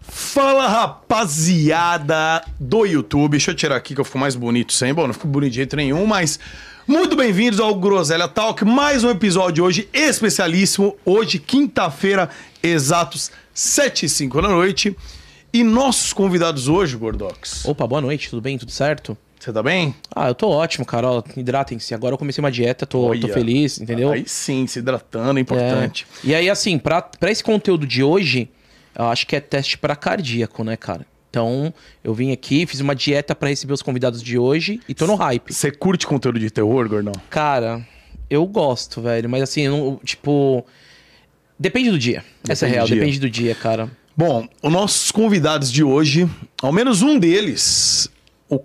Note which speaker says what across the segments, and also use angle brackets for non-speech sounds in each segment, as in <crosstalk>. Speaker 1: Fala rapaziada do YouTube, deixa eu tirar aqui que eu fico mais bonito sem, bom, não fico bonito de jeito nenhum, mas muito bem-vindos ao Groselha Talk, mais um episódio hoje especialíssimo, hoje quinta-feira, exatos 7 e 5 da noite, e nossos convidados hoje, Gordox,
Speaker 2: Opa, boa noite, tudo bem? Tudo certo?
Speaker 1: você tá bem?
Speaker 2: Ah, eu tô ótimo, Carol. Hidratem-se. Agora eu comecei uma dieta, tô, tô
Speaker 1: Olha.
Speaker 2: feliz, entendeu?
Speaker 1: Aí sim, se hidratando, é
Speaker 2: É.
Speaker 1: importante.
Speaker 2: E aí, assim, pra, pra esse conteúdo de hoje, eu acho que é teste pra cardíaco, né, cara? Então, eu vim aqui, fiz uma dieta pra receber os convidados de hoje e tô no hype.
Speaker 1: Você curte conteúdo de terror, Gordão?
Speaker 2: Cara, eu gosto, velho, mas assim, eu não- tipo. Depende do dia. Essa é
Speaker 1: Depende
Speaker 2: real,
Speaker 1: do dia.
Speaker 2: depende do dia, cara.
Speaker 1: Bom, os nossos convidados de hoje, ao menos um deles, o...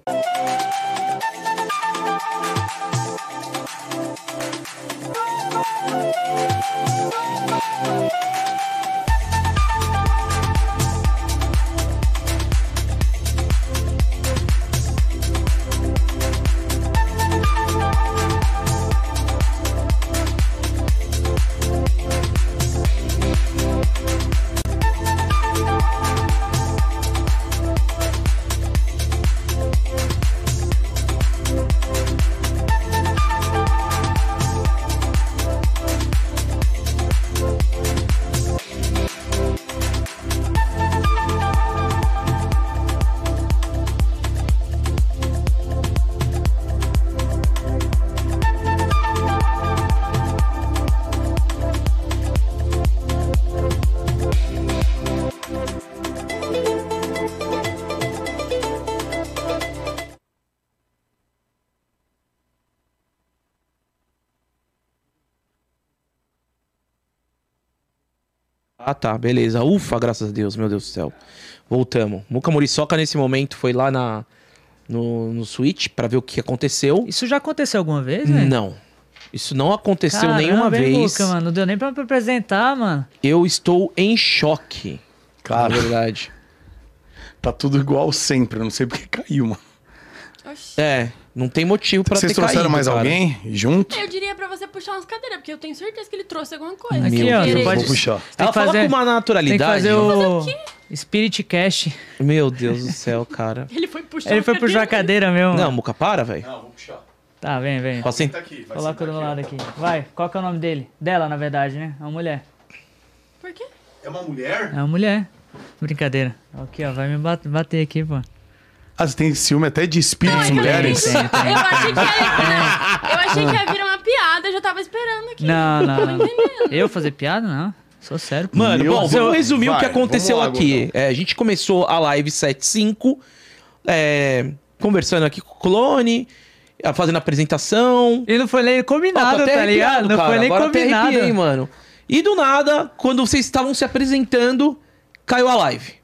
Speaker 2: Ah, tá, beleza. Ufa, graças a Deus, meu Deus do céu. Voltamos. Muca Muriçoca, nesse momento, foi lá na, no, no Switch pra ver o que aconteceu.
Speaker 3: Isso já aconteceu alguma vez, velho?
Speaker 2: Não. Isso não aconteceu
Speaker 3: Caramba,
Speaker 2: nenhuma
Speaker 3: hein,
Speaker 2: vez.
Speaker 3: Luca, mano. Não deu nem pra me apresentar, mano.
Speaker 2: Eu estou em choque.
Speaker 1: Cara,
Speaker 2: Na verdade.
Speaker 1: tá tudo igual sempre, eu não sei porque caiu, mano.
Speaker 2: É, não tem motivo pra
Speaker 1: Vocês
Speaker 2: ter
Speaker 1: trouxeram
Speaker 2: caído,
Speaker 1: mais
Speaker 2: cara.
Speaker 1: alguém junto?
Speaker 4: Eu diria pra você puxar umas cadeiras, porque eu tenho certeza que ele trouxe alguma coisa.
Speaker 3: Aqui,
Speaker 4: Sem
Speaker 3: ó,
Speaker 4: querer.
Speaker 3: você pode-
Speaker 1: Vou puxar.
Speaker 3: Tem
Speaker 2: Ela
Speaker 3: que
Speaker 2: fala
Speaker 3: fazer-
Speaker 2: com uma
Speaker 3: Tem que
Speaker 2: naturalidade.
Speaker 3: fazer o Spirit Cast.
Speaker 2: Meu Deus do céu, cara.
Speaker 4: <laughs> Ele foi
Speaker 3: <laughs>
Speaker 4: puxar
Speaker 3: Ele foi puxar a cadeira mesmo.
Speaker 2: Não, Muca, para, velho.
Speaker 1: Não, vou puxar.
Speaker 3: Tá, vem, vem.
Speaker 2: Assim,
Speaker 1: aqui, vai
Speaker 3: Coloca do meu lado aqui. Vai, qual que é o nome dele? Dela, na verdade, né? É uma mulher.
Speaker 4: Por quê?
Speaker 1: É uma mulher?
Speaker 3: É uma mulher. Brincadeira. Aqui, ó. Vai me bat- bater aqui, pô.
Speaker 1: Ah, você tem ciúme até de espíritos mulheres?
Speaker 3: Tem, tem, tem.
Speaker 4: é Eu achei que ia, né? eu achei que ia vir uma piada, eu já tava esperando aqui.
Speaker 3: Não, não, não. Eu fazer piada? Não. Sou sério, pô.
Speaker 2: Mano,
Speaker 1: Meu
Speaker 2: bom,
Speaker 1: Deus.
Speaker 2: vamos resumir o que
Speaker 1: Vai,
Speaker 2: aconteceu
Speaker 1: vamos lá,
Speaker 2: aqui. É, a gente começou a live 75, é, conversando aqui com o clone, é, fazendo a apresentação.
Speaker 3: E não foi nem
Speaker 2: Ó, tô
Speaker 3: combinado,
Speaker 2: até
Speaker 3: tá
Speaker 2: arrepiado,
Speaker 3: ligado? Não
Speaker 2: cara.
Speaker 3: foi nem
Speaker 2: Agora até
Speaker 3: combinado.
Speaker 2: arrepiei, mano. E do nada, quando vocês estavam se apresentando, caiu a live.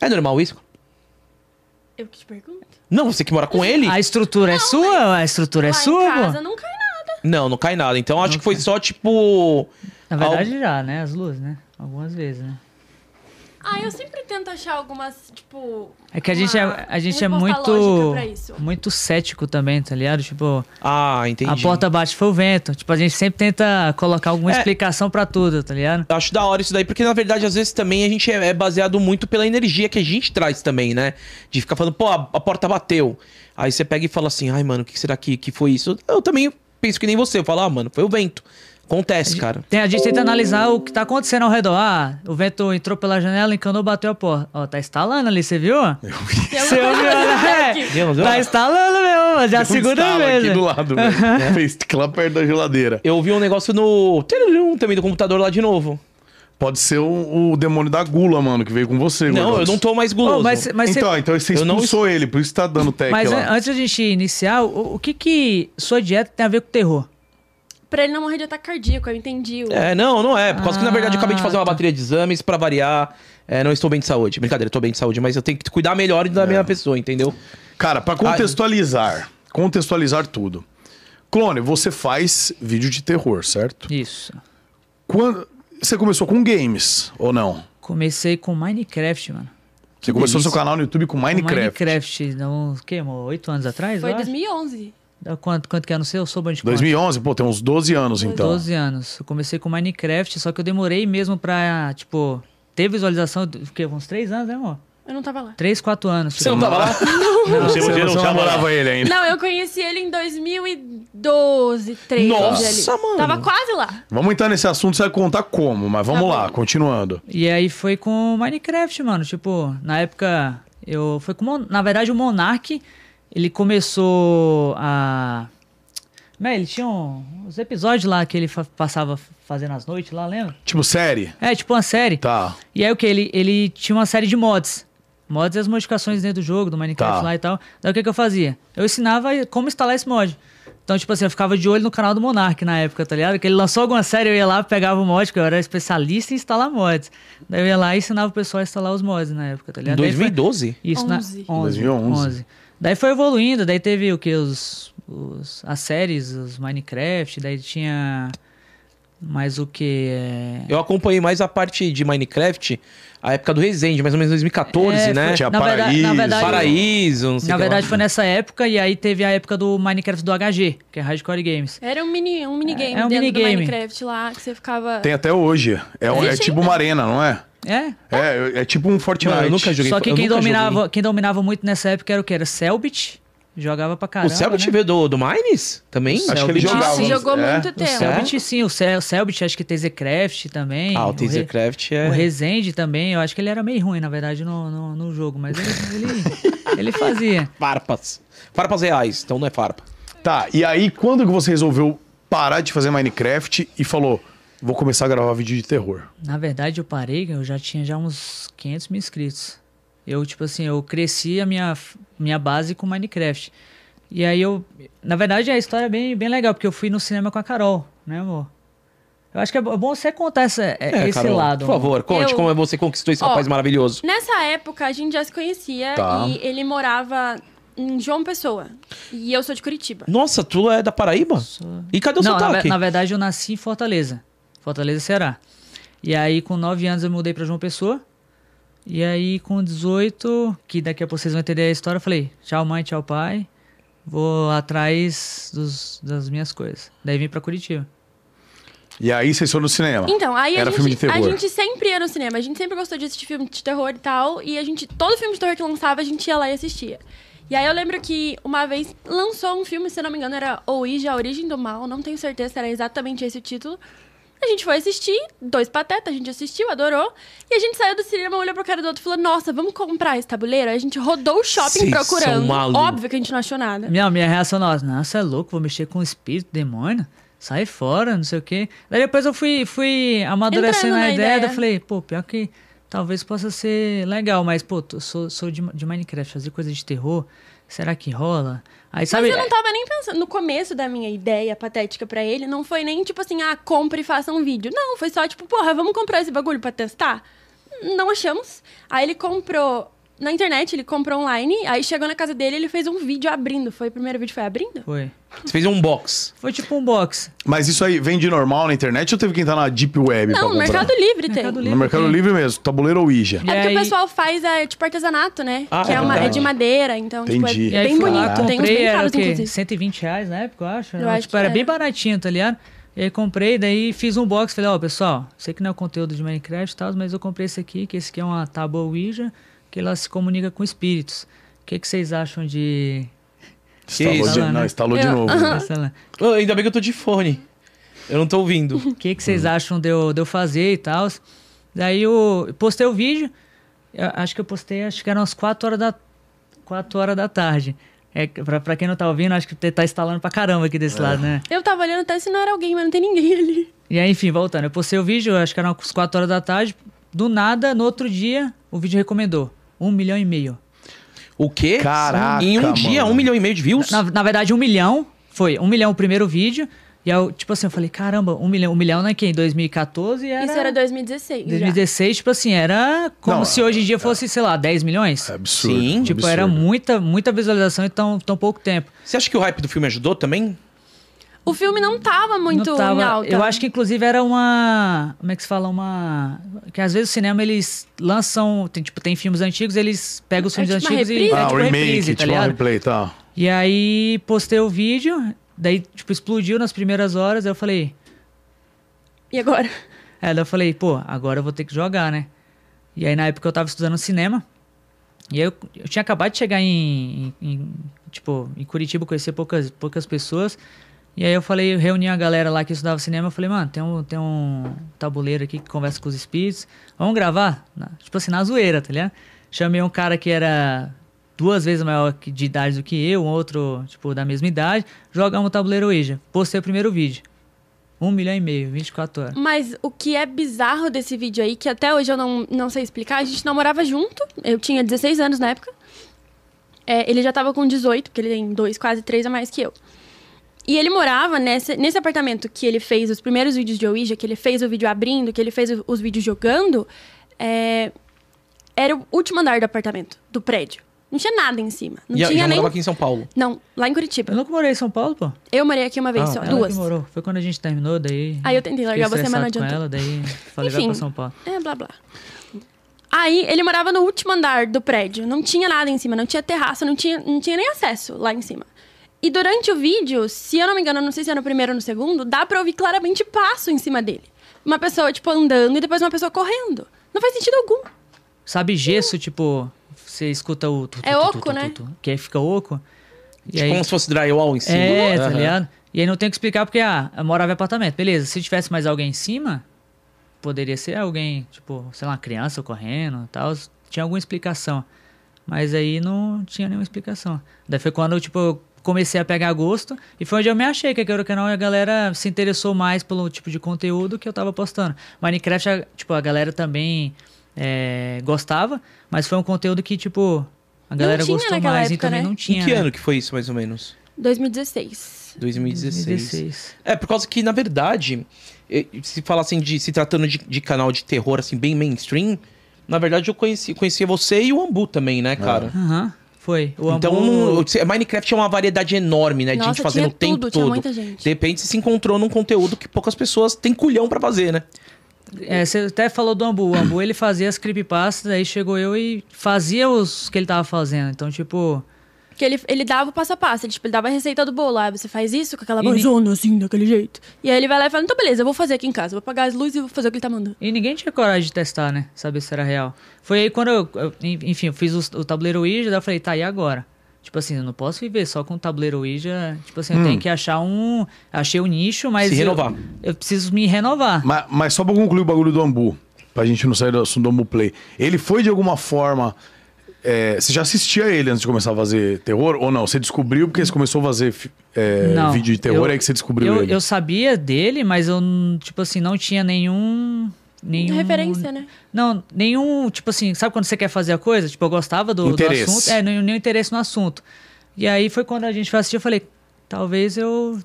Speaker 2: É normal isso?
Speaker 4: Eu que te pergunto.
Speaker 2: Não, você que mora com ele?
Speaker 3: A estrutura é sua? A estrutura é
Speaker 4: Lá
Speaker 3: sua,
Speaker 4: em casa
Speaker 3: pô?
Speaker 4: não cai nada.
Speaker 2: Não, não cai nada. Então acho que foi só tipo.
Speaker 3: Na verdade, já, né? As luzes, né? Algumas vezes, né?
Speaker 4: Ah, eu sempre tento achar algumas, tipo...
Speaker 3: É que a gente
Speaker 4: uma
Speaker 3: é, a gente é
Speaker 4: resposta
Speaker 3: muito,
Speaker 4: lógica pra isso.
Speaker 3: muito cético também, tá ligado? Tipo,
Speaker 2: Ah, entendi.
Speaker 3: a porta bate foi o vento. Tipo, a gente sempre tenta colocar alguma
Speaker 2: É.
Speaker 3: explicação pra tudo, tá ligado?
Speaker 2: Eu acho da hora isso daí, porque na verdade, às vezes também a gente é é baseado muito pela energia que a gente traz também, né? De ficar falando, pô, a, a porta bateu. Aí você pega e fala assim, ai, mano, o que será que, que foi isso? Eu também penso que nem você. Eu falo, ah, mano, foi o vento. Acontece, cara.
Speaker 3: Tem, a gente tenta analisar o que tá acontecendo ao redor. Ah, o vento entrou pela janela, encanou, bateu a porta. Ó, tá estalando ali, você viu?
Speaker 4: Tem
Speaker 3: <laughs> Você
Speaker 4: alguma
Speaker 3: ouviu,
Speaker 4: coisa
Speaker 3: né?
Speaker 4: aqui.
Speaker 2: Viu, não viu?
Speaker 3: Tá estalando mesmo, mas é a segunda
Speaker 1: um estalo
Speaker 3: vez.
Speaker 1: aqui do
Speaker 3: né?
Speaker 1: lado, velho. <laughs> Fez lá perto da geladeira.
Speaker 2: Eu vi um negócio no. Tiririm, também do computador lá de novo.
Speaker 1: Pode ser o, o demônio da gula, mano, que veio com você.
Speaker 2: Não, eu
Speaker 1: Gordox.
Speaker 2: não tô mais guloso.
Speaker 3: Ô, um Oh, mas, mas você-
Speaker 1: então, então você
Speaker 2: Eu não- é-
Speaker 1: expulsou ele, por isso tá dando tag
Speaker 3: mas
Speaker 1: lá.
Speaker 3: antes da gente iniciar, o, o que que sua dieta tem a ver com terror?
Speaker 4: <laughs> Pra ele
Speaker 3: né?
Speaker 4: não morrer de ataque cardíaco, eu entendi. o-
Speaker 2: É, não, não é. Por causa que, na verdade, eu acabei de fazer uma
Speaker 3: Ah, tá.
Speaker 2: bateria de exames pra variar. É, não estou bem de saúde. Brincadeira, eu tô bem de saúde, mas eu tenho que cuidar melhor
Speaker 3: É.
Speaker 2: da minha pessoa, entendeu?
Speaker 1: Cara,
Speaker 2: ah,
Speaker 1: pra contextualizar, contextualizar tudo. Clone, você faz vídeo de terror, certo?
Speaker 3: Isso.
Speaker 1: Quando... Você começou com games, ou não?
Speaker 3: Comecei com Minecraft, mano.
Speaker 1: Você começou
Speaker 2: delícia.
Speaker 1: seu canal no YouTube com
Speaker 3: Com
Speaker 1: Minecraft.
Speaker 3: Minecraft, não, o quê, amor? Oito anos atrás?
Speaker 4: Foi
Speaker 3: eu acho?
Speaker 4: 2011.
Speaker 3: Dá Quanto, quanto que era? Não sei, eu sou bom de conta.
Speaker 1: 2011, pô, tem uns 12 anos então.
Speaker 3: 12 anos. Eu comecei com Minecraft, só que eu demorei mesmo pra, tipo, ter visualização, do que, uns três anos, né, amor?
Speaker 4: Eu não tava lá.
Speaker 3: Três, quatro anos. tipo.
Speaker 2: Você não tava lá?
Speaker 5: Você, você não namorava
Speaker 1: ele ainda.
Speaker 4: Não, eu conheci ele em 2012, 13
Speaker 2: Nossa,
Speaker 4: ali.
Speaker 2: mano.
Speaker 4: Tava quase lá.
Speaker 1: Vamos entrar nesse assunto, você vai contar como, mas vamos
Speaker 4: Tá
Speaker 1: lá, continuando.
Speaker 3: E aí foi com Minecraft, mano. Tipo, na época eu foi com Mon- na verdade o Monark, ele começou a Mé, ele tinha um- uns episódios lá que ele fa- passava fazendo as noites lá, lembra?
Speaker 1: Tipo, série?
Speaker 3: É, tipo uma série.
Speaker 1: Tá.
Speaker 3: E aí o que? Ele, ele tinha uma série de mods. Mods e as modificações dentro do jogo, do Minecraft
Speaker 1: Tá.
Speaker 3: lá e tal. Daí o que, que eu fazia? Eu ensinava como instalar esse mod. Então, tipo assim, eu ficava de olho no canal do Monark na época, tá ligado? Que ele lançou alguma série, eu ia lá, pegava o mod, que eu era especialista em instalar mods. Daí eu ia lá e ensinava o pessoal a instalar os mods na época, tá ligado? Daí foi-
Speaker 2: 2012?
Speaker 3: isso, na-
Speaker 4: 11.
Speaker 3: 11,
Speaker 1: 2011.
Speaker 3: 11. Daí foi evoluindo, daí teve o que? Os, os, as séries, os Minecraft, daí tinha mais o É, que?
Speaker 2: Eu acompanhei mais a parte de Minecraft, a época do Resende, mais ou menos 2014,
Speaker 3: É,
Speaker 2: né?
Speaker 1: Tinha
Speaker 3: Na verdade-
Speaker 1: Paraíso.
Speaker 3: na verdade-
Speaker 2: Paraíso, não sei
Speaker 3: Na
Speaker 2: o que lá.
Speaker 3: verdade, foi nessa época, e aí teve a época do Minecraft do HG, que é Hardcore Games.
Speaker 4: Era um, mini, um minigame
Speaker 3: É, é um
Speaker 4: dentro
Speaker 3: minigame.
Speaker 4: do Minecraft lá, que você ficava...
Speaker 1: Tem até hoje. É, um- é
Speaker 4: Existe
Speaker 1: tipo
Speaker 4: ainda?
Speaker 1: uma arena, não é?
Speaker 3: É.
Speaker 1: É, é tipo um Fortnite.
Speaker 2: Mano, eu nunca joguei.
Speaker 3: Só que
Speaker 2: eu
Speaker 3: quem
Speaker 2: nunca
Speaker 3: dominava, quem dominava muito nessa época era o que? Era Selbit. Jogava pra
Speaker 2: joguei.
Speaker 3: caramba.
Speaker 2: O Selbit
Speaker 3: né?
Speaker 2: veio do, do Mines também?
Speaker 1: Acho que ele
Speaker 4: Nossa,
Speaker 1: jogava.
Speaker 4: jogou
Speaker 1: É?
Speaker 4: muito
Speaker 3: O
Speaker 4: tempo.
Speaker 3: Selbit, sim, o Sel- Selbit, acho que TZCraft também.
Speaker 2: Ah, o
Speaker 3: Re-
Speaker 2: Tasercraft é...
Speaker 3: O Rezende também, eu acho que ele era meio ruim, na verdade, no, no, no jogo, mas ele,
Speaker 2: <laughs>
Speaker 3: ele, ele fazia.
Speaker 2: Farpas. Farpas reais, então não é farpa.
Speaker 1: Tá, e aí quando que você resolveu parar de fazer Minecraft e falou, vou começar a gravar vídeo de terror?
Speaker 3: Na verdade, eu parei, eu já tinha já uns 500 mil inscritos. Eu, tipo assim, eu cresci a minha, minha base com Minecraft. E aí eu... Na verdade, a história é bem, bem legal, porque eu fui no cinema com a Carol, né, amor? Eu acho que é bo- é bom você contar essa, é, esse
Speaker 2: Carol,
Speaker 3: lado.
Speaker 2: Por favor, conte
Speaker 4: Eu-
Speaker 2: como é você conquistou esse
Speaker 4: Ó,
Speaker 2: rapaz maravilhoso.
Speaker 4: Nessa época, a gente já se conhecia
Speaker 1: Tá.
Speaker 4: e ele morava em João Pessoa. E eu sou de Curitiba.
Speaker 2: Nossa, tu é da Paraíba? E cadê o
Speaker 3: Não,
Speaker 2: seu
Speaker 3: na,
Speaker 2: sotaque?
Speaker 3: ve- na verdade eu nasci em Fortaleza. Fortaleza, Ceará. E aí com 9 anos eu mudei pra João Pessoa. E aí com 18, que daqui a pouco vocês vão entender a história, eu falei, tchau mãe, tchau pai. Vou atrás dos- das minhas coisas. Daí vim pra Curitiba.
Speaker 1: E aí vocês foram no cinema.
Speaker 4: Então, aí
Speaker 1: Era
Speaker 4: a,
Speaker 1: filme de
Speaker 4: gente,
Speaker 1: terror.
Speaker 4: a gente sempre ia no cinema, a gente sempre gostou de assistir filme de terror e tal. E a gente, todo filme de terror que lançava, a gente ia lá e assistia. E aí eu lembro que uma vez lançou um filme, se eu não me engano, era Ouija, A Origem do Mal, não tenho certeza se era exatamente esse o título. A gente foi assistir, dois patetas, a gente assistiu, adorou. E a gente saiu do cinema, olhou pro cara do outro e falou: Nossa, vamos comprar esse tabuleiro? Aí a gente rodou o shopping
Speaker 2: Vocês são
Speaker 4: procurando.
Speaker 2: malucos.
Speaker 4: Óbvio que a gente não achou nada.
Speaker 3: Minha, minha reação nossa, nossa, é louco, vou mexer com espírito, demônio. Sai fora, não sei o quê. Daí depois eu fui, fui amadurecendo
Speaker 4: Entrando
Speaker 3: a
Speaker 4: na
Speaker 3: ideia,
Speaker 4: ideia.
Speaker 3: daí eu falei, pô, pior que talvez possa ser legal, mas, pô, tô- sou, sou de, de Minecraft, fazer coisa de terror, será que rola? Aí sabe. é
Speaker 4: Mas eu não tá tava nem pensando. No começo da minha ideia patética pra ele, não foi nem tipo assim, ah, compra e faça um vídeo. Não, foi só tipo, porra, vamos comprar esse bagulho pra testar? Não achamos. Aí ele comprou na internet, ele comprou online. Aí chegou na casa dele, ele fez um vídeo abrindo. Foi o primeiro vídeo, foi abrindo?
Speaker 3: Foi.
Speaker 2: Você fez um box.
Speaker 3: Foi tipo um box.
Speaker 1: Mas isso aí vende normal na internet ou teve que entrar na Deep Web pra
Speaker 4: Não, no
Speaker 1: comprar?
Speaker 4: Mercado Livre tem.
Speaker 3: Mercado
Speaker 1: No Mercado Livre mesmo, tabuleiro Ouija.
Speaker 3: E
Speaker 4: É porque
Speaker 3: aí-
Speaker 4: o pessoal faz é, tipo artesanato, né?
Speaker 2: Ah,
Speaker 4: que
Speaker 2: é
Speaker 4: é, uma, é
Speaker 2: verdade.
Speaker 4: de madeira, então
Speaker 1: Entendi.
Speaker 4: tipo,
Speaker 3: E
Speaker 4: é
Speaker 3: aí
Speaker 4: bem
Speaker 3: fui
Speaker 4: bonito.
Speaker 3: lá,
Speaker 4: tem uns
Speaker 3: comprei,
Speaker 4: bem
Speaker 3: era o
Speaker 4: caros,
Speaker 3: quê?
Speaker 4: inclusive.
Speaker 3: 120 reais na época, eu acho.
Speaker 4: Eu
Speaker 3: Era,
Speaker 4: acho
Speaker 3: tipo,
Speaker 4: que
Speaker 3: era
Speaker 4: era.
Speaker 3: bem baratinho, tá ligado? E aí comprei, daí fiz um box, falei, ó, pessoal, sei que não é o conteúdo de Minecraft e tal, mas eu comprei esse aqui, que esse aqui é uma tábua Ouija, que ela se comunica com espíritos. O que, que vocês acham
Speaker 4: <coughs>
Speaker 3: de...
Speaker 1: Instalou
Speaker 2: isso,
Speaker 1: de,
Speaker 3: né?
Speaker 1: não, instalou de
Speaker 4: Eu-
Speaker 1: novo. né?
Speaker 3: Sei lá.
Speaker 2: Ô, ainda bem que eu tô de fone. Eu não tô ouvindo.
Speaker 3: O que, que vocês acham de eu, de eu fazer e tal? Daí eu postei o vídeo, eu acho que eu postei, acho que eram umas 4 horas da, 4 horas da tarde. É, que pra, pra quem não tá ouvindo, acho que tá instalando pra caramba aqui desse lado, né?
Speaker 4: Eu tava olhando até se não era alguém, mas não tem ninguém ali.
Speaker 3: E aí, enfim, voltando. Eu postei o vídeo, acho que eram umas 4 horas da tarde. Do nada, no outro dia, o vídeo recomendou. Um milhão e meio.
Speaker 2: O quê?
Speaker 1: Caraca,
Speaker 2: Em um dia,
Speaker 1: mano.
Speaker 2: um milhão e meio de views?
Speaker 3: Na, na verdade, um milhão. Foi, um milhão o primeiro vídeo. E aí, eu, tipo assim, eu falei, caramba, um milhão. Um milhão, né? Que em 2014 era...
Speaker 4: Isso era 2016. já.
Speaker 3: 2016, tipo assim, era como
Speaker 1: Não,
Speaker 3: se hoje em dia fosse, sei lá, 10 milhões.
Speaker 1: É absurdo.
Speaker 2: Sim,
Speaker 1: absurdo.
Speaker 3: tipo, era muita, muita visualização em tão, tão pouco tempo.
Speaker 2: Você acha que o hype do filme ajudou também?
Speaker 4: O filme não tava muito
Speaker 3: Não tava-
Speaker 4: em alta.
Speaker 3: Eu acho que inclusive era uma, como é que se fala, uma que às vezes o cinema eles lançam, tem, tipo, tem filmes antigos, eles pegam os
Speaker 4: É
Speaker 3: filmes
Speaker 4: tipo uma
Speaker 3: antigos e
Speaker 4: reprise?
Speaker 1: Ah,
Speaker 3: é tipo
Speaker 1: o remake,
Speaker 3: reprise, tá
Speaker 1: tipo, um
Speaker 3: ligado?
Speaker 1: replay, tá.
Speaker 3: E aí postei o vídeo, daí tipo explodiu nas primeiras horas, aí eu falei,
Speaker 4: E agora?
Speaker 3: é, daí eu falei, pô, agora eu vou ter que jogar, né? E aí na época eu tava estudando cinema. E aí eu, eu tinha acabado de chegar em, em- em, tipo, em Curitiba, conhecer poucas, poucas pessoas. E aí eu falei, reuni a galera lá que estudava cinema, eu falei, mano, tem um, tem um tabuleiro aqui que conversa com os espíritos, vamos gravar? Na- tipo assim, na zoeira, tá ligado? Chamei um cara que era duas vezes maior que- de idade do que eu, um outro, tipo, da mesma idade, jogamos o tabuleiro Ouija. Postei o primeiro vídeo. Um milhão e meio, 24 horas.
Speaker 4: Mas o que é bizarro desse vídeo aí, que até hoje eu não, não sei explicar, a gente namorava junto, eu tinha 16 anos na época. É, ele já tava com 18, porque ele tem dois, quase três a mais que eu. E ele morava nesse, nesse apartamento que ele fez os primeiros vídeos de Ouija, que ele fez o vídeo abrindo, que ele fez o- os vídeos jogando. é, era o último andar do apartamento, do prédio. Não tinha nada em cima. Não
Speaker 2: E eu
Speaker 4: tinha
Speaker 2: já
Speaker 4: nem.
Speaker 2: morava aqui em São Paulo.
Speaker 4: Não, lá em
Speaker 3: Eu
Speaker 4: Curitiba.
Speaker 3: nunca morei em São Paulo, pô.
Speaker 4: Eu morei aqui uma vez
Speaker 2: Ah,
Speaker 4: só,
Speaker 2: ela
Speaker 3: Ela
Speaker 4: duas.
Speaker 3: que morou. Foi quando a gente terminou, daí.
Speaker 4: Aí eu tentei largar
Speaker 3: fiquei
Speaker 4: você, mas não
Speaker 3: estressado
Speaker 4: adiantou.
Speaker 3: com ela, daí falei, vai
Speaker 4: Enfim.
Speaker 3: pra São Paulo.
Speaker 4: É, blá blá. Aí ele morava no último andar do prédio, não tinha nada em cima, não tinha terraço, não tinha, não tinha nem acesso lá em cima. E durante o vídeo, se eu não me engano, não sei se é no primeiro ou no segundo, dá pra ouvir claramente passo em cima dele. Uma pessoa, tipo, andando e depois uma pessoa correndo. Não faz sentido algum.
Speaker 3: Sabe gesso, tipo, você escuta o. tu, tu,
Speaker 4: É
Speaker 3: tu, tu,
Speaker 4: oco,
Speaker 3: tu, tu,
Speaker 4: né?
Speaker 3: tu, que aí fica oco. E
Speaker 2: tipo
Speaker 3: aí-
Speaker 2: como se fosse drywall em cima.
Speaker 3: É, tá
Speaker 2: Aham.
Speaker 3: ligado? E aí não tem o que explicar porque, ah, eu morava em apartamento. Beleza, se tivesse mais alguém em cima, poderia ser alguém, tipo, sei lá, uma criança correndo e tal. Tinha alguma explicação. Mas aí não tinha nenhuma explicação. Daí foi quando, tipo, eu comecei a pegar gosto. E foi onde eu me achei que aqui era o canal e a galera se interessou mais pelo tipo de conteúdo que eu tava postando. Minecraft, a- tipo, a galera também é, gostava, mas foi um conteúdo que, tipo, a galera
Speaker 4: tinha
Speaker 3: gostou
Speaker 4: naquela
Speaker 3: mais e
Speaker 4: época,
Speaker 3: também
Speaker 4: né?
Speaker 3: não tinha.
Speaker 2: Em que
Speaker 3: né?
Speaker 2: ano que foi isso, mais ou menos?
Speaker 4: 2016.
Speaker 2: 2016.
Speaker 3: 2016.
Speaker 2: É, por causa que, na verdade, eh, se falar assim de se tratando de, de canal de terror, assim, bem mainstream, na verdade eu conheci, conhecia você e o Ambu também, né, cara?
Speaker 3: Aham, foi. O
Speaker 2: Então,
Speaker 1: um,
Speaker 3: Ambu-
Speaker 2: o- Minecraft é uma variedade enorme, né? De
Speaker 4: Nossa,
Speaker 2: gente fazendo o
Speaker 4: tinha
Speaker 2: tempo
Speaker 4: tudo, tinha
Speaker 2: todo.
Speaker 4: muita gente.
Speaker 2: De repente você se encontrou num conteúdo que poucas pessoas têm culhão pra fazer, né?
Speaker 3: é, você até falou do Ambu. O Ambu, ele fazia as creepypastas, aí chegou eu e fazia os que ele tava fazendo. Então, tipo...
Speaker 4: Porque ele, ele dava o passo a passo, ele, tipo, ele dava a receita do bolo. Aí você faz isso com aquela
Speaker 3: E ni-
Speaker 4: mãozona, assim, daquele jeito. E aí ele vai lá e fala, então beleza, eu vou fazer aqui em casa. Vou apagar as luzes e vou fazer o que ele tá mandando.
Speaker 3: E ninguém tinha coragem de testar, né? Saber se era real. Foi aí quando eu... eu- enfim, eu fiz o, o tabuleiro Ouija, daí eu falei, tá, e agora? Tipo assim, eu não posso viver só com o tabuleiro Ouija. Tipo assim,
Speaker 1: Hum.
Speaker 3: eu tenho que achar um... Achei um nicho, mas...
Speaker 2: Se
Speaker 3: eu-
Speaker 2: renovar.
Speaker 3: Eu, preciso me renovar.
Speaker 1: Mas, mas só pra concluir o bagulho do Ambu, pra gente não sair do assunto do Ambu Play. Ele foi de alguma forma. é, você já assistia ele antes de começar a fazer terror ou não? Você descobriu porque você começou a fazer fi- é,
Speaker 3: Não,
Speaker 1: vídeo de terror,
Speaker 3: eu-
Speaker 1: aí que você descobriu
Speaker 3: eu,
Speaker 1: ele.
Speaker 3: eu sabia dele, mas eu, tipo assim, não tinha nenhum... Nenhum...
Speaker 4: Referência, né?
Speaker 3: Não, nenhum, tipo assim, sabe quando você quer fazer a coisa? Tipo, eu gostava do, do
Speaker 1: Interesse.
Speaker 3: assunto. É, nenhum, nenhum interesse no assunto. E aí foi quando a gente foi assistir, eu falei, talvez eu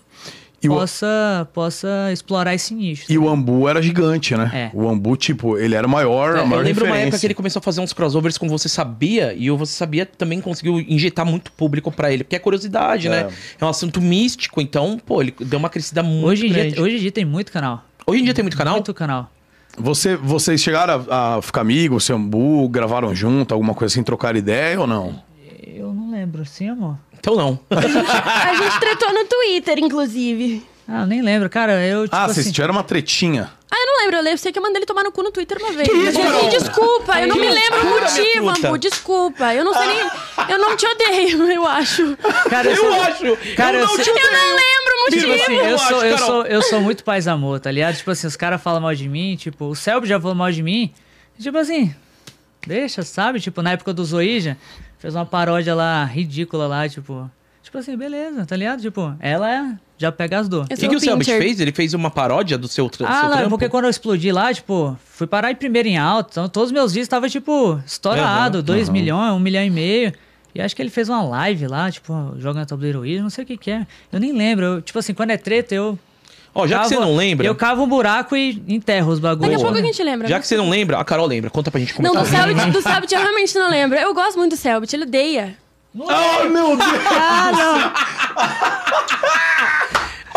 Speaker 1: E o-
Speaker 3: possa, possa explorar esse nicho.
Speaker 1: E o Ambu era gigante, né?
Speaker 3: É.
Speaker 1: O Ambu, tipo, ele era o maior, a
Speaker 2: É, eu
Speaker 1: maior
Speaker 2: lembro uma
Speaker 1: referência.
Speaker 2: época que ele começou a fazer uns crossovers com Você Sabia, e o Você Sabia também conseguiu injetar muito público pra ele, porque é curiosidade, né? É um assunto místico, então, pô, ele deu uma crescida muito
Speaker 3: Hoje em,
Speaker 2: grande.
Speaker 3: dia, hoje em dia tem muito canal.
Speaker 2: Hoje em dia tem muito canal?
Speaker 3: Muito canal.
Speaker 1: Você, vocês chegaram a, a ficar amigos, seu Ambu, gravaram junto, alguma coisa assim, trocar ideia ou
Speaker 3: Tipo
Speaker 1: não?
Speaker 3: Eu não lembro, sim, amor?
Speaker 2: Então não.
Speaker 4: A gente tretou no Twitter, inclusive.
Speaker 3: Ah, eu nem lembro, cara. Eu, tipo
Speaker 1: ah, vocês
Speaker 3: assim,
Speaker 1: tiveram uma tretinha.
Speaker 4: Ah, eu não lembro. Eu, lembro, eu sei que eu mandei ele tomar no cu no Twitter uma vez.
Speaker 2: isso,
Speaker 4: Mas,
Speaker 2: Carol?
Speaker 4: assim, desculpa, eu não me lembro o
Speaker 2: loucura, minha
Speaker 4: motivo,
Speaker 2: puta.
Speaker 4: Ambu. Desculpa. Eu não sei nem. Eu não te odeio, <laughs> eu acho.
Speaker 3: <laughs>
Speaker 1: <laughs>
Speaker 3: assim, cara, eu,
Speaker 2: Eu
Speaker 3: sou-
Speaker 2: acho!
Speaker 3: Cara,
Speaker 2: eu
Speaker 3: eu
Speaker 2: não
Speaker 3: sei-
Speaker 2: te
Speaker 4: Eu não lembro o motivo.
Speaker 3: Tipo assim,
Speaker 2: Eu
Speaker 3: eu sou,
Speaker 2: acho,
Speaker 3: eu,
Speaker 2: Carol.
Speaker 3: sou, eu sou muito paz amor, tá ligado? Tipo assim, os caras falam mal de mim, tipo, o Selby já falou mal de mim. Tipo assim, deixa, sabe? Tipo, na época do Zoija, fez uma paródia lá ridícula lá, tipo. Tipo assim, beleza, tá ligado? Tipo, ela já pega as dor.
Speaker 4: Eu
Speaker 2: O que,
Speaker 4: sou
Speaker 2: que o Selbit
Speaker 4: pincher.
Speaker 2: fez? Ele fez uma paródia do seu, tra
Speaker 3: um Ah,
Speaker 2: seu
Speaker 3: lá,
Speaker 2: trampo?
Speaker 3: porque quando eu explodi lá, tipo, fui parar em primeiro em alto, então todos os meus vídeos estavam, tipo, estourado,
Speaker 2: Aham,
Speaker 3: 2
Speaker 1: aham.
Speaker 3: milhões, 1 um milhão e meio. E acho que ele fez uma live lá, tipo, jogando tabuleiro Ouija, não sei o que que é. Eu nem lembro, eu, tipo assim, quando é treta, eu
Speaker 2: Ó, já que você
Speaker 3: Cavo-
Speaker 2: não lembra...
Speaker 3: Eu cavo um buraco e enterro os
Speaker 4: Daqui a
Speaker 3: bagulhos.
Speaker 4: pouco a gente lembra.
Speaker 2: Já
Speaker 4: né?
Speaker 2: que você não lembra, a Carol lembra. Conta pra gente como
Speaker 4: Não, do
Speaker 2: tá.
Speaker 3: né?
Speaker 4: Selbit, do Selbit eu realmente não lembro. Eu gosto muito do Selbit, ele odeia.
Speaker 1: Ah, meu Deus!
Speaker 3: Ah, não!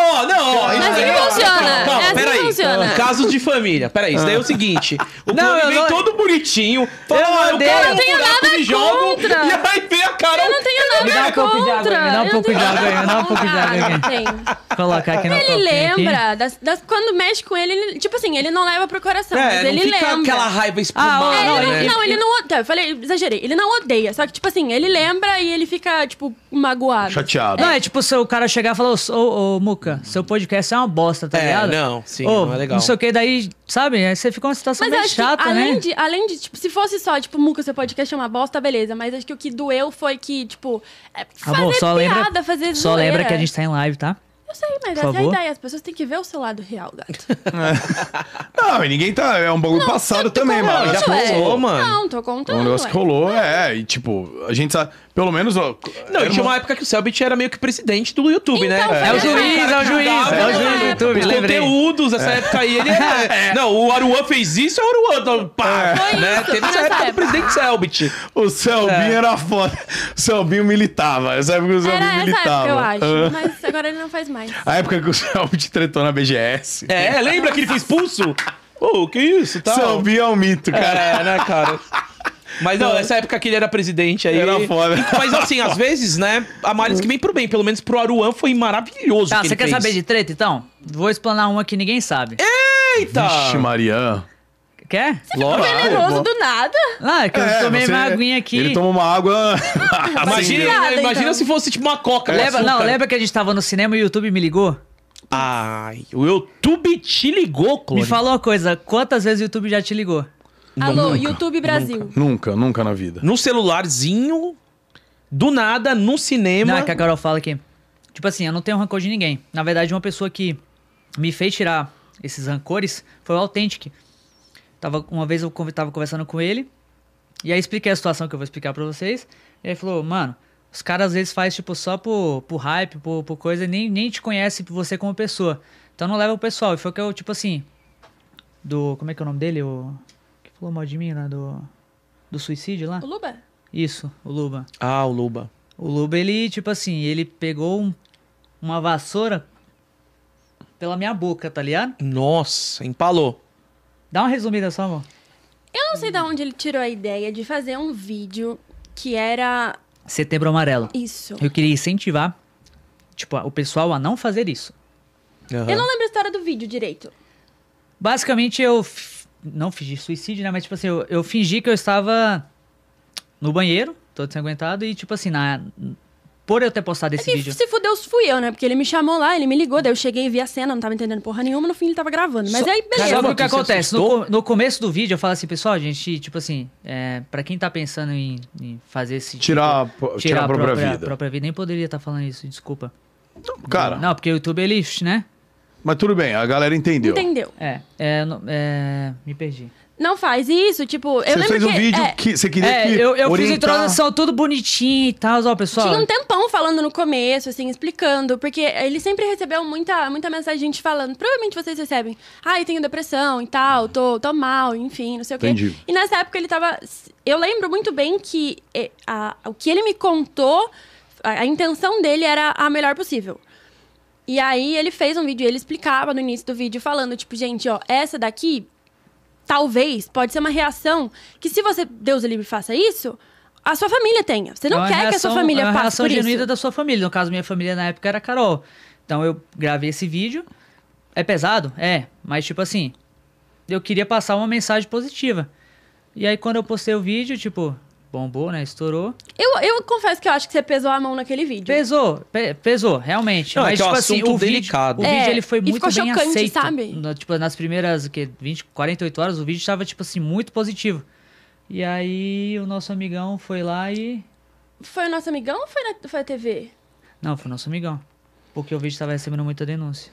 Speaker 2: Ó, não, ó.
Speaker 4: Mas assim que funciona.
Speaker 3: né?
Speaker 4: É assim que
Speaker 2: peraí.
Speaker 4: funciona.
Speaker 2: Casos de família. Peraí, isso daí é
Speaker 1: Ah.
Speaker 2: o
Speaker 3: <laughs>
Speaker 2: seguinte. O
Speaker 3: Não,
Speaker 2: Plano
Speaker 3: eu
Speaker 2: vem
Speaker 3: não-
Speaker 2: todo bonitinho. Fala,
Speaker 3: Eu
Speaker 2: ah, eu,
Speaker 3: odeio.
Speaker 2: quero
Speaker 3: Eu não
Speaker 2: um
Speaker 4: tenho
Speaker 2: buraco,
Speaker 4: nada
Speaker 2: me jogo.
Speaker 4: contra.
Speaker 2: E aí vem a Carol.
Speaker 4: Eu não tenho nada
Speaker 3: Me dá um pouco de água,
Speaker 4: contra.
Speaker 3: me dá um
Speaker 4: Eu
Speaker 3: pouco
Speaker 4: tenho
Speaker 3: de água aí, me dá um
Speaker 4: nada
Speaker 3: pouco de água aí.
Speaker 4: contra.
Speaker 3: Colocar
Speaker 4: <laughs>
Speaker 3: aqui na
Speaker 4: Ele
Speaker 3: copinha aqui.
Speaker 4: lembra, das, das- quando mexe com ele, ele- tipo assim, ele não leva pro coração,
Speaker 3: É,
Speaker 4: mas
Speaker 2: não
Speaker 4: ele
Speaker 2: fica
Speaker 4: lembra.
Speaker 2: aquela raiva espumada,
Speaker 3: ó,
Speaker 4: É, ele não,
Speaker 2: né?
Speaker 4: não, ele não odeia. Eu falei, exagerei. Ele não odeia. Só que, tipo assim, ele lembra e ele fica, tipo, magoado.
Speaker 1: Chateado.
Speaker 3: Não, é tipo se o cara chegar e falar, ô, ô, ô, Muca, seu podcast é uma bosta, tá
Speaker 2: É,
Speaker 3: ligado?
Speaker 2: não, sim,
Speaker 3: Ô,
Speaker 2: não é legal.
Speaker 3: Não sei o que, daí, sabe? Aí você fica uma situação
Speaker 4: Mas eu
Speaker 3: bem
Speaker 4: acho
Speaker 3: chata,
Speaker 4: que, além
Speaker 3: né?
Speaker 4: de, além de, tipo, se fosse só, tipo, Muca, seu podcast chamar bosta, beleza. Mas acho que o que doeu foi que, tipo, é
Speaker 3: Tá
Speaker 4: fazer
Speaker 3: bom, só
Speaker 4: piada,
Speaker 3: lembra,
Speaker 4: fazer
Speaker 3: só
Speaker 4: zoeira.
Speaker 3: lembra que a gente tá em live, tá?
Speaker 4: Eu sei, mas
Speaker 3: Por
Speaker 4: essa é a
Speaker 3: favor.
Speaker 4: ideia. As pessoas têm que ver o seu lado
Speaker 3: <laughs>
Speaker 4: real, gato.
Speaker 1: Não, e ninguém tá. É um bagulho passado também,
Speaker 4: falando,
Speaker 1: mano.
Speaker 2: Já
Speaker 4: Ué.
Speaker 2: passou, mano.
Speaker 4: Não, tô
Speaker 1: É
Speaker 4: contando.
Speaker 1: um negócio que
Speaker 4: ué.
Speaker 1: rolou, é. E tipo, a gente sabe. Pelo menos. Ó,
Speaker 2: Não,
Speaker 1: era
Speaker 2: tinha
Speaker 1: uma-
Speaker 2: uma época que o Selbit era meio que presidente do YouTube, né?
Speaker 4: Então, foi
Speaker 3: É o
Speaker 4: Mas não
Speaker 3: juiz, é o juiz, é o juiz do YouTube,
Speaker 2: Os
Speaker 3: lembrei.
Speaker 2: conteúdos dessa época aí, ele <laughs> era... Não, o Aruan fez isso, o Aruan... tá- Pá,
Speaker 4: Foi
Speaker 2: né?
Speaker 4: isso,
Speaker 2: Teve
Speaker 4: foi
Speaker 2: essa
Speaker 4: nessa
Speaker 2: época do
Speaker 4: época.
Speaker 2: presidente Selbit.
Speaker 1: O Selbinho
Speaker 2: É.
Speaker 1: era foda. O Selbinho militava. Essa época que o Selbinho
Speaker 4: Era essa
Speaker 1: militava.
Speaker 4: época, eu acho.
Speaker 1: Ah.
Speaker 4: Mas agora ele não faz mais.
Speaker 3: Ah,
Speaker 1: A época que o Selbinho tretou na BGS.
Speaker 2: É, lembra que ele foi expulso? Ô, que isso, tal?
Speaker 1: Selbinho é um mito, cara.
Speaker 2: É, né, cara? Mas não, essa época que ele era presidente aí.
Speaker 1: Era foda.
Speaker 2: Mas assim, <laughs> às vezes, né? A Maris que vem pro bem. Pelo menos pro Aruan foi maravilhoso.
Speaker 3: Tá,
Speaker 2: que
Speaker 3: você
Speaker 2: ele
Speaker 3: quer
Speaker 2: fez.
Speaker 3: saber de treta, então? Vou explanar uma que ninguém sabe.
Speaker 2: Eita!
Speaker 1: Vixe, Maria.
Speaker 3: Quer?
Speaker 2: então. Lógico.
Speaker 4: Venenoso do nada.
Speaker 3: Ah, é que eu
Speaker 1: É,
Speaker 3: tomei
Speaker 1: você-
Speaker 3: uma aguinha aqui.
Speaker 1: Ele toma uma água. <laughs>
Speaker 2: Imagina,
Speaker 1: acendeu.
Speaker 4: Obrigada,
Speaker 2: imagina
Speaker 4: então.
Speaker 2: se fosse tipo uma
Speaker 1: um
Speaker 2: coca. com
Speaker 3: Lembra- não,
Speaker 2: açúcar.
Speaker 3: lembra que a gente tava no cinema e o YouTube me ligou?
Speaker 2: Ai, o YouTube te ligou, Clone.
Speaker 3: Me fala uma coisa, quantas vezes o YouTube já te ligou?
Speaker 4: Alô, YouTube Brasil.
Speaker 1: Nunca, nunca na vida.
Speaker 2: No celularzinho, do nada, no cinema.
Speaker 3: Não, é que a Carol fala que. Tipo assim, eu não tenho rancor de ninguém. Na verdade, uma pessoa que me fez tirar esses rancores foi o Authentic. Tava, uma vez eu conv- tava conversando com ele, e aí expliquei a situação que eu vou explicar pra vocês. E ele falou, mano, os caras às vezes faz tipo só por, por hype, por, por coisa, e nem, nem te conhece você como pessoa. Então não leva o pessoal. E foi o que eu, tipo assim. Do. Como é que é o nome dele? O. Que falou mal de mim lá? Do. Do suicídio lá?
Speaker 4: O Luba?
Speaker 3: Isso, o Luba.
Speaker 2: Ah, o Luba.
Speaker 3: O Luba, ele, tipo assim, ele pegou um- uma vassoura pela minha boca, tá ligado?
Speaker 2: Nossa, empalou.
Speaker 3: Dá uma resumida só, amor.
Speaker 4: Eu não sei de onde ele tirou a ideia de fazer um vídeo que era
Speaker 3: Setembro Amarelo.
Speaker 4: isso.
Speaker 3: Eu queria incentivar, tipo, o pessoal a não fazer isso.
Speaker 2: Aham.
Speaker 4: Eu não lembro a história do vídeo direito.
Speaker 3: Basicamente, eu f- não fingi suicídio, né? Mas, tipo assim, eu, eu fingi que eu estava no banheiro, todo desaguentado, e, tipo assim, na... por eu ter postado esse
Speaker 4: Quem
Speaker 3: vídeo...
Speaker 4: se fudeu fui eu, né? Porque ele me chamou lá, ele me ligou, daí eu cheguei e vi a cena, não tava entendendo porra nenhuma, no fim ele tava gravando. Mas
Speaker 2: Só-
Speaker 4: aí, beleza.
Speaker 2: Caramba,
Speaker 3: Sabe o que
Speaker 2: que você
Speaker 3: acontece? No,
Speaker 2: assustou?
Speaker 3: co- no começo do vídeo eu falo assim, pessoal, gente, tipo assim, é, para quem tá pensando em, em fazer esse. tipo-
Speaker 1: Tirar, a po- tirar, a própria, vida.
Speaker 3: própria vida. Nem poderia estar falando isso, desculpa.
Speaker 1: Cara,
Speaker 3: Não, porque o YouTube ele, né?
Speaker 1: mas tudo bem, a galera entendeu.
Speaker 4: Entendeu?
Speaker 3: É, é, no- é, me perdi.
Speaker 4: Não faz isso, tipo, eu
Speaker 1: Você
Speaker 4: lembro
Speaker 1: fez
Speaker 4: que
Speaker 1: um vídeo
Speaker 4: é,
Speaker 1: que você queria
Speaker 3: É,
Speaker 1: que.
Speaker 3: eu, eu fiz a
Speaker 1: orientar-
Speaker 3: introdução tudo bonitinho e tal, ó, pessoal.
Speaker 4: Tinha um tempão falando no começo, assim, explicando, porque ele sempre recebeu muita, muita mensagem de gente falando. Provavelmente vocês recebem, ah, eu tenho depressão e tal, tô, tô mal, enfim, não sei o quê.
Speaker 1: Entendi.
Speaker 4: E nessa época ele tava. Eu lembro muito bem que eh, a- o que ele me contou, a, a intenção dele era a melhor possível. E aí ele fez um vídeo, ele explicava no início do vídeo, falando, tipo, gente, ó, essa daqui talvez pode ser uma reação que se você, Deus o livre, faça isso, a sua família tenha. Você
Speaker 3: É
Speaker 4: não
Speaker 3: uma
Speaker 4: quer que a
Speaker 3: reação-
Speaker 4: sua família
Speaker 3: é uma
Speaker 4: passe
Speaker 3: reação
Speaker 4: por isso.
Speaker 3: genuína da sua família. No caso, minha família na época era a Carol. Então eu gravei esse vídeo. É pesado? É. Mas tipo assim, eu queria passar uma mensagem positiva. E aí quando eu postei o vídeo, tipo, bombou, né? Estourou.
Speaker 4: Eu, eu confesso que eu acho que você pesou a mão naquele vídeo.
Speaker 3: Pesou, pe- pesou, realmente.
Speaker 2: Não, é
Speaker 3: Mas,
Speaker 2: que é um
Speaker 3: tipo assim,
Speaker 2: assunto
Speaker 3: o vídeo,
Speaker 2: delicado.
Speaker 3: o vídeo
Speaker 4: É,
Speaker 3: ele foi
Speaker 4: e
Speaker 3: muito
Speaker 4: ficou
Speaker 3: bem
Speaker 4: chocante,
Speaker 3: aceito.
Speaker 4: sabe?
Speaker 3: Na- tipo, nas primeiras, o quê? 20, 48 horas, o vídeo tava, tipo assim, muito positivo. E aí o nosso amigão foi lá e...
Speaker 4: Foi o nosso amigão ou foi, na- foi a TV?
Speaker 3: Não, foi o nosso amigão. Porque o vídeo tava recebendo muita denúncia.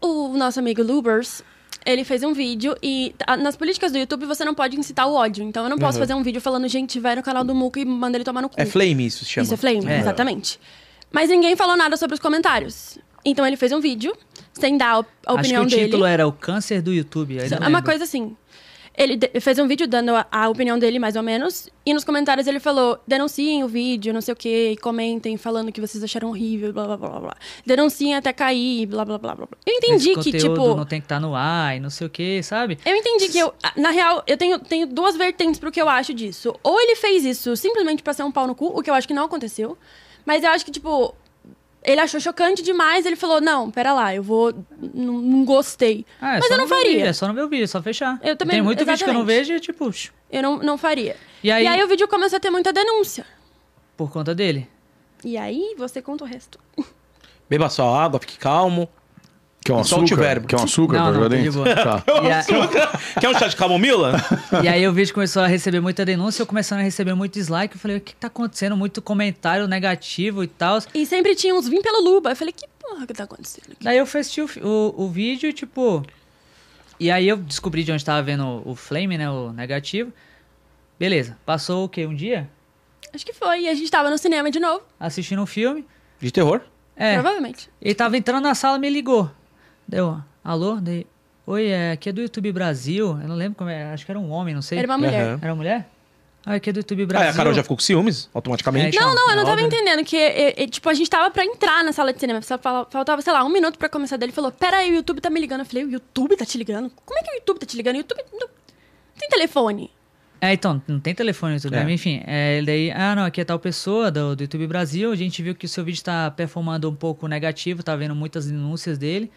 Speaker 4: O nosso amigo Lubers, ele fez um vídeo e a- nas políticas do YouTube você não pode incitar o ódio. Então eu não posso
Speaker 2: Uhum.
Speaker 4: fazer um vídeo falando, gente, vai no canal do Muca e manda ele tomar no cu.
Speaker 2: É flame isso, se chama.
Speaker 4: Isso é flame,
Speaker 3: É.
Speaker 4: exatamente. Mas ninguém falou nada sobre os comentários. Então ele fez um vídeo, sem dar a op- a
Speaker 3: Acho que
Speaker 4: opinião
Speaker 3: o título
Speaker 4: dele.
Speaker 3: era O Câncer do YouTube. aí não
Speaker 4: É uma
Speaker 3: lembro.
Speaker 4: coisa assim. Ele de- fez um vídeo dando a, a opinião dele, mais ou menos. E nos comentários ele falou: denunciem o vídeo, não sei o quê, e comentem falando que vocês acharam horrível, blá blá blá blá. Denunciem até cair, blá blá blá blá. blá. Eu entendi
Speaker 3: Esse
Speaker 4: que,
Speaker 3: conteúdo
Speaker 4: tipo.
Speaker 3: não tem que estar no ar e não sei o que, sabe?
Speaker 4: Eu entendi que eu, ah, na real, eu tenho, tenho duas vertentes pro que eu acho disso. Ou ele fez isso simplesmente pra ser um pau no cu, o que eu acho que não aconteceu. Mas eu acho que, tipo, ele achou chocante demais, ele falou, não, pera lá, eu vou. Não, não gostei.
Speaker 3: Ah, é
Speaker 4: Mas
Speaker 3: só
Speaker 4: eu não
Speaker 3: no meu Vídeo,
Speaker 4: faria.
Speaker 3: é só no meu vídeo, é só fechar.
Speaker 4: Eu também-
Speaker 3: Tem muito vídeo que eu não
Speaker 4: exatamente.
Speaker 3: vejo e tipo, shh,
Speaker 4: Eu não, não faria.
Speaker 3: E aí-
Speaker 4: e aí o vídeo começou a ter muita denúncia.
Speaker 3: por conta dele.
Speaker 4: E aí você conta o resto.
Speaker 2: Beba sua água, fique calmo.
Speaker 1: Que é um
Speaker 2: Solte o
Speaker 1: açúcar?
Speaker 2: verbo.
Speaker 1: Que é um açúcar
Speaker 3: Não,
Speaker 1: pra
Speaker 3: não,
Speaker 1: jogar
Speaker 3: tá de
Speaker 1: dentro?
Speaker 3: boa.
Speaker 1: Tá.
Speaker 3: E,
Speaker 2: <laughs>
Speaker 3: a-
Speaker 2: Quer um chá de camomila?
Speaker 3: e aí o vídeo começou a receber muita denúncia, eu começando a receber muito dislike. Eu falei, o que, que tá acontecendo? Muito comentário negativo e tal.
Speaker 4: E sempre tinha uns vim pelo Luba. Eu falei, que porra que tá acontecendo aqui?
Speaker 3: Daí eu fui assistir o, fi- o, o vídeo, tipo. E aí eu descobri de onde tava vendo o, o flame, né? O negativo. Beleza. Passou o quê? Um dia?
Speaker 4: Acho que foi. E a gente tava no cinema de novo,
Speaker 3: Assistindo um filme.
Speaker 2: De terror?
Speaker 3: É.
Speaker 4: provavelmente.
Speaker 3: Ele tava entrando na sala me ligou. Deu, alô? Daí, Oi, é, aqui é do YouTube Brasil. Eu não lembro como é. Acho que era um homem, não sei.
Speaker 4: Era uma mulher.
Speaker 2: Aham.
Speaker 3: Era mulher? Ah, aqui é do YouTube
Speaker 2: Ah,
Speaker 3: Brasil.
Speaker 2: e a Carol já ficou com ciúmes, automaticamente.
Speaker 3: É,
Speaker 4: Não, não, eu não tava
Speaker 3: Óbvio.
Speaker 4: entendendo que, é, é, tipo, a gente tava pra entrar na sala de cinema, só fala- faltava, sei lá, um minuto pra começar dele, falou, pera aí, o YouTube tá me ligando. Eu falei, o YouTube tá te ligando? Como é que o YouTube tá te ligando? O YouTube não tem telefone.
Speaker 3: É, então, não tem telefone no YouTube,
Speaker 2: É.
Speaker 3: né? enfim. É, ele daí, ah, não, aqui é tal pessoa do, do YouTube Brasil. A gente viu que o seu vídeo tá performando um pouco negativo, tá vendo muitas denúncias dele.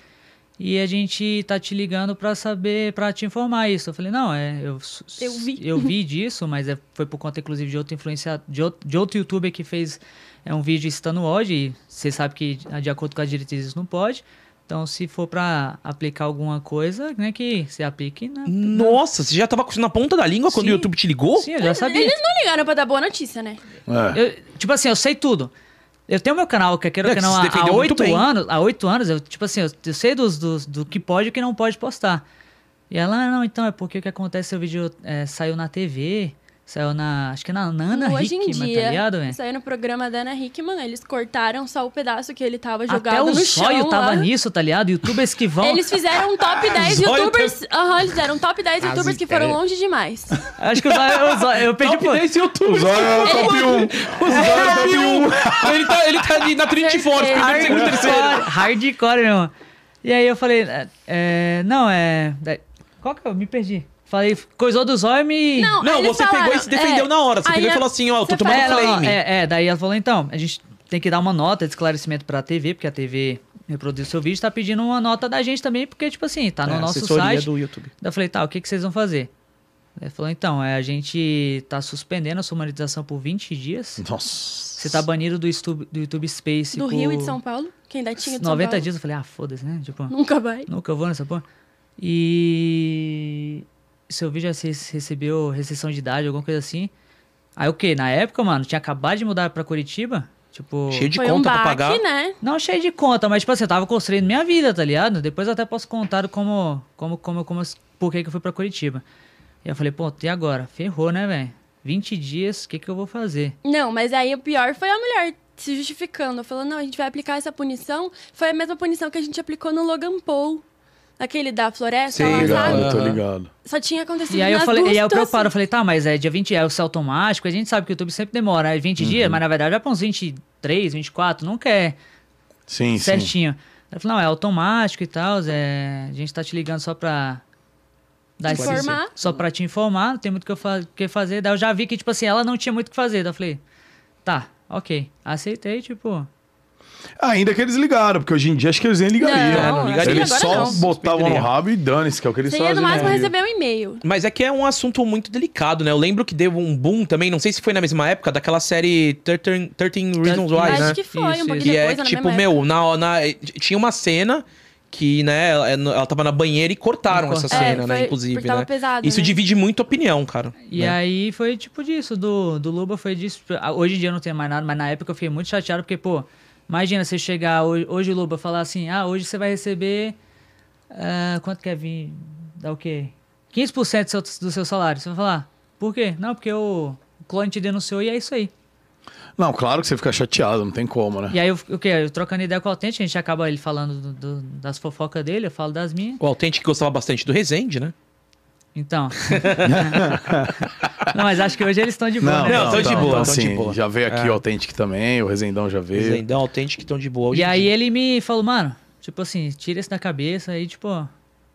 Speaker 3: E a gente tá te ligando pra saber, pra te informar isso. Eu falei, não, é, eu, s-
Speaker 4: Eu vi.
Speaker 3: Eu vi disso, mas é- foi por conta, inclusive, de outro influenciador, de outro, de outro youtuber que fez é, um vídeo estando ódio. E você sabe que, de acordo com as diretrizes, não pode. Então, se for pra aplicar alguma coisa, né, que você aplique na.
Speaker 4: Hum.
Speaker 2: Nossa, você já tava com isso na ponta da língua quando
Speaker 3: Sim.
Speaker 2: o YouTube te ligou?
Speaker 3: Sim, eu já sabia.
Speaker 4: Eles não ligaram pra dar boa notícia, né?
Speaker 1: É.
Speaker 3: Eu- tipo assim, eu sei tudo. Eu tenho meu canal, que eu quero
Speaker 2: É,
Speaker 3: que
Speaker 2: que
Speaker 3: canal
Speaker 2: se
Speaker 3: há
Speaker 2: defendeu muito
Speaker 3: oito
Speaker 2: bem.
Speaker 3: anos. Há oito anos, eu, tipo assim, eu, eu sei dos, dos- do que pode e o que não pode postar. E ela, ah, não, então é porque o que acontece, seu vídeo é, saiu na TV, saiu na. Acho que na Nana
Speaker 4: Hoje em
Speaker 3: Hickman,
Speaker 4: dia,
Speaker 3: tá ligado, velho?
Speaker 4: saiu no programa da Ana Hickman, eles cortaram só o pedaço que ele tava jogado
Speaker 3: Até o
Speaker 4: no chão
Speaker 3: sóio tava
Speaker 4: lá.
Speaker 3: nisso, tá ligado? Youtubers que vão.
Speaker 4: Eles fizeram um top 10
Speaker 2: Zóio
Speaker 4: youtubers. Aham, eles fizeram um top 10 youtubers que foram
Speaker 2: ideias.
Speaker 4: longe demais.
Speaker 3: <laughs> Acho que o zóio, o zóio- eu pedi pro.
Speaker 1: O
Speaker 2: YouTube.
Speaker 1: Zóio é o top 1. O Zóio é o top
Speaker 2: <laughs> ele tá, ele tá ali na Trinitiforme,
Speaker 4: Terceiro.
Speaker 2: primeiro, segundo, terceiro.
Speaker 3: Hardcore, hardcore, meu irmão. E aí eu falei, é, é, não, é. da- Qual que eu me perdi? Falei, coisou do zóio e me.
Speaker 2: Não,
Speaker 4: eles é,
Speaker 2: você pegou e se defendeu na hora. Você
Speaker 4: Aí
Speaker 2: pegou e
Speaker 4: a-
Speaker 2: falou assim, ó, eu tô
Speaker 4: você
Speaker 2: tomando
Speaker 3: é, não, não,
Speaker 2: flame.
Speaker 3: é, é, daí ela falou, então, a gente tem que dar uma nota de esclarecimento pra TV, porque a TV reproduziu seu vídeo, tá pedindo uma nota da gente também, porque, tipo assim, tá no
Speaker 2: É,
Speaker 3: nosso
Speaker 2: assessoria
Speaker 3: site.
Speaker 2: do YouTube.
Speaker 3: Daí eu falei, tá, o que, que vocês vão fazer? Ela falou, então, é, a gente tá suspendendo a sua monetização por 20 dias.
Speaker 1: 1. Nossa.
Speaker 3: Você tá banido do, estu- do YouTube Space
Speaker 4: Do
Speaker 3: por
Speaker 4: Rio e de São Paulo, que ainda tinha de
Speaker 3: 90
Speaker 4: São Paulo.
Speaker 3: Tipo dias. Eu falei, ah, foda-se, né? Tipo,
Speaker 4: Nunca vai.
Speaker 3: Nunca vou nessa porra. E seu vídeo já recebeu recessão de idade, alguma coisa assim. Aí o quê? Na época, mano, tinha acabado de mudar pra Curitiba. Tipo.
Speaker 2: Cheio de
Speaker 4: Foi
Speaker 2: conta
Speaker 4: um
Speaker 2: pra
Speaker 4: baque,
Speaker 2: pagar.
Speaker 4: né?
Speaker 3: Não cheio de conta, mas tipo assim, eu tava construindo minha vida, tá ligado? Depois eu até posso contar como. como, como, como por que, que eu fui pra Curitiba. E eu falei, pô, e agora? Ferrou, né, velho? 20 dias, o que, que eu vou fazer?
Speaker 4: Não, mas aí o pior foi a mulher se justificando, falando, não, a gente vai aplicar essa punição. Foi a mesma punição que a gente aplicou no Logan Paul. Aquele da floresta,
Speaker 2: Sei,
Speaker 4: lá, sabe?
Speaker 2: galera.
Speaker 1: Ligado, tô ligado.
Speaker 4: Só tinha acontecido
Speaker 3: E aí eu
Speaker 4: nas
Speaker 3: falei, e
Speaker 4: duas
Speaker 3: aí eu preocupado,
Speaker 4: situações.
Speaker 3: eu falei, tá, mas é dia 20, é o céu automático, a gente sabe que o YouTube sempre demora, é
Speaker 2: Uhum.
Speaker 3: 20 dias, mas na verdade vai pra uns 23, 24, não quer
Speaker 1: Sim, sim.
Speaker 3: certinho. Ela falou, não, é automático e tal, é... a gente tá te ligando só pra... Dar esse-
Speaker 4: Informar.
Speaker 3: só pra te informar, não tem muito o que, eu fa- o que fazer. Daí eu já vi que, tipo assim, ela não tinha muito o que fazer. Daí eu falei, tá, ok. Aceitei, tipo...
Speaker 1: Ainda que eles ligaram, porque hoje em dia acho que eles nem ligariam.
Speaker 4: Não,
Speaker 2: não ligaria.
Speaker 1: eles
Speaker 4: agora
Speaker 1: só
Speaker 4: não.
Speaker 1: botavam no rabo e dane-se, que é o que eles
Speaker 4: Seria no
Speaker 1: fazem.
Speaker 4: máximo
Speaker 1: né?
Speaker 4: receber um e-mail.
Speaker 2: Mas é que é um assunto muito delicado, né? Eu lembro que deu um boom também, não sei se foi na mesma época, daquela série 13, 13 Reasons Why,
Speaker 4: Acho
Speaker 2: né?
Speaker 4: que foi,
Speaker 3: Isso,
Speaker 4: um pouquinho
Speaker 3: isso.
Speaker 2: Que é
Speaker 4: depois, ou na
Speaker 2: tipo,
Speaker 4: mesma época.
Speaker 2: meu, na, na, tinha uma cena que, né, ela, ela tava na banheira e cortaram
Speaker 3: E
Speaker 2: essa
Speaker 3: cortaram.
Speaker 2: cena,
Speaker 4: É,
Speaker 2: né?
Speaker 4: foi-
Speaker 2: Inclusive,
Speaker 4: porque tava
Speaker 2: né?
Speaker 4: pesado,
Speaker 2: Isso
Speaker 4: né?
Speaker 2: divide muito a opinião, cara.
Speaker 3: E
Speaker 2: né?
Speaker 3: aí foi tipo disso, do, do Luba foi disso. Ah, Hoje em dia eu não tenho mais nada, mas na época eu fiquei muito chateado, porque, pô, imagina você chegar hoje, hoje o Luba falar assim, ah, hoje você vai receber. ah, quanto quer vir? Dá o quê? 15% do seu, do seu salário. Você vai falar, por quê? Não, porque o clone te denunciou e é isso aí.
Speaker 1: Não, claro que você fica chateado, não tem como, né?
Speaker 3: E aí eu, o quê? Eu trocando ideia com o Autêntico, a gente acaba ele falando do- do- das fofocas dele, eu falo das minhas.
Speaker 2: O Autêntico que gostava bastante do Resende, né?
Speaker 3: Então. não, mas acho que hoje eles estão de boa.
Speaker 1: Não,
Speaker 3: né?
Speaker 2: não,
Speaker 1: não,
Speaker 2: tô de
Speaker 1: não,
Speaker 2: boa,
Speaker 1: não,
Speaker 2: tô de
Speaker 1: sim,
Speaker 2: boa.
Speaker 1: Já veio aqui o Authentic também, o Resendão já veio.
Speaker 2: Eles ainda autênticos é um que estão de boa hoje.
Speaker 3: E
Speaker 2: em
Speaker 3: aí
Speaker 2: dia.
Speaker 3: ele me falou, mano, tipo assim, tira isso da cabeça aí, tipo. ó,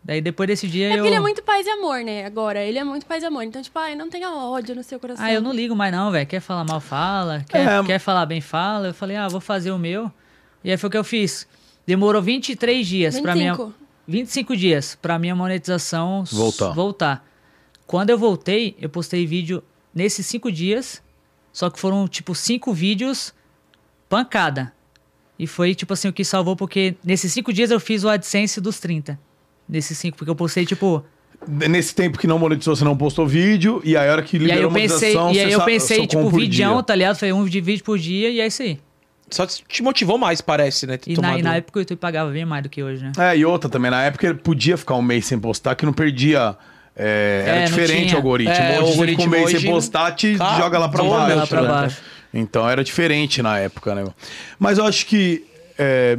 Speaker 3: Daí depois desse dia
Speaker 4: É
Speaker 3: eu.
Speaker 4: porque ele é muito paz e amor, né? Agora, ele é muito paz e amor. Então, tipo, ai, não tenha ódio no seu coração.
Speaker 3: Ah, eu não ligo mais não, velho. Quer falar mal, fala. Quer,
Speaker 1: É.
Speaker 3: quer falar bem, fala. Eu falei, ah, vou fazer o meu. E aí foi o que eu fiz. Demorou 23 dias pra minha.
Speaker 4: 25.
Speaker 3: 25 dias pra minha monetização s-
Speaker 1: Voltar.
Speaker 3: voltar. Quando eu voltei, eu postei vídeo nesses 5 dias. Só que foram, tipo, 5 vídeos pancada. E foi, tipo assim, o que salvou, porque nesses 5 dias eu fiz o AdSense dos 30. Nesses 5, porque eu postei, tipo.
Speaker 1: Nesse tempo que não monetizou, você não postou vídeo, e aí a hora que
Speaker 3: E aí
Speaker 1: liberou
Speaker 3: eu
Speaker 1: a
Speaker 3: pensei,
Speaker 1: monetização,
Speaker 3: e aí
Speaker 1: você
Speaker 3: eu
Speaker 1: sa-
Speaker 3: pensei
Speaker 1: socou um
Speaker 3: tipo,
Speaker 1: por
Speaker 3: vídeo,
Speaker 1: dia.
Speaker 3: tá ligado? Falei, um de vídeo por dia e é isso aí.
Speaker 2: Só te motivou mais, parece, né? ter
Speaker 3: E na,
Speaker 2: tomado-
Speaker 3: e na época o YouTube pagava bem mais do que hoje, né?
Speaker 1: É, e outra também, na época ele podia ficar um mês sem postar, que não perdia. é, era
Speaker 3: É, não
Speaker 1: diferente
Speaker 3: tinha.
Speaker 1: o algoritmo.
Speaker 2: É,
Speaker 1: hoje
Speaker 2: o
Speaker 1: você fica
Speaker 2: algoritmo
Speaker 1: um mês
Speaker 2: hoje
Speaker 1: sem
Speaker 2: não-
Speaker 1: postar, te
Speaker 2: Acabou,
Speaker 1: joga lá pra
Speaker 2: meu,
Speaker 1: baixo.
Speaker 3: lá pra
Speaker 1: né?
Speaker 3: baixo.
Speaker 1: Então era diferente na época, né? Mas eu acho que é,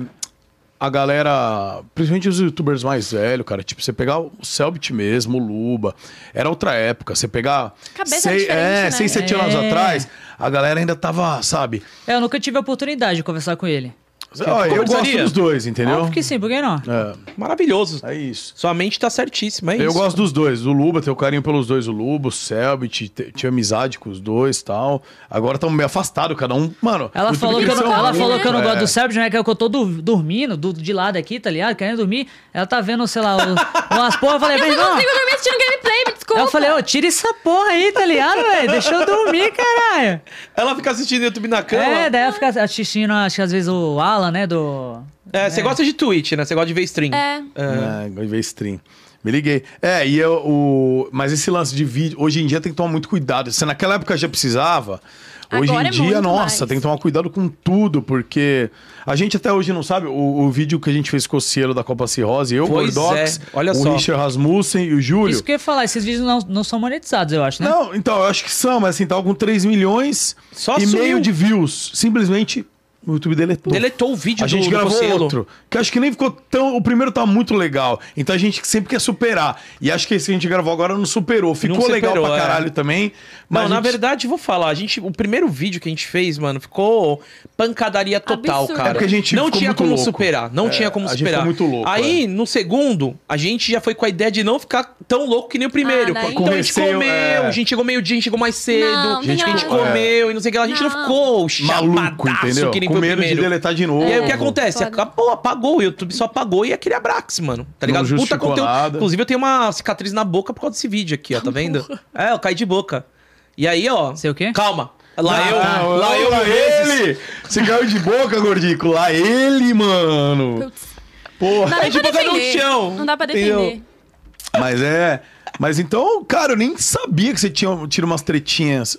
Speaker 1: a galera, principalmente os youtubers mais velhos, cara, tipo, você pegar o Selbit mesmo, o Luba, era outra época. Você pegar.
Speaker 4: Cabeça
Speaker 1: seis,
Speaker 4: diferente,
Speaker 1: é,
Speaker 4: né?
Speaker 1: seis, sete anos
Speaker 3: É.
Speaker 1: atrás, a galera ainda tava, sabe?
Speaker 3: É, eu nunca tive a oportunidade de conversar com ele.
Speaker 1: Ó, eu gosto
Speaker 2: conversaria?
Speaker 1: dos dois, entendeu?
Speaker 3: Óbvio que sim, por que não?
Speaker 1: É,
Speaker 2: Maravilhoso.
Speaker 1: é isso.
Speaker 2: Sua mente tá certíssima, é
Speaker 1: Eu
Speaker 2: isso.
Speaker 1: gosto dos dois, do Luba, tenho carinho pelos dois, o Luba, o Selbit, te- tinha amizade com os dois e tal. Agora estamos meio afastados, cada um. Mano, o
Speaker 3: Ela
Speaker 1: YouTube
Speaker 3: falou, que eu não,
Speaker 1: cresceu
Speaker 3: ela
Speaker 1: muito,
Speaker 3: falou que eu não
Speaker 1: é.
Speaker 3: gosto do Sérgio, né? Que eu tô du- dormindo do- de lado aqui, tá ligado? Querendo dormir. Ela tá vendo, sei lá,
Speaker 1: <laughs>
Speaker 3: o- umas porra. Eu falei,
Speaker 4: Eu
Speaker 3: velho,
Speaker 4: não
Speaker 3: não.
Speaker 4: consigo dormir assistindo gameplay, me desculpa.
Speaker 3: Eu falei, ô, tira essa porra aí, tá ligado, velho? Deixa eu dormir, caralho.
Speaker 2: Ela fica assistindo YouTube na cama.
Speaker 3: É, daí ela fica assistindo, acho que às vezes o Alan, né? Do.
Speaker 2: É, você gosta de Twitch, né? Você gosta de ver stream.
Speaker 4: É.
Speaker 1: É, gosto de ver stream. Me liguei. É, e eu, o... mas esse lance de vídeo, hoje em dia tem que tomar muito cuidado. Se naquela época já precisava, hoje
Speaker 4: Agora
Speaker 1: em
Speaker 4: é
Speaker 1: dia,
Speaker 4: muito
Speaker 1: nossa,
Speaker 4: mais.
Speaker 1: tem que tomar cuidado com tudo, porque a gente até hoje não sabe. O, o vídeo que a gente fez com o Cielo da Copa Cirrose, eu,
Speaker 2: Pois
Speaker 1: o Gordox,
Speaker 2: é, olha
Speaker 1: o
Speaker 2: só.
Speaker 1: Richard Rasmussen e o Júlio.
Speaker 3: Isso que eu ia falar, esses vídeos não, não são monetizados, eu acho, né?
Speaker 1: Não, então, eu acho que são, mas assim, tá com 3 milhões
Speaker 2: Só
Speaker 1: e
Speaker 2: sumiu.
Speaker 1: meio de views. Simplesmente o YouTube deletou.
Speaker 2: Deletou o vídeo
Speaker 1: A gente
Speaker 2: do,
Speaker 1: gravou
Speaker 2: do Cocielo.
Speaker 1: outro, que acho que nem ficou tão. O primeiro tá muito legal. Então a gente sempre quer superar. E acho que esse que a gente gravou agora não superou. Ficou legal
Speaker 2: superou,
Speaker 1: pra
Speaker 2: é.
Speaker 1: caralho também. Mas
Speaker 2: Não,
Speaker 1: a
Speaker 2: na
Speaker 1: gente-
Speaker 2: verdade, vou falar. A gente, o primeiro vídeo que a gente fez, mano, ficou pancadaria total,
Speaker 4: Absurdo.
Speaker 2: cara.
Speaker 4: É
Speaker 1: porque a gente
Speaker 2: não
Speaker 1: ficou
Speaker 2: tinha
Speaker 1: muito
Speaker 2: como
Speaker 1: louco.
Speaker 2: superar. Não
Speaker 1: É,
Speaker 2: tinha como
Speaker 1: a gente
Speaker 2: superar.
Speaker 1: ficou muito louco, é.
Speaker 2: Aí, no segundo, a gente já foi com a ideia de não ficar tão louco que nem o primeiro.
Speaker 4: Ah, daí-
Speaker 2: então a gente
Speaker 1: Comecei,
Speaker 2: comeu,
Speaker 1: é.
Speaker 2: a gente chegou meio-dia, a gente chegou mais cedo.
Speaker 4: Não,
Speaker 2: a gente,
Speaker 4: não.
Speaker 2: a gente comeu e não sei o que lá. A gente não,
Speaker 4: Não.
Speaker 2: ficou
Speaker 1: Maluco,
Speaker 2: chapadaço
Speaker 1: entendeu?
Speaker 2: que nem
Speaker 1: Com
Speaker 2: foi o
Speaker 1: medo de
Speaker 2: primeiro.
Speaker 1: deletar de novo.
Speaker 2: E aí o que acontece?
Speaker 4: Foda.
Speaker 2: Acabou, apagou. O YouTube só apagou e é aquele Abrax, mano.
Speaker 1: Não
Speaker 2: Tá ligado? Puta
Speaker 1: justificou
Speaker 2: conteúdo.
Speaker 1: nada.
Speaker 2: Inclusive, eu tenho uma cicatriz na boca por causa desse vídeo aqui, ó. Tá
Speaker 4: <laughs>
Speaker 2: vendo? É, eu caí de boca. E aí, ó.
Speaker 3: Sei o quê?
Speaker 2: Calma. Lá eu.
Speaker 1: Ah,
Speaker 2: lá eu.
Speaker 1: lá
Speaker 2: vezes.
Speaker 1: ele! Você caiu de boca, gordico. Lá ele, mano.
Speaker 4: Putz.
Speaker 1: Porra.
Speaker 4: Não dá
Speaker 2: É
Speaker 4: nem pra
Speaker 2: tipo jogar no
Speaker 4: defender.
Speaker 2: chão,
Speaker 4: Não dá pra
Speaker 2: entendeu?
Speaker 4: defender.
Speaker 1: Mas é. Mas então, cara, eu nem sabia que você tinha, tira umas tretinhas.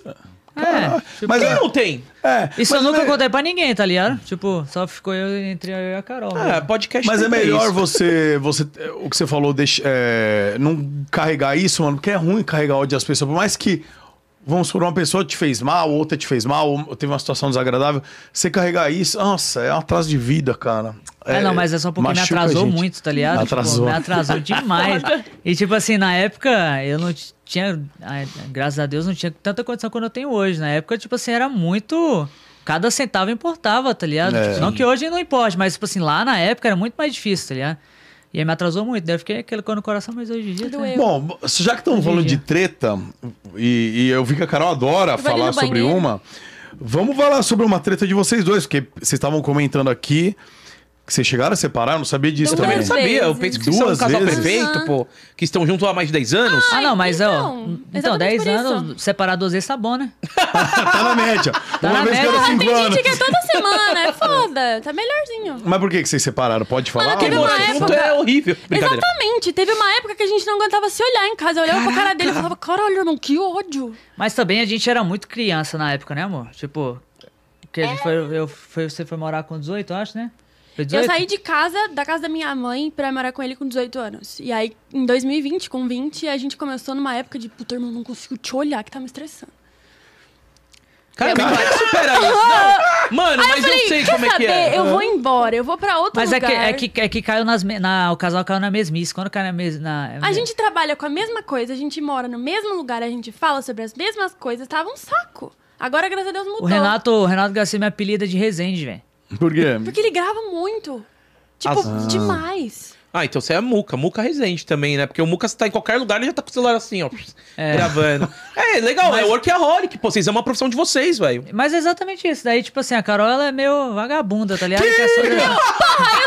Speaker 3: É.
Speaker 1: Mas
Speaker 2: Quem
Speaker 1: é,
Speaker 2: não tem?
Speaker 1: é,
Speaker 3: Isso
Speaker 1: mas
Speaker 3: eu nunca
Speaker 1: é-
Speaker 3: contei pra ninguém, tá ligado? Tipo, só ficou eu entre eu e a Carol.
Speaker 2: Ah,
Speaker 3: né?
Speaker 2: podcast
Speaker 1: Mas é
Speaker 2: tem pra
Speaker 1: melhor
Speaker 2: isso.
Speaker 1: você, você. O que você falou, deixa, é, não carregar isso, mano, porque é ruim carregar ódio das pessoas. Por mais que, vamos supor, uma pessoa te fez mal, outra te fez mal, ou teve uma situação desagradável, você carregar isso, nossa, é um atraso de vida, cara.
Speaker 3: É, não, mas é só porque me
Speaker 1: machuca a
Speaker 3: atrasou
Speaker 1: gente.
Speaker 3: muito, tá ligado?
Speaker 1: Atrasou.
Speaker 3: Tipo, me atrasou
Speaker 4: <laughs>
Speaker 3: demais. e tipo assim, na época eu não t- tinha, ai, graças a Deus, não tinha tanta condição quanto eu tenho hoje. Na época, tipo assim, era muito. Cada centavo importava, tá ligado?
Speaker 1: É.
Speaker 3: Tipo, não que hoje não importe, mas tipo assim, lá na época era muito mais difícil, tá ligado? E aí me atrasou muito, daí eu fiquei aquele cor no coração, mas hoje em dia. tá-
Speaker 4: Doeu.
Speaker 1: Bom, já que estamos falando de treta, e, e eu vi que a Carol adora
Speaker 4: vou ali
Speaker 1: falar
Speaker 4: no
Speaker 1: sobre
Speaker 4: banheiro.
Speaker 1: uma, vamos falar sobre uma treta de vocês dois, porque vocês estavam comentando aqui que vocês chegaram a separar, eu não sabia disso
Speaker 4: Duas Ah.
Speaker 2: Eu não
Speaker 1: também.
Speaker 4: vezes.
Speaker 2: sabia. Eu penso que
Speaker 1: Duas
Speaker 2: vocês são um casal
Speaker 1: vezes.
Speaker 2: perfeito,
Speaker 4: Aham.
Speaker 2: pô. Que estão juntos há mais de 10 anos.
Speaker 3: Ah, não, mas ó.
Speaker 4: então,
Speaker 3: Então, 10
Speaker 4: exatamente por isso.
Speaker 3: anos, separar duas vezes tá bom, né?
Speaker 1: <laughs> Tá na média. uma
Speaker 3: na
Speaker 1: vez
Speaker 3: média.
Speaker 1: cada
Speaker 3: Mas
Speaker 4: Tem
Speaker 1: cinco anos.
Speaker 4: gente que é toda semana, é foda. Tá melhorzinho.
Speaker 1: Mas por que, que vocês separaram? Pode falar?
Speaker 4: Mano, teve
Speaker 1: Ou
Speaker 4: uma
Speaker 1: não?
Speaker 2: Mano,
Speaker 4: época-
Speaker 2: junto é horrível. Brincadeira.
Speaker 4: Exatamente. Teve uma época que a gente não aguentava se olhar em casa. Eu olhava pra cara dele e falava, caralho, irmão, que ódio.
Speaker 3: Mas também a gente era muito criança na época, né, amor? Tipo, que a gente foi, eu, foi, você foi morar com 18, eu acho, né? Foi 18?
Speaker 4: É. Eu saí de casa, da casa da minha mãe, pra morar com ele com 18 anos. E aí, em 2020, com 20, a gente começou numa época de, puta, irmão, não consigo te olhar, que tá me estressando.
Speaker 2: Cara, como é que supera isso? Não. Mano,
Speaker 4: Aí
Speaker 2: mas
Speaker 4: eu
Speaker 2: eu,
Speaker 4: falei,
Speaker 2: sei
Speaker 4: quer
Speaker 2: como é que
Speaker 4: saber?
Speaker 2: é.
Speaker 4: Eu vou embora, eu vou pra outro
Speaker 3: Mas é
Speaker 4: lugar.
Speaker 3: que, é, que, é que caiu nas. me- Na, o casal caiu na mesmice. Quando cai na mesmice.
Speaker 4: A gente trabalha com a mesma coisa, a gente mora no mesmo lugar, a gente fala sobre as mesmas coisas, tava um saco. Agora, graças a Deus, mudou.
Speaker 3: O Renato, o Renato Garcia me apelida de Resende, velho.
Speaker 1: Por quê?
Speaker 4: Porque ele grava muito. Tipo,
Speaker 2: Ah.
Speaker 4: demais.
Speaker 2: Ah, então você é Muca. Muca Resende também, né? Porque o Muca, se tá em qualquer lugar, ele já tá com o celular assim, ó.
Speaker 3: <laughs>
Speaker 2: Gravando. É, legal. É workaholic. Pô, vocês é uma profissão de vocês, velho.
Speaker 3: Mas é exatamente isso. Daí, tipo assim, a Carol ela é meio vagabunda, tá ligado? Que é só olhar-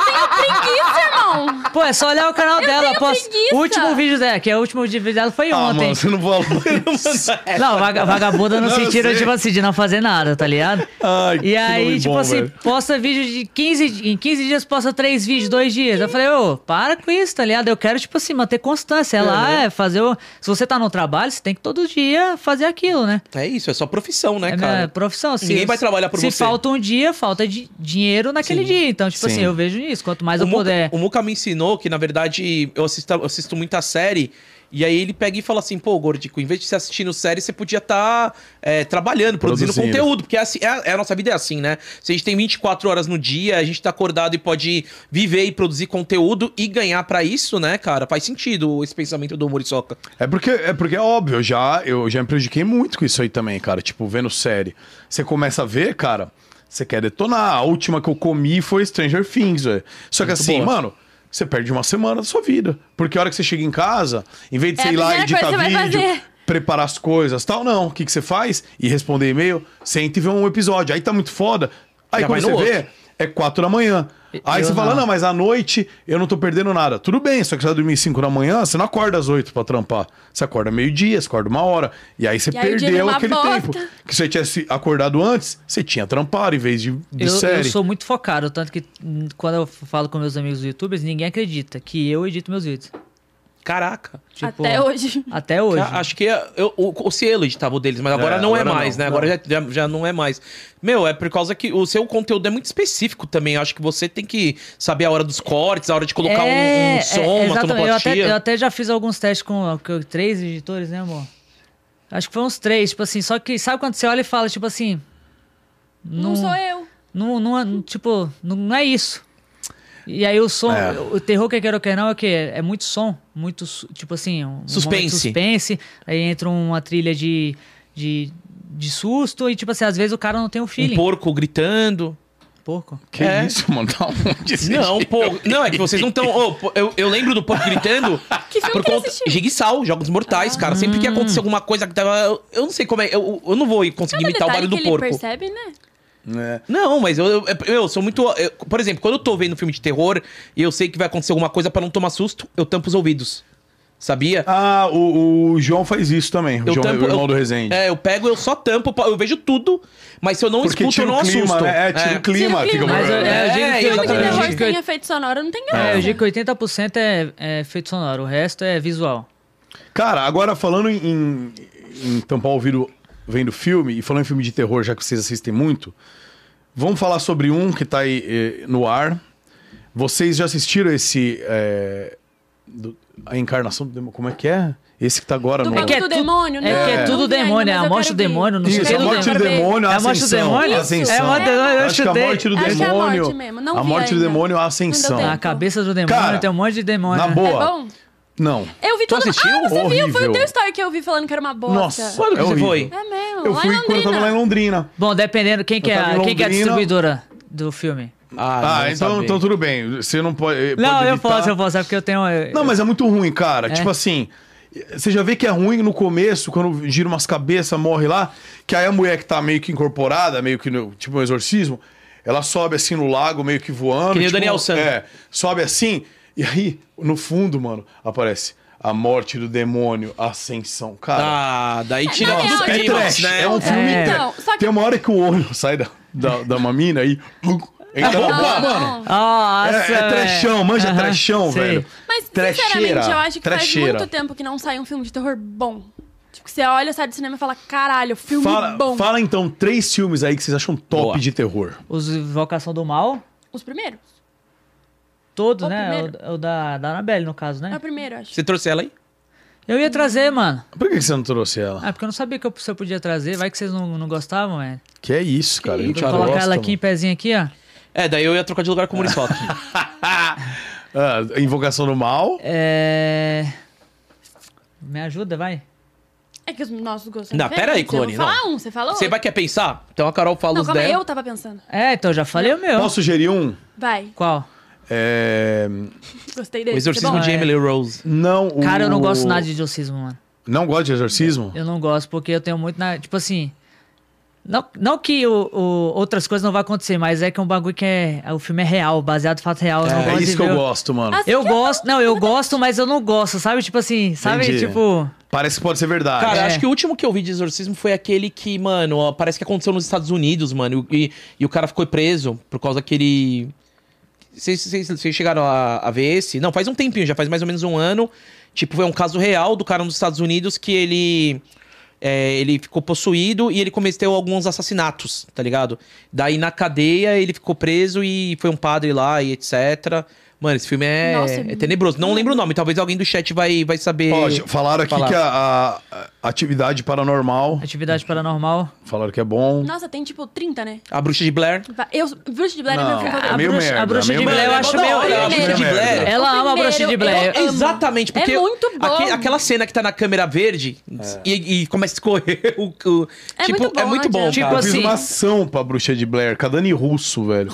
Speaker 4: Preguiça, irmão!
Speaker 3: Pô, é só olhar o canal dela.
Speaker 4: tenho
Speaker 3: Posso...
Speaker 4: preguiça.
Speaker 3: O último vídeo dela, que é o último vídeo dela foi
Speaker 1: Ah,
Speaker 3: ontem.
Speaker 1: mano, você não falou isso.
Speaker 3: Não, vaga- vagabunda no
Speaker 1: Não, eu
Speaker 3: sentido,
Speaker 1: sei.
Speaker 3: tipo assim, de não fazer nada, tá ligado?
Speaker 1: Ai, que
Speaker 3: e aí,
Speaker 1: nome
Speaker 3: tipo
Speaker 1: bom,
Speaker 3: assim,
Speaker 1: velho.
Speaker 3: posta vídeo de 15... di- Em 15 dias posta 3 vídeos, 2 dias. Eu falei, ô, para com isso, tá ligado? Eu quero, tipo assim, manter constância. É lá,
Speaker 2: Uhum.
Speaker 3: é fazer o... Se você tá no trabalho, você tem que todo dia fazer aquilo, né?
Speaker 2: É isso, é só profissão, né,
Speaker 3: É minha
Speaker 2: cara?
Speaker 3: profissão. Se,
Speaker 2: Ninguém vai trabalhar por
Speaker 3: se
Speaker 2: você.
Speaker 3: falta um dia, falta di- dinheiro naquele
Speaker 2: Sim.
Speaker 3: dia. Então, tipo
Speaker 1: Sim.
Speaker 3: assim, eu vejo isso. Quanto mais
Speaker 2: o
Speaker 3: eu
Speaker 2: Muca,
Speaker 3: puder.
Speaker 2: o Muca me ensinou que, na verdade, eu assisto, eu assisto muita série. E aí ele pega e fala assim, pô, Gordico, em vez de você assistindo série, você podia estar trabalhando, produzindo,
Speaker 1: Produzindo.
Speaker 2: conteúdo. Porque é assim- é a, é a nossa vida é assim, né? Se a gente tem 24 horas no dia, a gente tá acordado e pode viver e produzir conteúdo e ganhar pra isso, né, cara? Faz sentido esse pensamento do Muriçoca.
Speaker 1: É porque, é porque é óbvio, eu já, eu já me prejudiquei muito com isso aí também, cara. Tipo, vendo série. Você começa a ver, cara, você quer detonar. A última que eu comi foi Stranger Things, velho. Só que
Speaker 2: Muito
Speaker 1: assim,
Speaker 2: boa.
Speaker 1: mano, você perde uma semana da sua vida. Porque a hora que você chega em casa, em vez de
Speaker 4: É a
Speaker 1: sei lá,
Speaker 4: primeira
Speaker 1: editar
Speaker 4: coisa que você vai
Speaker 1: vídeo,
Speaker 4: fazer.
Speaker 1: preparar as coisas tal, não. O que, que você faz? E responder e-mail, senta e vê um episódio. Aí tá muito foda. Aí
Speaker 2: Já
Speaker 1: quando
Speaker 2: vai
Speaker 1: você
Speaker 2: no
Speaker 1: vê,
Speaker 2: outro.
Speaker 1: é quatro da manhã. Aí
Speaker 3: eu
Speaker 1: você fala,
Speaker 3: não.
Speaker 1: não, mas à noite eu não tô perdendo nada. Tudo bem, só que você vai dormir 5 da manhã, você não acorda às 8 pra trampar. Você acorda meio-dia, você acorda uma hora. E aí você
Speaker 4: E aí o dia
Speaker 1: perdeu
Speaker 4: vira uma
Speaker 1: aquele
Speaker 4: bosta.
Speaker 1: tempo. Que você tivesse acordado antes, você tinha trampado em vez de, de
Speaker 3: Eu,
Speaker 1: série.
Speaker 3: eu sou muito focado, tanto que hum, quando eu falo com meus amigos youtubers, ninguém acredita que eu edito meus vídeos.
Speaker 2: Caraca.
Speaker 3: Tipo,
Speaker 4: Até hoje.
Speaker 3: Até hoje.
Speaker 2: Ca- Acho que é, eu, o, o Cielo editava o deles, mas agora
Speaker 1: É,
Speaker 2: não é
Speaker 1: agora
Speaker 2: mais,
Speaker 1: não,
Speaker 2: né?
Speaker 1: não.
Speaker 2: Agora já, já, já não é mais. Meu, é por causa que o seu conteúdo é muito específico também. Acho que você tem que saber a hora dos cortes, a hora de
Speaker 4: É,
Speaker 2: colocar um- um, som, uma
Speaker 3: É, exatamente. eu, até, eu
Speaker 2: tonoplastia.
Speaker 3: até já fiz alguns testes com, com três editores, né, amor? Acho que foi uns três, tipo assim, só que sabe quando você olha e fala, tipo assim.
Speaker 4: Não, sou eu.
Speaker 3: Não, não, é- não- tipo, não, não é isso. E aí o som,
Speaker 1: É.
Speaker 3: o terror que eu quero que não é o quê? É muito som, muito, su- tipo assim, um momento de
Speaker 2: Suspense.
Speaker 3: suspense, aí entra uma trilha de, de, de susto e tipo assim, às vezes o cara não tem o
Speaker 2: Um
Speaker 3: feeling.
Speaker 2: porco gritando.
Speaker 3: Porco.
Speaker 1: Que
Speaker 2: É.
Speaker 1: isso, <laughs> mano? Tá onde esse
Speaker 2: Não,
Speaker 1: dia?
Speaker 2: pô.
Speaker 1: <laughs>
Speaker 2: Não, é que vocês não estão. eu, eu lembro do porco gritando.
Speaker 4: <laughs> Que filme
Speaker 2: por
Speaker 4: que é ele
Speaker 2: conta.
Speaker 4: assistiu?
Speaker 2: Jiguiçal, Jogos Mortais, cara. Sempre
Speaker 4: Ah.
Speaker 2: que acontecer alguma coisa que tava. Eu, eu não sei como é. Eu, eu não vou conseguir
Speaker 4: Cada
Speaker 2: imitar o
Speaker 4: Tá detalhe
Speaker 2: barulho
Speaker 4: que
Speaker 2: do
Speaker 4: ele
Speaker 2: porco.
Speaker 4: percebe, né?
Speaker 1: É.
Speaker 2: Não, mas eu, eu, eu sou muito. eu- por exemplo, quando eu tô vendo filme de terror e eu sei que vai acontecer alguma coisa pra não tomar susto, eu tampo os ouvidos. Sabia?
Speaker 1: Ah, o, o João faz isso também. O
Speaker 2: eu
Speaker 1: João,
Speaker 2: tampo,
Speaker 1: o irmão
Speaker 2: eu-
Speaker 1: do Resende.
Speaker 2: É, eu pego, eu só tampo, eu vejo tudo, mas se eu não
Speaker 1: Porque
Speaker 2: escuto, eu
Speaker 1: tira
Speaker 2: não
Speaker 1: o clima,
Speaker 2: assusto.
Speaker 1: né? É, tira o clima.
Speaker 4: Tira o
Speaker 1: Fica...
Speaker 4: clima.
Speaker 3: Mas eu- é, eu digo
Speaker 2: É,
Speaker 3: que
Speaker 4: Filme de
Speaker 3: eu- eu
Speaker 2: exatamente.
Speaker 4: terror
Speaker 3: digo que eu-
Speaker 4: sem efeito sonoro não tem
Speaker 3: É, eu digo
Speaker 4: graça.
Speaker 3: que 80% é, é efeito sonoro, o resto é visual.
Speaker 1: Cara, agora falando em, em tampar o ouvido vendo filme, e falando em filme de terror, já que vocês assistem muito, vamos falar sobre um que tá aí eh, no ar. Vocês já assistiram esse. eh, do- a encarnação do demônio. Como é que é? Esse que tá agora
Speaker 4: Do
Speaker 1: no.
Speaker 3: É que
Speaker 4: bagulho
Speaker 3: é
Speaker 4: do
Speaker 3: tudo-
Speaker 4: demônio,
Speaker 3: é
Speaker 4: né?
Speaker 1: que é
Speaker 4: Não
Speaker 3: tudo
Speaker 4: vi ainda,
Speaker 3: demônio, é
Speaker 4: mas
Speaker 3: a
Speaker 4: eu
Speaker 3: morte
Speaker 4: quero
Speaker 3: do demônio,
Speaker 4: ver.
Speaker 3: não sei
Speaker 1: Isso,
Speaker 3: o que
Speaker 1: a
Speaker 3: do
Speaker 1: morte do
Speaker 4: demônio.
Speaker 1: demônio, a
Speaker 3: É a morte do
Speaker 1: ascensão.
Speaker 3: demônio?
Speaker 1: a
Speaker 4: Isso.
Speaker 1: ascensão.
Speaker 4: É a morte
Speaker 3: do demônio, eu
Speaker 1: Acho que a
Speaker 3: chutei.
Speaker 1: morte do
Speaker 4: Acho que é a
Speaker 1: demônio.
Speaker 4: morte mesmo, não
Speaker 1: a
Speaker 4: vi
Speaker 1: morte do
Speaker 4: ainda.
Speaker 1: demônio, a
Speaker 4: Não
Speaker 1: ascensão.
Speaker 4: deu
Speaker 3: A cabeça do demônio
Speaker 1: Cara,
Speaker 3: tem um monte de demônio.
Speaker 1: na
Speaker 3: né?
Speaker 1: boa.
Speaker 4: É bom?
Speaker 1: Não.
Speaker 4: Eu vi
Speaker 2: Tu
Speaker 4: todo...
Speaker 2: assistiu?
Speaker 4: Ah, você viu? Foi
Speaker 1: Horrível.
Speaker 4: o teu story que eu vi falando que era uma bosta.
Speaker 1: Nossa.
Speaker 2: Quando que
Speaker 1: É
Speaker 2: você
Speaker 1: horrível.
Speaker 2: foi?
Speaker 4: É mesmo.
Speaker 1: Eu
Speaker 4: lá
Speaker 1: fui
Speaker 4: em
Speaker 1: quando eu tava lá em
Speaker 4: Londrina.
Speaker 1: Londrina.
Speaker 3: Bom, dependendo quem que é,
Speaker 1: Eu tava
Speaker 3: a-
Speaker 1: em
Speaker 3: quem que é a
Speaker 1: Londrina.
Speaker 3: distribuidora do filme.
Speaker 1: Ah,
Speaker 2: não
Speaker 1: então,
Speaker 2: sabia.
Speaker 1: então tudo bem. Você não pode. eh,
Speaker 3: não,
Speaker 1: pode
Speaker 3: eu
Speaker 1: evitar.
Speaker 3: posso, eu posso, é porque eu tenho. eu-
Speaker 1: Não, mas é muito ruim, cara.
Speaker 3: É?
Speaker 1: Tipo assim, você já vê que é ruim no começo, quando gira umas cabeças, morre lá, que aí a mulher que tá meio que incorporada, meio que no, tipo um exorcismo, ela sobe assim no lago, meio que voando.
Speaker 2: Que nem o
Speaker 1: tipo,
Speaker 2: Daniel San.
Speaker 1: É, sobe assim, e aí, no fundo, mano, aparece a morte do demônio, a ascensão. Cara.
Speaker 2: Ah, daí tira
Speaker 4: na
Speaker 2: os
Speaker 4: real,
Speaker 1: é
Speaker 4: tipo,
Speaker 2: climas,
Speaker 1: trash,
Speaker 2: né?
Speaker 1: é um filme
Speaker 4: É.
Speaker 1: trash.
Speaker 4: Então, só que-
Speaker 1: Tem uma hora que o olho <laughs> sai da, da, da mamina e... Então,
Speaker 4: Não,
Speaker 1: mano,
Speaker 4: não.
Speaker 1: é,
Speaker 3: Nossa!
Speaker 1: é trechão, manja
Speaker 3: Aham,
Speaker 1: trechão,
Speaker 3: sei.
Speaker 1: velho.
Speaker 4: Mas,
Speaker 1: Trecheira,
Speaker 4: sinceramente, eu acho que
Speaker 1: trecheira.
Speaker 4: faz muito tempo que não sai um filme de terror bom. Tipo, que você olha, sai do cinema e fala, caralho, filme
Speaker 1: Fala,
Speaker 4: bom.
Speaker 1: fala, então três filmes aí que vocês acham top
Speaker 2: Boa.
Speaker 1: de terror.
Speaker 3: Os Invocação do Mal,
Speaker 4: Os primeiros?
Speaker 3: todo,
Speaker 4: O
Speaker 3: né?
Speaker 4: primeiro.
Speaker 3: O, o da, da Anabelle, no caso,
Speaker 4: É o
Speaker 3: né?
Speaker 4: primeiro, eu acho.
Speaker 2: Você trouxe ela aí?
Speaker 3: Eu ia trazer, mano. é
Speaker 1: Por que que você não trouxe ela?
Speaker 3: Ah, porque eu não sabia que eu, se eu podia trazer. Vai que vocês não, não gostavam, velho.
Speaker 1: Que é isso, cara.
Speaker 2: Gente,
Speaker 1: eu
Speaker 2: olha,
Speaker 1: gosto,
Speaker 3: Colocar ela aqui em
Speaker 1: mano.
Speaker 3: pezinho aqui, ó.
Speaker 2: É, daí eu ia trocar de lugar com o
Speaker 4: <laughs>
Speaker 2: Muriçoca.
Speaker 1: Ah, invocação do mal.
Speaker 3: É... Me ajuda, vai.
Speaker 4: É que os nossos gostos
Speaker 2: Não, pera aí, Clone,
Speaker 4: Clone. Você
Speaker 2: não.
Speaker 4: um, você falou
Speaker 2: Você vai quer pensar? Então a Carol fala
Speaker 4: Não,
Speaker 2: os
Speaker 4: calma aí,
Speaker 2: dela.
Speaker 4: eu tava pensando.
Speaker 3: É, então já falei o meu.
Speaker 1: Posso sugerir um?
Speaker 4: Vai,
Speaker 3: Qual?
Speaker 1: É...
Speaker 4: gostei dele.
Speaker 2: O exorcismo
Speaker 3: bom.
Speaker 2: de
Speaker 3: É.
Speaker 2: Emily Rose.
Speaker 1: Não, o...
Speaker 3: Cara, eu não gosto nada de exorcismo, mano.
Speaker 1: Não gosta de exorcismo?
Speaker 3: Eu não gosto, porque eu tenho muito na. Tipo assim. Não, não que o, o- outras coisas não vão acontecer, mas é que é um bagulho que é. O filme é real, baseado em fato real. não
Speaker 1: É
Speaker 3: gosto
Speaker 1: isso
Speaker 3: de
Speaker 1: que
Speaker 3: ver
Speaker 1: eu
Speaker 3: o-
Speaker 1: gosto, mano.
Speaker 4: As-
Speaker 3: Eu gosto, não, eu gosto, mas eu não gosto, sabe? Tipo assim, sabe?
Speaker 1: Entendi.
Speaker 3: Tipo.
Speaker 1: Parece que pode ser verdade.
Speaker 2: Cara,
Speaker 3: É.
Speaker 2: acho que o último que eu vi de exorcismo foi aquele que, mano, ó, parece que aconteceu nos Estados Unidos, mano. E, e o cara ficou preso por causa daquele. Vocês- Vocês vocês chegaram a, a ver esse? Não, faz um tempinho, já faz mais ou menos um ano. Tipo, foi um caso real do cara nos Estados Unidos que ele. é, ele ficou possuído e ele cometeu alguns assassinatos, tá ligado? Daí na cadeia ele ficou preso e foi um padre lá e etc. Mano, esse filme é,
Speaker 4: Nossa,
Speaker 2: é tenebroso. Não lembro o nome, talvez alguém do chat vai, vai saber.
Speaker 1: Ó, já falaram aqui
Speaker 2: Falar.
Speaker 1: que a, a- a atividade paranormal.
Speaker 3: Atividade paranormal.
Speaker 1: Falaram que é bom.
Speaker 4: Nossa, tem tipo 30, né?
Speaker 2: A bruxa de Blair.
Speaker 4: Vai- Eu, Bruxa de Blair é
Speaker 1: Não,
Speaker 4: meu filme
Speaker 1: é
Speaker 4: favorito.
Speaker 1: meio
Speaker 3: bruxa-
Speaker 1: merda.
Speaker 3: a bruxa
Speaker 1: é meio
Speaker 3: de Blair, eu
Speaker 1: merda.
Speaker 3: acho meio-
Speaker 2: a bruxa de
Speaker 1: Primeiro.
Speaker 2: Blair.
Speaker 3: Ela ama a
Speaker 4: primeiro,
Speaker 3: bruxa de Blair.
Speaker 4: eu amo.
Speaker 2: Exatamente, porque
Speaker 4: É muito bom.
Speaker 2: aque- aquela cena que tá na câmera verde
Speaker 1: É.
Speaker 2: e, e começa a escorrer <laughs> o. o-
Speaker 4: É
Speaker 2: tipo,
Speaker 4: muito bom,
Speaker 2: é muito
Speaker 4: não
Speaker 2: bom.
Speaker 4: adianta.
Speaker 2: cara.
Speaker 3: Tipo
Speaker 1: Eu fiz
Speaker 3: assim-
Speaker 1: uma ação pra bruxa de Blair, com a Dani Russo, velho.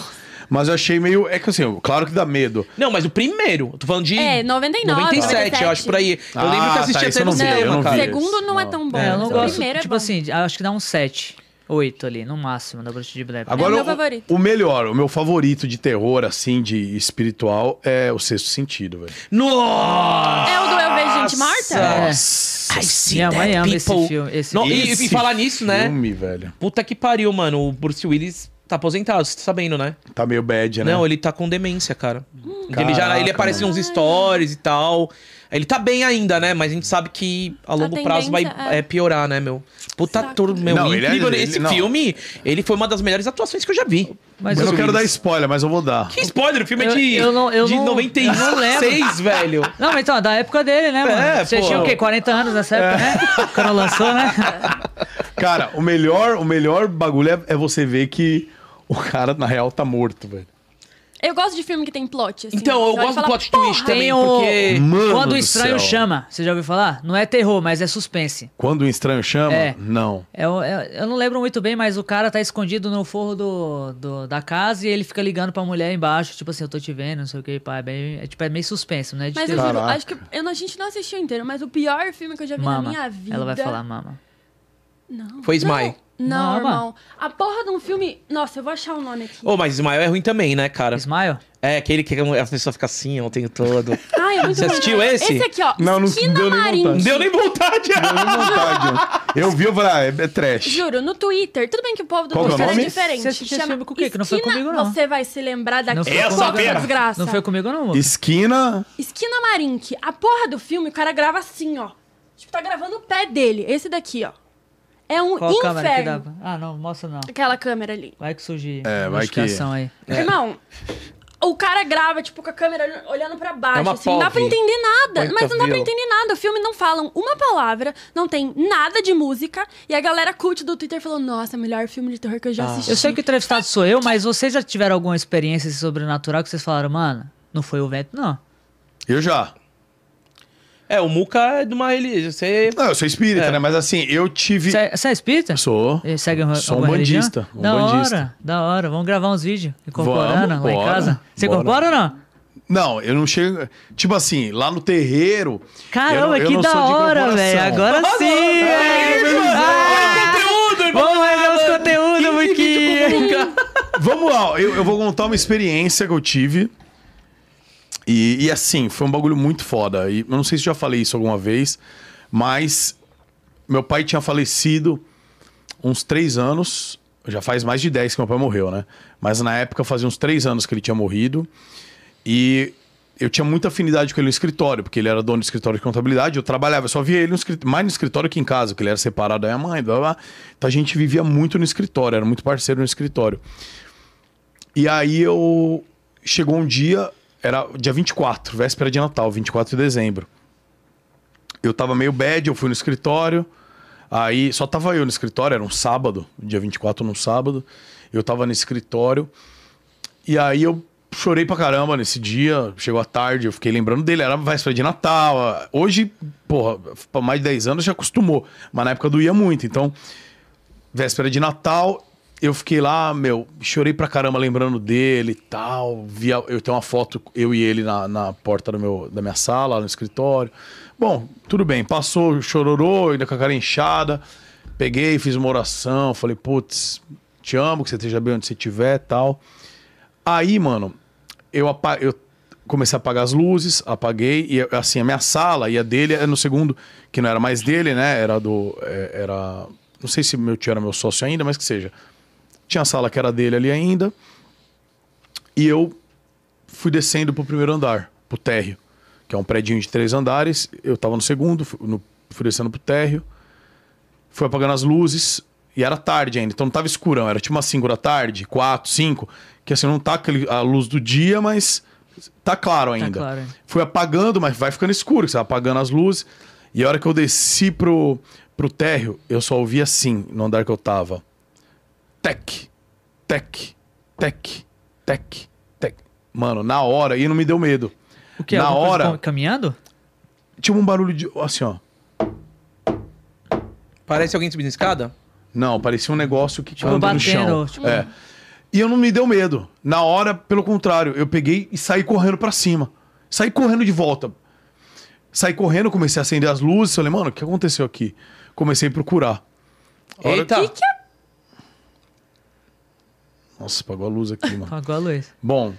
Speaker 1: Mas eu achei meio. É que assim, eu- claro que dá medo.
Speaker 2: Não, mas o primeiro. Tô falando de.
Speaker 4: É, 99,
Speaker 2: 97, eu
Speaker 4: 97.
Speaker 2: acho, por aí. Eu
Speaker 1: Ah,
Speaker 2: lembro que eu
Speaker 1: tá,
Speaker 2: assisti
Speaker 1: esse
Speaker 2: até
Speaker 1: eu
Speaker 2: no
Speaker 1: não vi, eu
Speaker 2: cinema,
Speaker 1: não vi.
Speaker 2: cara.
Speaker 4: Segundo não é
Speaker 1: Não.
Speaker 4: tão bom.
Speaker 3: É, eu não
Speaker 4: o
Speaker 3: gosto.
Speaker 4: Primeiro é
Speaker 3: tipo
Speaker 4: bom.
Speaker 3: assim, acho que dá um 7, 8 ali, no máximo, da bruxa de Blair.
Speaker 1: Agora,
Speaker 4: É o meu
Speaker 1: o-
Speaker 4: favorito.
Speaker 1: o, melhor, o meu favorito de terror, assim, de espiritual, é o sexto sentido, velho.
Speaker 2: Nossa!
Speaker 4: É o do Eu Vejo Gente Morta?
Speaker 2: É.
Speaker 1: Nossa,
Speaker 2: I see
Speaker 3: Minha mãe
Speaker 2: that
Speaker 3: ama esse
Speaker 2: people.
Speaker 3: filme, esse
Speaker 2: Não, e-
Speaker 1: esse
Speaker 2: e, falar nisso, né?
Speaker 1: Filme, velho.
Speaker 2: Puta que pariu, mano. O Bruce Willis tá aposentado, você tá sabendo, né?
Speaker 1: Tá meio bad, né?
Speaker 2: Não, ele tá com demência, cara. ele já
Speaker 1: Caraca,
Speaker 2: ele aparece
Speaker 4: mano.
Speaker 2: nos stories e tal. Ele tá bem ainda, né? Mas a gente sabe que
Speaker 3: Tá
Speaker 2: a longo prazo vai
Speaker 4: tendência é-
Speaker 2: é, piorar, né, meu? Puta
Speaker 4: Saco.
Speaker 2: todo meu
Speaker 1: Não, ele é-
Speaker 2: incrível. né?
Speaker 1: ele-
Speaker 2: Esse
Speaker 1: não.
Speaker 2: filme, ele foi uma das melhores atuações que eu já vi.
Speaker 3: Mas
Speaker 1: eu não
Speaker 3: eu,
Speaker 1: quero dar spoiler, mas eu vou dar.
Speaker 2: Que spoiler, o filme é
Speaker 3: Eu-
Speaker 2: de,
Speaker 3: eu não- eu
Speaker 2: de
Speaker 3: não-
Speaker 2: 96,
Speaker 3: eu não lembro.
Speaker 2: <laughs> velho.
Speaker 3: Não, mas então, da época dele, né, mano?
Speaker 2: É,
Speaker 3: Você
Speaker 2: pô.
Speaker 3: tinha o quê? 40 anos nessa época,
Speaker 1: <laughs>
Speaker 3: né? Quando lançou, né?
Speaker 1: Cara, o melhor, o melhor bagulho é, é você ver que o cara, na real, tá morto, velho.
Speaker 4: Eu gosto de filme que tem plot, assim.
Speaker 2: Então, eu
Speaker 4: Você olha e
Speaker 2: gosto do
Speaker 4: fala,
Speaker 2: plot twist
Speaker 4: "Porra,
Speaker 2: também,
Speaker 3: Tem o-
Speaker 2: porque...
Speaker 1: Mano
Speaker 3: Quando
Speaker 1: do
Speaker 3: o estranho
Speaker 1: céu.
Speaker 3: chama, você já ouviu falar? Não é terror, mas é suspense.
Speaker 1: Quando o estranho chama,
Speaker 3: É.
Speaker 1: não.
Speaker 3: É o- é- eu não lembro muito bem, mas o cara tá escondido no forro do, do- da casa e ele fica ligando pra mulher embaixo, tipo assim, eu tô te vendo, não sei o que, pá. É, bem, é, tipo, é meio suspenso, né? De
Speaker 4: Mas eu
Speaker 3: terror.
Speaker 4: juro,
Speaker 1: Caraca.
Speaker 4: acho que eu não- a gente não assistiu inteiro, mas o pior filme que eu já vi na
Speaker 3: mama.
Speaker 4: minha vida.
Speaker 3: Ela vai falar mama.
Speaker 4: Não.
Speaker 2: Foi Smile.
Speaker 4: Não,
Speaker 3: Mama.
Speaker 4: irmão. A porra de um filme. Nossa, eu vou achar o nome aqui.
Speaker 2: Ô, mas Ismael é ruim também, né, cara?
Speaker 3: Smile?
Speaker 2: É, aquele que a pessoa fica assim ó, o tempo todo.
Speaker 4: Ai, é muito
Speaker 2: Você
Speaker 4: ruim.
Speaker 2: assistiu esse?
Speaker 4: Esse aqui, ó.
Speaker 1: <laughs> Não, não
Speaker 4: Esquina
Speaker 1: deu nem
Speaker 4: Marim.
Speaker 2: Não
Speaker 1: vontade. né?
Speaker 2: deu nem vontade.
Speaker 1: Eu, não vontade. eu vi, eu falei, ah, é, é trash.
Speaker 4: Juro, no Twitter. Tudo bem que o povo do
Speaker 1: Qual que é o
Speaker 4: Twitter
Speaker 1: nome?
Speaker 4: é diferente.
Speaker 3: Você assistiu esse filme com o quê? Que não foi
Speaker 4: Esquina-
Speaker 3: comigo, não.
Speaker 4: Você vai se lembrar
Speaker 3: Não
Speaker 4: daqui.
Speaker 3: foi
Speaker 5: Essa
Speaker 3: comigo,
Speaker 5: pera.
Speaker 4: desgraça.
Speaker 3: Não foi comigo, não, amor.
Speaker 1: Esquina.
Speaker 4: Esquina Marink. A porra do filme, o cara grava assim, ó. Tipo, tá gravando o pé dele. Esse daqui, ó. É um
Speaker 3: Qual
Speaker 4: inferno.
Speaker 3: câmera que dá? Ah, não, mostra não.
Speaker 4: Aquela câmera ali.
Speaker 3: Vai que surge
Speaker 1: É, vai que-
Speaker 3: notificação aí.
Speaker 4: Irmão, o cara grava, tipo, com a câmera olhando pra baixo.
Speaker 2: É uma
Speaker 4: assim, não dá pra
Speaker 2: POV.
Speaker 4: entender nada.
Speaker 2: Point
Speaker 4: mas
Speaker 2: of
Speaker 4: não dá pra
Speaker 2: view.
Speaker 4: entender nada. O filme não falam uma palavra, não tem nada de música. E a galera cult do Twitter falou: Nossa, melhor filme de terror que eu já assisti.
Speaker 3: Ah. Eu sei que o entrevistado sou eu, mas vocês já tiveram alguma experiência assim sobrenatural que vocês falaram, mano, não foi o vento, não.
Speaker 1: Eu já.
Speaker 2: É, o Muca é de uma religião. Você
Speaker 1: Não, eu sou espírita,
Speaker 2: É.
Speaker 1: né? Mas assim, eu tive.
Speaker 3: Você é, você é espírita?
Speaker 1: Sou.
Speaker 3: E Segue um,
Speaker 1: Sou um bandista, um
Speaker 3: da
Speaker 1: bandista.
Speaker 3: hora, da hora. Vamos gravar uns vídeos incorporando
Speaker 1: Vamos,
Speaker 3: lá em
Speaker 1: bora,
Speaker 3: casa. Você
Speaker 1: bora.
Speaker 3: incorpora ou não?
Speaker 1: Não, eu não chego. Tipo assim, lá no terreiro. eu não-
Speaker 3: Caramba,
Speaker 1: eu
Speaker 3: que
Speaker 1: não
Speaker 3: da
Speaker 1: sou de
Speaker 3: hora,
Speaker 1: corporação.
Speaker 3: velho. Agora sim, velho. Ah,
Speaker 2: conteúdo,
Speaker 3: Vamos rever os conteúdos, Muquinha.
Speaker 1: Vamos lá, eu, eu vou contar uma experiência que eu tive. E, e, assim, foi um bagulho muito foda. E eu não sei se eu já falei isso alguma vez, mas meu pai tinha falecido uns três anos. Já faz mais de 10 que meu pai morreu, né? Mas na época fazia uns três anos que ele tinha morrido. E eu tinha muita afinidade com ele no escritório, porque ele era dono do escritório de contabilidade, eu trabalhava, eu só via ele no escrit- mais no escritório que em casa, porque ele era separado da minha mãe, blá, blá. Então a gente vivia muito no escritório, era muito parceiro no escritório. E aí eu. Chegou um dia, era dia 24, véspera de Natal, 24 de dezembro. Eu tava meio bad, eu fui no escritório. Aí só tava eu no escritório, era um sábado, dia 24 num sábado. Eu tava no escritório. E aí eu chorei pra caramba nesse dia. Chegou a tarde, eu fiquei lembrando dele. Era véspera de Natal. ah, Hoje, porra, pra mais de 10 anos já acostumou. Mas na época doía muito. Então, véspera de Natal, eu fiquei lá, meu, chorei pra caramba lembrando dele e tal. Via, eu tenho uma foto, eu e ele na, na porta do meu, da minha sala, lá no escritório. Bom, tudo bem, passou, chororô, ainda com a cara inchada. Peguei, fiz uma oração, falei, putz, te amo, que você esteja bem onde você estiver e tal. Aí, mano, eu, apa- eu comecei a apagar as luzes, apaguei, e assim, a minha sala e a dele é no segundo, que não era mais dele, né? Era do. é- Era. Não sei se meu tio era meu sócio ainda, mas que seja. Tinha a sala que era dele ali ainda. E eu fui descendo pro primeiro andar, pro térreo, que é um prédio de três andares. Eu tava no segundo, fui, no- fui descendo pro térreo. Fui apagando as luzes e era tarde ainda, então não tava escurão, era tipo umas 5 da tarde, 4, 5, que assim, não tá aquele- a luz do dia, mas tá claro ainda.
Speaker 3: claro, é.
Speaker 1: Fui apagando, mas vai ficando escuro, que você vai apagando as luzes. E a hora que eu desci pro, pro térreo, eu só ouvi assim, no andar que eu tava. Tec, tec, tec, tec, tec. Mano, na hora, e não me deu medo.
Speaker 3: O que? é?
Speaker 1: na
Speaker 3: alguma coisa
Speaker 1: hora,
Speaker 3: cam- Caminhando?
Speaker 1: tinha um barulho de. Assim, ó.
Speaker 2: Parece alguém subindo escada?
Speaker 1: Não, parecia um negócio que
Speaker 3: Tipo,
Speaker 1: anda no
Speaker 3: batendo,
Speaker 1: chão.
Speaker 3: tipo-
Speaker 1: É. E eu não me deu medo. Na hora, pelo contrário, eu peguei e saí correndo pra cima. Saí correndo de volta. Saí correndo, comecei a acender as luzes. Falei, mano, o que aconteceu aqui? Comecei a procurar. A hora-
Speaker 2: Eita!
Speaker 3: é?
Speaker 1: Nossa, apagou a luz aqui, mano.
Speaker 3: Apagou a luz.
Speaker 1: Bom,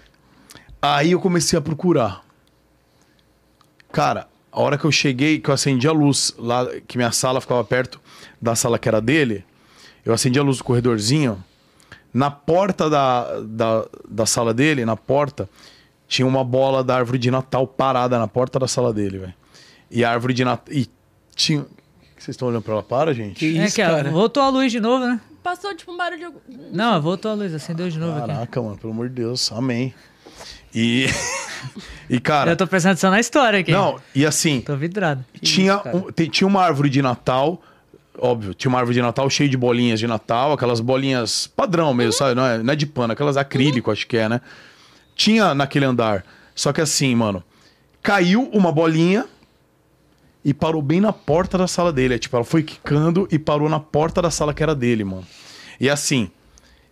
Speaker 1: aí eu comecei a procurar. Cara, a hora que eu cheguei, que eu acendi a luz lá, que minha sala ficava perto da sala que era dele, eu acendi a luz do corredorzinho. Na porta da, da, da sala dele, na porta, tinha uma bola da árvore de Natal parada na porta da sala dele, velho. E a árvore de Natal. E tinha. Vocês estão olhando pra ela? Para, gente.
Speaker 2: Que
Speaker 3: É
Speaker 2: isso,
Speaker 3: que ó,
Speaker 2: cara?
Speaker 3: voltou a luz de novo, né?
Speaker 4: Passou, tipo, um barulho... de-
Speaker 3: Não, voltou a luz, acendeu de novo aqui.
Speaker 1: Caraca, mano, pelo amor de Deus. Amém. E. <laughs> e, cara.
Speaker 3: Eu tô prestando atenção na história aqui.
Speaker 1: Não, e assim,
Speaker 3: Tô vidrado.
Speaker 1: tinha,
Speaker 2: isso, cara.
Speaker 1: um- te- tinha uma árvore de Natal, óbvio, tinha uma árvore de Natal cheia de bolinhas de Natal, aquelas bolinhas padrão
Speaker 2: Uhum.
Speaker 1: mesmo, sabe? Não é, não é de pano, aquelas acrílico, acho que é, né? Tinha naquele andar. Só que assim, mano, caiu uma bolinha e parou bem na porta da sala dele. É, tipo, ela foi quicando e parou na porta da sala que era dele, mano. E assim,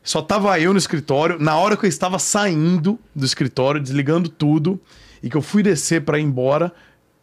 Speaker 1: só tava eu no escritório, na hora que eu estava saindo do escritório, desligando tudo, e que eu fui descer pra ir embora,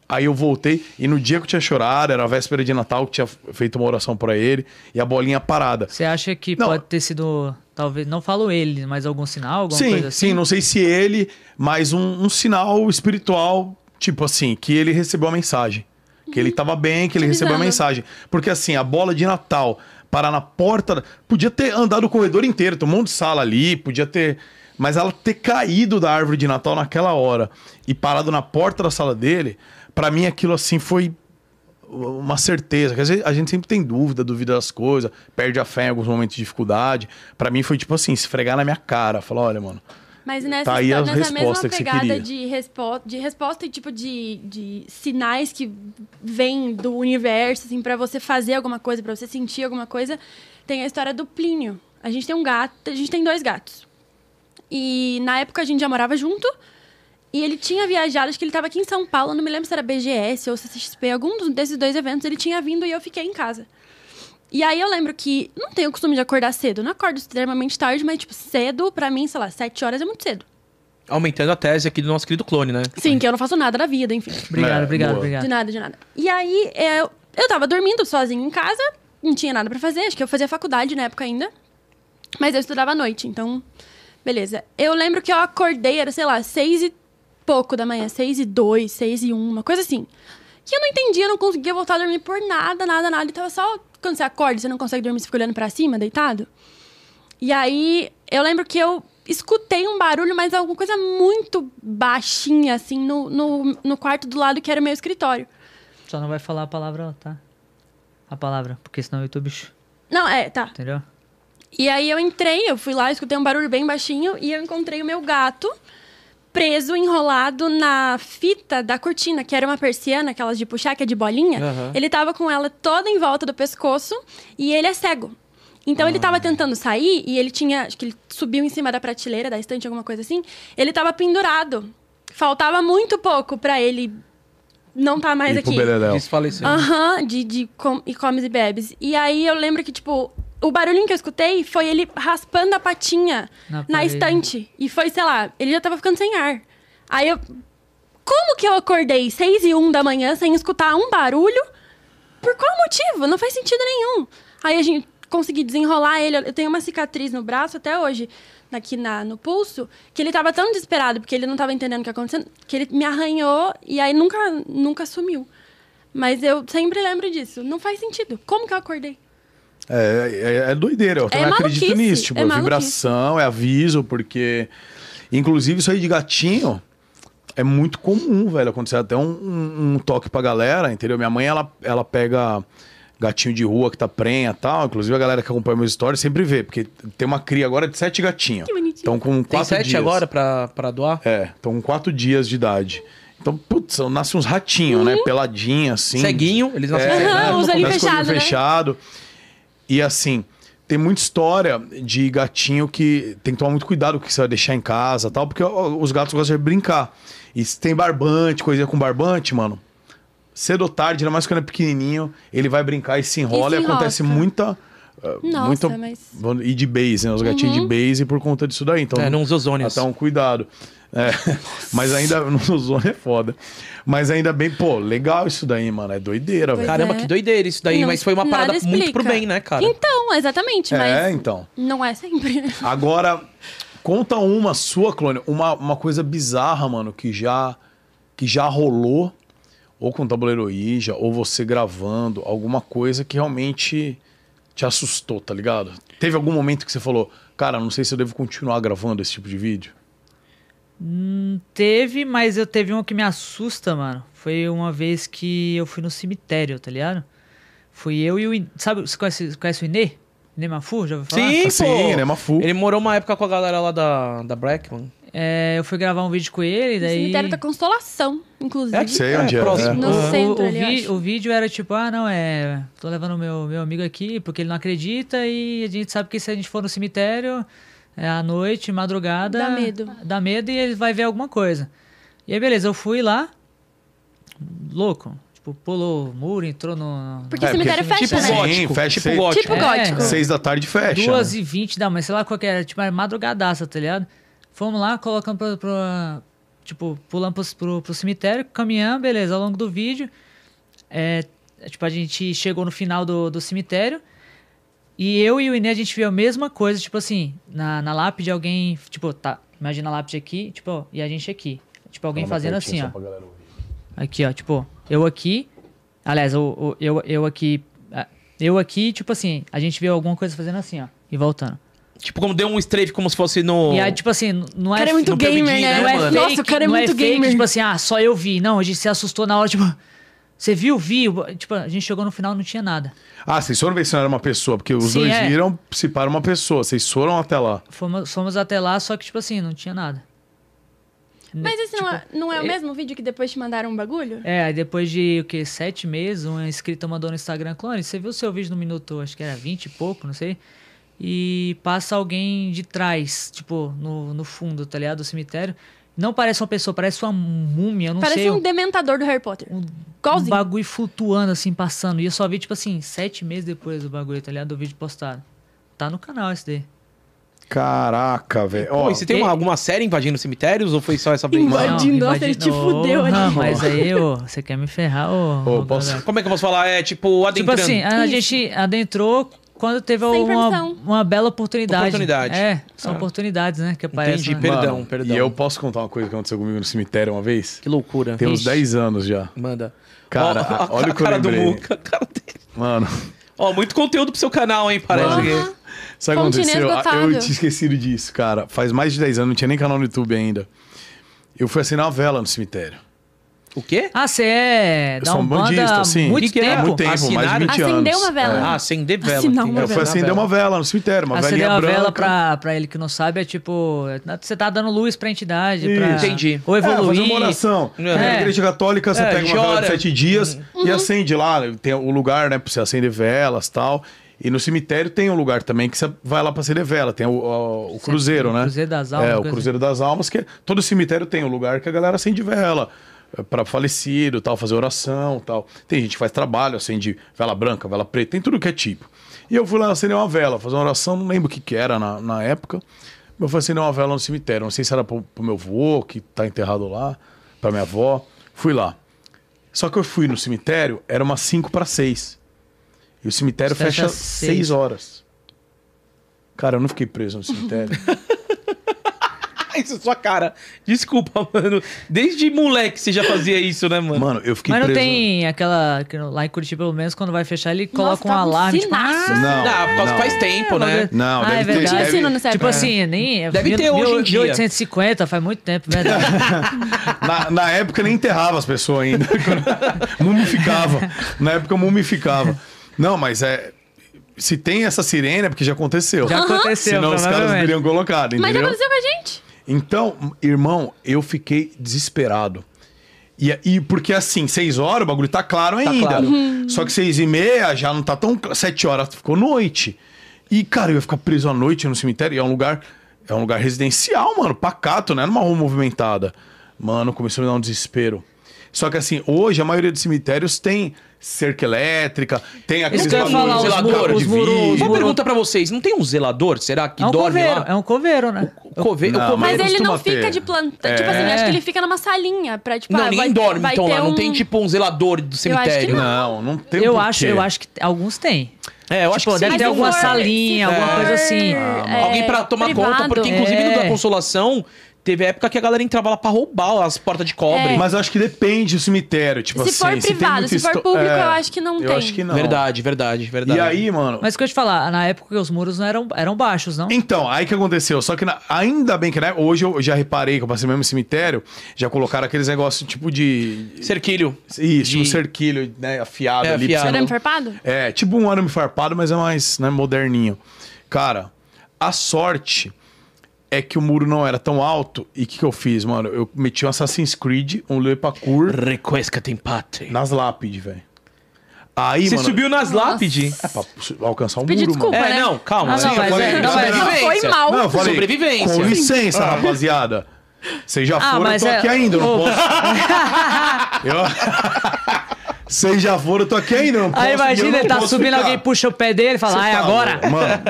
Speaker 1: aí eu voltei, e no dia que eu tinha chorado, era a véspera de Natal, que tinha feito uma oração pra ele, e a bolinha parada.
Speaker 3: Você acha que
Speaker 1: Não.
Speaker 3: pode ter sido, talvez, não falo ele, mas algum sinal, alguma
Speaker 1: sim,
Speaker 3: coisa assim?
Speaker 1: sim, não sei se ele, mas um, um sinal espiritual, tipo assim, que ele recebeu a mensagem. Que ele tava bem, que ele
Speaker 4: Hum. Que
Speaker 1: recebeu a
Speaker 4: bizarro.
Speaker 1: mensagem. Porque assim, a bola de Natal parar na porta. Podia ter andado o corredor inteiro, tem um monte de sala ali, podia ter. Mas ela ter caído da árvore de Natal naquela hora e parado na porta da sala dele, pra mim aquilo assim foi uma certeza. Que às vezes a gente sempre tem dúvida, duvida das coisas, perde a fé em alguns momentos de dificuldade. Pra mim foi tipo assim, esfregar na minha cara, falar, olha, mano,
Speaker 4: Mas nessa,
Speaker 1: Tá aí a
Speaker 4: histó- nessa
Speaker 1: resposta
Speaker 4: mesma
Speaker 1: que você
Speaker 4: pegada
Speaker 1: queria.
Speaker 4: de, respo de resposta e tipo de, de sinais que vêm do universo, assim, pra você fazer alguma coisa, pra você sentir alguma coisa, tem a história do Plínio. A gente tem um gato, a gente tem dois gatos. E na época a gente já morava junto. E ele tinha viajado, acho que ele estava aqui em São Paulo, não me lembro se era BGS ou CCXP, algum dos- desses dois eventos ele tinha vindo e eu fiquei em casa. E aí eu lembro que não tenho o costume de acordar cedo, eu não acordo extremamente tarde, mas tipo, cedo, pra mim, sei lá, sete horas é muito cedo.
Speaker 2: Aumentando a tese aqui do nosso querido clone, né?
Speaker 4: Sim, que eu não faço nada na vida, enfim.
Speaker 3: Obrigado,
Speaker 1: É,
Speaker 3: obrigado,
Speaker 1: boa.
Speaker 4: De
Speaker 3: obrigado.
Speaker 4: nada, de nada. E aí, é, eu, eu tava dormindo sozinha em casa, não tinha nada pra fazer, acho que eu fazia faculdade na época ainda. Mas eu estudava à noite, então. Beleza. Eu lembro que eu acordei, era, sei lá, seis e pouco da manhã, seis e dois, seis e um, uma coisa assim. Que eu não entendia, não conseguia voltar a dormir por nada, nada, nada. E tava só. Quando você acorda, você não consegue dormir, você fica olhando pra cima, deitado. E aí, eu lembro que eu escutei um barulho, mas alguma coisa muito baixinha, assim, no, no, no quarto do lado que era o meu escritório.
Speaker 3: Só não vai falar a palavra, tá? A palavra, porque senão o YouTube, sh-
Speaker 4: Não, é, tá.
Speaker 3: entendeu?
Speaker 4: E aí eu entrei, eu fui lá, escutei um barulho bem baixinho e eu encontrei o meu gato preso, enrolado na fita da cortina, que era uma persiana, aquelas de puxar, que é de bolinha.
Speaker 2: Aham.
Speaker 4: Ele tava com ela toda em volta do pescoço e ele é cego. Então ele tava tentando sair e ele tinha. Acho que ele subiu em cima da prateleira, da estante, alguma coisa assim. Ele tava pendurado. Faltava muito pouco pra ele não tá mais
Speaker 1: E pro
Speaker 4: aqui.
Speaker 1: Beleléu.
Speaker 2: Desfaleceu.
Speaker 4: Aham, de, de com- e comes e bebes. E aí eu lembro que, tipo, o barulhinho que eu escutei foi ele raspando a patinha
Speaker 3: Na
Speaker 4: na,
Speaker 3: parede.
Speaker 4: estante. E foi, sei lá, ele já tava ficando sem ar. Aí eu. Como que eu acordei seis e um da manhã sem escutar um barulho? Por qual motivo? Não faz sentido nenhum. Aí a gente consegui desenrolar ele. Eu tenho uma cicatriz no braço até hoje, aqui na, no pulso, que ele tava tão desesperado, porque ele não tava entendendo o que acontecendo, que ele me arranhou e aí nunca, nunca sumiu. Mas eu sempre lembro disso. Não faz sentido. Como que eu acordei?
Speaker 1: É, é, é doideira, eu também acredito
Speaker 4: maluquice,
Speaker 1: nisso. Tipo,
Speaker 4: é
Speaker 1: é
Speaker 4: maluquice.
Speaker 1: vibração, é aviso, porque. Inclusive, isso aí de gatinho é muito comum, velho. Acontecer até um, um- um toque pra galera, entendeu? Minha mãe, ela, ela pega gatinho de rua que tá prenha e tal. Inclusive, a galera que acompanha meus stories sempre vê, porque tem uma cria agora de sete gatinhos.
Speaker 4: Que bonitinho.
Speaker 1: Estão com quatro
Speaker 2: Tem sete
Speaker 1: dias.
Speaker 2: agora pra, pra doar?
Speaker 1: É, estão com quatro dias de idade. Então, putz, nasce uns ratinhos, né?
Speaker 4: Uhum.
Speaker 1: Peladinho, assim.
Speaker 2: Ceguinho, eles nascem
Speaker 1: É,
Speaker 2: cegos,
Speaker 4: Aham,
Speaker 2: né?
Speaker 4: os olhinhos
Speaker 1: Nasce com o olhinho
Speaker 4: fechados, né?
Speaker 1: fechado. E assim, tem muita história de gatinho que tem que tomar muito cuidado com o que você vai deixar em casa e tal, porque ó, os gatos gostam de brincar. E se tem barbante, coisinha com barbante, mano, cedo ou tarde, ainda mais quando é pequenininho, ele vai brincar e se enrola e,
Speaker 4: E se
Speaker 1: acontece
Speaker 4: enrosca.
Speaker 1: muita. ah,
Speaker 4: Nossa,
Speaker 1: muita,
Speaker 4: mas- Uhum.
Speaker 1: E de base, né? Os gatinhos de base por conta disso daí. Então,
Speaker 2: É, não usa ozônios.
Speaker 1: Então, cuidado. É, mas ainda. <laughs> Não usou, é foda. Mas ainda bem, pô, legal isso daí, mano. É doideira, velho.
Speaker 4: Pois
Speaker 2: Caramba,
Speaker 4: é.
Speaker 2: que doideira isso daí,
Speaker 4: Não,
Speaker 2: mas foi uma
Speaker 4: nada
Speaker 2: parada muito
Speaker 4: explica.
Speaker 2: pro bem, né, cara?
Speaker 4: Então, exatamente,
Speaker 1: É,
Speaker 4: mas
Speaker 1: então.
Speaker 4: não é sempre.
Speaker 3: <laughs>
Speaker 1: Agora, conta uma sua, Clone, uma, uma coisa bizarra, mano, que já, que já rolou, ou com o Tabuleiro Ija, ou você gravando, alguma coisa que realmente te assustou, tá ligado? Teve algum momento que você falou, cara, não sei se eu devo continuar gravando esse tipo de vídeo?
Speaker 3: Hum, Teve, mas eu teve um que me assusta, mano. Foi uma vez que eu fui no cemitério, tá ligado? Fui eu e o. In- Sabe, você conhece, conhece o Inê? Inê Mafu? Já ouviu falar?
Speaker 2: Sim, pô.
Speaker 1: Sim, né, Mafu.
Speaker 2: Ele morou uma época com a galera lá da, da Blackman.
Speaker 3: É, eu fui gravar um vídeo com ele,
Speaker 4: O
Speaker 3: daí.
Speaker 4: cemitério tá da Constelação, inclusive.
Speaker 1: É, sei onde é,
Speaker 2: próximo.
Speaker 4: né? No
Speaker 2: Aham.
Speaker 4: centro.
Speaker 3: o, o
Speaker 4: ali, eu acho.
Speaker 3: o vídeo era tipo, ah, não, é. Tô levando meu, meu amigo aqui porque ele não acredita e a gente sabe que se a gente for no cemitério é, à noite, madrugada.
Speaker 4: Dá medo.
Speaker 3: Dá medo e ele vai ver alguma coisa. E aí, beleza, eu fui lá, louco. Tipo, pulou o muro, entrou no. no-
Speaker 4: Porque
Speaker 1: É,
Speaker 4: o cemitério
Speaker 1: porque-
Speaker 4: fecha,
Speaker 2: Tipo
Speaker 4: né?
Speaker 1: Sim,
Speaker 2: gótico.
Speaker 1: fecha
Speaker 2: Tipo
Speaker 1: seis-
Speaker 2: gótico.
Speaker 3: É,
Speaker 4: Tipo gótico.
Speaker 1: Seis da tarde fecha.
Speaker 3: Duas
Speaker 1: né?
Speaker 3: e vinte da manhã, sei lá qual que era, tipo, era madrugadaça, tá ligado? Fomos lá, colocamos pro, pro, tipo, pulamos pro, pro, pro cemitério, caminhamos, beleza, ao longo do vídeo, é, tipo, a gente chegou no final do, do cemitério, e eu e o Inê, a gente viu a mesma coisa, tipo assim, na, na lápide, alguém, tipo, tá, imagina a lápide aqui, tipo, ó, e a gente aqui. Tipo, alguém fazendo assim, ó. Aqui, ó, tipo, eu aqui. Aliás, eu, eu, eu aqui. ah, Eu aqui, tipo assim, a gente vê alguma coisa fazendo assim, ó, e voltando.
Speaker 2: Tipo, como deu um strafe como se fosse no.
Speaker 3: E aí, tipo assim, n- não
Speaker 4: O
Speaker 3: é.
Speaker 4: cara é muito
Speaker 2: no
Speaker 4: gamer,
Speaker 2: Pepidinho,
Speaker 4: né?
Speaker 2: né,
Speaker 3: não é
Speaker 2: mano?
Speaker 3: fake,
Speaker 4: Nossa, o cara é
Speaker 3: não
Speaker 4: muito
Speaker 3: é fake,
Speaker 4: gamer.
Speaker 3: tipo assim, ah, só eu vi. Não, a gente se assustou na hora, tipo. <laughs> Você viu? Vi. Tipo, a gente chegou no final não tinha nada.
Speaker 1: Ah, vocês foram ver se não era uma pessoa, porque os
Speaker 3: Sim,
Speaker 1: dois
Speaker 3: é.
Speaker 1: viram se para uma pessoa. Vocês foram até lá.
Speaker 3: Fomos, fomos até lá, só que, tipo assim, não tinha nada.
Speaker 4: Mas esse não,
Speaker 3: tipo,
Speaker 4: é, não é o mesmo vídeo que depois te mandaram um bagulho?
Speaker 3: É, aí depois de o quê? Sete meses, uma inscrita mandou no Instagram, Clone, você viu seu vídeo no minuto, acho que era 20 e pouco, não sei. E passa alguém de trás, tipo, no, no fundo, tá ligado? Do cemitério. Não parece uma pessoa, parece uma múmia, eu um não
Speaker 4: Parece
Speaker 3: sei.
Speaker 4: um dementador do Harry Potter. Igualzinho.
Speaker 3: bagulho flutuando, assim, passando. E eu só vi, tipo assim, sete meses depois do bagulho, tá ligado? Do vídeo postado. Tá no canal esse daí.
Speaker 1: Caraca, velho. Ó,
Speaker 2: Pô, e você tem uma- alguma série invadindo cemitérios ou foi só essa vez?
Speaker 4: Invadindo.
Speaker 3: Não,
Speaker 4: Tadinho, nossa, ele te
Speaker 3: imagina-
Speaker 4: fudeu
Speaker 3: Ô,
Speaker 4: ali.
Speaker 3: Não, mas aí, ô, você quer me ferrar, ô.
Speaker 1: Ô,
Speaker 3: ô,
Speaker 1: posso-
Speaker 3: galera?
Speaker 2: Como é que eu posso falar? É tipo,
Speaker 3: Tipo
Speaker 2: adentrando.
Speaker 3: assim, a gente adentrou quando teve
Speaker 4: Sem
Speaker 3: uma,
Speaker 4: permissão.
Speaker 3: uma bela oportunidade.
Speaker 2: Oportunidade.
Speaker 3: É,
Speaker 1: Tá.
Speaker 3: são
Speaker 2: Ah.
Speaker 3: oportunidades, né? Que aparecem.
Speaker 2: Entendi,
Speaker 3: né?
Speaker 2: perdão,
Speaker 1: Mano,
Speaker 2: perdão.
Speaker 1: E eu posso contar uma coisa que aconteceu comigo no cemitério uma vez?
Speaker 2: Que loucura.
Speaker 1: Tem uns
Speaker 2: Ixi,
Speaker 1: 10 anos já.
Speaker 2: Manda.
Speaker 1: Cara,
Speaker 2: Ó, <laughs> a-
Speaker 1: olha
Speaker 2: a
Speaker 1: o que eu
Speaker 2: cara do
Speaker 1: lembrei.
Speaker 2: Muca, a cara dele.
Speaker 1: Mano,
Speaker 2: Ó, muito conteúdo pro seu canal, hein? Parece
Speaker 1: Mano.
Speaker 2: que.
Speaker 4: Aham.
Speaker 1: sabe o
Speaker 3: um
Speaker 1: que
Speaker 4: Fonte
Speaker 1: aconteceu? Ah, Eu
Speaker 4: inesgotável.
Speaker 1: tinha esquecido disso, cara. Faz mais de 10 anos, não tinha nem canal no YouTube ainda. Eu fui assinar a vela no cemitério.
Speaker 2: O quê?
Speaker 3: Ah, você é da
Speaker 1: sou um
Speaker 3: Umbanda
Speaker 1: bandista,
Speaker 3: há
Speaker 1: sim.
Speaker 3: muito
Speaker 2: Que que é?
Speaker 1: Há
Speaker 3: tempo.
Speaker 1: muito tempo, mais de
Speaker 2: Assinaram-
Speaker 1: 20
Speaker 4: Acendeu
Speaker 1: anos.
Speaker 4: uma vela.
Speaker 2: Ah, acender vela.
Speaker 4: Assinar uma
Speaker 2: entendi.
Speaker 1: É, foi acender uma vela no cemitério, uma
Speaker 3: Acender
Speaker 1: velhinha
Speaker 3: uma
Speaker 1: branca.
Speaker 3: vela pra, pra ele que não sabe é tipo. Você tá dando luz pra entidade. Pra,
Speaker 1: Isso.
Speaker 2: Entendi.
Speaker 3: Ou
Speaker 1: É, fazer
Speaker 3: evoluir.
Speaker 1: uma oração.
Speaker 2: É.
Speaker 1: Na igreja católica, você
Speaker 2: É,
Speaker 1: pega uma vela
Speaker 2: chora. Uhum.
Speaker 1: de sete dias e acende lá. Tem o lugar, né? Pra você acender velas e tal. E no cemitério tem um lugar também que você vai lá pra acender vela. Tem o, o- o cruzeiro, né?
Speaker 3: Cruzeiro das Almas,
Speaker 1: É, o
Speaker 3: coisa
Speaker 1: Cruzeiro das Almas, que é- todo cemitério tem um lugar que a galera acende vela. é, Pra falecido, tal, fazer oração tal. Tem gente que faz trabalho, acende vela branca, vela preta, tem tudo que é tipo. E eu fui lá acender uma vela, fazer uma oração, não lembro o que, que era na, na época. Eu fui acender uma vela no cemitério, não sei se era pro, pro meu avô, que tá enterrado lá, pra minha avó. Fui lá. Só que eu fui no cemitério, era umas 5 para 6. E o cemitério
Speaker 3: Fecha
Speaker 1: fecha
Speaker 3: às
Speaker 1: 6
Speaker 3: seis.
Speaker 1: horas. Cara, eu não fiquei preso no cemitério.
Speaker 2: Isso, é sua cara. Desculpa, mano. Desde moleque você já fazia isso, né, mano?
Speaker 1: Mano, eu fiquei
Speaker 3: Mas não
Speaker 1: preso.
Speaker 3: tem aquela. que Lá em Curitiba, pelo menos, quando vai fechar, ele coloca um
Speaker 4: tava um
Speaker 3: alarme. tipo,
Speaker 4: sinaço.
Speaker 3: ah,
Speaker 1: Não,
Speaker 2: ah, por causa
Speaker 1: não.
Speaker 2: que faz tempo, né?
Speaker 1: Não,
Speaker 3: Ah,
Speaker 1: deve ter.
Speaker 3: é verdade.
Speaker 4: Tinha
Speaker 1: deve-
Speaker 4: sino nessa
Speaker 3: Tipo
Speaker 4: época.
Speaker 3: assim, nem.
Speaker 2: Deve ter hoje em dia.
Speaker 3: 1850, faz muito tempo, né?
Speaker 1: <laughs>
Speaker 3: verdade.
Speaker 1: Na, na época nem enterrava as pessoas
Speaker 2: <laughs>
Speaker 1: ainda. Quando- mumificava. Na época mumificava. Não, mas é. Se tem essa sirene, é porque já aconteceu.
Speaker 3: Já aconteceu,
Speaker 1: Senão os caras
Speaker 3: provavelmente.
Speaker 1: teriam colocado,
Speaker 4: Mas é já
Speaker 1: entendeu?
Speaker 4: aconteceu com a gente.
Speaker 1: Então, irmão, eu fiquei desesperado. E, e porque assim, seis horas o bagulho tá claro ainda.
Speaker 2: claro.
Speaker 3: Uhum.
Speaker 1: Só que seis e meia já não tá tão. cl- Sete horas ficou noite. E, cara, eu ia ficar preso à noite no cemitério. E é um lugar. É um lugar residencial, mano. Pacato, né? Numa rua movimentada. Mano, começou a me dar um desespero. Só que assim, hoje a maioria dos cemitérios tem cerca elétrica, tem aqueles
Speaker 3: Isso que eu ia
Speaker 1: bagulhos
Speaker 3: falar,
Speaker 1: de
Speaker 2: os
Speaker 1: lacra
Speaker 2: muros,
Speaker 1: de
Speaker 3: os muros, os
Speaker 1: vidro.
Speaker 2: Uma
Speaker 3: Demorou.
Speaker 2: pergunta pra vocês. Não tem um zelador, será, que
Speaker 3: É um
Speaker 2: dorme
Speaker 3: coveiro,
Speaker 2: lá?
Speaker 3: é um coveiro, né?
Speaker 2: O coveiro,
Speaker 1: Não,
Speaker 2: o
Speaker 4: Mas
Speaker 1: Mas
Speaker 2: coveiro...
Speaker 4: ele
Speaker 1: costuma
Speaker 4: não fica
Speaker 1: ter. É.
Speaker 4: de planta. Tipo assim, eu acho que ele fica numa salinha pra, tipo,
Speaker 2: Não,
Speaker 4: ah,
Speaker 2: ninguém
Speaker 4: vai-
Speaker 2: dorme,
Speaker 4: vai
Speaker 2: então,
Speaker 4: ter
Speaker 2: lá. Não
Speaker 4: um-
Speaker 2: tem, tipo, um zelador do
Speaker 4: Eu acho que
Speaker 2: cemitério.
Speaker 1: Não, não tem
Speaker 3: Eu
Speaker 1: por
Speaker 3: acho,
Speaker 1: quê.
Speaker 3: eu acho que alguns têm.
Speaker 2: É, eu acho
Speaker 3: Tipo,
Speaker 2: que sim.
Speaker 3: deve
Speaker 4: Mas
Speaker 3: ter
Speaker 4: se
Speaker 3: alguma
Speaker 4: for-
Speaker 3: salinha,
Speaker 4: se
Speaker 3: alguma
Speaker 4: for,
Speaker 3: coisa assim.
Speaker 4: é,
Speaker 2: Alguém pra tomar conta,
Speaker 4: privado,
Speaker 2: porque inclusive no
Speaker 3: É.
Speaker 2: da Consolação teve a época que a galera entrava lá pra roubar as portas de cobre.
Speaker 1: Mas eu acho que depende do cemitério, tipo
Speaker 4: É. Se
Speaker 1: assim.
Speaker 4: for privado, se for
Speaker 1: histo- é,
Speaker 4: público, eu acho que não
Speaker 1: eu
Speaker 4: tem.
Speaker 1: acho que não.
Speaker 2: Verdade, verdade, verdade.
Speaker 1: E aí, mano...
Speaker 3: Mas o que eu ia te falar, na época que os muros não eram, eram baixos, não?
Speaker 1: Então, aí que aconteceu. Só que na- ainda bem que, né? Hoje eu já reparei que eu passei no mesmo cemitério, já colocaram aqueles negócios tipo de...
Speaker 2: Cerquilho.
Speaker 1: Isso,
Speaker 2: de-
Speaker 1: um cerquilho, né? Afiado
Speaker 2: É,
Speaker 1: ali. pra você
Speaker 3: Tá
Speaker 2: afiado.
Speaker 4: Arame
Speaker 2: Não.
Speaker 4: farpado?
Speaker 1: É, tipo um arame farpado, mas é mais né, moderninho. Cara, a sorte é que o muro não era tão alto. E o que, que eu fiz, mano? Eu meti um Assassin's Creed, um Lepacur,
Speaker 2: Requesca tem pate.
Speaker 1: nas lápides, velho. Aí,
Speaker 2: Você
Speaker 1: mano...
Speaker 2: subiu nas
Speaker 4: Nossa.
Speaker 2: lápides?
Speaker 1: É, pra su- alcançar o
Speaker 4: Pedir
Speaker 1: muro,
Speaker 4: desculpa,
Speaker 1: mano.
Speaker 2: É,
Speaker 4: né?
Speaker 2: não, calma.
Speaker 3: Ah, não,
Speaker 2: Sim,
Speaker 3: mas
Speaker 2: falei,
Speaker 3: é- não,
Speaker 2: sobrevivência.
Speaker 4: mas não, foi mal.
Speaker 1: Não, eu falei,
Speaker 2: Sobrevivência.
Speaker 1: Com licença, rapaziada. Vocês já
Speaker 3: Ah,
Speaker 1: foram, eu
Speaker 3: mas
Speaker 1: tô
Speaker 3: é-
Speaker 1: aqui ainda, eu não
Speaker 3: Ô. <laughs>
Speaker 1: posso. Eu- <laughs> Vocês já foram, eu tô aqui ainda, assim, eu não posso.
Speaker 3: Aí
Speaker 1: eu
Speaker 3: imagina,
Speaker 1: não
Speaker 3: ele tá
Speaker 1: posso
Speaker 3: subindo,
Speaker 1: ficar.
Speaker 3: alguém puxa o pé dele e fala,
Speaker 1: Você
Speaker 3: ai,
Speaker 1: tá
Speaker 3: "É agora?
Speaker 1: louco, Mano,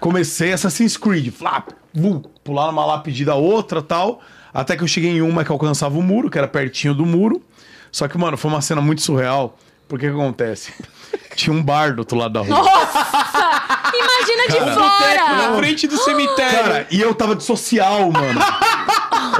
Speaker 1: comecei Assassin's Creed, flap, vum, pular numa lápide da outra tal. Até que eu cheguei em uma que alcançava o muro, que era pertinho do muro. Só que, mano, foi uma cena muito surreal. Porque o que acontece? <laughs> Tinha um bar do outro lado da rua.
Speaker 4: Imagina de
Speaker 2: Na
Speaker 4: fora!
Speaker 2: frente do cemitério.
Speaker 1: Cara, e eu tava de social,
Speaker 4: <laughs>
Speaker 1: mano.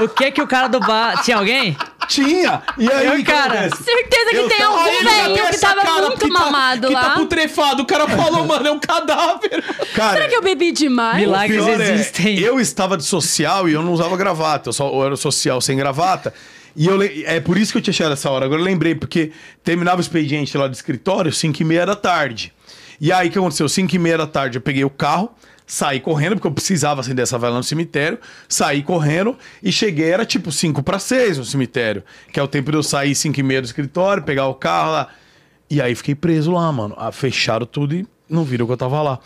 Speaker 3: O que que o cara do bar... Tinha alguém?
Speaker 1: Tinha! E aí,
Speaker 3: Eu,
Speaker 1: o que
Speaker 3: cara,
Speaker 1: acontece?
Speaker 4: Certeza que
Speaker 1: Eu
Speaker 4: tem
Speaker 1: tava-
Speaker 4: algum
Speaker 1: Aí ele
Speaker 4: velho que tava muito mamado
Speaker 2: que tá
Speaker 4: lá.
Speaker 2: putrefado. O cara falou, mano, é um cadáver.
Speaker 1: Cara,
Speaker 4: Será que eu bebi demais?
Speaker 3: Milagre.
Speaker 1: o pior é,
Speaker 3: Milagres existem.
Speaker 1: eu estava de social e eu não usava gravata. Eu, só, eu era social sem gravata. E eu, le- é por isso que eu tinha chegado essa hora. Agora eu lembrei, porque terminava o expediente lá do escritório, 5 e meia da tarde. E aí, o que aconteceu? 5 e meia da tarde, eu peguei o carro, saí correndo, porque eu precisava acender essa vela no cemitério. Saí correndo e cheguei, era tipo 5 para 6 no cemitério. Que é o tempo de eu sair 5 e meia do escritório, pegar o carro lá. E aí fiquei preso lá, mano. Ah, Fecharam tudo e não viram que eu tava lá.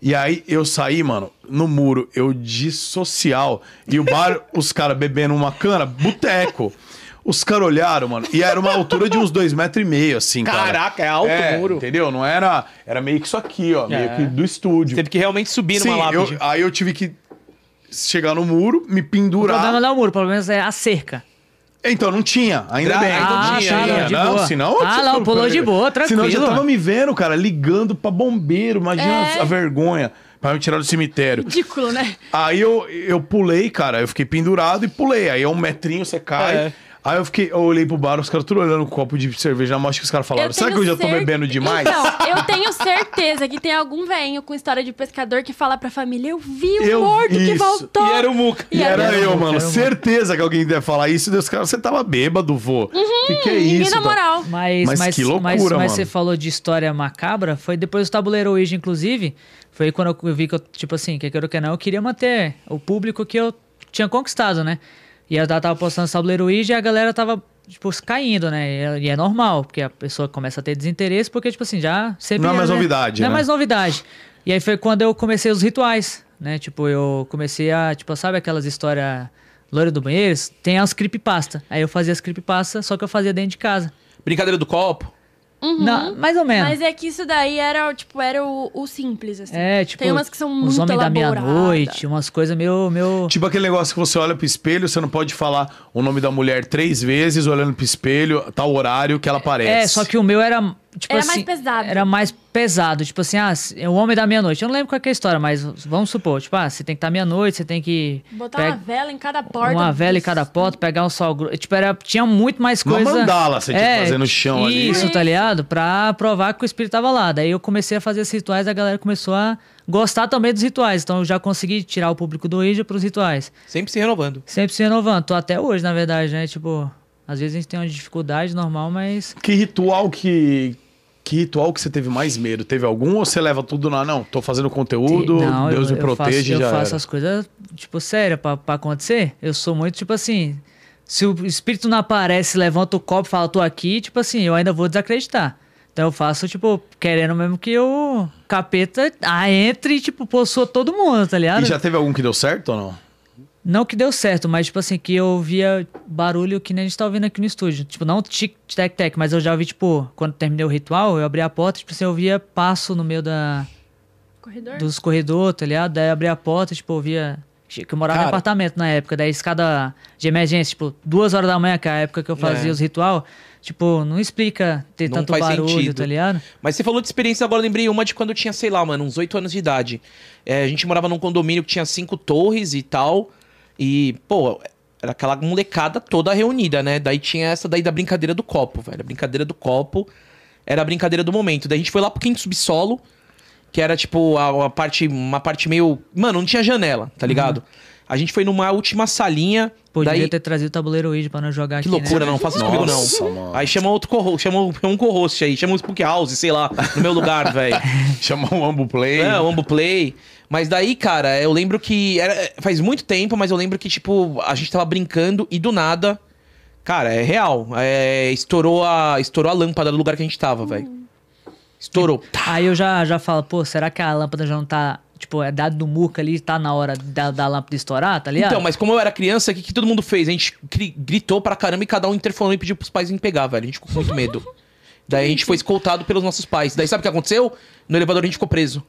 Speaker 1: E aí eu saí, mano, no muro, eu de social. E o
Speaker 2: <laughs>
Speaker 1: bar, os caras bebendo uma cana, boteco. Os caras olharam, mano, e era uma altura de uns dois metros e meio, assim, cara.
Speaker 2: Caraca, é alto o muro.
Speaker 1: Entendeu? Não era. Era meio que isso aqui, ó. Meio
Speaker 2: É.
Speaker 1: que do estúdio.
Speaker 2: Teve que realmente subir
Speaker 1: Sim,
Speaker 2: numa
Speaker 1: eu-
Speaker 2: lápide.
Speaker 1: aí eu tive que chegar no muro, me
Speaker 3: O problema
Speaker 1: pendurar.
Speaker 3: não é o muro, o problema é a cerca.
Speaker 1: Então, não tinha, ainda
Speaker 2: Ah,
Speaker 1: bem.
Speaker 2: então tinha,
Speaker 1: não,
Speaker 2: não,
Speaker 3: de
Speaker 1: não,
Speaker 3: boa.
Speaker 1: senão...
Speaker 3: Ah, não, pulou de boa,
Speaker 1: Senão eu já
Speaker 3: tranquilo,
Speaker 1: tava
Speaker 3: mano.
Speaker 1: me vendo, cara, ligando pra bombeiro, imagina
Speaker 4: É.
Speaker 1: a vergonha, pra me tirar do cemitério.
Speaker 4: Ridículo, né?
Speaker 1: Aí eu, eu pulei, cara, eu fiquei pendurado e pulei. Aí é um metrinho, você cai.
Speaker 2: É.
Speaker 1: Aí eu fiquei, eu olhei pro bar, os caras tudo olhando o copo de cerveja na mão, acho que os caras falaram, será que
Speaker 4: tenho
Speaker 1: eu já tô
Speaker 4: cer-
Speaker 1: bebendo demais?
Speaker 4: Então, eu tenho certeza que tem algum velhinho com história de pescador que fala pra família, eu vi o
Speaker 1: Eu-
Speaker 4: gordo que
Speaker 1: isso.
Speaker 4: voltou.
Speaker 2: E era o Muca.
Speaker 1: E era,
Speaker 3: Era
Speaker 1: eu,
Speaker 3: um,
Speaker 1: mano.
Speaker 3: era um.
Speaker 1: Certeza que alguém ia falar isso. Deus, cara, você tava bêbado, vô. que que é
Speaker 4: Ninguém
Speaker 1: isso?
Speaker 4: na
Speaker 1: tá?
Speaker 4: Uhum. moral.
Speaker 3: Mas,
Speaker 1: Mas
Speaker 3: mas,
Speaker 1: que loucura,
Speaker 3: mas, mas
Speaker 1: mano.
Speaker 3: você falou de história macabra, foi depois do Tabuleiro hoje, inclusive, foi quando eu- eu vi que eu, tipo assim, quer queira ou quer não, eu queria manter o público que eu tinha conquistado, né? E eu tava postando o Tabuleiro Ouija e a galera tava, tipo, caindo, né? E é, e é normal, porque a pessoa começa a ter desinteresse, porque, tipo assim, já sempre...
Speaker 1: Não é mais
Speaker 3: né?
Speaker 1: novidade,
Speaker 3: Não
Speaker 1: né?
Speaker 3: é mais novidade. E aí foi quando eu comecei os rituais, né? Tipo, eu comecei a, tipo, sabe aquelas histórias... Loira do banheiro, tem as creepypasta. Aí eu fazia as creepypasta, só que eu fazia dentro de casa.
Speaker 2: Brincadeira do copo.
Speaker 4: Uhum.
Speaker 3: Não, mais ou menos.
Speaker 4: Mas é que isso daí era, tipo, era o, o simples, assim.
Speaker 3: É, tipo,
Speaker 4: Tem umas que são muito
Speaker 3: Os Homens da
Speaker 4: elaboradas.
Speaker 3: Meia-Noite, umas coisas meio... meio...
Speaker 1: Tipo aquele negócio que você olha pro espelho, você não pode falar o nome da mulher três vezes olhando pro espelho, tal horário que ela aparece.
Speaker 3: É, só que o meu era, tipo
Speaker 4: Era
Speaker 3: assim...
Speaker 4: mais pesado.
Speaker 3: Era mais pesado. Tipo assim, ah, se- é o Homem da Meia-Noite. Eu não lembro qual que é a história, mas vamos supor. Tipo, ah, você tem que estar meia-noite, você tem que...
Speaker 4: Botar uma
Speaker 3: pega-
Speaker 4: vela em cada porta.
Speaker 3: Uma vela em cada porta, pegar um sol... gru- Tipo, era, tinha muito mais
Speaker 1: Uma
Speaker 3: coisa... É,
Speaker 1: mandala você tinha que fazer no chão ali.
Speaker 3: Isso, tá ligado? Pra provar que o espírito tava lá. Daí eu comecei a fazer esses rituais, a galera começou a gostar também dos rituais. Então eu já consegui tirar o público do Ouija pros rituais.
Speaker 2: Sempre se renovando.
Speaker 3: Sempre se renovando. Tô até hoje, na verdade, né? Tipo, às vezes a gente tem uma dificuldade normal, mas.
Speaker 1: Que ritual que. Que ritual que você teve mais medo? Teve algum ou você leva tudo na. Não, tô fazendo conteúdo,
Speaker 3: Não,
Speaker 1: Deus
Speaker 3: eu,
Speaker 1: me
Speaker 3: eu faço-
Speaker 1: protege
Speaker 3: Eu
Speaker 1: já.
Speaker 3: faço
Speaker 1: era.
Speaker 3: as coisas, tipo, sério, pra, pra acontecer. Eu sou muito, tipo assim. Se o espírito não aparece, levanta o copo e fala, tô aqui, tipo assim, eu ainda vou desacreditar. Então eu faço, tipo, querendo mesmo que o capeta ah, entre e, tipo, possua todo mundo, tá ligado?
Speaker 1: E já teve algum que deu certo ou
Speaker 3: <laughs>
Speaker 1: não?
Speaker 3: Não que deu certo, mas tipo assim, que eu via barulho que nem a gente tá ouvindo aqui no estúdio. Tipo, não tic-tac-tac, mas eu já ouvi, tipo, quando terminei o ritual, eu abri a porta, tipo assim, eu via passo no meio da,
Speaker 4: Corredor?
Speaker 3: dos corredores, tá ligado? Daí eu abri a porta, tipo, eu via. Que eu morava em
Speaker 2: Cara.
Speaker 3: apartamento na época, daí escada de emergência, tipo, duas horas da manhã, que é a época que eu fazia
Speaker 2: É.
Speaker 3: os ritual, tipo, não explica ter
Speaker 2: Não
Speaker 3: tanto
Speaker 2: faz
Speaker 3: barulho,
Speaker 2: sentido.
Speaker 3: tá ligado?
Speaker 2: Mas você falou de experiência, agora eu lembrei uma de quando eu tinha, sei lá, mano, uns 8 anos de idade. É, a gente morava num condomínio que tinha cinco torres e tal. E, pô, era aquela molecada toda reunida, né? Daí tinha essa daí da brincadeira do copo, velho. A brincadeira do copo era a brincadeira do momento. Daí a gente foi lá pro quinto subsolo, que era tipo a, uma parte, uma parte meio. Mano, não tinha janela, tá ligado? A gente foi numa última salinha.
Speaker 3: Podia
Speaker 2: daí...
Speaker 3: ter trazido o tabuleiro hoje pra não jogar
Speaker 2: Que
Speaker 3: aqui.
Speaker 2: loucura,
Speaker 3: né?
Speaker 2: não faça isso comigo, não.
Speaker 1: Nossa, mano.
Speaker 2: Aí chama outro co chama um co-host aí, chama um Spook House, sei lá, no
Speaker 1: <laughs>
Speaker 2: meu lugar, velho.
Speaker 1: Chamou um Ambo Play.
Speaker 2: É, o Ambo Play. Mas daí, cara, eu lembro que. Era, faz muito tempo, mas eu lembro que, tipo, a gente tava brincando e do nada. Cara, é real. É, estourou, a, estourou a lâmpada do lugar que a gente tava, velho. Estourou.
Speaker 3: Aí eu já, já falo, pô, será que a lâmpada já não tá. Tipo, é dado do muca ali, tá na hora da, da lâmpada estourar, tá ligado?
Speaker 2: Então, mas como eu era criança, o que, que todo mundo fez? A gente gri- gritou pra caramba e cada um interfonou e pediu pros pais irem pegar, velho. A gente ficou com muito medo. Daí a gente foi escoltado pelos nossos pais. Daí sabe o que aconteceu? No elevador a gente ficou preso.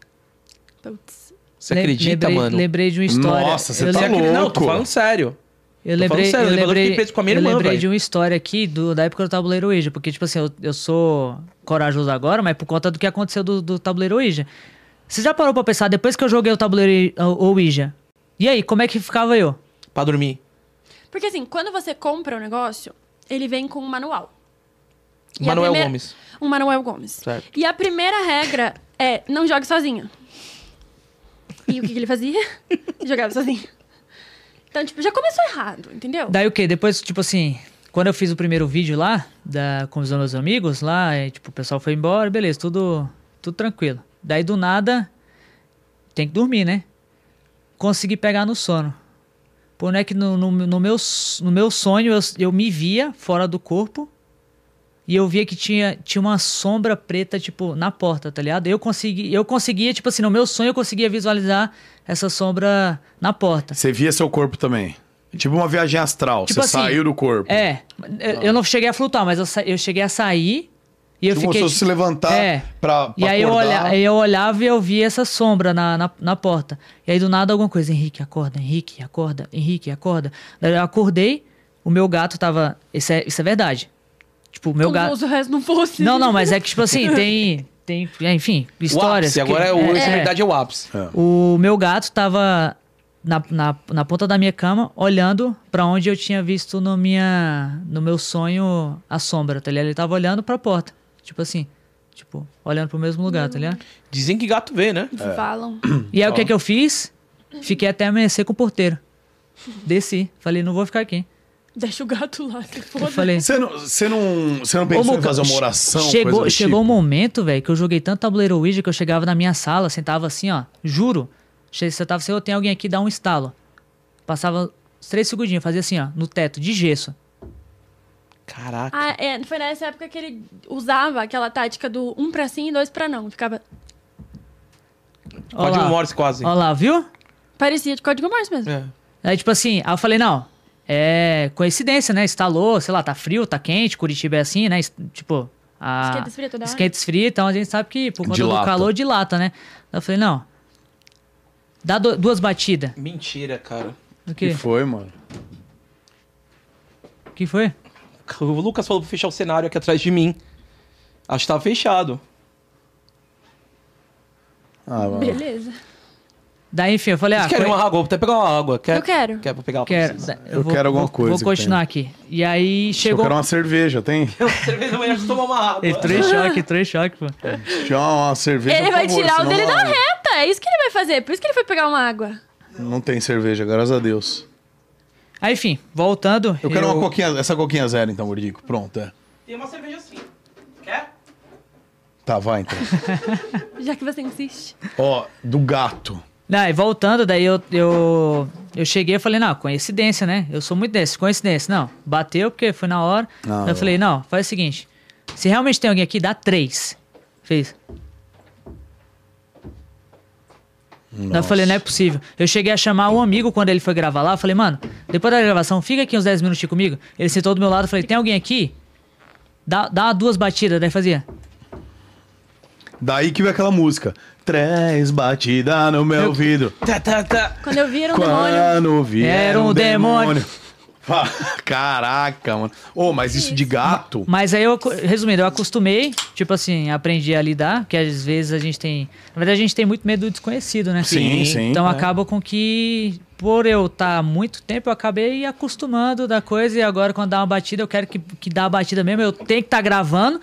Speaker 4: Putz.
Speaker 2: Você
Speaker 3: Le-
Speaker 2: acredita,
Speaker 3: lembrei,
Speaker 2: mano?
Speaker 3: Lembrei de uma história.
Speaker 1: Nossa, você
Speaker 3: eu
Speaker 1: tá
Speaker 2: Você
Speaker 3: lem-
Speaker 2: acredita- Não, tô
Speaker 1: louco.
Speaker 2: falando sério.
Speaker 3: Eu
Speaker 2: Tô
Speaker 3: lembrei,
Speaker 2: falando sério,
Speaker 3: eu
Speaker 2: o elevador
Speaker 3: lembrei,
Speaker 2: fiquei preso com a minha
Speaker 3: eu
Speaker 2: irmã,
Speaker 3: lembrei
Speaker 2: velho.
Speaker 3: de uma história aqui do, da época do tabuleiro Ouija, porque, tipo assim, eu, eu sou corajoso agora, mas por conta do que aconteceu do, do tabuleiro Ouija. Você já parou pra pensar, depois que eu joguei o tabuleiro o- Ouija, e aí, como é que ficava eu?
Speaker 2: Pra dormir.
Speaker 4: Porque assim, quando você compra o negócio, ele vem com um manual. E a
Speaker 2: Manuel
Speaker 4: primeira-
Speaker 2: Gomes.
Speaker 4: Um Manuel Gomes.
Speaker 2: Certo.
Speaker 4: E a primeira regra é não jogue sozinho. E o que, que
Speaker 3: <laughs>
Speaker 4: ele fazia? Jogava sozinho. Então, tipo, já começou errado, entendeu?
Speaker 3: Daí o quê? Depois, tipo assim, quando eu fiz o primeiro vídeo lá, da, com os meus amigos lá, é, tipo, o pessoal foi embora, beleza, tudo, tudo tranquilo. Daí do nada, tem que dormir, né? Consegui pegar no sono. Pô, não é que no, no, no meu, s- no meu sonho eu, eu me via fora do corpo e eu via que tinha, tinha uma sombra preta, tipo, na porta, tá ligado? Eu, consegui, eu conseguia, tipo assim, no meu sonho eu conseguia visualizar essa sombra na porta.
Speaker 1: Você via seu corpo também. Tipo uma viagem astral.
Speaker 3: Tipo
Speaker 1: você
Speaker 3: assim,
Speaker 1: saiu do corpo.
Speaker 3: É, eu- eu não cheguei a flutuar, mas eu, sa- eu cheguei a sair e eu
Speaker 1: Tipo,
Speaker 3: fiquei.
Speaker 1: se você se levantar
Speaker 3: É.
Speaker 1: pra, pra
Speaker 3: E aí eu,
Speaker 1: acordar.
Speaker 3: olha- aí eu olhava e eu via essa sombra na, na, na porta. E aí do nada alguma coisa, Henrique, acorda, Henrique, acorda, Henrique, acorda. Daí eu acordei, o meu gato tava. Isso é, isso é verdade. Tipo, o meu
Speaker 4: Como
Speaker 3: gato.
Speaker 4: se o resto não fosse.
Speaker 3: Não, não, mas é que, tipo assim, tem. Tem, enfim, histórias.
Speaker 1: é
Speaker 2: O ápice.
Speaker 3: que-
Speaker 2: Agora é o
Speaker 3: é,
Speaker 2: é. verdade é o ápice.
Speaker 3: o meu gato tava na, na, na ponta da minha cama, olhando pra onde eu tinha visto no, minha, no meu sonho a sombra, tá ligado? Ele tava olhando pra porta. Tipo assim, tipo, olhando pro mesmo lugar, tá ligado?
Speaker 2: Dizem que gato vê, né?
Speaker 3: <clears throat>
Speaker 4: Falam.
Speaker 3: E aí o que é que eu fiz? Fiquei até amanhecer com o porteiro. Desci. Falei, não vou ficar aqui.
Speaker 4: Deixa o gato lá, se
Speaker 3: Eu
Speaker 4: foda.
Speaker 3: falei.
Speaker 1: Você não, você não, você não pensou
Speaker 3: Ô,
Speaker 1: em
Speaker 3: Lucas,
Speaker 1: fazer uma oração? coisa
Speaker 3: Chegou,
Speaker 1: do
Speaker 3: chegou um
Speaker 1: tipo?
Speaker 3: momento, velho, que eu joguei tanto tabuleiro Ouija que eu chegava na minha sala, sentava assim, ó, juro. Che- Você tava assim, ô, tem alguém aqui, dá um estalo. Passava uns três segundinhos, fazia assim, ó, no teto, de gesso.
Speaker 2: Caraca.
Speaker 4: Ah, é, foi nessa época que ele usava aquela tática do um pra sim e dois pra não. Ficava.
Speaker 3: Ó
Speaker 2: Código
Speaker 3: Ah, lá,
Speaker 2: Morse quase.
Speaker 1: assim.
Speaker 3: ó lá, viu?
Speaker 4: Parecia de código Morse mesmo.
Speaker 2: É.
Speaker 3: Aí, tipo assim, aí eu falei, não, é coincidência, né? Estalou, sei lá, tá frio, tá quente, Curitiba é assim, né? Es- Tipo, a...
Speaker 4: Esquenta e esfria toda hora.
Speaker 3: Esquenta e esfria, então a gente sabe que por conta
Speaker 1: Dilata.
Speaker 3: do calor dilata, né? Aí eu falei, não, dá do- duas batidas.
Speaker 2: Mentira, cara.
Speaker 3: O
Speaker 1: que
Speaker 3: que?
Speaker 1: foi, mano?
Speaker 3: O que foi?
Speaker 2: O Lucas falou pra fechar o cenário aqui atrás de mim. Acho que tava fechado.
Speaker 1: Ah, mano.
Speaker 4: Beleza.
Speaker 3: Daí, enfim, eu falei, ah,
Speaker 2: Vocês querem
Speaker 3: coi-
Speaker 2: uma água? Vou até pegar uma água. Quer?
Speaker 4: Eu quero.
Speaker 2: Quer pra pegar uma
Speaker 3: quero,
Speaker 2: pra vocês?
Speaker 3: da-
Speaker 1: Eu quero alguma
Speaker 3: vou,
Speaker 1: coisa
Speaker 3: Vou
Speaker 1: que
Speaker 3: continuar aqui. E aí
Speaker 1: Eu
Speaker 3: chegou. um
Speaker 1: quero uma cerveja, tem?
Speaker 2: Cerveja amanhã, deixa eu tomar <laughs> uma água.
Speaker 3: Ei, três choques, três choques, pô.
Speaker 1: Tinha uma uma cerveja.
Speaker 4: ele
Speaker 1: por
Speaker 4: vai
Speaker 1: favor,
Speaker 4: tirar o
Speaker 1: senão
Speaker 4: dele
Speaker 1: não-
Speaker 4: da reta. É isso que ele vai fazer. Por isso que ele foi pegar uma água.
Speaker 1: Não tem cerveja, graças a Deus.
Speaker 3: Aí, enfim, voltando.
Speaker 1: Eu quero uma coquinha, essa coquinha zero, então, Gordico. Pronto, é.
Speaker 2: Tem uma cerveja assim. Quer?
Speaker 1: Tá, vai
Speaker 3: <laughs>
Speaker 1: então.
Speaker 4: Já que você insiste.
Speaker 1: Ó, do gato.
Speaker 3: Não, e voltando, daí eu, eu, eu cheguei e falei, não, coincidência, né? Eu sou muito desse, coincidência. Não, bateu porque foi na hora.
Speaker 1: Ah,
Speaker 3: Daí eu
Speaker 1: ó.
Speaker 3: falei, não, faz o seguinte. Se realmente tem alguém aqui, dá três. Fez. Daí eu
Speaker 1: Nossa.
Speaker 3: falei, não é possível. Eu cheguei a chamar um amigo quando ele foi gravar lá. Eu falei, mano, depois da gravação, fica aqui uns 10 minutinhos comigo. Ele sentou do meu lado, eu falei, tem alguém aqui? Dá, dá duas batidas. Daí fazia.
Speaker 1: Daí que vem aquela música. Três batidas no meu vidro.
Speaker 2: Tá, tá, tá.
Speaker 4: Quando eu vi era um demônio.
Speaker 1: Quando vier
Speaker 3: Era um demônio.
Speaker 1: Fa- <laughs> Caraca, mano. Ô, mas isso de gato?
Speaker 3: Mas aí eu, acu- resumindo, eu acostumei, tipo assim, aprendi a lidar, que às vezes a gente tem. Na verdade, a gente tem muito medo do desconhecido, né?
Speaker 1: Sim, sim.
Speaker 3: Então
Speaker 1: É.
Speaker 3: acaba com que, por eu estar há muito tempo, eu acabei acostumando da coisa e agora quando dá uma batida, eu quero que, que dá a batida mesmo, eu tenho que
Speaker 1: <laughs>
Speaker 3: estar gravando,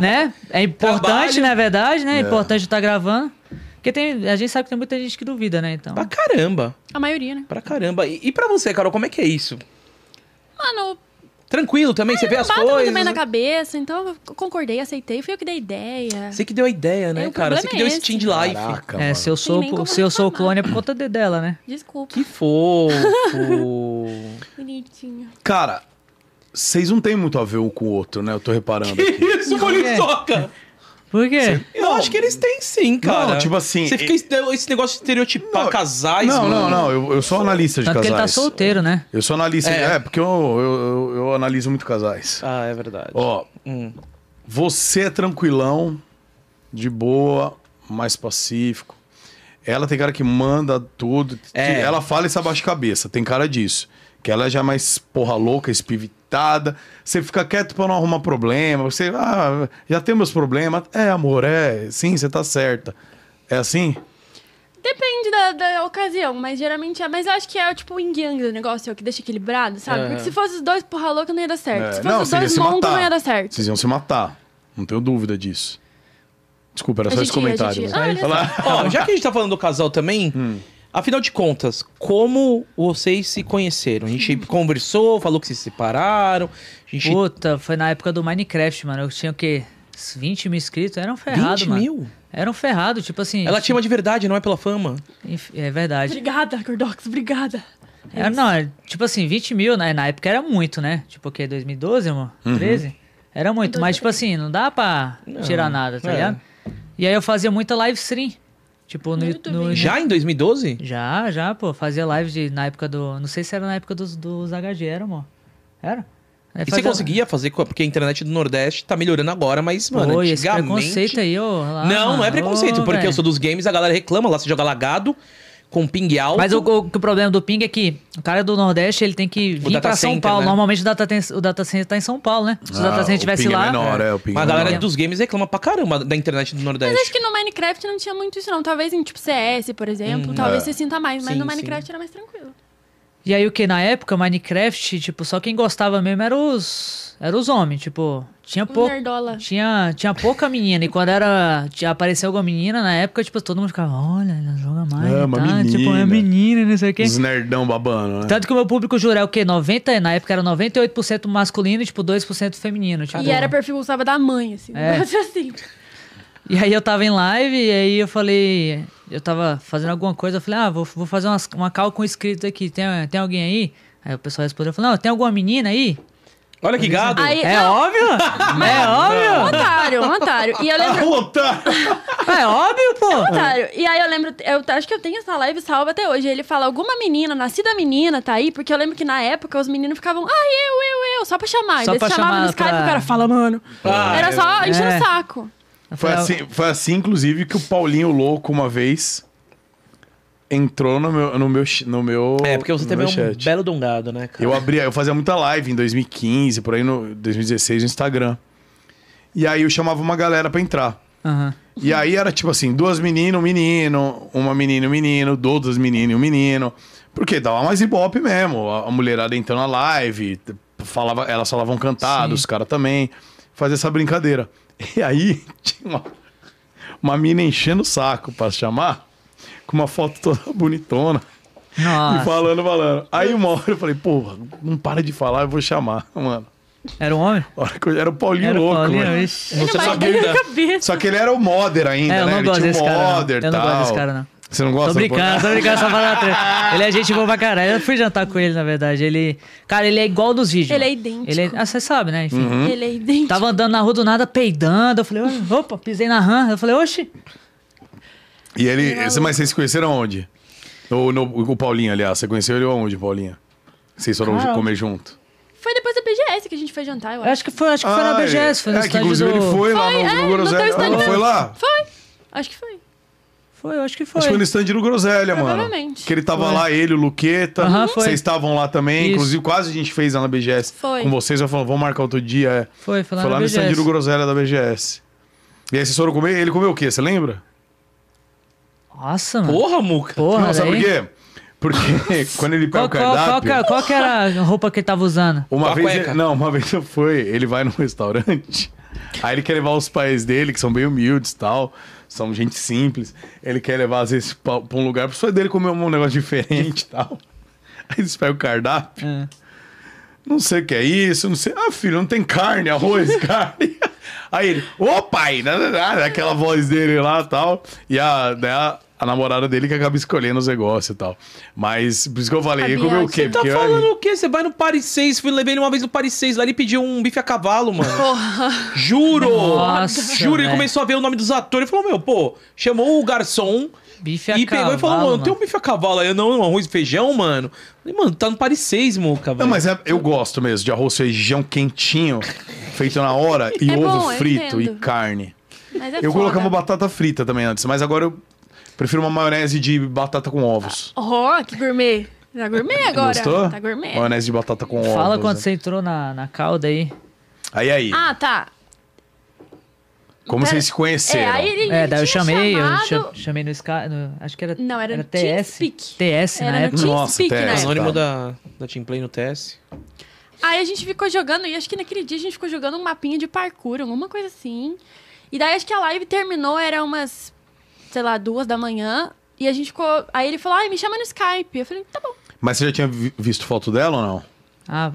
Speaker 3: né? É importante,
Speaker 2: Trabalho.
Speaker 3: na verdade, né? É importante estar gravando. Porque tem, a gente sabe que tem muita gente que duvida, né? Então.
Speaker 2: Pra caramba.
Speaker 4: A maioria, né?
Speaker 2: Pra caramba. E, e pra você, Carol, como é que é isso?
Speaker 4: Mano,
Speaker 2: Tranquilo também? você vê as
Speaker 4: bato Ah, muito
Speaker 2: coisas?
Speaker 4: bem na cabeça, então eu concordei, aceitei. Fui eu que dei ideia.
Speaker 2: Você que deu a ideia, né,
Speaker 4: É, o
Speaker 2: cara? Você
Speaker 4: problema
Speaker 2: que deu
Speaker 4: é
Speaker 2: esse team
Speaker 4: esse.
Speaker 2: de life.
Speaker 1: Caraca,
Speaker 3: É,
Speaker 1: mano.
Speaker 3: se eu sou,
Speaker 4: nem como
Speaker 3: se eu sou o
Speaker 4: reclamar.
Speaker 3: clone é por conta de- dela, né?
Speaker 4: Desculpa.
Speaker 2: Que fofo.
Speaker 4: Bonitinho.
Speaker 1: Cara, vocês não têm muito a ver um com o outro, né? Eu tô reparando. aqui.
Speaker 2: <laughs> isso, Moriçoca?
Speaker 3: Por quê?
Speaker 2: Eu é. acho que eles têm sim, cara.
Speaker 1: Não, tipo assim,
Speaker 2: Você fica esse- esse negócio de estereotipar
Speaker 1: Não,
Speaker 2: casais.
Speaker 1: Não,
Speaker 2: mano.
Speaker 1: não, não. Eu, eu sou analista de
Speaker 3: Tanto que
Speaker 1: casais.
Speaker 3: ele tá solteiro, né?
Speaker 1: Eu sou analista. de-
Speaker 2: É.
Speaker 1: É, porque eu, eu, eu, eu analiso muito casais.
Speaker 2: Ah, é verdade.
Speaker 1: Ó,
Speaker 2: Hum.
Speaker 1: você é tranquilão, de boa, mais pacífico. Ela tem cara que manda tudo.
Speaker 2: É.
Speaker 1: Ela fala isso abaixo de cabeça, tem cara disso. Que ela já é mais porra louca, espivitada. Você fica quieto pra não arrumar problema. Você, ah, já tem meus problemas. É, amor, é. Sim, você tá certa. É assim?
Speaker 4: Depende da, da ocasião, mas geralmente é. Mas eu acho que é tipo o yin yang do negócio, é o que deixa equilibrado, sabe?
Speaker 2: Aham.
Speaker 4: Porque se fosse os dois porra louca, não ia dar certo.
Speaker 1: É,
Speaker 4: Se fosse
Speaker 1: não,
Speaker 4: os
Speaker 1: vocês iam
Speaker 4: dois
Speaker 1: se
Speaker 4: longos,
Speaker 1: matar.
Speaker 4: não ia dar certo.
Speaker 1: Vocês iam se matar. Não tenho dúvida disso. Desculpa, era
Speaker 4: A
Speaker 1: só esse
Speaker 4: gente ia, a
Speaker 1: comentário. né?
Speaker 4: gente
Speaker 1: mas-
Speaker 4: ia. Ah, olha só.
Speaker 1: Olha lá. <laughs>
Speaker 4: <laughs>
Speaker 2: Ó, já que a gente tá falando do casal também,
Speaker 1: Hum.
Speaker 2: afinal de contas, como vocês se conheceram? A gente conversou, falou que se separaram. A gente.
Speaker 3: Puta, foi na época do Minecraft, mano. Eu tinha o quê? Uns 20 mil inscritos? Era um ferrado,
Speaker 2: 20
Speaker 3: mano.
Speaker 2: mil?
Speaker 3: Era um ferrado, tipo assim.
Speaker 2: Ela te chama de verdade, não é pela fama.
Speaker 3: Enf- É verdade.
Speaker 4: Obrigada, Gordox, obrigada. É
Speaker 3: Era,
Speaker 4: isso.
Speaker 3: não, era, tipo assim, 20 mil, né? Na época era muito, né? Tipo o quê? 2012, irmão?
Speaker 2: Uhum.
Speaker 3: 13? Era muito, mas tipo assim, não dá pra tirar nada, tá
Speaker 2: é.
Speaker 3: ligado? E aí eu fazia muita live stream. Tipo, no,
Speaker 4: No
Speaker 3: YouTube.
Speaker 4: YouTube,
Speaker 3: no,
Speaker 4: né?
Speaker 2: Já em 2012?
Speaker 3: Já, já, pô. Fazia live de, na época do. Não sei se era na época dos, dos HD, era, amor. Era? Aí
Speaker 2: E você
Speaker 3: É, fazia-
Speaker 2: conseguia fazer, co- porque a internet do Nordeste tá melhorando agora, mas,
Speaker 3: Pô,
Speaker 2: mano,
Speaker 3: e esse
Speaker 2: antigamente...
Speaker 3: preconceito aí, ô. lá,
Speaker 2: não, não é
Speaker 3: mano,
Speaker 2: preconceito,
Speaker 3: ô,
Speaker 2: porque eu
Speaker 3: velho.
Speaker 2: sou dos games, a galera reclama lá, você joga lagado, com ping alto.
Speaker 3: Mas o, o- que o problema do ping é que o cara do Nordeste ele tem que vir
Speaker 2: data
Speaker 3: pra São
Speaker 2: center,
Speaker 3: Paulo.
Speaker 2: né?
Speaker 3: Normalmente o data, o data center tá em São Paulo, né? Se o data center estivesse lá.
Speaker 1: É menor, é, o ping
Speaker 2: Mas a
Speaker 1: é
Speaker 2: galera
Speaker 1: menor.
Speaker 2: dos games reclama pra caramba da internet do Nordeste.
Speaker 4: Mas acho que no Minecraft não tinha muito isso, não. Talvez em tipo CS, por exemplo,
Speaker 3: Uhum.
Speaker 4: talvez
Speaker 3: É.
Speaker 4: você sinta mais, mas
Speaker 2: Sim, sim.
Speaker 4: no Minecraft era mais tranquilo.
Speaker 3: E aí o que? Na época, Minecraft, tipo, só quem gostava mesmo era os. Era os homens, tipo, tinha
Speaker 4: Um
Speaker 3: pouco.
Speaker 4: nerdola.
Speaker 3: Tinha, tinha pouca menina, e quando era. Tinha, apareceu alguma menina na época, tipo, todo mundo ficava, olha, ela joga mais.
Speaker 1: É, uma
Speaker 3: tá? Tipo,
Speaker 1: menina.
Speaker 3: é menina, não sei o quê.
Speaker 1: Os nerdão babando,
Speaker 2: Tá-
Speaker 1: né?
Speaker 3: Tanto que o meu público jura é o quê? 90, na época era 98% masculino e, tipo, 2% feminino. Tipo,
Speaker 4: E era perfil que usava da mãe, assim.
Speaker 3: É.
Speaker 4: É. assim.
Speaker 3: E aí eu tava em live e aí eu falei, eu tava fazendo alguma coisa, eu falei, ah, vou, vou fazer umas, uma cal com escrito aqui, tem, tem alguém aí? Aí o pessoal respondeu, falou, não, tem alguma menina aí?
Speaker 2: Olha que gado.
Speaker 4: Aí,
Speaker 3: É
Speaker 4: não, <laughs>
Speaker 3: óbvio? é
Speaker 4: Um
Speaker 3: óbvio?
Speaker 4: otário, um otário. E eu
Speaker 3: Tá
Speaker 4: lembro.
Speaker 1: Ah, o otário!
Speaker 3: É óbvio, pô!
Speaker 4: Otário. E aí eu lembro, eu acho que eu tenho essa live salva até hoje. Ele fala, alguma menina, nascida menina, tá aí? Porque eu lembro que na época os meninos ficavam, ai, eu, eu, eu, só pra chamar. E
Speaker 3: Só
Speaker 4: daí
Speaker 3: pra
Speaker 4: você chamava
Speaker 3: chamar tá.
Speaker 4: no Skype
Speaker 3: pra-
Speaker 4: o cara fala, mano.
Speaker 2: Ah,
Speaker 4: Era só encher
Speaker 3: É.
Speaker 4: o saco.
Speaker 3: Eu
Speaker 1: Foi
Speaker 3: falei,
Speaker 1: assim, foi assim, inclusive, que o Paulinho Louco uma vez entrou no meu. No meu, chi- no meu
Speaker 2: É, porque você
Speaker 1: no
Speaker 2: também
Speaker 1: meu
Speaker 2: é um
Speaker 1: chat.
Speaker 2: belo dongado, né, cara?
Speaker 1: Eu abria, eu fazia muita live em 2015, por aí no 2016 no Instagram. E aí eu chamava uma galera pra entrar.
Speaker 3: "Ah, Aham.
Speaker 1: E aí era tipo assim, duas meninas, um menino, uma menina, um menino, duas meninas, e um menino. Porque dava mais ibope mesmo. A a mulherada entrando na live, t- falava, elas falavam cantado,
Speaker 3: Sim.
Speaker 1: os caras também. Fazia essa brincadeira. E aí <laughs> tinha uma, uma mina enchendo o saco pra chamar, com uma foto toda bonitona. E
Speaker 3: Nossa,
Speaker 1: falando, falando. Aí uma hora eu falei, porra, não para de falar, eu vou chamar, mano.
Speaker 3: era um homem?
Speaker 1: A hora que eu- Era o Paulinho
Speaker 3: Era o
Speaker 1: louco,
Speaker 3: Paulinho,
Speaker 1: mano.
Speaker 3: ixi.
Speaker 2: Você
Speaker 4: Mas
Speaker 2: só
Speaker 4: daí
Speaker 2: gruda.
Speaker 4: na cabeça.
Speaker 1: Só que ele era o modder ainda,
Speaker 3: É, eu
Speaker 1: né?
Speaker 3: não
Speaker 1: ele
Speaker 3: gosto
Speaker 1: tinha um
Speaker 3: desse cara,
Speaker 1: modder
Speaker 3: não. Eu não
Speaker 1: tal.
Speaker 3: gosto desse cara, não.
Speaker 1: Você não gosta
Speaker 3: Tô
Speaker 1: do
Speaker 3: brincando, tô brincando, só
Speaker 1: <laughs>
Speaker 3: falando treta. Ele é gente boa pra caralho. Eu fui jantar com ele, na verdade. Ele. Cara, ele é igual dos vídeos.
Speaker 4: Ele é
Speaker 3: mano.
Speaker 4: idêntico.
Speaker 3: Ele é... Ah, você sabe, né?
Speaker 1: Uhum.
Speaker 3: Enfim.
Speaker 4: Ele é idêntico.
Speaker 3: Tava andando na rua do nada, peidando. Eu falei, "Oxe, opa, pisei na RAM. Eu falei, oxi.
Speaker 1: E ele. Mas vocês se conheceram onde? O, no, o Paulinho, aliás. Você conheceu ele onde, Paulinha? Vocês foram
Speaker 3: Cara,
Speaker 1: comer junto.
Speaker 4: Foi depois da BGS que a gente foi jantar, eu
Speaker 3: Eu
Speaker 4: acho.
Speaker 3: Acho que foi, acho que foi na
Speaker 1: Ah,
Speaker 3: BGS, foi no
Speaker 1: é, que
Speaker 3: estádio
Speaker 1: inclusive
Speaker 3: do...
Speaker 1: ele foi, lá
Speaker 4: Foi,
Speaker 1: no,
Speaker 4: é,
Speaker 1: no
Speaker 4: no
Speaker 1: Groselha.
Speaker 4: teu stand
Speaker 1: Ela
Speaker 4: mesmo.
Speaker 1: foi lá?
Speaker 4: Foi. Acho que foi.
Speaker 3: Foi, eu acho que foi.
Speaker 1: Acho que foi no stand do Groselha, mano.
Speaker 4: Provavelmente.
Speaker 1: Que ele tava lá, ele, o Luqueta.
Speaker 3: Aham, foi.
Speaker 1: vocês estavam lá também.
Speaker 3: Isso.
Speaker 1: Inclusive, quase a gente fez lá na BGS.
Speaker 4: Foi.
Speaker 1: Com vocês, eu falando, vamos marcar outro dia. é.
Speaker 3: Foi, foi lá
Speaker 1: foi
Speaker 3: na
Speaker 1: lá no stand
Speaker 3: BGS.
Speaker 1: do Groselha da BGS. E aí vocês foram comer? Ele comeu o quê? Você lembra?
Speaker 3: Nossa, mano.
Speaker 2: Porra, Muca.
Speaker 3: Porra,
Speaker 1: não, sabe por
Speaker 3: daí.
Speaker 1: quê?
Speaker 3: <laughs>
Speaker 1: Porque <laughs> quando ele pega
Speaker 3: Qual,
Speaker 1: o
Speaker 3: qual, qual,
Speaker 1: é um cardápio.
Speaker 3: que- é, qual que era a roupa que ele tava usando?
Speaker 1: Uma
Speaker 2: Qual
Speaker 1: vez,
Speaker 2: cueca?
Speaker 1: ele- não, uma <laughs> vez eu fui, ele vai num restaurante, aí ele quer levar os pais dele, que são bem humildes e tal, são gente simples, ele quer levar às vezes pra, pra um lugar, pros pais dele comer um negócio diferente e tal. Aí eles pegam o cardápio,
Speaker 3: É.
Speaker 1: não sei o que é isso, não sei, ah filho, não tem carne, arroz, <laughs> carne. Aí ele, ô pai, né, né, né, aquela voz dele lá e tal, e a, né, a, a namorada dele que acaba escolhendo os negócios e tal. Mas, por isso que eu falei,
Speaker 4: A
Speaker 1: ele comeu o
Speaker 4: Beyoncé.
Speaker 1: quê?
Speaker 2: Tá
Speaker 1: Porque eu-
Speaker 2: falando o quê? Você vai no Paris 6, fui levei ele uma vez no Paris 6 lá, ele pediu um bife a cavalo, mano.
Speaker 4: Porra.
Speaker 2: Juro!
Speaker 3: Nossa,
Speaker 2: Juro, ele
Speaker 3: velho.
Speaker 2: começou a ver o nome dos atores e falou, meu, pô, chamou o garçom
Speaker 3: Bife a
Speaker 2: e pegou e falou,
Speaker 3: cavalo,
Speaker 2: mano, tem um bife a cavalo aí, não, um arroz e feijão, mano. Falei, mano, tá no Paris 6, Muca,
Speaker 1: Não,
Speaker 2: velho.
Speaker 1: mas é- eu gosto mesmo de arroz, feijão quentinho, feito na hora, e
Speaker 4: <laughs> É
Speaker 1: ovo
Speaker 4: bom, eu
Speaker 1: frito e
Speaker 4: entendo.
Speaker 1: carne.
Speaker 4: Mas é
Speaker 1: eu
Speaker 4: foda.
Speaker 1: colocava batata frita também antes, mas agora eu prefiro uma maionese de batata com ovos.
Speaker 4: Oh, que gourmet. Tá gourmet agora.
Speaker 1: Gostou?
Speaker 4: Tá gourmet.
Speaker 1: Maionese de batata com ovos.
Speaker 3: Fala quando
Speaker 1: né?
Speaker 3: você entrou na, na calda aí.
Speaker 1: Aí, aí.
Speaker 4: Ah, tá.
Speaker 1: como
Speaker 4: pera-
Speaker 1: vocês se
Speaker 4: É,
Speaker 1: conheceram?
Speaker 4: aí ele,
Speaker 3: É,
Speaker 4: ele
Speaker 3: daí eu
Speaker 4: tinha
Speaker 3: chamei, eu
Speaker 4: chamado-
Speaker 3: cha- chamei no Sky. no- acho que era.
Speaker 4: Não, era no
Speaker 3: TS.
Speaker 4: TeamSpeak.
Speaker 3: TS na
Speaker 4: Era no
Speaker 3: época.
Speaker 4: Team
Speaker 1: Nossa,
Speaker 4: Speak,
Speaker 1: TS.
Speaker 4: né?
Speaker 2: É Anônimo
Speaker 1: tá.
Speaker 2: da, da Team Play no TS.
Speaker 4: Aí a gente ficou jogando, e acho que naquele dia a gente ficou jogando um mapinha de parkour, alguma coisa assim. E daí acho que a live terminou, era umas, sei lá, duas da manhã. E a gente ficou. Aí ele falou, ai, me chama no Skype. Eu falei, tá bom.
Speaker 1: Mas você já tinha vi- visto foto dela ou não?
Speaker 3: Ah,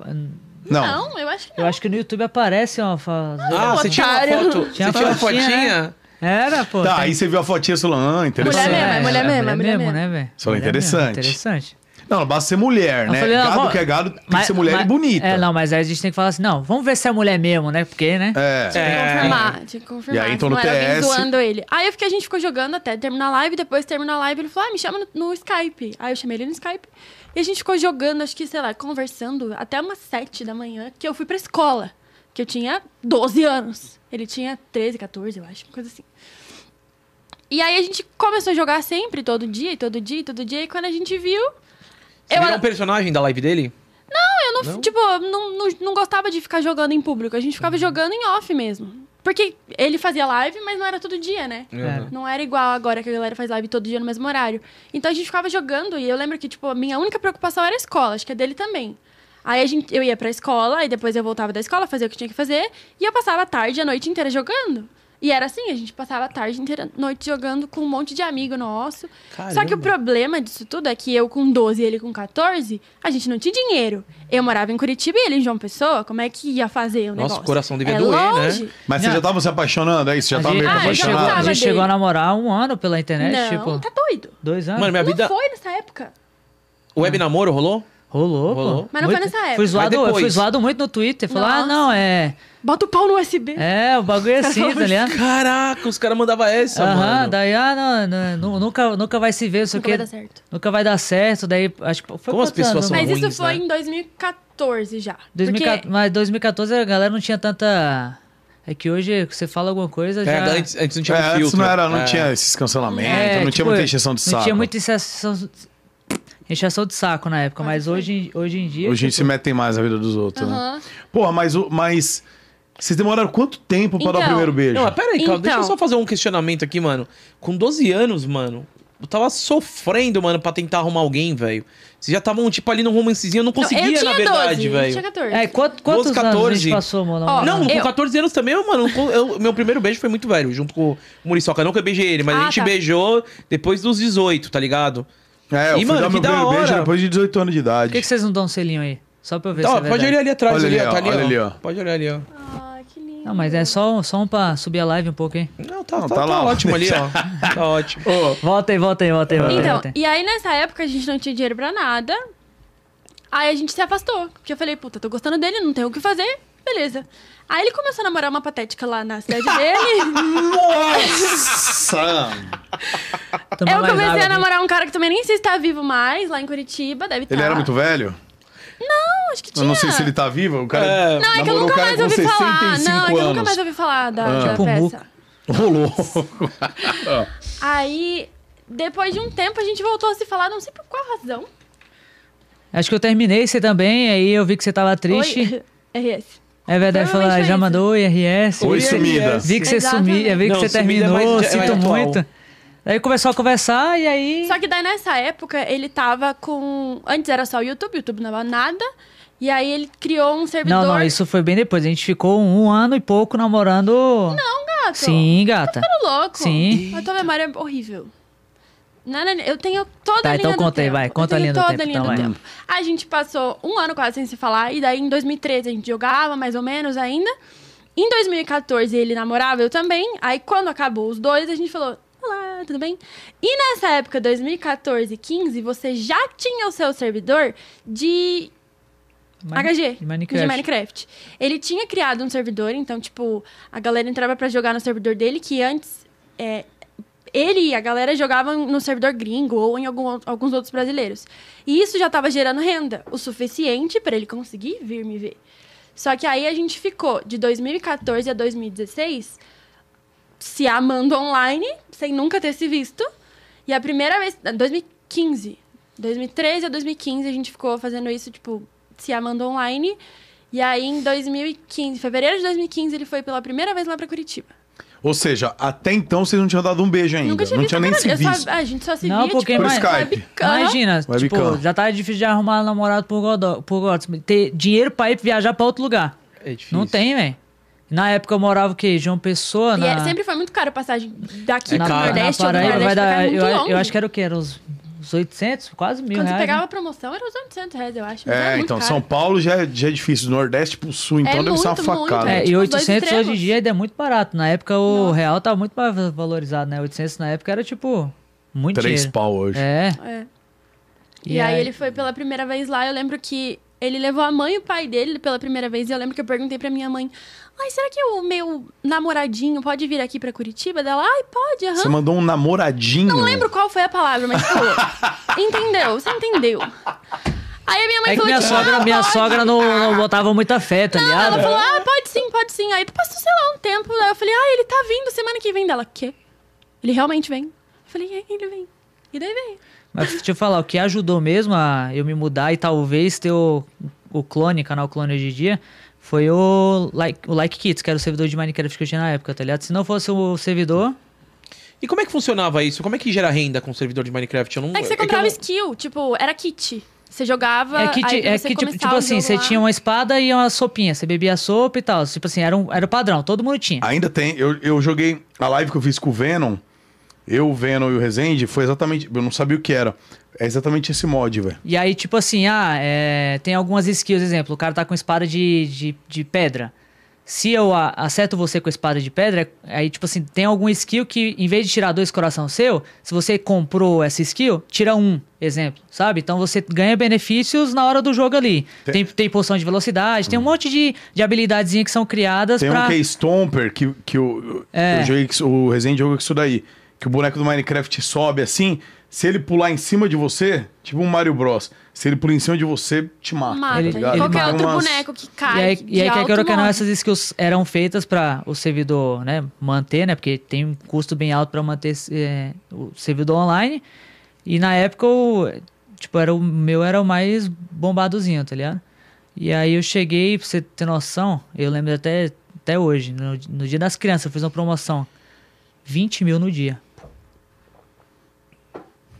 Speaker 1: Não.
Speaker 4: Não, eu acho que
Speaker 3: eu
Speaker 4: não.
Speaker 3: acho que no YouTube aparece uma. fa-
Speaker 2: Ah, você tinha uma
Speaker 4: otário.
Speaker 2: foto?
Speaker 3: Tinha
Speaker 2: você tinha uma
Speaker 3: fotinha, né?
Speaker 2: fotinha?
Speaker 3: Era, pô.
Speaker 1: Tá,
Speaker 3: tem-
Speaker 1: aí você viu a fotinha e falou, ah,
Speaker 4: Mulher
Speaker 1: interessante.
Speaker 4: mesmo, é mulher mesmo, é mulher mesmo.
Speaker 3: né, velho?
Speaker 1: Isso é
Speaker 3: Mulher mesmo,
Speaker 1: interessante.
Speaker 3: Interessante.
Speaker 1: Não, não basta ser mulher,
Speaker 3: Eu
Speaker 1: né?
Speaker 3: falei, não,
Speaker 1: gado
Speaker 3: vamos-
Speaker 1: que é gado tem
Speaker 3: Mas-
Speaker 1: que ser mulher
Speaker 3: mas-
Speaker 1: e bonita.
Speaker 3: É, não, mas aí a gente tem que falar assim, não, vamos ver se é mulher mesmo, né? Porque, né?
Speaker 1: É.
Speaker 4: Tinha que
Speaker 2: É.
Speaker 4: confirmar, tinha que confirmar.
Speaker 1: E aí, então, no
Speaker 4: não era alguém
Speaker 1: TS.
Speaker 4: zoando ele. Aí eu fiquei, a gente ficou jogando até terminar a live, depois terminou a live, ele falou, ah, me chama no, no Skype. Aí eu chamei ele no Skype. E a gente ficou jogando, acho que, sei lá, conversando até umas sete da manhã, que eu fui pra escola. Que eu tinha 12 anos. Ele tinha 13, 14, eu acho, uma coisa assim. E aí a gente começou a jogar sempre, todo dia, e todo dia, e todo dia. E quando a gente viu.
Speaker 2: Você
Speaker 4: eu
Speaker 2: virou
Speaker 4: era-
Speaker 2: um personagem da live dele?
Speaker 4: eu não, tipo, não, não, não gostava de ficar jogando em público. A gente ficava jogando em off mesmo. Porque ele fazia live, mas não era todo dia, né?
Speaker 3: Era.
Speaker 4: Não era igual agora que a galera faz live todo dia no mesmo horário. Então a gente ficava jogando e eu lembro que, tipo, a minha única preocupação era a escola, acho que a dele também. Aí a gente, eu ia pra escola, e depois eu voltava da escola, fazia o que tinha que fazer, e eu passava a tarde e a noite inteira jogando. E era assim, a gente passava a tarde inteira, noite jogando com um monte de amigo nosso. Só que
Speaker 2: Caramba.
Speaker 4: o problema disso tudo é que eu com 12 e ele com 14, a gente não tinha dinheiro. Eu morava em Curitiba e ele em João Pessoa, como é que ia fazer o
Speaker 2: Nossa,
Speaker 4: negócio?
Speaker 2: o coração devia
Speaker 4: é
Speaker 2: doer, né?
Speaker 4: longe.
Speaker 1: Mas você
Speaker 3: Não.
Speaker 1: já tava se apaixonando, aí você já
Speaker 3: A
Speaker 2: tá
Speaker 1: tava
Speaker 3: gente,
Speaker 1: meio
Speaker 3: então
Speaker 1: que
Speaker 4: Ah,
Speaker 3: a
Speaker 4: eu já
Speaker 3: gente chegou,
Speaker 1: apaixonado. É,
Speaker 3: a
Speaker 4: gostava
Speaker 3: gente
Speaker 4: dele.
Speaker 3: chegou a namorar um ano pela internet,
Speaker 4: Não,
Speaker 3: tipo,
Speaker 4: tá doido.
Speaker 3: dois anos.
Speaker 2: Mano, minha vida.
Speaker 4: Não foi nessa época.
Speaker 2: O web namoro rolou?
Speaker 3: Rolou, pô.
Speaker 2: Rolou.
Speaker 4: Mas não
Speaker 3: Muito-
Speaker 4: foi nessa época.
Speaker 3: Fui zoado,
Speaker 2: Mas
Speaker 3: eu fui
Speaker 2: depois.
Speaker 3: zoado muito no Twitter. Falou, ah,
Speaker 4: Nossa.
Speaker 3: não, é.
Speaker 4: Bota o pau no USB.
Speaker 3: É, o bagulho é assim, tá ligado?
Speaker 2: Caraca, os caras mandavam essa,
Speaker 3: Aham,
Speaker 2: mano.
Speaker 3: daí, ah, não, não, nu- nunca, nunca vai se ver, não sei o
Speaker 4: Nunca
Speaker 3: quê.
Speaker 4: vai dar certo.
Speaker 3: Nunca vai dar certo, daí, acho que foi
Speaker 2: Como as
Speaker 3: quantos
Speaker 2: pessoas
Speaker 3: anos?
Speaker 2: são
Speaker 4: Mas isso
Speaker 2: ruins,
Speaker 4: foi
Speaker 2: né?
Speaker 4: em 2014 já.
Speaker 3: 2014,
Speaker 4: Porque
Speaker 3: Mas 2014 a galera não tinha tanta... É que hoje você fala alguma coisa já...
Speaker 2: É, agora antes, antes não tinha
Speaker 1: É,
Speaker 2: um
Speaker 1: antes
Speaker 2: filtro.
Speaker 1: não, era, não
Speaker 2: É. então
Speaker 1: tinha esses cancelamentos, não tinha
Speaker 3: tipo,
Speaker 1: muita injeção de saco.
Speaker 3: Não tinha muita injeção, injeção de saco na época, mas hoje, hoje em dia...
Speaker 1: Hoje a gente se
Speaker 3: tipo,
Speaker 1: metem mais na vida dos outros, né?
Speaker 4: Aham.
Speaker 1: Porra, mas, o- mas vocês demoraram quanto tempo pra dar o
Speaker 4: Então,
Speaker 1: primeiro beijo?
Speaker 2: Não, mas pera aí, Caldo, deixa eu
Speaker 4: Então.
Speaker 2: só fazer um questionamento aqui, mano. Com 12 anos, mano, eu tava sofrendo, mano, pra tentar arrumar alguém, velho. Vocês já estavam, tipo, ali no romancezinho, eu não conseguia,
Speaker 4: eu tinha
Speaker 2: na verdade,
Speaker 4: 12, eu tinha
Speaker 2: velho.
Speaker 4: 14.
Speaker 3: É, quanto- quantos
Speaker 2: 12,
Speaker 3: anos a
Speaker 2: 14?
Speaker 3: gente passou, mano?
Speaker 4: Ó,
Speaker 2: Não, com
Speaker 4: eu-
Speaker 2: 14 anos também, eu, mano. eu- eu- meu primeiro beijo foi muito velho, junto com o Muriçoca. Eu nunca beijei ele, mas a
Speaker 4: Ah,
Speaker 2: gente
Speaker 4: tá.
Speaker 2: beijou depois dos 18, tá ligado?
Speaker 1: É, eu
Speaker 2: Ih,
Speaker 1: fui
Speaker 2: mano,
Speaker 1: dar meu
Speaker 2: que da
Speaker 1: primeiro
Speaker 2: hora.
Speaker 1: beijo depois de 18 anos de idade.
Speaker 3: Por que, que vocês não dão um selinho aí? Só pra eu ver
Speaker 2: Tá,
Speaker 3: se
Speaker 2: ó,
Speaker 3: é
Speaker 2: pode
Speaker 3: verdade.
Speaker 2: olhar ali atrás,
Speaker 1: Olha
Speaker 2: ali,
Speaker 1: ali,
Speaker 2: ó,
Speaker 1: ó,
Speaker 2: tá ali,
Speaker 1: olha
Speaker 2: ó.
Speaker 1: ali, ó.
Speaker 2: Pode olhar ali, ó.
Speaker 4: Ai, Ah, que lindo.
Speaker 3: Não, mas é só, um- só um pra subir a live um pouco, hein?
Speaker 2: Não, tá,
Speaker 1: Não,
Speaker 2: tá,
Speaker 1: tá
Speaker 2: tá
Speaker 1: lá, ó.
Speaker 2: ótimo ali,
Speaker 1: <laughs>
Speaker 2: ó. Tá ótimo.
Speaker 3: Volta aí, volta aí, volta aí. volta aí,
Speaker 4: Então,
Speaker 3: volta aí.
Speaker 4: e aí nessa época a gente não tinha dinheiro pra nada. Aí a gente se afastou. Porque eu falei, puta, tô gostando dele, não tenho o que fazer. Beleza. Aí ele começou a namorar uma patética lá na
Speaker 3: <laughs>
Speaker 4: cidade dele.
Speaker 1: Nossa!
Speaker 3: Tomar
Speaker 4: eu
Speaker 3: mais
Speaker 4: comecei
Speaker 3: água
Speaker 4: a
Speaker 3: aqui.
Speaker 4: namorar um cara que também nem sei se tá vivo mais, lá em Curitiba, deve estar.
Speaker 1: Ele era muito velho?
Speaker 4: Não, acho que Ah. tinha.
Speaker 1: Eu não sei se ele tá vivo. O cara
Speaker 2: É.
Speaker 4: Não, é que eu
Speaker 1: namorou
Speaker 4: nunca
Speaker 1: um cara
Speaker 4: mais
Speaker 1: com
Speaker 4: ouvi falar.
Speaker 1: 65
Speaker 4: Não, é que eu nunca
Speaker 1: anos. Ah.
Speaker 4: mais ouvi falar da, da
Speaker 3: Tipo
Speaker 4: peça.
Speaker 3: Muca.
Speaker 1: Rolou.
Speaker 4: Aí, depois de um tempo, a gente voltou a se falar, não sei por qual razão.
Speaker 3: Acho que eu terminei você também, aí eu vi que você tava <laughs> triste.
Speaker 4: <laughs> Oi, RS.
Speaker 3: É verdade, falou,
Speaker 4: Provavelmente
Speaker 3: já
Speaker 4: foi isso.
Speaker 3: mandou o IRS.
Speaker 1: Oi,
Speaker 2: Oi,
Speaker 1: sumida.
Speaker 2: RS.
Speaker 3: Vi que você
Speaker 4: Exatamente.
Speaker 3: sumiu, vi que
Speaker 2: Não,
Speaker 3: você
Speaker 2: sumida é
Speaker 3: terminou,
Speaker 2: mais- é mais
Speaker 3: sinto
Speaker 2: atual.
Speaker 3: muito. Aí começou a conversar e aí.
Speaker 4: Só que daí nessa época ele tava com. Antes era só o YouTube, o YouTube não era nada. E aí ele criou um servidor.
Speaker 3: Não, não, isso foi bem depois. A gente ficou um ano e pouco namorando.
Speaker 4: Um
Speaker 3: Não,
Speaker 4: gato.
Speaker 3: Sim, gata.
Speaker 4: Tô louco.
Speaker 3: Sim.
Speaker 4: A tua memória é horrível. Não, não, eu tenho toda
Speaker 3: Tá,
Speaker 4: a linha
Speaker 3: então
Speaker 4: do
Speaker 3: conta aí,
Speaker 4: tempo.
Speaker 3: vai,
Speaker 4: Eu
Speaker 3: conta a
Speaker 4: tenho
Speaker 3: linha do
Speaker 4: toda
Speaker 3: tempo,
Speaker 4: a linha
Speaker 3: então,
Speaker 4: do
Speaker 3: vai.
Speaker 4: tempo. A gente passou um ano quase sem se falar. E daí em 2013 a gente jogava, mais ou menos ainda. Em 2014 ele namorava, eu também. Aí quando acabou os dois, a gente falou... Olá, tudo bem? E nessa época, 2014, 15, você já tinha o seu servidor de
Speaker 3: Mine-
Speaker 4: HG.
Speaker 3: de Minecraft.
Speaker 4: De Minecraft. Ele tinha criado um servidor, então, tipo, a galera entrava pra jogar no servidor dele, que antes. é, ele e a galera jogavam no servidor gringo ou em algum ou- alguns outros brasileiros. E isso já tava gerando renda o suficiente pra ele conseguir vir me ver. Só que aí a gente ficou de 2014 a 2016 se amando online, sem nunca ter se visto. E a primeira vez. ah, 2015. 2013 a 2015 a gente ficou fazendo isso, tipo, se amando online. E aí em 2015, fevereiro de 2015, ele foi pela primeira vez lá pra Curitiba.
Speaker 1: Ou seja, até então vocês não tinham dado um beijo ainda.
Speaker 4: Nunca tinha
Speaker 1: não
Speaker 4: visto
Speaker 1: tinha nem
Speaker 4: a
Speaker 1: se
Speaker 4: cara- eu só-
Speaker 1: visto.
Speaker 4: a gente só se
Speaker 3: Não,
Speaker 4: via,
Speaker 3: porque
Speaker 4: tipo,
Speaker 1: mais-
Speaker 4: na
Speaker 1: Skype.
Speaker 4: webcam.
Speaker 3: Imagina,
Speaker 1: Webcam.
Speaker 3: tipo, já tá difícil de arrumar namorado por Godó, por Godó. Ter dinheiro pra ir viajar pra outro lugar.
Speaker 2: É difícil.
Speaker 3: Não tem, velho. Na época eu morava o quê? João Pessoa,
Speaker 4: E
Speaker 3: na...
Speaker 4: é- sempre foi muito caro a passagem daqui
Speaker 2: É
Speaker 4: pro
Speaker 2: caro.
Speaker 4: Nordeste
Speaker 3: na
Speaker 4: ou do
Speaker 3: Paraíba
Speaker 4: Nordeste
Speaker 3: vai
Speaker 4: pra cá,
Speaker 3: dar,
Speaker 4: é muito
Speaker 3: eu, eu
Speaker 4: longe.
Speaker 3: acho que era o quê? Era uns, uns 800, quase mil
Speaker 4: Quando você
Speaker 3: reais. né?
Speaker 4: pegava a promoção, era os 800 reais, eu acho. mas era
Speaker 1: É,
Speaker 4: muito
Speaker 1: então,
Speaker 4: caro.
Speaker 1: São Paulo já é, já é difícil. Do Nordeste pro Sul, então
Speaker 4: É
Speaker 1: deve ser uma
Speaker 4: muito, muito.
Speaker 1: facada.
Speaker 3: É,
Speaker 4: tipo,
Speaker 3: e
Speaker 4: os dois
Speaker 3: 800 hoje em
Speaker 4: extremos.
Speaker 3: dia ainda é muito barato. Na época o
Speaker 4: Nossa.
Speaker 3: real tava muito mais valorizado, né? 800 na época era tipo muito
Speaker 1: Três
Speaker 3: dinheiro.
Speaker 1: pau hoje.
Speaker 3: É.
Speaker 4: É.
Speaker 3: E
Speaker 4: E, aí,
Speaker 3: aí-
Speaker 4: ele foi pela primeira vez lá, eu lembro que ele levou a mãe e o pai dele pela primeira vez, e eu lembro que eu perguntei pra minha mãe, ai, será que o meu namoradinho pode vir aqui pra Curitiba? Dela, ai, pode, aham.
Speaker 1: Você mandou um namoradinho.
Speaker 4: Não lembro qual foi a palavra, mas tipo, entendeu, você entendeu. Aí a minha mãe
Speaker 3: É que
Speaker 4: falou
Speaker 3: minha
Speaker 4: tipo,
Speaker 3: sogra,
Speaker 4: "Ah,
Speaker 3: minha
Speaker 4: pode."
Speaker 3: sogra não, não botava muita fé, tá ligado?
Speaker 4: Ela falou, ah, pode sim, pode sim. Aí passou, sei lá, um tempo, aí eu falei, ah, ele tá vindo semana que vem. Dela, quê? Ele realmente vem. Eu falei, é, ele vem. E daí vem.
Speaker 3: Mas deixa eu falar, o que ajudou mesmo a eu me mudar e talvez ter o, o clone, canal clone hoje em dia, foi o like, o like Kids, que era o servidor de Minecraft que eu tinha na época, tá ligado? Se não fosse o servidor,
Speaker 2: E como é que funcionava isso? Como é que gera renda com o servidor de Minecraft? Eu não...
Speaker 4: É que você
Speaker 2: eu
Speaker 4: comprava
Speaker 2: não-
Speaker 4: skill, tipo, era kit. Você jogava.
Speaker 3: É que, ti-
Speaker 4: aí pra
Speaker 3: é
Speaker 4: você
Speaker 3: que tipo,
Speaker 4: começar
Speaker 3: tipo
Speaker 4: o
Speaker 3: assim,
Speaker 4: jogo
Speaker 3: você
Speaker 4: lá.
Speaker 3: tinha uma espada e uma sopinha. Você bebia a sopa e tal. Tipo assim, era, um, era o padrão, todo mundo tinha.
Speaker 1: Ainda tem. Eu, eu joguei a live que eu fiz com o Venom. Eu, o Venom e o Rezende, foi exatamente. Eu não sabia o que era. É exatamente esse mod, velho.
Speaker 3: E aí, tipo assim, ah, é, tem algumas skills, exemplo, o cara tá com espada de, de, de pedra. Se eu a- acerto você com a espada de pedra, aí, tipo assim, tem algum skill que, em vez de tirar dois coração seu, se você comprou essa skill, tira um, exemplo, sabe? Então você ganha benefícios na hora do jogo ali. Tem, tem poção de velocidade, tem um monte de, de habilidadezinha que são
Speaker 1: Hum.
Speaker 3: criadas
Speaker 1: Tem
Speaker 3: pra...
Speaker 1: um que é Stomper que, que o,
Speaker 4: É.
Speaker 1: eu joguei, com isso- o Rezende jogou com isso daí. Que o boneco do Minecraft sobe assim. Se ele pular em cima de você, tipo um Mario Bros. Se ele pular em cima de você, te mata.
Speaker 4: Mata.
Speaker 1: tá
Speaker 3: Ele-
Speaker 1: ligado?
Speaker 3: ele
Speaker 4: Qualquer
Speaker 1: Tem
Speaker 4: outro
Speaker 1: umas-
Speaker 4: boneco que
Speaker 3: E
Speaker 4: cai.
Speaker 3: aí,
Speaker 4: de
Speaker 3: e aí quer
Speaker 4: alto
Speaker 3: que eu que não,
Speaker 4: morre.
Speaker 3: essas skills eram feitas para o servidor né, manter, né? Porque tem um custo bem alto para manter eh, o servidor online. E na época, o, tipo, era o meu era o mais bombadozinho, tá ligado? E aí eu cheguei, pra você ter noção, eu lembro até, até hoje, no, no dia das crianças, eu fiz uma promoção. 20 mil no dia.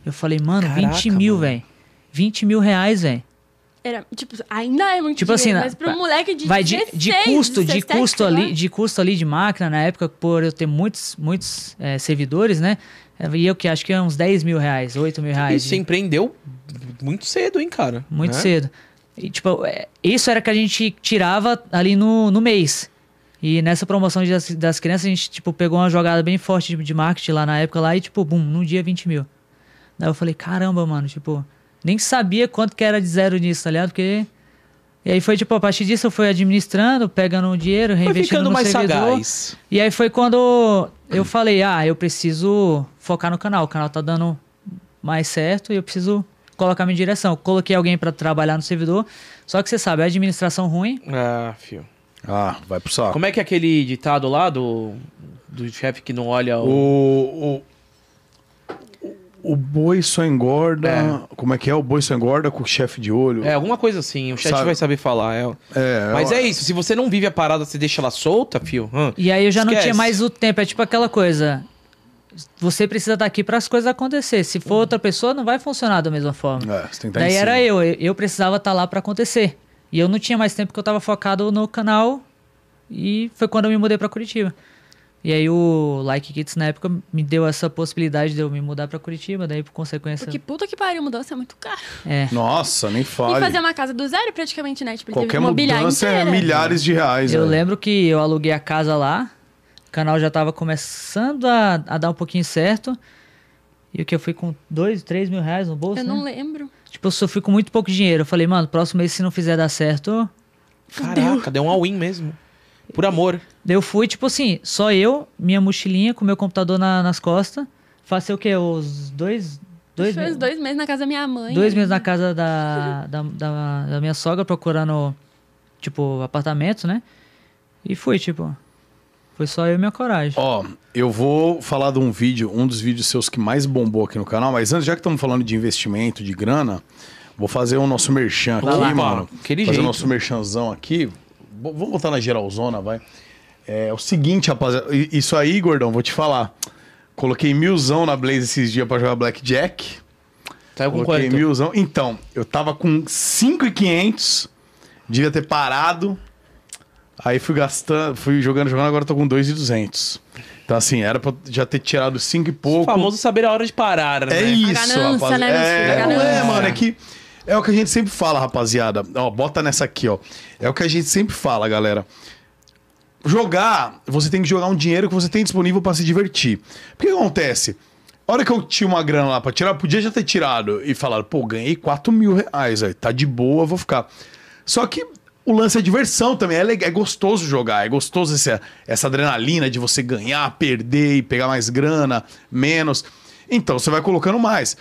Speaker 3: Eu falei, mano,
Speaker 2: Caraca,
Speaker 3: 20 mil,
Speaker 2: mano.
Speaker 3: velho. 20 mil reais, velho.
Speaker 4: Era, tipo, ainda é muito
Speaker 3: Tipo assim,
Speaker 4: dinheiro,
Speaker 3: na-
Speaker 4: mas pra um moleque de
Speaker 3: vai de, de
Speaker 4: 16,
Speaker 3: custo de
Speaker 4: 17,
Speaker 3: custo
Speaker 4: sei lá.
Speaker 3: ali de custo ali de máquina na época por eu ter muitos muitos eh, servidores né e eu que acho que é uns 10 mil reais 8 mil
Speaker 2: E
Speaker 3: reais
Speaker 2: você
Speaker 3: de-
Speaker 2: empreendeu muito cedo, hein, cara?
Speaker 3: muito
Speaker 2: Né?
Speaker 3: cedo e, tipo eh, isso era que a gente tirava ali no, no mês e nessa promoção de- das, das crianças a gente tipo pegou uma jogada bem forte de, de marketing lá na época lá e tipo bum num dia 20 mil daí eu falei caramba mano tipo nem sabia quanto que era de zero nisso tá ligado porque e aí foi tipo, a partir disso eu fui administrando, pegando o dinheiro,
Speaker 2: Foi
Speaker 3: reinvestindo
Speaker 2: ficando
Speaker 3: no
Speaker 2: mais
Speaker 3: servidor.
Speaker 2: sagaz.
Speaker 3: E aí foi quando eu falei, ah, eu preciso focar no canal, o canal tá dando mais certo e eu preciso colocar minha direção. Coloquei alguém pra trabalhar no servidor, só que você sabe, a administração ruim,
Speaker 2: Ah, fio.
Speaker 1: Ah, vai pro saco.
Speaker 2: Como é que é aquele ditado lá do, do chefe que não olha o...
Speaker 1: é O, o, o boi só engorda. Como é que é? O boi só engorda com o chefe de olho.
Speaker 2: É, alguma coisa assim, o chat
Speaker 1: Sabe-
Speaker 2: vai saber falar. é.
Speaker 1: É,
Speaker 2: Mas
Speaker 1: eu-
Speaker 2: é isso, se você não vive a parada, você deixa ela solta, fio. hã?
Speaker 3: e aí eu já não
Speaker 2: Esquece.
Speaker 3: tinha mais o tempo, é tipo aquela coisa, você precisa estar aqui para as coisas acontecer, se for outra pessoa não vai funcionar da mesma forma.
Speaker 1: É, você tem que tá em
Speaker 3: Daí
Speaker 1: cima.
Speaker 3: era eu, eu- eu precisava estar lá pra acontecer. E eu não tinha mais tempo porque eu tava focado no canal e foi quando eu me mudei pra Curitiba. E aí o Like Kids na época me deu essa possibilidade de eu me mudar pra Curitiba, daí por consequência.
Speaker 4: Porque puta Tipo, que pariu, mudança é muito cara.
Speaker 3: É.
Speaker 1: Nossa, nem
Speaker 4: E
Speaker 1: fale.
Speaker 4: fazer uma casa do zero praticamente, né? Tipo, ele
Speaker 1: Qualquer
Speaker 4: teve que mobiliar
Speaker 1: mudança é
Speaker 4: inteira.
Speaker 1: milhares de reais.
Speaker 3: Eu
Speaker 1: né?
Speaker 3: lembro que eu aluguei a casa lá, o canal já tava começando a, a dar um pouquinho certo. E o que eu fui com dois, três mil reais no bolso?
Speaker 4: Eu
Speaker 3: né?
Speaker 4: não lembro.
Speaker 3: Tipo, eu só fui com muito pouco dinheiro. Eu falei, mano, próximo mês se não fizer dar certo,
Speaker 2: Caraca, deu um all-in mesmo. Por amor.
Speaker 3: Daí eu fui, tipo assim, só eu, minha mochilinha com meu computador na- nas costas. Passei o quê? Os dois. Dois,
Speaker 4: Dois fez
Speaker 3: me-
Speaker 4: dois né? meses na casa da minha mãe.
Speaker 3: dois meses na casa
Speaker 4: <laughs>
Speaker 3: da, da, da, da minha sogra procurando, tipo, apartamento, né? E fui, tipo. Foi só eu e minha coragem.
Speaker 1: Ó, eu vou falar de um vídeo, um dos vídeos seus que mais bombou aqui no canal, mas antes, já que estamos falando de investimento, de grana, vou fazer o nosso merchan aqui,
Speaker 2: Vai lá,
Speaker 1: mano.
Speaker 2: aquele
Speaker 1: fazer o
Speaker 2: jeito.
Speaker 1: nosso merchanzão aqui. Bo- Vamos botar na geralzona, vai. É, o seguinte, rapaziada. i- Isso aí, gordão, vou te falar. Coloquei milzão na Blaze esses dias pra jogar Blackjack.
Speaker 2: Saiu Tá com
Speaker 1: Coloquei
Speaker 2: quanto?
Speaker 1: milzão. Então, eu tava com 5,500. Devia ter parado. Aí fui gastando, fui jogando, jogando. Agora eu tô com 2,200. Então, assim, era pra eu já ter tirado 5 e
Speaker 2: O
Speaker 1: pouco.
Speaker 2: famoso saber a hora de parar, né?
Speaker 1: É isso,
Speaker 4: ganância,
Speaker 1: rapaziada.
Speaker 4: né, meu filho?
Speaker 1: É,
Speaker 4: A
Speaker 1: não é,
Speaker 4: ganância.
Speaker 1: mano. É que é o que a gente sempre fala, rapaziada. Ó, bota nessa aqui, ó. É o que a gente sempre fala, galera. Jogar, você tem que jogar um dinheiro que você tem disponível pra se divertir. Porque o que acontece? A hora que eu tinha uma grana lá pra tirar, eu podia já ter tirado e falar, pô, ganhei 4 mil reais, aí, tá de boa, vou ficar. Só que o lance é diversão também, é, leg- é gostoso jogar, é gostoso essa, essa adrenalina de você ganhar, perder e pegar mais grana, menos. Então você vai colocando mais.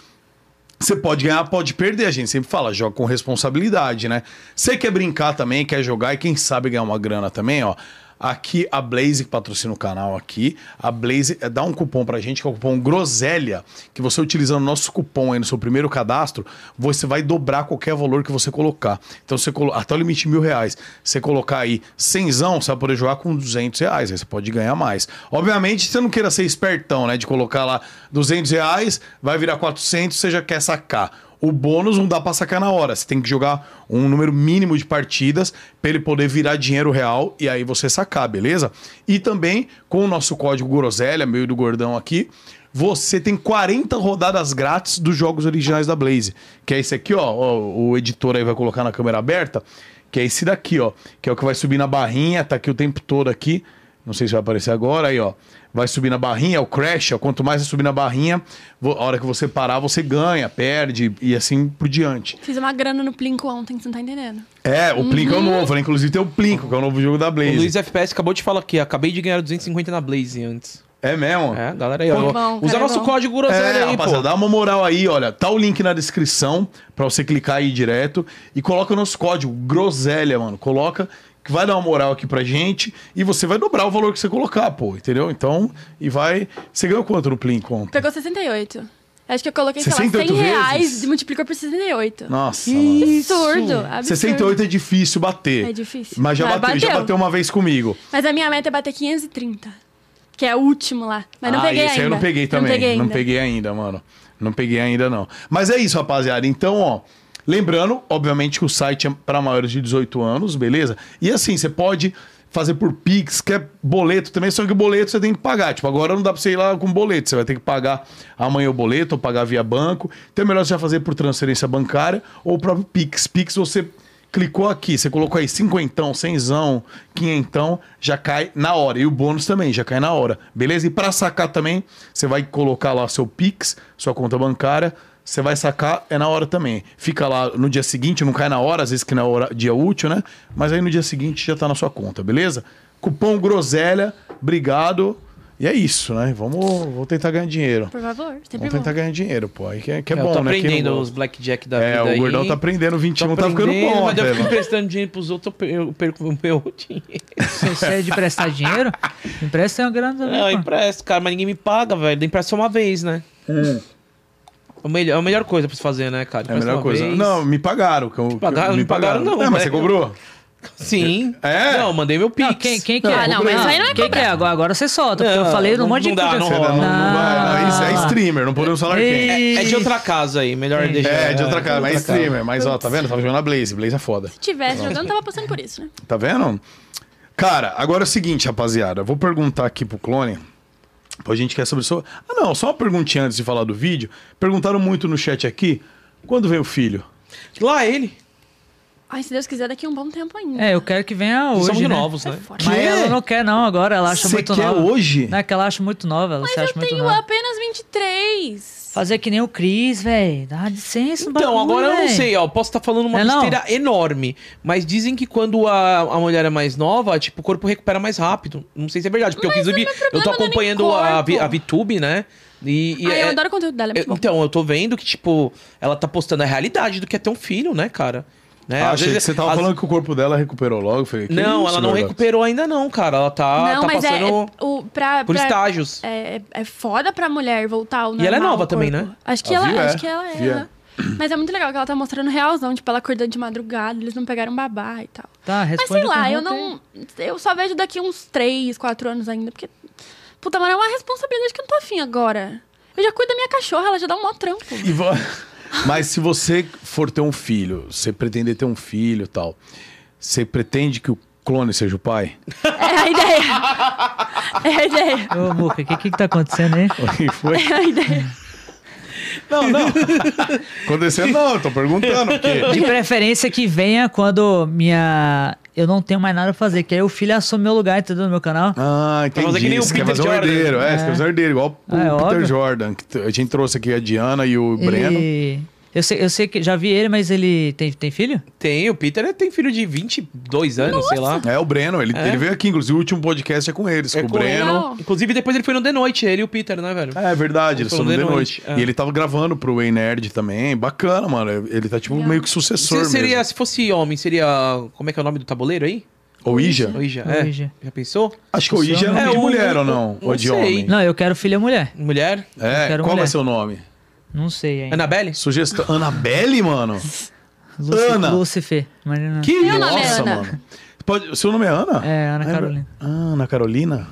Speaker 1: Você pode ganhar, pode perder. A gente sempre fala, joga com responsabilidade, né? Você quer brincar também, quer jogar e quem sabe ganhar uma grana também, ó. Aqui, a Blaze, que patrocina o canal aqui, a Blaze eh, dá um cupom pra gente, que é o cupom Groselha, que você utilizando o nosso cupom aí no seu primeiro cadastro, você vai dobrar qualquer valor que você colocar. Então, você colo... até o limite de mil reais. Você colocar aí cenzão, você vai poder jogar com 200 reais, aí você pode ganhar mais. Obviamente, você não queira ser espertão, né? De colocar lá 200 reais, vai virar 400, você já quer sacar. O bônus não dá pra sacar na hora. Você tem que jogar um número mínimo de partidas pra ele poder virar dinheiro real e aí você sacar, beleza? E também com o nosso código Groselha, meio do gordão aqui, você tem 40 rodadas grátis dos jogos originais da Blaze. Que é esse aqui, ó. ó, O editor aí vai colocar na câmera aberta. Que é esse daqui, ó. Que é o que vai subir na barrinha, tá aqui o tempo todo aqui. Não sei se vai aparecer agora, aí ó. Vai subir na barrinha, é o crash, ó. Quanto mais você subir na barrinha, vo- a hora que você parar, você ganha, perde e assim por diante.
Speaker 4: Fiz uma grana no Plinko ontem, você não tá entendendo.
Speaker 1: É, o Plinko é o novo, né? Inclusive tem o Plinko, que é o novo jogo da
Speaker 2: Uhum. O
Speaker 1: Blaze.
Speaker 2: Luiz FPS acabou de falar aqui, acabei de ganhar 250 na Blaze antes.
Speaker 1: É mesmo?
Speaker 2: É, galera aí, ó.
Speaker 4: Bom, cara,
Speaker 2: Usa
Speaker 4: é
Speaker 2: nosso
Speaker 4: bom.
Speaker 2: código groselha
Speaker 1: É,
Speaker 2: aí,
Speaker 1: rapaziada,
Speaker 2: pô.
Speaker 1: dá uma moral aí, olha. Tá o link na descrição pra você clicar aí direto e coloca o nosso código Groselha, mano. Coloca que vai dar uma moral aqui pra gente e você vai dobrar o valor que você colocar, pô, entendeu? Então, e vai. Você ganhou quanto no Plink ontem?
Speaker 4: Pegou 68. Acho que eu coloquei, sei lá, 100
Speaker 1: 68 vezes?
Speaker 4: reais e multiplicou por 68.
Speaker 1: Nossa, mano.
Speaker 4: Absurdo, absurdo.
Speaker 1: 68 é difícil bater.
Speaker 4: É difícil.
Speaker 1: Mas já
Speaker 4: Mas
Speaker 1: bateu, já
Speaker 4: bateu.
Speaker 1: bateu uma vez comigo.
Speaker 4: Mas a minha meta é bater 530. Que é o último lá. Mas não
Speaker 1: ah,
Speaker 4: peguei
Speaker 1: esse
Speaker 4: ainda.
Speaker 1: aí eu não peguei também.
Speaker 4: Não peguei ainda.
Speaker 1: ainda, mano. Não peguei ainda, não. Mas é isso, rapaziada. Então, ó. Lembrando, obviamente, que o site é para maiores de 18 anos, beleza? E assim, você pode fazer por Pix, quer boleto também, só que boleto você tem que pagar. Tipo, agora não dá pra você ir lá com boleto. Você vai ter que pagar amanhã o boleto ou pagar via banco. Então é melhor você já fazer por transferência bancária ou o próprio Pix. Pix você Clicou aqui, você colocou aí cinquentão, cenzão, quinhentão, já cai na hora. E o bônus também, já cai na hora. Beleza? E para sacar também, você vai colocar lá seu Pix, sua conta bancária, você vai sacar, é na hora também. Fica lá no dia seguinte, não cai na hora, às vezes que na hora dia útil, né? Mas aí no dia seguinte já tá na sua conta, beleza? Cupom Groselha, obrigado. E é isso, né? Vamos, vou tentar ganhar dinheiro.
Speaker 4: Por favor, sempre
Speaker 1: Vamos
Speaker 4: bom.
Speaker 1: tentar ganhar dinheiro, pô. Aí que é, que é,
Speaker 2: eu
Speaker 1: bom,
Speaker 2: tô
Speaker 1: né? Quem não
Speaker 2: aprendendo
Speaker 1: gosta?
Speaker 2: os blackjack da
Speaker 1: É,
Speaker 2: vida
Speaker 1: o gordão
Speaker 2: aí.
Speaker 1: tá aprendendo, o 21 tá ficando
Speaker 2: aprendendo,
Speaker 1: bom,
Speaker 2: Mas eu
Speaker 1: até,
Speaker 2: fico
Speaker 1: mano.
Speaker 2: emprestando dinheiro pros outros, eu per- eu perco o meu dinheiro.
Speaker 3: Se você é de emprestar dinheiro, empresta uma grana
Speaker 2: <laughs>
Speaker 3: também.
Speaker 2: Não, eu
Speaker 3: pô.
Speaker 2: empresto, cara, mas ninguém me paga, velho. Empresta só uma vez, né? É o melhor- é a melhor coisa pra se fazer, né, cara?
Speaker 1: Hum. É a
Speaker 2: Empresta
Speaker 1: melhor
Speaker 2: uma
Speaker 1: coisa.
Speaker 2: vez.
Speaker 1: Não, me pagaram. Que eu,
Speaker 2: pagaram?
Speaker 1: que
Speaker 2: Não me pagaram, não, né?
Speaker 1: mas você
Speaker 2: velho.
Speaker 1: cobrou?
Speaker 2: Sim.
Speaker 1: É?
Speaker 2: Não, eu mandei meu pix.
Speaker 3: Não, quem, quem
Speaker 4: Não,
Speaker 3: quer?
Speaker 4: não, mas isso aí não é
Speaker 3: Quem quer? Agora, agora você solta, porque
Speaker 2: Não,
Speaker 3: eu falei num
Speaker 2: não-
Speaker 3: monte de
Speaker 2: não dá,
Speaker 3: coisa.
Speaker 1: Você
Speaker 2: rola.
Speaker 1: não, não
Speaker 3: Não.
Speaker 1: vai, não, isso é streamer, não podemos falar quem.
Speaker 3: Ah. Ei.
Speaker 2: É de outra casa aí, melhor deixar.
Speaker 1: É, de outra casa, mas é streamer. Mas ó, tá vendo? Tava jogando a Blaze, Blaze é foda.
Speaker 4: Se tivesse jogando, tava passando por isso, né?
Speaker 1: Tá vendo? Cara, agora é o seguinte, rapaziada. Eu vou perguntar aqui pro clone. A gente quer sobre isso. Ah, não, só uma perguntinha antes de falar do vídeo. Perguntaram muito no chat aqui. Quando vem o filho?
Speaker 2: Lá é ele.
Speaker 4: Ai, se Deus quiser, daqui a um bom tempo ainda. Tá
Speaker 3: É, eu quero que venha
Speaker 2: Hoje,
Speaker 3: hoje.
Speaker 2: Somos
Speaker 3: né?
Speaker 2: novos, né?
Speaker 4: Fora.
Speaker 3: Mas
Speaker 1: Quê?
Speaker 3: ela não quer, não, agora. Ela acha muito
Speaker 1: quer
Speaker 3: nova.
Speaker 1: hoje?
Speaker 3: Não é que ela acha muito nova, ela se
Speaker 4: Mas
Speaker 3: acha
Speaker 4: eu
Speaker 3: muito
Speaker 4: tenho
Speaker 3: nova.
Speaker 4: apenas 23.
Speaker 3: Fazer que nem o Cris, velho. Dá licença, no
Speaker 2: Então,
Speaker 3: bagulho,
Speaker 2: agora eu não
Speaker 3: véi.
Speaker 2: sei, ó. Posso estar falando uma
Speaker 3: É, não?
Speaker 2: besteira enorme. Mas dizem que quando a, a mulher é mais nova, tipo, o corpo recupera mais rápido. Não sei se é verdade, porque eu quis subir. Eu tô
Speaker 4: problema não é nem
Speaker 2: acompanhando a, Vi-
Speaker 4: corpo.
Speaker 2: a VTube, né? E, e
Speaker 4: Ai, eu
Speaker 2: é-
Speaker 4: adoro o conteúdo dela, é
Speaker 2: eu-
Speaker 4: muito bom.
Speaker 2: Então, eu tô vendo que, tipo, ela tá postando a realidade do que é ter um filho, né, cara? Né?
Speaker 1: ah,
Speaker 2: às
Speaker 1: achei
Speaker 2: vezes-
Speaker 1: que você tava
Speaker 2: às-
Speaker 1: falando que o corpo dela recuperou logo. Eu Falei, que
Speaker 2: Não,
Speaker 1: isso, meu
Speaker 2: ela não
Speaker 1: garoto?
Speaker 2: recuperou ainda, não, cara. Ela tá,
Speaker 4: não,
Speaker 2: tá
Speaker 4: mas é,
Speaker 2: passando
Speaker 4: é o, pra,
Speaker 2: por
Speaker 4: pra-
Speaker 2: estágios.
Speaker 4: É, é- é foda pra mulher voltar ao normal.
Speaker 2: ela é nova
Speaker 4: ao
Speaker 2: também,
Speaker 4: corpo.
Speaker 2: né?
Speaker 4: Acho que,
Speaker 1: A
Speaker 4: ela,
Speaker 1: Vi é.
Speaker 4: acho que ela é.
Speaker 1: Vi é.
Speaker 4: aham. Mas é muito legal que ela tá mostrando realzão, tipo, ela acordando de madrugada, eles não pegaram babá e tal.
Speaker 3: Tá,
Speaker 4: Mas
Speaker 3: responde
Speaker 4: sei
Speaker 3: a
Speaker 4: lá, eu
Speaker 3: pergunta é. aí.
Speaker 4: não. Eu só vejo daqui uns 3, 4 anos ainda, porque. Puta, mano, é uma responsabilidade que eu não tô afim agora. Eu já cuido da minha cachorra, ela já dá um mó trampo.
Speaker 1: E vo- <laughs> Mas se você for ter um filho, você pretender ter um filho e tal, você pretende que o clone seja o pai?
Speaker 4: É a
Speaker 3: <laughs>
Speaker 4: ideia. É a ideia.
Speaker 3: Ô, Muca, o que, que que tá acontecendo
Speaker 4: <laughs>
Speaker 3: aí?
Speaker 1: O que foi? <laughs>
Speaker 4: É a ideia.
Speaker 2: Não, não.
Speaker 1: Acontecendo? Não, eu tô perguntando. Porque...
Speaker 3: <laughs> De preferência que venha quando minha. Eu não tenho mais nada pra fazer, que aí o filho assume meu lugar, entendeu? No meu canal.
Speaker 1: Ah,
Speaker 2: fazer que
Speaker 1: entendi.
Speaker 2: nem o
Speaker 1: Você quer
Speaker 2: Peter
Speaker 1: fazer um
Speaker 2: Jordan.
Speaker 1: herdeiro. É, você quer fazer um herdeiro, igual o
Speaker 3: É,
Speaker 1: Peter
Speaker 3: óbvio.
Speaker 1: Jordan. que t- A gente trouxe aqui a Diana e o Breno.
Speaker 3: Ele... Eu sei, eu sei que já vi ele, mas ele tem, tem filho?
Speaker 2: <laughs> Tem, o Peter tem filho de 22 anos, sei lá.
Speaker 1: É, o Breno. Ele,
Speaker 2: É.
Speaker 1: ele veio aqui, inclusive, o último podcast é com eles, com o
Speaker 2: com ele.
Speaker 1: Breno.
Speaker 4: Legal.
Speaker 2: Inclusive, depois ele foi no The Noite, ele e o Peter, né, velho?
Speaker 1: É verdade,
Speaker 2: Eles
Speaker 1: eles
Speaker 2: foram
Speaker 1: foram de
Speaker 2: de
Speaker 1: noite.
Speaker 2: noite, é.
Speaker 1: E ele tava gravando pro Way Nerd também. Bacana, mano. Ele tá tipo
Speaker 4: Legal.
Speaker 1: meio que sucessor
Speaker 2: Se, seria,
Speaker 1: mesmo.
Speaker 2: se fosse homem, seria. Como é que é o nome do tabuleiro aí?
Speaker 1: Ouija?
Speaker 2: Ouija,
Speaker 3: é.
Speaker 2: é. Já pensou?
Speaker 1: Acho que Ouija é
Speaker 3: É,
Speaker 1: nome de
Speaker 2: o-
Speaker 1: mulher ou não?
Speaker 2: o-
Speaker 1: Ou de
Speaker 2: não sei.
Speaker 1: homem?
Speaker 3: Não, eu quero filha mulher.
Speaker 2: Mulher?
Speaker 1: É,
Speaker 3: quero
Speaker 1: qual vai
Speaker 3: mulher.
Speaker 1: ser o nome?
Speaker 3: Não sei ainda.
Speaker 2: Annabelle?
Speaker 1: Sugestão. Anabelle, mano?
Speaker 3: Luci-
Speaker 1: Ana.
Speaker 3: Lucifer. Mas não-
Speaker 1: Que
Speaker 4: Meu nome é Ana.
Speaker 1: mano. Pode... Seu nome é Ana?
Speaker 3: É, Ana
Speaker 1: Ah,
Speaker 3: Carolina.
Speaker 1: Ah, Ana Carolina?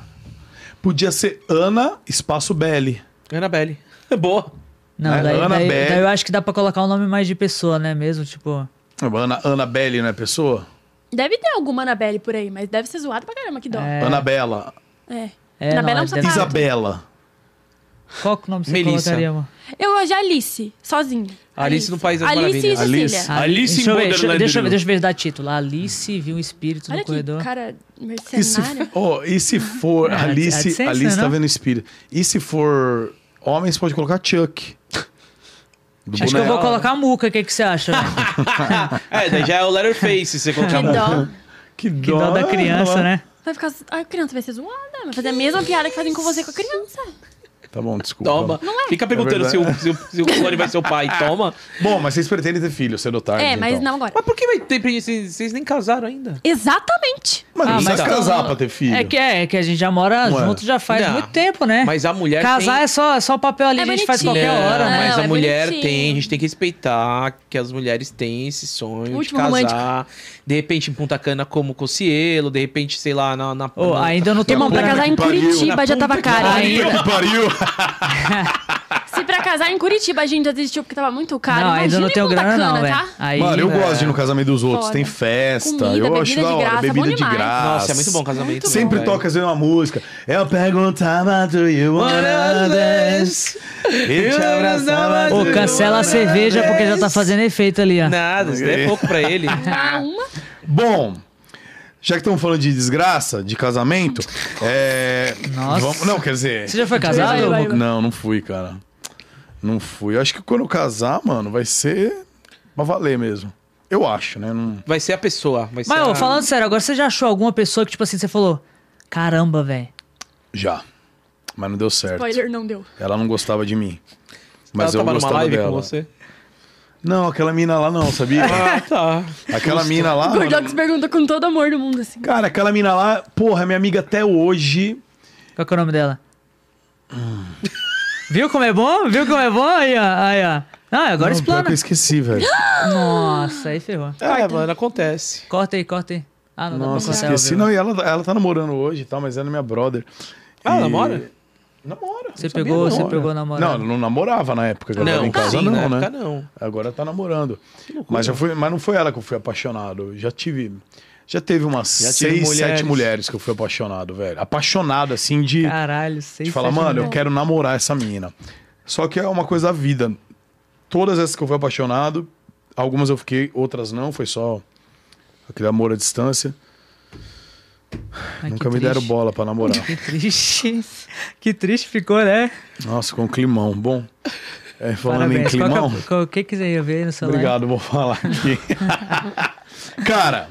Speaker 1: Podia ser Ana espaço Belly.
Speaker 2: Annabelle. <laughs> Boa.
Speaker 3: Não,
Speaker 2: Né?
Speaker 1: É,
Speaker 3: daí, daí,
Speaker 1: Annabelle.
Speaker 3: daí eu acho que dá pra colocar um nome mais de pessoa, né? Mesmo, tipo.
Speaker 1: Ana, Ana Belly, não é pessoa?
Speaker 4: Deve ter alguma Anabelle por aí, mas deve ser zoado pra caramba, que dó. É.
Speaker 3: É,
Speaker 1: Ana Bela.
Speaker 3: É,
Speaker 4: Anabelle
Speaker 3: não,
Speaker 4: é um
Speaker 3: é deve-
Speaker 4: sapato.
Speaker 1: Isabela.
Speaker 3: Qual que nome você
Speaker 2: Melissa.
Speaker 3: colocaria, amor?
Speaker 4: Eu gosto de Alice, sozinha.
Speaker 2: Alice no País das
Speaker 4: Alice
Speaker 2: Maravilhas.
Speaker 4: e Cecília.
Speaker 1: Alice.
Speaker 3: ah,
Speaker 5: Alice
Speaker 3: deixa
Speaker 5: em
Speaker 3: eu ver,
Speaker 5: Borderland
Speaker 3: deixa, eu- deixa, eu ver,
Speaker 5: Dream.
Speaker 3: deixa eu ver dar título. Alice viu um espírito
Speaker 4: Olha
Speaker 3: no
Speaker 4: que
Speaker 3: corredor.
Speaker 4: cara
Speaker 1: E se,
Speaker 3: <laughs>
Speaker 4: mercenário.
Speaker 1: oh, e se for.
Speaker 3: É, a
Speaker 1: Alice,
Speaker 3: licença,
Speaker 1: Alice tá
Speaker 3: né?
Speaker 1: vendo espírito. E se for homem, você pode colocar Chuck. Do
Speaker 3: Acho que eu
Speaker 1: boneco.
Speaker 3: vou colocar a Muca, o que, que você
Speaker 2: <laughs>
Speaker 3: acha? velho?
Speaker 2: é, daí já é o Letterface, se você colocar
Speaker 4: <laughs> Que dó.
Speaker 1: Que
Speaker 3: que dó da criança, né?
Speaker 4: Vai ficar. A criança vai ser zoada. Vai fazer a mesma piada que fazem com você com a criança.
Speaker 1: Tá bom, desculpa.
Speaker 2: Toma. Fica perguntando
Speaker 1: É
Speaker 2: se, o, se, o, se o clone vai ser o pai. Toma.
Speaker 1: Bom, mas vocês pretendem ter filho cedo ou tarde.
Speaker 4: é, mas
Speaker 1: então.
Speaker 4: não agora.
Speaker 2: Mas por que vai ter preguiça? Vocês vocês nem casaram ainda.
Speaker 4: Exatamente.
Speaker 1: Mas não
Speaker 2: Ah,
Speaker 1: precisa
Speaker 2: mas tá.
Speaker 1: casar pra ter filho.
Speaker 3: É que, é, é que a gente já mora
Speaker 1: Não é.
Speaker 3: junto já faz
Speaker 2: Não.
Speaker 3: muito tempo, né?
Speaker 2: Mas a mulher
Speaker 3: Casar
Speaker 2: tem...
Speaker 3: é só, só o papel ali,
Speaker 4: É
Speaker 3: a gente faz
Speaker 4: bonitinho.
Speaker 3: qualquer
Speaker 2: Não,
Speaker 3: hora.
Speaker 4: né?
Speaker 2: mas
Speaker 4: Não,
Speaker 2: a
Speaker 4: é
Speaker 2: mulher
Speaker 4: bonitinho.
Speaker 2: tem, a gente tem que respeitar que as mulheres têm esse sonho
Speaker 4: Último
Speaker 2: de
Speaker 4: romântico.
Speaker 2: casar. De repente em Punta Cana como Cocielo, de repente, sei lá, na... na
Speaker 3: Ô,
Speaker 2: na-
Speaker 3: ainda eu não tô
Speaker 4: Irmão, pra
Speaker 1: puta
Speaker 4: casar
Speaker 1: que
Speaker 4: em
Speaker 1: pariu.
Speaker 4: Curitiba já tava caro.
Speaker 3: pariu.
Speaker 4: ainda.
Speaker 1: que pariu!
Speaker 4: Se pra casar em Curitiba a gente já desistiu porque tava muito caro.
Speaker 3: não, ainda
Speaker 4: imagina
Speaker 3: eu não
Speaker 4: em
Speaker 3: tenho
Speaker 4: Punta
Speaker 3: grana, não,
Speaker 4: Cana,
Speaker 3: velho.
Speaker 4: tá?
Speaker 3: Aí, né?
Speaker 1: Mano, eu
Speaker 3: velho,
Speaker 1: gosto de ir no casamento dos outros.
Speaker 4: Foda.
Speaker 1: Tem festa.
Speaker 4: Comida,
Speaker 1: eu
Speaker 4: bebida
Speaker 1: acho
Speaker 4: de
Speaker 1: da hora.
Speaker 4: graça,
Speaker 1: bebida
Speaker 4: bom
Speaker 1: de
Speaker 4: demais.
Speaker 1: graça.
Speaker 2: Nossa, é muito bom o casamento. né,
Speaker 1: Sempre
Speaker 2: velho?
Speaker 1: toca assim uma música. Eu perguntava do you wanna dance. Eu te abraçava.
Speaker 3: Ô, cancela a cerveja porque já tá fazendo efeito ali, ó.
Speaker 2: Nada, isso daí é pouco pra ele.
Speaker 4: Ah, uma.
Speaker 1: Bom, já que estamos falando de desgraça, de casamento, é.
Speaker 3: Nossa.
Speaker 1: vamos- não, quer dizer.
Speaker 3: Você já foi casado?
Speaker 4: Vai, vai,
Speaker 3: Boca?
Speaker 1: Não, não fui, cara. Não fui. Eu acho que quando eu casar, mano, vai ser pra valer mesmo. Eu acho, né? Não-
Speaker 2: Vai ser a pessoa. Vai ser
Speaker 3: Mas,
Speaker 2: a-
Speaker 3: ô, falando sério, agora você já achou alguma pessoa que, tipo assim, você falou, caramba, velho.
Speaker 1: Já. Mas não deu certo.
Speaker 4: Spoiler não deu.
Speaker 1: Ela não gostava de mim.
Speaker 2: Ela
Speaker 1: Mas eu
Speaker 2: tava numa
Speaker 1: gostava
Speaker 2: live
Speaker 1: dela.
Speaker 2: com você?
Speaker 1: Não, aquela mina lá não, sabia?
Speaker 2: Ah, tá.
Speaker 1: <laughs> aquela mina lá.
Speaker 4: O
Speaker 1: mano,
Speaker 4: Gordox pergunta com todo amor do mundo, assim.
Speaker 1: Cara, aquela mina lá, porra, é minha amiga até hoje.
Speaker 3: Qual que é o
Speaker 1: <laughs>
Speaker 3: nome dela? Viu como é bom? Viu como é bom? Aí, ó. Aí, ó. Ah, agora
Speaker 1: Não, pior
Speaker 3: explana.
Speaker 1: que eu esqueci, velho.
Speaker 2: <gasps>
Speaker 3: Nossa, aí ferrou.
Speaker 2: Ah, mano, acontece.
Speaker 3: Corta aí, corta aí. Ah, não
Speaker 1: Nossa,
Speaker 3: dá pra cortar.
Speaker 1: esqueci.
Speaker 3: ó, viu?
Speaker 1: Não, e ela, ela tá namorando hoje e tal, mas ela é minha brother.
Speaker 2: Ah, ela
Speaker 1: E-
Speaker 2: namora?
Speaker 1: Namora.
Speaker 3: Você
Speaker 1: não sabia,
Speaker 3: pegou- você pegou
Speaker 1: Não,
Speaker 3: namorada?
Speaker 1: ela não namorava na época. Agora
Speaker 2: Não,
Speaker 1: em casa
Speaker 2: sim,
Speaker 1: não,
Speaker 2: na
Speaker 1: né?
Speaker 2: época não.
Speaker 1: Agora tá namorando. Mas, já foi, mas não foi ela que eu fui apaixonado. Eu Já tive... Já teve umas
Speaker 2: Já tive
Speaker 1: seis,
Speaker 2: mulheres.
Speaker 1: sete mulheres que eu fui apaixonado, velho. Apaixonado, assim, de...
Speaker 3: Caralho, sei
Speaker 1: De falar, mano, eu quero namorar essa mina. Só que é uma coisa da vida. Todas essas que eu fui apaixonado, algumas eu fiquei, outras não, foi só aquele amor à distância.
Speaker 3: Ai,
Speaker 1: Nunca
Speaker 3: que
Speaker 1: me deram
Speaker 3: triste.
Speaker 1: bola pra namorar.
Speaker 3: <laughs> Que triste. Que triste ficou, né?
Speaker 1: Nossa, com climão. Bom, é, falando em
Speaker 3: Qual
Speaker 1: climão,
Speaker 3: que, é qual, o que quiser eu ver no celular?
Speaker 1: obrigado, vou falar aqui. <laughs> Cara,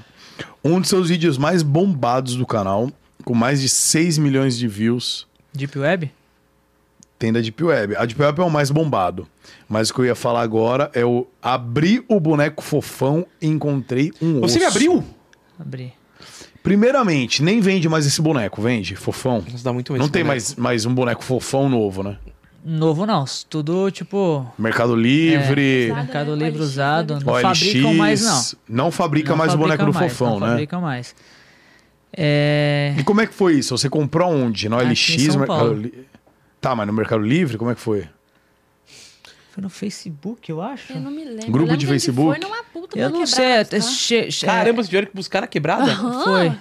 Speaker 1: um dos seus vídeos mais bombados do canal, com mais de 6 milhões de views,
Speaker 3: Deep Web?
Speaker 1: tem da Deep Web. A Deep Web é o mais bombado. Mas o que eu ia falar agora é o abri o boneco fofão e encontrei um osso.
Speaker 2: Você me abriu?
Speaker 3: Abri.
Speaker 1: Primeiramente, nem vende mais esse boneco, vende? Fofão?
Speaker 2: Nossa, dá muito
Speaker 1: Não
Speaker 2: esse
Speaker 1: tem
Speaker 2: boneco.
Speaker 1: mais, mais um boneco fofão novo, né?
Speaker 3: Novo não, tudo tipo
Speaker 1: Mercado Livre,
Speaker 4: Exato.
Speaker 3: Mercado
Speaker 4: né?
Speaker 3: Livre
Speaker 4: OLX,
Speaker 3: usado, É, não
Speaker 1: OLX.
Speaker 3: fabricam mais não.
Speaker 1: Não fabrica
Speaker 3: Não
Speaker 1: mais o boneco
Speaker 3: fabricam
Speaker 1: do
Speaker 3: mais,
Speaker 1: fofão,
Speaker 3: não
Speaker 1: né?
Speaker 3: Fabricam mais. É,
Speaker 1: E como é que foi isso? Você comprou onde? No
Speaker 3: Aqui em
Speaker 1: LX?
Speaker 3: São
Speaker 1: Mercado
Speaker 3: Paulo.
Speaker 1: Li- Tá, mas no Mercado Livre, como é que foi?
Speaker 3: foi no Facebook, eu acho.
Speaker 4: Eu não me lembro.
Speaker 1: Grupo
Speaker 4: Eu lembro
Speaker 1: de
Speaker 4: que a gente
Speaker 1: Facebook?
Speaker 4: Foi numa puta
Speaker 3: Eu
Speaker 4: numa
Speaker 3: não sei, é
Speaker 4: quebrada,
Speaker 3: até
Speaker 4: tá?
Speaker 3: che- che-
Speaker 2: Caramba, vocês tiveram que buscar na
Speaker 4: <laughs>
Speaker 2: quebrada? É,
Speaker 3: Foi.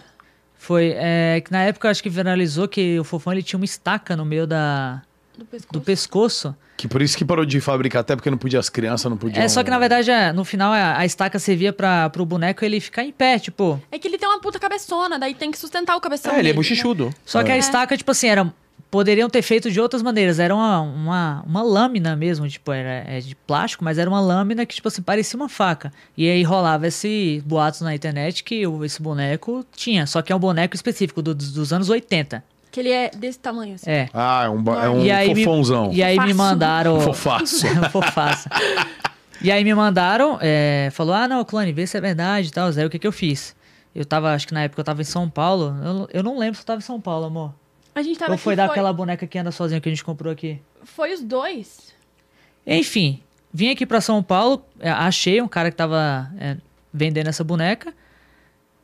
Speaker 3: Foi. É, que na época eu acho que viralizou que o Fofão ele tinha uma estaca no meio da, do
Speaker 4: Do pescoço.
Speaker 3: pescoço.
Speaker 1: Que por isso que parou de fabricar, até porque não podia as crianças, não podia.
Speaker 3: É, só que na verdade é, no final a, a estaca servia para pro boneco ele ficar em pé, tipo.
Speaker 4: É que ele tem uma puta cabeçona, daí tem que sustentar o cabeção.
Speaker 2: É, ele é
Speaker 4: dele, né?
Speaker 2: bochichudo.
Speaker 3: Só que
Speaker 1: É.
Speaker 3: a estaca, tipo assim, era. Poderiam ter feito de outras maneiras. Era uma, uma, uma lâmina mesmo, tipo, era é de plástico, mas era uma lâmina que, tipo assim, parecia uma faca. E aí rolava esse boatos na internet que o- esse boneco tinha. Só que é um boneco específico do- dos, dos anos 80.
Speaker 4: Né? Que ele é desse tamanho, assim.
Speaker 3: É.
Speaker 1: Ah, é um, ba- é um
Speaker 3: e aí
Speaker 1: fofãozão.
Speaker 3: Me, e aí me
Speaker 4: Fofaço.
Speaker 3: mandaram.
Speaker 1: <laughs>
Speaker 3: <laughs>
Speaker 1: Fofaço.
Speaker 3: Fofaça. E aí me mandaram, é, falou: ah, não, clone, vê se é verdade e tal. Aí o que, que eu fiz? Eu tava, acho que na época eu tava em São Paulo. Eu, eu não lembro se eu tava em São Paulo, amor.
Speaker 4: A gente tava
Speaker 3: Ou
Speaker 4: aqui,
Speaker 3: foi daquela boneca que anda sozinha que a gente comprou aqui?
Speaker 4: Foi os dois.
Speaker 3: Enfim, vim aqui pra São Paulo, é, achei um cara que tava é, vendendo essa boneca.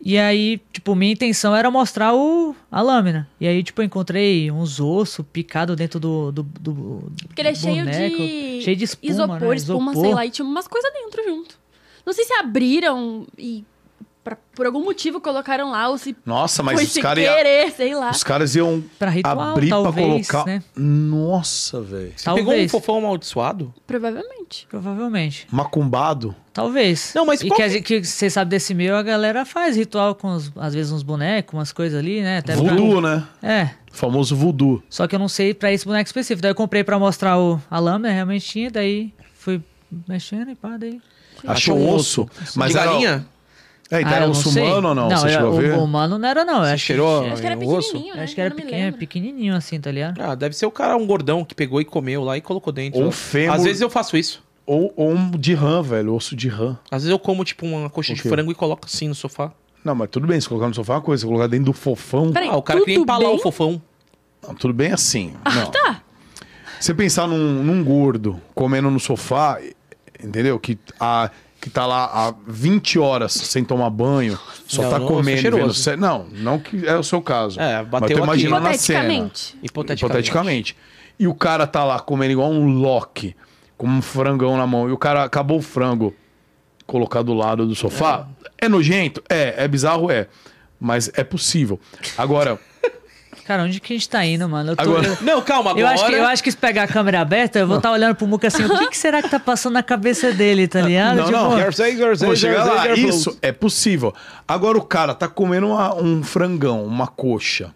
Speaker 3: E aí, tipo, minha intenção era mostrar o, a lâmina. E aí, tipo, eu encontrei uns ossos picados dentro do, do, do,
Speaker 4: Porque ele é
Speaker 3: do
Speaker 4: cheio
Speaker 3: boneco,
Speaker 4: de.
Speaker 3: cheio de espuma,
Speaker 4: isopor,
Speaker 3: né?
Speaker 4: espuma,
Speaker 3: Isopor.
Speaker 4: sei lá, e tinha umas coisas dentro junto. Não sei se abriram e pra- por algum motivo colocaram lá ou se
Speaker 1: Nossa, mas
Speaker 4: foi
Speaker 1: os
Speaker 4: sem
Speaker 1: caras iam.
Speaker 4: querer, né? sei lá.
Speaker 1: Os caras iam
Speaker 3: Pra ritual,
Speaker 1: abrir
Speaker 3: talvez,
Speaker 1: pra colocar.
Speaker 3: né?
Speaker 1: Nossa, velho.
Speaker 2: Você
Speaker 3: Talvez.
Speaker 2: pegou um fofão amaldiçoado?
Speaker 4: Provavelmente.
Speaker 3: Provavelmente.
Speaker 1: Macumbado.
Speaker 3: Talvez.
Speaker 2: Não, mas
Speaker 3: e
Speaker 2: qual
Speaker 3: que, a
Speaker 2: que-
Speaker 3: gente- que você sabe desse meio, a galera faz ritual com, os- às vezes, uns bonecos, umas coisas ali, né? Até pra-
Speaker 1: Voodoo, né?
Speaker 3: É.
Speaker 1: O famoso voodoo.
Speaker 3: Só que eu não sei pra esse boneco específico. Daí eu comprei pra mostrar o, a lâmina, realmente tinha. Daí fui mexendo e pá, daí...
Speaker 1: Achou um osso. Mas
Speaker 2: de
Speaker 1: era-
Speaker 2: galinha?
Speaker 1: É, então
Speaker 3: Ah,
Speaker 1: era
Speaker 3: eu
Speaker 1: osso
Speaker 3: sei. é um
Speaker 1: humano ou não? Você
Speaker 3: eu-
Speaker 1: chegou a ver?
Speaker 3: O humano não era, não. Eu
Speaker 2: Você
Speaker 3: acho,
Speaker 2: cheirou?
Speaker 4: Acho que era
Speaker 2: É, o osso?
Speaker 4: pequenininho, né?
Speaker 3: acho que era
Speaker 4: Eu não me
Speaker 3: pequeno,
Speaker 4: lembro.
Speaker 3: pequenininho assim, tá ligado?
Speaker 2: Ah, deve ser o cara, um gordão que pegou e comeu lá e colocou dentro.
Speaker 1: Ou um fêmur.
Speaker 2: Às vezes eu faço isso.
Speaker 1: Ou, ou um de rã, velho. Osso de rã.
Speaker 2: Às vezes eu como, tipo, uma coxa de
Speaker 1: Ok.
Speaker 2: frango e coloco assim no sofá.
Speaker 1: Não, mas tudo bem. Se colocar no sofá é uma coisa. Se colocar dentro do fofão...
Speaker 4: Peraí,
Speaker 2: ah, o cara
Speaker 4: tudo
Speaker 2: queria empalar
Speaker 4: bem?
Speaker 2: o
Speaker 4: <laughs>
Speaker 2: fofão.
Speaker 1: Não, tudo bem assim. Não. tá. Você pensar num, num gordo comendo no sofá, entendeu? Que, a, que tá lá há 20 horas sem tomar banho, só
Speaker 2: Não,
Speaker 1: tá
Speaker 2: não, eu sou
Speaker 1: comendo. vendo
Speaker 2: cheiroso.
Speaker 1: sé- não, não que é o seu caso.
Speaker 2: É, bateu
Speaker 1: mas tô
Speaker 2: aqui.
Speaker 1: imaginando a cena.
Speaker 4: Hipoteticamente.
Speaker 2: Hipoteticamente.
Speaker 1: Hipoteticamente. E o cara tá lá comendo igual um Loki, com um frangão na mão, e o cara acabou o frango colocar do lado do sofá. É, nojento? É, é bizarro, é. Mas é possível. Agora,
Speaker 3: Cara, onde que a gente tá indo, mano? Eu tô...
Speaker 1: Agora-
Speaker 3: eu-
Speaker 2: Não, calma, agora.
Speaker 3: Eu acho, que, eu acho que se pegar a câmera aberta, eu vou estar olhando pro Muca assim, o que, que será que tá passando na cabeça dele, tá ligado?
Speaker 1: Não, não,
Speaker 3: Tipo,
Speaker 1: quero vou chegar lá. Isso é possível. Agora o cara tá comendo uma- um frangão, uma coxa,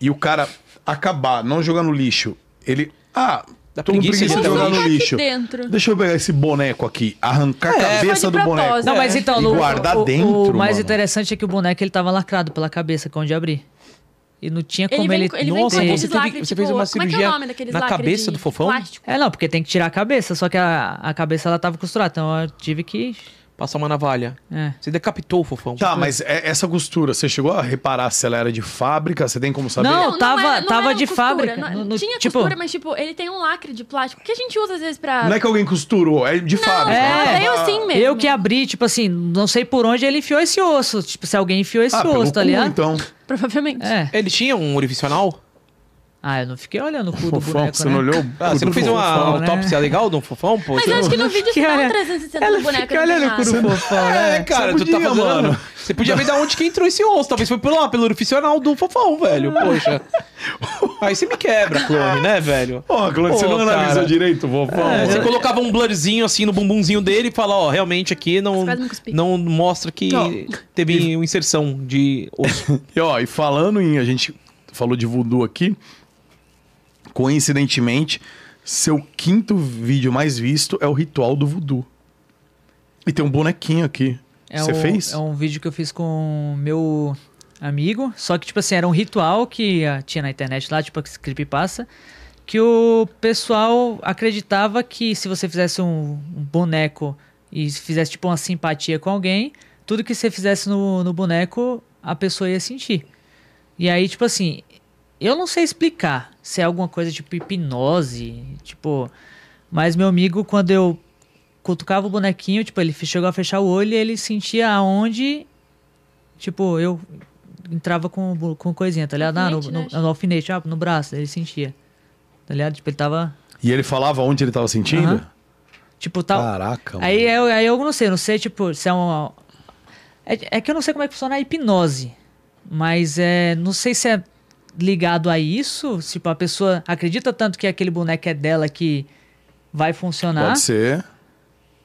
Speaker 1: e o cara acabar, não jogar no lixo, ele. Ah,
Speaker 2: Dá
Speaker 1: tô com preguiça
Speaker 2: preguiça de
Speaker 1: de
Speaker 4: Vou
Speaker 2: jogar
Speaker 1: jogar no
Speaker 4: colocar
Speaker 1: lixo.
Speaker 4: aqui dentro.
Speaker 1: Deixa eu pegar esse boneco aqui, arrancar a cabeça
Speaker 4: foi de
Speaker 1: do boneco.
Speaker 4: propósito.
Speaker 3: Não, mas
Speaker 4: É.
Speaker 3: então,
Speaker 1: E
Speaker 3: o,
Speaker 1: guardar
Speaker 3: o- o-
Speaker 1: dentro,
Speaker 3: o mais
Speaker 1: mano.
Speaker 3: interessante é que o boneco ele tava lacrado pela cabeça, que é onde abrir. E não tinha
Speaker 4: Ele
Speaker 3: como
Speaker 4: vem
Speaker 3: ele.
Speaker 4: com- ele vem
Speaker 3: Nossa,
Speaker 4: com
Speaker 3: ele-
Speaker 4: aqueles
Speaker 2: você teve-
Speaker 4: lacres,
Speaker 2: você fez uma
Speaker 4: tipo, como é que é o
Speaker 2: cirurgia
Speaker 4: nome daqueles
Speaker 2: na
Speaker 4: lacres
Speaker 2: cabeça
Speaker 4: de
Speaker 2: do fofão?
Speaker 4: plástico?
Speaker 3: É, não, porque tem que tirar a cabeça, só que a, a cabeça ela tava costurada, então eu tive que.
Speaker 2: Passar uma navalha.
Speaker 3: É.
Speaker 2: Você decapitou o fofão.
Speaker 1: Tá, mas é- essa costura, você chegou a reparar se ela era de fábrica? Você tem como saber?
Speaker 3: Não, tava- tava de
Speaker 4: costura,
Speaker 3: fábrica,
Speaker 4: não-
Speaker 3: no- no-
Speaker 4: tinha
Speaker 3: tipo-
Speaker 4: costura, mas tipo, ele tem um lacre de plástico que a gente usa às vezes pra.
Speaker 1: Não é que alguém costurou, é de fábrica.
Speaker 3: é,
Speaker 1: Ela
Speaker 4: veio
Speaker 1: tava-
Speaker 4: assim mesmo.
Speaker 3: Eu que abri, tipo assim, não sei por onde ele enfiou esse osso. Tipo, se alguém enfiou esse
Speaker 1: Ah, pelo
Speaker 3: osso, tá
Speaker 1: cu,
Speaker 3: ligado?
Speaker 1: então.
Speaker 4: Provavelmente.
Speaker 3: É.
Speaker 2: Ele tinha um orifício anal?
Speaker 3: Ah, eu não fiquei olhando o cu do
Speaker 1: Fofão,
Speaker 3: boneco,
Speaker 1: você
Speaker 3: né?
Speaker 1: não olhou? o
Speaker 2: Ah,
Speaker 1: cu
Speaker 2: você
Speaker 1: do
Speaker 2: não fez uma
Speaker 1: fofão?
Speaker 3: né?
Speaker 2: autópsia legal de um fofão? Pô,
Speaker 4: Mas eu
Speaker 3: <laughs>
Speaker 4: acho que no vídeo
Speaker 3: fiquei
Speaker 4: tá um
Speaker 3: olhando.
Speaker 4: 360
Speaker 3: Ela
Speaker 4: do boneco.
Speaker 3: fica olhando
Speaker 4: desenhado.
Speaker 3: o cu do fofão,
Speaker 2: É,
Speaker 3: né?
Speaker 2: cara,
Speaker 1: Você
Speaker 2: tu tá
Speaker 1: podia,
Speaker 2: fazendo.
Speaker 1: mano.
Speaker 2: Você podia ver da onde que entrou esse osso. Talvez foi pelo, lá, pelo orifício anal do
Speaker 1: <laughs>
Speaker 2: fofão, velho. Poxa. Aí você me quebra, clone, né, velho?
Speaker 1: Ó, Clã, você
Speaker 2: Pô,
Speaker 1: não analisou
Speaker 2: cara.
Speaker 1: direito, fofão.
Speaker 2: É, você
Speaker 1: Você-
Speaker 2: colocava um blurzinho assim no bumbumzinho dele e fala, ó, realmente aqui não,
Speaker 4: Quase me cuspi.
Speaker 2: não mostra que
Speaker 1: Não.
Speaker 2: teve uma inserção de osso.
Speaker 1: E, ó, e falando em. A gente falou de voodoo aqui. Coincidentemente, seu quinto vídeo mais visto é o ritual do voodoo. E tem um bonequinho aqui.
Speaker 3: É
Speaker 1: você
Speaker 3: um-
Speaker 1: fez?
Speaker 3: É um vídeo que eu fiz com meu amigo. Só que, tipo assim, era um ritual que ah, tinha na internet lá, tipo, que passa. Que o pessoal acreditava que se você fizesse um, um boneco e fizesse, tipo, uma simpatia com alguém, tudo que você fizesse no, no boneco, a pessoa ia sentir. E aí, tipo assim, eu não sei explicar se é alguma coisa tipo hipnose, tipo. Mas meu amigo, quando eu cutucava o bonequinho, tipo, ele fe- chegou a fechar o olho e ele sentia aonde, tipo, eu entrava com, bu- com coisinha, tá ligado? Ah, No,
Speaker 4: Alfinete, né?
Speaker 3: no- no alfinete, ah, no braço, ele sentia. Tá ligado? Tipo, ele tava.
Speaker 1: E ele falava onde ele tava sentindo?
Speaker 3: Aham. Tipo, tal.
Speaker 1: Caraca, mano.
Speaker 3: Aí é, eu, aí eu não sei, não sei, tipo, se é um. É, é que eu não sei como é que funciona a hipnose. Mas é. Não sei se é ligado a isso. Tipo, a pessoa acredita tanto que aquele boneco é dela que vai funcionar.
Speaker 1: Pode ser.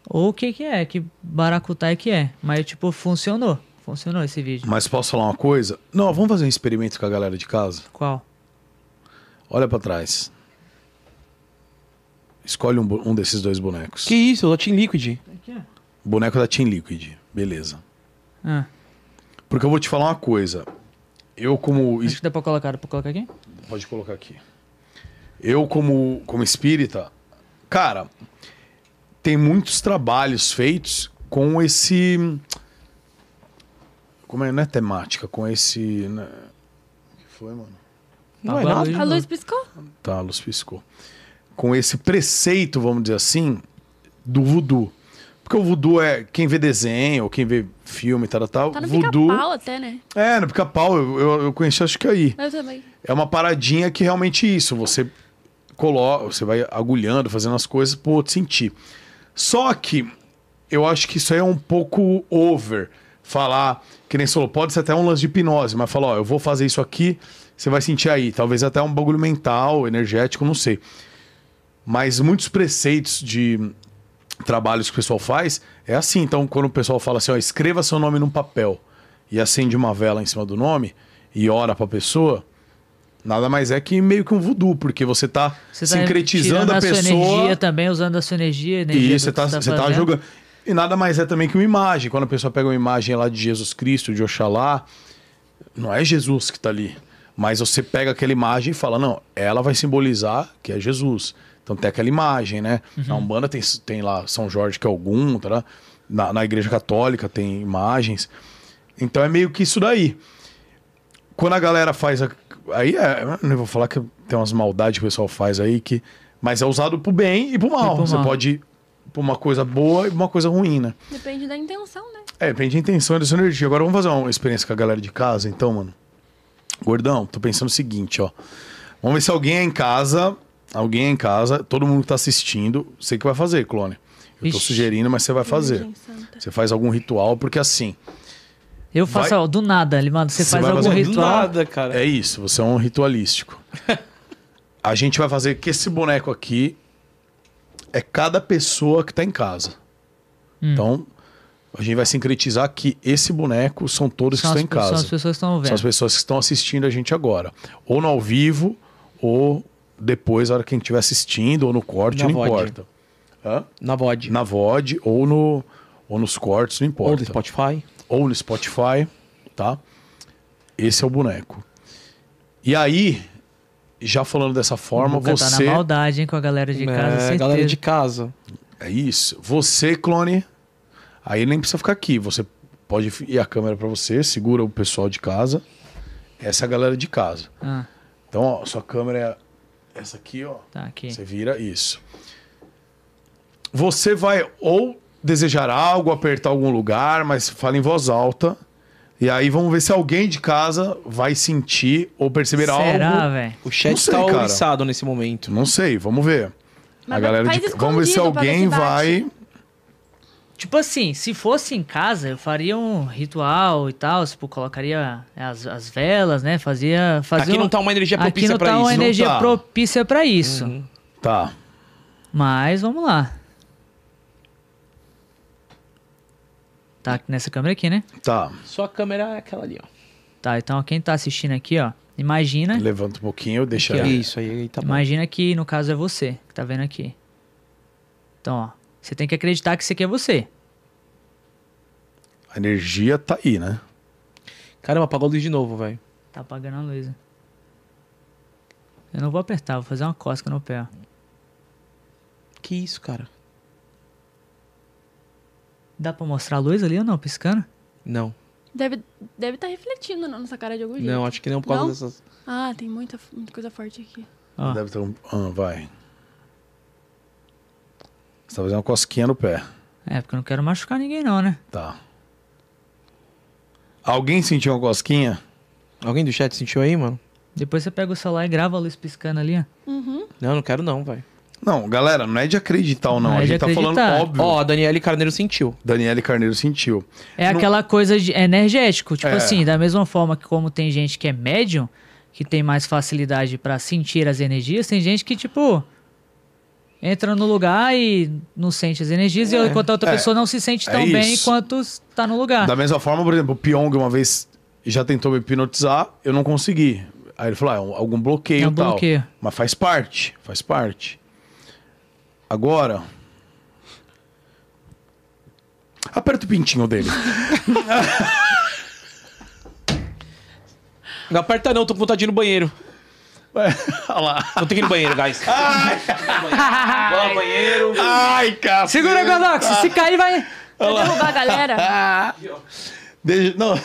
Speaker 3: Ou o que que é, que baracutai que é. Mas, tipo, funcionou. Funcionou esse vídeo.
Speaker 1: Mas posso falar uma coisa? Não, vamos fazer um experimento com a galera de casa?
Speaker 3: Qual?
Speaker 1: Olha pra trás. Escolhe um, bo- um desses dois bonecos.
Speaker 2: que isso, Latin Liquid.
Speaker 1: Boneco da Team Liquid. Beleza.
Speaker 3: Ah,
Speaker 1: Porque eu vou te falar uma coisa. Eu, como
Speaker 3: acho que dá pra colocar. Dá pra colocar aqui?
Speaker 1: Pode colocar aqui. Eu, como, como espírita, cara, tem muitos trabalhos feitos com esse. com Como é, não é temática, com esse. né? O que foi, mano?
Speaker 2: Não é
Speaker 3: Agora
Speaker 2: nada.
Speaker 3: hoje
Speaker 4: A
Speaker 3: não.
Speaker 4: luz piscou?
Speaker 1: Tá, a luz piscou. Com esse preceito, vamos dizer assim, do voodoo. Porque o voodoo é quem vê desenho, quem vê filme e tal, tal.
Speaker 4: Tá no
Speaker 1: voodoo.
Speaker 4: pica-pau até, né?
Speaker 1: É, no pica-pau, eu, eu, eu conheci, acho que aí.
Speaker 4: Eu também.
Speaker 1: É uma paradinha que realmente é isso. Você coloca, você vai agulhando, fazendo as coisas pro outro sentir. Só que eu acho que isso aí é um pouco over. Falar, que nem você falou, pode ser até um lance de hipnose, mas falar, ó, eu vou fazer isso aqui, você vai sentir aí. Talvez até um bagulho mental, energético, não sei. Mas muitos preceitos de trabalhos que o pessoal faz é assim. Então, quando o pessoal fala assim, ó, escreva seu nome num papel e acende uma vela em cima do nome e ora pra pessoa, nada mais é que meio que um voodoo, porque você tá
Speaker 3: Você tá
Speaker 1: sincretizando
Speaker 3: tirando
Speaker 1: a pessoa.
Speaker 3: sua energia tá também, usando a sua energia. a energia
Speaker 1: E
Speaker 3: do
Speaker 1: isso, você
Speaker 3: que
Speaker 1: tá, você tá
Speaker 3: fazendo.
Speaker 1: jogando. E nada mais é também que uma imagem. Quando a pessoa pega uma imagem lá de Jesus Cristo, de Oxalá, não é Jesus que tá ali. Mas você pega aquela imagem e fala, não, ela vai simbolizar que é Jesus. Então tem aquela imagem, né?
Speaker 3: Uhum.
Speaker 1: Na Umbanda tem, tem lá São Jorge que é algum, tá? na, na Igreja Católica tem imagens. Então é meio que isso daí. Quando a galera faz. a- aí é, eu não vou falar que tem umas maldades que o pessoal faz aí, que, mas é usado pro bem e pro mal.
Speaker 3: E pro
Speaker 1: Você
Speaker 3: mal.
Speaker 1: pode ir pra uma coisa boa e pra uma coisa ruim, né?
Speaker 4: Depende da intenção, né?
Speaker 1: É, depende da intenção e da sua energia. Agora vamos fazer uma experiência com a galera de casa, então, mano. Gordão, tô pensando o seguinte, ó. Vamos ver se alguém é em casa. Alguém é em casa, todo mundo que tá assistindo, sei que vai fazer, clone. Eu tô
Speaker 3: Ixi. tá.
Speaker 1: sugerindo, mas você vai fazer.
Speaker 4: Virgem Santa.
Speaker 1: Você faz algum ritual, porque assim,
Speaker 3: Eu faço,
Speaker 1: Vai-
Speaker 3: ó, do nada, ali, mano. Você,
Speaker 1: Você
Speaker 3: faz
Speaker 1: vai
Speaker 3: algum
Speaker 1: fazer do
Speaker 3: ritual.
Speaker 2: é nada, cara.
Speaker 1: É isso, você é um ritualístico. A gente vai fazer que esse boneco aqui é cada pessoa que tá em casa.
Speaker 3: Hum.
Speaker 1: Então, a gente vai sincretizar que esse boneco são todos
Speaker 3: São
Speaker 1: que
Speaker 3: as,
Speaker 1: estão em casa.
Speaker 3: são as pessoas que estão
Speaker 1: São as
Speaker 3: vendo.
Speaker 1: pessoas que estão assistindo a gente agora. Ou no ao vivo, ou depois, a hora que a gente estiver assistindo, ou no corte,
Speaker 2: Na
Speaker 1: não
Speaker 2: VOD.
Speaker 1: importa. Hã?
Speaker 2: Na VOD.
Speaker 1: Na VOD, ou, no, ou nos cortes, não importa
Speaker 2: Ou do Spotify.
Speaker 1: ou no Spotify, tá? Esse é o boneco. E aí, já falando dessa forma,
Speaker 3: Nunca tá
Speaker 1: você.
Speaker 3: na maldade, hein, com a galera de casa,
Speaker 2: É,
Speaker 3: certeza.
Speaker 2: galera de casa.
Speaker 1: É isso. Você, clone. Aí nem precisa ficar aqui. Você pode ir a câmera pra você, segura o pessoal de casa. Essa é a galera de casa.
Speaker 3: Ah,
Speaker 1: Então, ó, sua câmera é essa aqui, ó.
Speaker 3: tá, aqui.
Speaker 1: Você vira isso. Você vai ou desejar algo, apertar algum lugar, mas fala em voz alta. E aí vamos ver se alguém de casa vai sentir ou perceber
Speaker 3: Será,
Speaker 1: algo.
Speaker 3: velho?
Speaker 2: O chat
Speaker 1: Não sei,
Speaker 2: tá
Speaker 1: cara.
Speaker 2: ouriçado nesse momento.
Speaker 1: Não sei, vamos ver.
Speaker 4: Mas
Speaker 1: a galera
Speaker 4: faz
Speaker 1: de... Vamos ver se
Speaker 4: escondido pra ver
Speaker 1: alguém
Speaker 4: se bate.
Speaker 1: vai.
Speaker 3: Tipo assim, se fosse em casa, eu faria um ritual e tal. Tipo, colocaria as, as velas, né? Fazia. fazia
Speaker 2: Aqui
Speaker 3: um-
Speaker 2: não tá uma energia
Speaker 3: Aqui
Speaker 2: propícia
Speaker 3: não
Speaker 2: pra
Speaker 3: tá uma
Speaker 2: isso. Uhum.
Speaker 1: ener-
Speaker 3: energia
Speaker 1: Não tá.
Speaker 3: propícia pra isso.
Speaker 1: Tá.
Speaker 3: Mas vamos lá. Tá nessa câmera aqui, né?
Speaker 1: Tá.
Speaker 2: Só a câmera é aquela ali, ó.
Speaker 3: Tá, então quem tá assistindo aqui, ó, imagina.
Speaker 1: Levanta um pouquinho, deixa.
Speaker 2: Que é isso aí, aí tá bom.
Speaker 3: Imagina que no caso é você que tá vendo aqui. Então, ó, você tem que acreditar que isso aqui é você.
Speaker 1: A energia tá aí, né?
Speaker 2: Caramba, apagou a luz de novo, velho.
Speaker 3: Tá apagando a luz. né? Eu não vou apertar, vou fazer uma cosca no pé. ó.
Speaker 2: Que isso, cara?
Speaker 3: Dá pra mostrar a luz ali ou não, piscando?
Speaker 2: Não.
Speaker 4: Deve estar deve tá refletindo na nossa cara de algum jeito.
Speaker 2: Não, acho que não por causa
Speaker 4: Não?
Speaker 2: dessas.
Speaker 4: Ah, tem muita, muita coisa forte aqui.
Speaker 3: Ó,
Speaker 1: Deve ter um. Ah, vai. Você tá fazendo uma cosquinha no pé.
Speaker 3: É, porque eu não quero machucar ninguém não, né?
Speaker 1: Tá. Alguém sentiu uma cosquinha?
Speaker 2: Alguém do chat sentiu aí, mano?
Speaker 3: Depois você pega o celular e grava a luz piscando ali, ó.
Speaker 4: Uhum.
Speaker 2: Não, não quero não, velho.
Speaker 1: Não, galera, não é de acreditar ou não.
Speaker 3: Não
Speaker 1: a
Speaker 3: é de
Speaker 1: gente tá falando
Speaker 3: acreditar.
Speaker 1: óbvio.
Speaker 2: Ó, a Daniele Carneiro sentiu.
Speaker 1: Daniele Carneiro sentiu.
Speaker 3: É
Speaker 1: Não-
Speaker 3: aquela coisa de é energético, tipo
Speaker 1: É.
Speaker 3: assim, da mesma forma que como tem gente que é médium, que tem mais facilidade pra sentir as energias, tem gente que tipo entra no lugar e não sente as energias e enquanto a outra
Speaker 1: é.
Speaker 3: pessoa não se sente
Speaker 1: É
Speaker 3: tão bem
Speaker 1: isso.
Speaker 3: quanto está no lugar.
Speaker 1: Da mesma forma, por exemplo, o Pyong uma vez já tentou me hipnotizar, eu não consegui. Aí ele falou, ah, é um- algum bloqueio
Speaker 3: É um
Speaker 1: e tal.
Speaker 3: bloqueio.
Speaker 1: Mas faz parte, faz parte. Agora... Aperta o pintinho dele.
Speaker 2: Não aperta não, tô com vontade de ir no banheiro.
Speaker 1: Olha lá.
Speaker 2: Vou ter que ir no banheiro, <laughs> guys. Ai! Vou lá no banheiro.
Speaker 1: Ai, cara.
Speaker 3: Segura Godox, se cair vai.
Speaker 1: <laughs>
Speaker 4: Vai derrubar a galera.
Speaker 1: Deixa, não,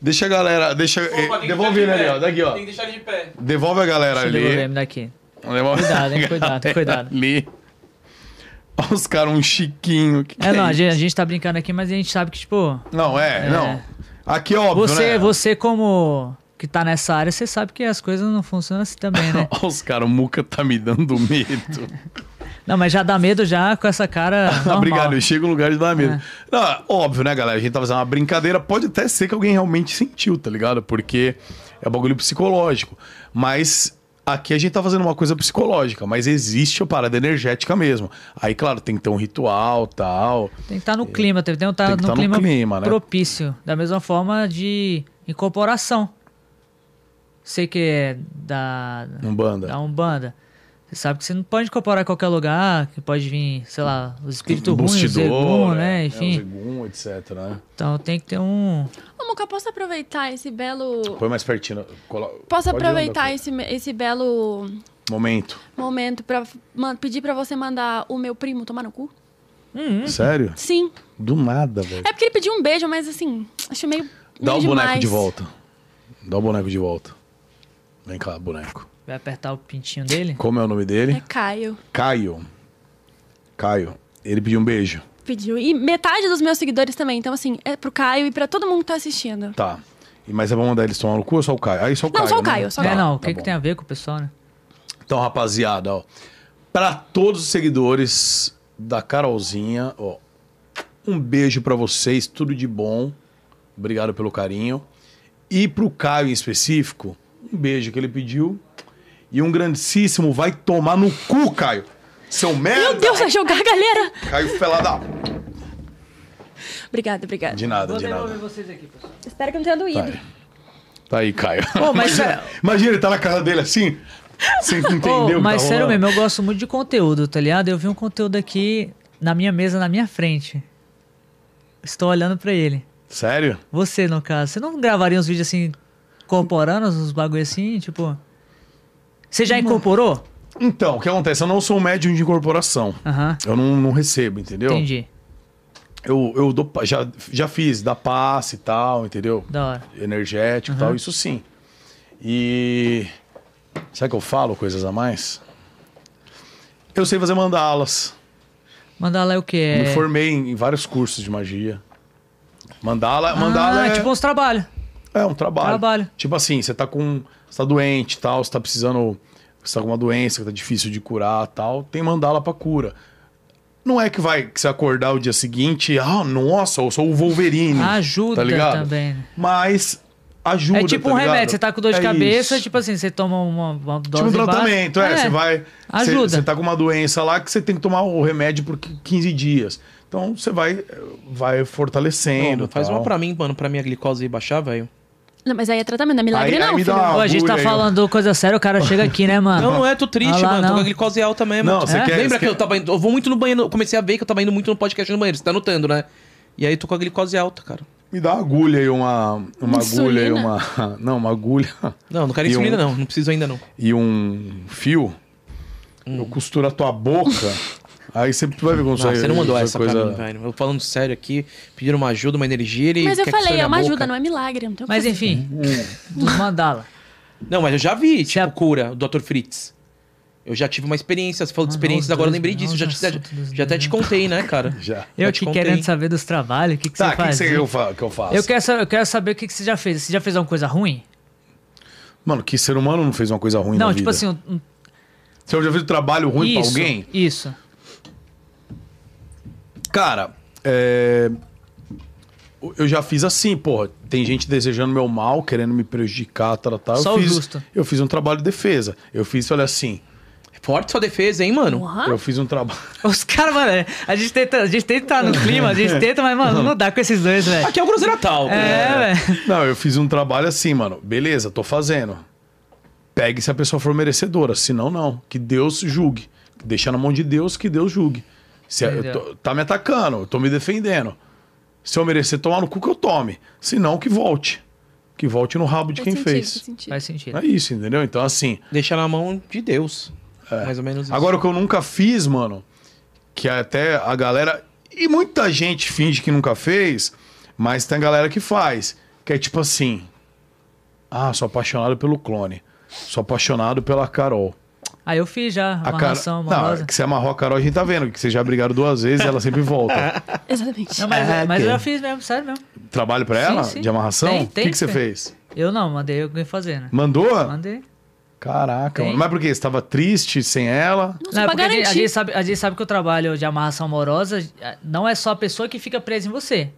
Speaker 1: Deixa a galera. Deixa. eh, Devolve ele ali, ó. Daqui, ó.
Speaker 2: deixar ele de pé.
Speaker 1: Devolve a galera
Speaker 3: Deixa eu devolver
Speaker 1: ali.
Speaker 3: ele daqui.
Speaker 1: Devolve
Speaker 3: Cuidado, hein?
Speaker 1: <laughs> a
Speaker 3: Cuidado,
Speaker 1: galera
Speaker 3: <laughs> cuidado.
Speaker 1: Ali. Olha os caras, um chiquinho. Que que
Speaker 3: É, não, a
Speaker 1: isso?
Speaker 3: gente, a gente tá brincando aqui, mas a gente sabe que, tipo,
Speaker 1: Não, é,
Speaker 3: É.
Speaker 1: não. Aqui é óbvio,
Speaker 3: você,
Speaker 1: né?
Speaker 3: você como que tá nessa área, você sabe que as coisas não funcionam assim também,
Speaker 1: <laughs>
Speaker 3: né?
Speaker 1: Olha os caras, o Muca tá me dando
Speaker 3: <laughs>
Speaker 1: medo. <laughs> Tá,
Speaker 3: Não, mas já dá medo já com essa cara normal. É.
Speaker 1: Obrigado, eu chego no lugar de dar medo. Não, óbvio, né, galera? A gente tá fazendo uma brincadeira. Pode até ser que alguém realmente sentiu, tá ligado? Porque é bagulho psicológico. Mas aqui a gente tá fazendo uma coisa psicológica, mas existe a parada energética mesmo. Aí, claro, tem que ter um ritual tal.
Speaker 3: Tem que estar no clima, tem que estar
Speaker 1: Tem que
Speaker 3: no,
Speaker 1: tá no
Speaker 3: clima
Speaker 1: clima, né?
Speaker 3: propício. Da mesma forma de incorporação. Sei que é da,
Speaker 1: Um banda.
Speaker 3: da Umbanda. Você sabe que você não pode incorporar em qualquer lugar, que pode vir, sei lá, os espíritos ruins, o Zegum, né?
Speaker 1: Um É, um
Speaker 3: Enfim.
Speaker 1: zegum, etc, né?
Speaker 3: Então tem que ter um.
Speaker 4: Ô, Muca, posso aproveitar esse belo.
Speaker 1: Põe mais pertinho. Colo...
Speaker 4: Posso
Speaker 1: Pode
Speaker 4: aproveitar
Speaker 1: andar,
Speaker 4: esse, esse belo
Speaker 1: pô. Momento.
Speaker 4: momento pra ma- pedir pra você mandar o meu primo tomar no cu?
Speaker 1: Sério?
Speaker 4: Sim.
Speaker 1: Do nada, velho.
Speaker 4: Hum? É porque ele pediu um beijo, mas assim, acho meio.
Speaker 1: Dá
Speaker 4: meio
Speaker 1: o boneco
Speaker 4: demais.
Speaker 1: de volta. Dá o boneco de volta. Vem cá, boneco.
Speaker 3: Vai apertar o pintinho dele?
Speaker 1: Como é o nome dele?
Speaker 4: É Caio.
Speaker 1: Caio. Caio. Ele pediu um beijo.
Speaker 4: Pediu. E metade dos meus seguidores também. Então, assim, é pro Caio e pra todo mundo que tá assistindo.
Speaker 1: Tá. E- Mas é pra mandar eles tomar no cu ou só o Caio? Aí só o
Speaker 4: Não,
Speaker 1: Caio.
Speaker 4: só o
Speaker 1: né?
Speaker 4: Caio, só o
Speaker 1: Tá,
Speaker 3: é, não, o
Speaker 1: tá
Speaker 3: que,
Speaker 1: bom.
Speaker 3: que tem a ver com o pessoal, né?
Speaker 1: Então, rapaziada, ó. Pra todos os seguidores da Carolzinha, ó. Um beijo pra vocês, tudo de bom. Obrigado pelo carinho. E pro Caio em específico, um beijo que ele pediu. E um grandíssimo vai tomar no cu, Caio. Seu merda!
Speaker 4: Meu Deus, vai jogar, galera!
Speaker 1: Caio Pelada.
Speaker 4: Obrigada, obrigada.
Speaker 1: De nada, de nada.
Speaker 3: vocês aqui, pessoal.
Speaker 4: Espero que não tenha
Speaker 1: Tá
Speaker 4: doído.
Speaker 1: aí. Tá aí, Caio.
Speaker 3: Ô, mas é-
Speaker 1: imagina,
Speaker 3: sério-
Speaker 1: imagina ele tá na casa dele assim, sem entender o que
Speaker 3: mas
Speaker 1: tá
Speaker 3: sério
Speaker 1: rolando.
Speaker 3: mesmo, eu gosto muito de conteúdo, tá ligado? Eu vi um conteúdo aqui na minha mesa, na minha frente. Estou olhando pra ele.
Speaker 1: Sério?
Speaker 3: Você, no caso, você não gravaria uns vídeos assim, incorporando uns bagulho assim, tipo. Você já incorporou?
Speaker 1: Então, o que acontece? Eu não sou um médium de incorporação.
Speaker 3: Aham.
Speaker 1: Eu não, não recebo, entendeu?
Speaker 3: Entendi.
Speaker 1: Eu, eu dou, pa- já, já fiz, da passe e tal, entendeu?
Speaker 3: Da hora.
Speaker 1: Energético e tal, isso sim. E. Será que eu falo coisas a mais? Eu sei fazer mandalas.
Speaker 3: Mandar lá é o quê? É...
Speaker 1: Me formei em em vários cursos de magia. Mandala, mandala
Speaker 3: ah,
Speaker 1: é,
Speaker 3: tipo uns trabalhos.
Speaker 1: é um trabalho.
Speaker 3: trabalho.
Speaker 1: Tipo assim, você tá com. Você tá doente e tal, você tá precisando. Você tá com uma doença que tá difícil de curar e tal, tem mandala pra cura. Não é que vai que você acordar o dia seguinte, ah, nossa, eu sou o Wolverine.
Speaker 3: Ajuda
Speaker 1: tá ligado?
Speaker 3: também, né?
Speaker 1: Mas ajuda.
Speaker 3: é tipo
Speaker 1: tá
Speaker 3: um
Speaker 1: ligado?
Speaker 3: remédio, você tá com dor de
Speaker 1: É
Speaker 3: cabeça,
Speaker 1: isso.
Speaker 3: tipo assim, você toma uma, uma dose
Speaker 1: Tipo um
Speaker 3: básica.
Speaker 1: tratamento, é, Você vai.
Speaker 3: Ajuda.
Speaker 1: Você, você tá com uma doença lá que você tem que tomar o remédio por 15 dias. Então você vai, vai fortalecendo.
Speaker 2: faz
Speaker 1: tal.
Speaker 2: uma pra mim, mano, pra minha glicose baixar, velho.
Speaker 4: Não, mas aí é tratamento, não é milagre,
Speaker 1: Aí-
Speaker 4: não,
Speaker 1: aí me dá
Speaker 4: filho.
Speaker 1: uma-
Speaker 3: Pô, a gente tá
Speaker 1: Agulha aí, ó.
Speaker 3: falando coisa séria, o cara chega aqui, né, mano?
Speaker 2: Não, não é, tô triste,
Speaker 3: Ah lá,
Speaker 2: mano. Tô
Speaker 3: não.
Speaker 2: com a glicose alta mesmo.
Speaker 1: Não, você
Speaker 2: É?
Speaker 1: quer-
Speaker 2: Lembra
Speaker 1: você
Speaker 2: que eu
Speaker 1: quer-
Speaker 2: tava indo. Eu vou muito no banheiro. Eu comecei a ver que eu tava indo muito no podcast no banheiro. Você tá notando, né? E aí tô com a glicose alta, cara.
Speaker 1: Me dá uma agulha e uma. Uma agulha
Speaker 4: Insulina?
Speaker 1: e uma. <laughs> Não, uma agulha
Speaker 2: Não, não quero
Speaker 1: E
Speaker 2: insulina,
Speaker 1: um-
Speaker 2: não. Não preciso ainda, não.
Speaker 1: e um fio. Eu costuro a tua
Speaker 2: <laughs>
Speaker 1: boca. aí é Tá, você vai ver como
Speaker 2: Hum. Não, você não mandou
Speaker 1: sai
Speaker 2: essa pra mim, velho. Eu falando sério aqui, pediram uma ajuda, uma energia, ele.
Speaker 4: Mas eu
Speaker 2: quer que
Speaker 4: falei,
Speaker 2: estoure
Speaker 4: é
Speaker 2: a
Speaker 4: uma
Speaker 2: boca.
Speaker 4: ajuda, não é milagre. Não tem o que
Speaker 3: Mas
Speaker 4: fazer.
Speaker 3: enfim, dos mandala.
Speaker 2: Não, mas eu já vi, tipo,
Speaker 3: a-
Speaker 2: cura, o Dr. Fritz. Eu já tive uma experiência. Você falou de
Speaker 3: Ah, não,
Speaker 2: experiências,
Speaker 3: os
Speaker 2: agora eu
Speaker 3: dois,
Speaker 2: lembrei
Speaker 3: não,
Speaker 2: disso.
Speaker 3: os
Speaker 2: Já, te- já,
Speaker 3: assuntos dos
Speaker 2: já até
Speaker 3: dois,
Speaker 2: te
Speaker 3: né?
Speaker 2: contei,
Speaker 3: <laughs>
Speaker 2: né, cara?
Speaker 1: Já.
Speaker 3: Eu
Speaker 2: Eu te
Speaker 3: aqui
Speaker 2: contei.
Speaker 3: querendo saber dos trabalhos, o que, que
Speaker 1: Tá,
Speaker 3: você
Speaker 1: o que, que
Speaker 3: faz?
Speaker 1: você quer que eu, fa- que eu faço?
Speaker 3: eu, quero sa- eu quero saber o que, que você já fez. Você já fez alguma coisa ruim?
Speaker 1: Mano, que ser humano não fez uma coisa ruim
Speaker 3: não,
Speaker 1: na
Speaker 3: tipo
Speaker 1: vida?
Speaker 3: assim, um, um,
Speaker 1: Você já fez trabalho ruim
Speaker 3: isso,
Speaker 1: pra alguém?
Speaker 3: Isso. <laughs>
Speaker 1: Cara, é, eu já fiz assim, porra. Tem gente desejando meu mal, querendo me prejudicar, tratar.
Speaker 3: Só
Speaker 1: eu
Speaker 3: o
Speaker 1: fiz,
Speaker 3: justo.
Speaker 1: Eu fiz um trabalho de defesa. Eu fiz, olha assim,
Speaker 2: Forte sua defesa, hein, mano?
Speaker 4: Porra.
Speaker 1: eu fiz um trabalho...
Speaker 3: Os caras, mano, é, a gente tenta, a gente
Speaker 1: <laughs>
Speaker 3: tenta estar no clima, a gente tenta, mas,
Speaker 1: Uhum.
Speaker 3: mano, não dá com esses dois, velho.
Speaker 2: Aqui é o Groselha Tal.
Speaker 3: É, velho.
Speaker 1: Não, eu fiz um trabalho assim, mano. Beleza, tô fazendo. Pegue se a pessoa for merecedora. Se não, não. Que Deus julgue. Deixa na mão de Deus que Deus julgue. Se eu
Speaker 3: Entendeu.
Speaker 1: tô- tá me atacando, eu tô me defendendo. Se eu merecer tomar no cu, que eu tome. Se não, que volte. Que volte no rabo de
Speaker 4: Faz
Speaker 1: quem
Speaker 4: sentido,
Speaker 1: fez.
Speaker 4: faz sentido.
Speaker 3: Faz sentido.
Speaker 1: É isso, entendeu? Então, assim.
Speaker 2: Deixar na mão de Deus. Mais ou menos isso.
Speaker 1: É. Agora, o que eu nunca fiz, mano, que até a galera. E muita gente finge que nunca fez, mas tem a galera que faz. Que é tipo assim. Ah, sou apaixonado pelo clone. Sou apaixonado pela Carol.
Speaker 3: Aí eu fiz já
Speaker 1: A
Speaker 3: uma
Speaker 1: Cara-
Speaker 3: ração
Speaker 1: Não,
Speaker 3: amorosa.
Speaker 1: é que você amarrou a Carol, a gente tá vendo. Que vocês já brigaram duas vezes e ela sempre
Speaker 3: <laughs>
Speaker 1: volta.
Speaker 4: Exatamente.
Speaker 3: Não, mas,
Speaker 2: É,
Speaker 3: mas
Speaker 2: ok.
Speaker 3: eu já fiz mesmo, sério mesmo.
Speaker 1: Trabalho pra
Speaker 3: Sim,
Speaker 1: ela?
Speaker 3: sim.
Speaker 1: De amarração?
Speaker 3: Tem,
Speaker 1: o que,
Speaker 3: tem,
Speaker 1: que você
Speaker 3: tem.
Speaker 1: fez?
Speaker 3: Eu não, mandei alguém fazer, né?
Speaker 1: Mandou?
Speaker 3: Mandei.
Speaker 1: Caraca,
Speaker 3: Tem.
Speaker 1: mano. Mas por quê? Você tava triste sem ela?
Speaker 4: Nossa,
Speaker 3: Não, é
Speaker 4: pra
Speaker 3: porque a gente, a,
Speaker 4: garantir.
Speaker 3: gente sabe, a gente sabe que o trabalho de amarração amorosa eh, não é só a pessoa que fica presa em você.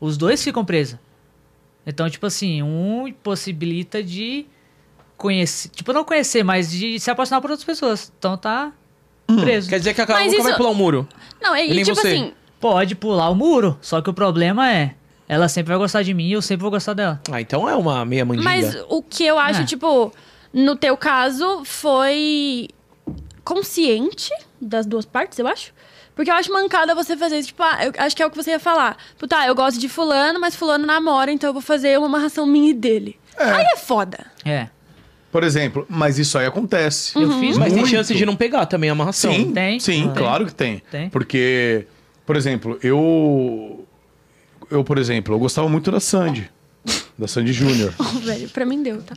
Speaker 3: Os dois ficam presos. Então, tipo assim, um possibilita de conhecer. Tipo, não conhecer, mas de se apaixonar por outras pessoas. Então tá preso.
Speaker 2: Hum. Quer dizer que a Carol
Speaker 4: Mas
Speaker 2: nunca vai
Speaker 4: isso-
Speaker 2: pular um muro.
Speaker 4: Não, é
Speaker 2: E nem
Speaker 4: e tipo
Speaker 2: você.
Speaker 4: assim.
Speaker 3: Pode pular o muro. Só que o problema é. Ela sempre vai gostar de mim e eu sempre vou gostar dela.
Speaker 2: Ah, então é uma meia mandinga.
Speaker 4: Mas o que eu acho,
Speaker 3: É.
Speaker 4: tipo, no teu caso, foi consciente das duas partes, eu acho. Porque eu acho mancada você fazer isso. Tipo, ah, eu acho que é o que você ia falar. Tipo, tá, eu gosto de fulano, mas fulano namora, então eu vou fazer uma amarração minha e dele. Aí é foda. <laughs>
Speaker 3: É.
Speaker 1: Por exemplo, mas isso aí acontece.
Speaker 3: Eu fiz,
Speaker 2: Mas tem
Speaker 1: Muito.
Speaker 2: chance de não pegar também a amarração.
Speaker 1: Sim,
Speaker 3: Tem?
Speaker 1: sim,
Speaker 3: Tem.
Speaker 1: claro que tem.
Speaker 3: Tem.
Speaker 1: Porque, por exemplo, eu. Eu, por exemplo, eu gostava muito da Sandy. Da Sandy
Speaker 3: <laughs>
Speaker 1: Júnior.
Speaker 4: Ô, velho, pra mim deu, tá?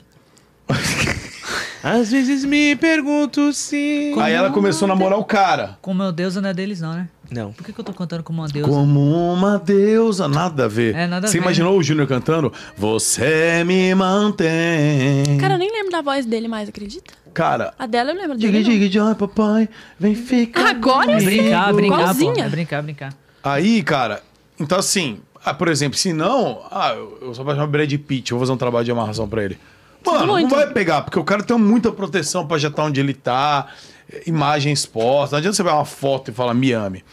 Speaker 2: Às vezes me pergunto se...
Speaker 1: Aí ela começou a namorar o cara.
Speaker 3: Com meu Deus não é deles, não, né?
Speaker 2: Não.
Speaker 3: Por que, que eu tô contando com meu Deus?
Speaker 1: Como uma deusa, nada a ver.
Speaker 3: É, nada a
Speaker 1: Você
Speaker 3: ver.
Speaker 1: imaginou o Júnior cantando? Você me mantém.
Speaker 4: Cara, eu nem lembro da voz dele mais, acredita?
Speaker 1: Cara,
Speaker 4: A dela eu lembro
Speaker 1: diga,
Speaker 4: dele. não.
Speaker 1: diga, joy, papai, vem ficar.
Speaker 4: Agora
Speaker 3: É
Speaker 4: sim.
Speaker 3: brincar, brincar, pô.
Speaker 4: Igualzinha.
Speaker 3: É brincar, brincar.
Speaker 1: Aí, cara, então assim, ah, por exemplo, se não, ah, eu, eu sou apaixonado pelo Brad Pitt, eu vou fazer um trabalho de amarração pra ele. Mano,
Speaker 4: Muito.
Speaker 1: não vai pegar, porque o cara tem muita proteção pra já estar onde ele tá, eh, imagem exposta, não adianta você pegar uma foto e falar Miami.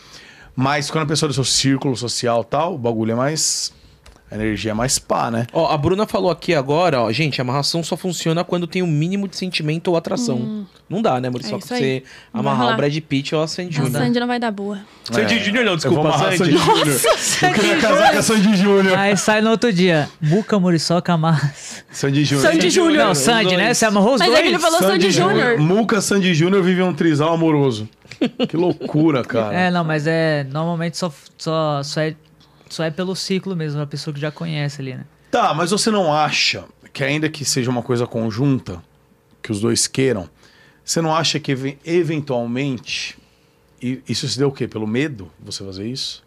Speaker 1: Mas quando a pessoa é do seu círculo social e tal, o bagulho é mais. A energia é mais pá, né?
Speaker 2: Ó, a Bruna falou aqui agora, ó, gente, a amarração só funciona quando tem o mínimo de sentimento ou atração. Não dá, né, amor?
Speaker 4: É
Speaker 2: Só que
Speaker 4: isso aí.
Speaker 2: você
Speaker 4: Não
Speaker 2: amarrar
Speaker 4: vai
Speaker 2: o
Speaker 4: rolar.
Speaker 2: Brad Pitt ou a Sandy
Speaker 4: A
Speaker 2: Júnior. É.
Speaker 4: Sandy não vai dar boa.
Speaker 5: Sandy Júnior não,
Speaker 1: eu vou
Speaker 5: desculpa,
Speaker 1: amarrar
Speaker 5: Sandy.
Speaker 1: Sandy Júnior. Eu quero casar com a Sandy Júnior.
Speaker 3: Aí sai no outro dia. Muca, Muriçoca, Massa.
Speaker 1: Sandy Júnior.
Speaker 4: Sandy Júnior.
Speaker 3: Não, Sandy, né? Você amarrou os
Speaker 4: Mas é que ele
Speaker 3: dois?
Speaker 4: falou Sandy Júnior.
Speaker 1: Muca Sandy Júnior vive um trisal amoroso. Que loucura, cara.
Speaker 3: É, não, mas é... Normalmente só, só, só, é, só é pelo ciclo mesmo. A pessoa que já conhece ali, né?
Speaker 1: Tá, mas você não acha que, ainda que seja uma coisa conjunta, que os dois queiram, você não acha que even- eventualmente. e- Isso se deu o quê? Pelo medo você fazer isso?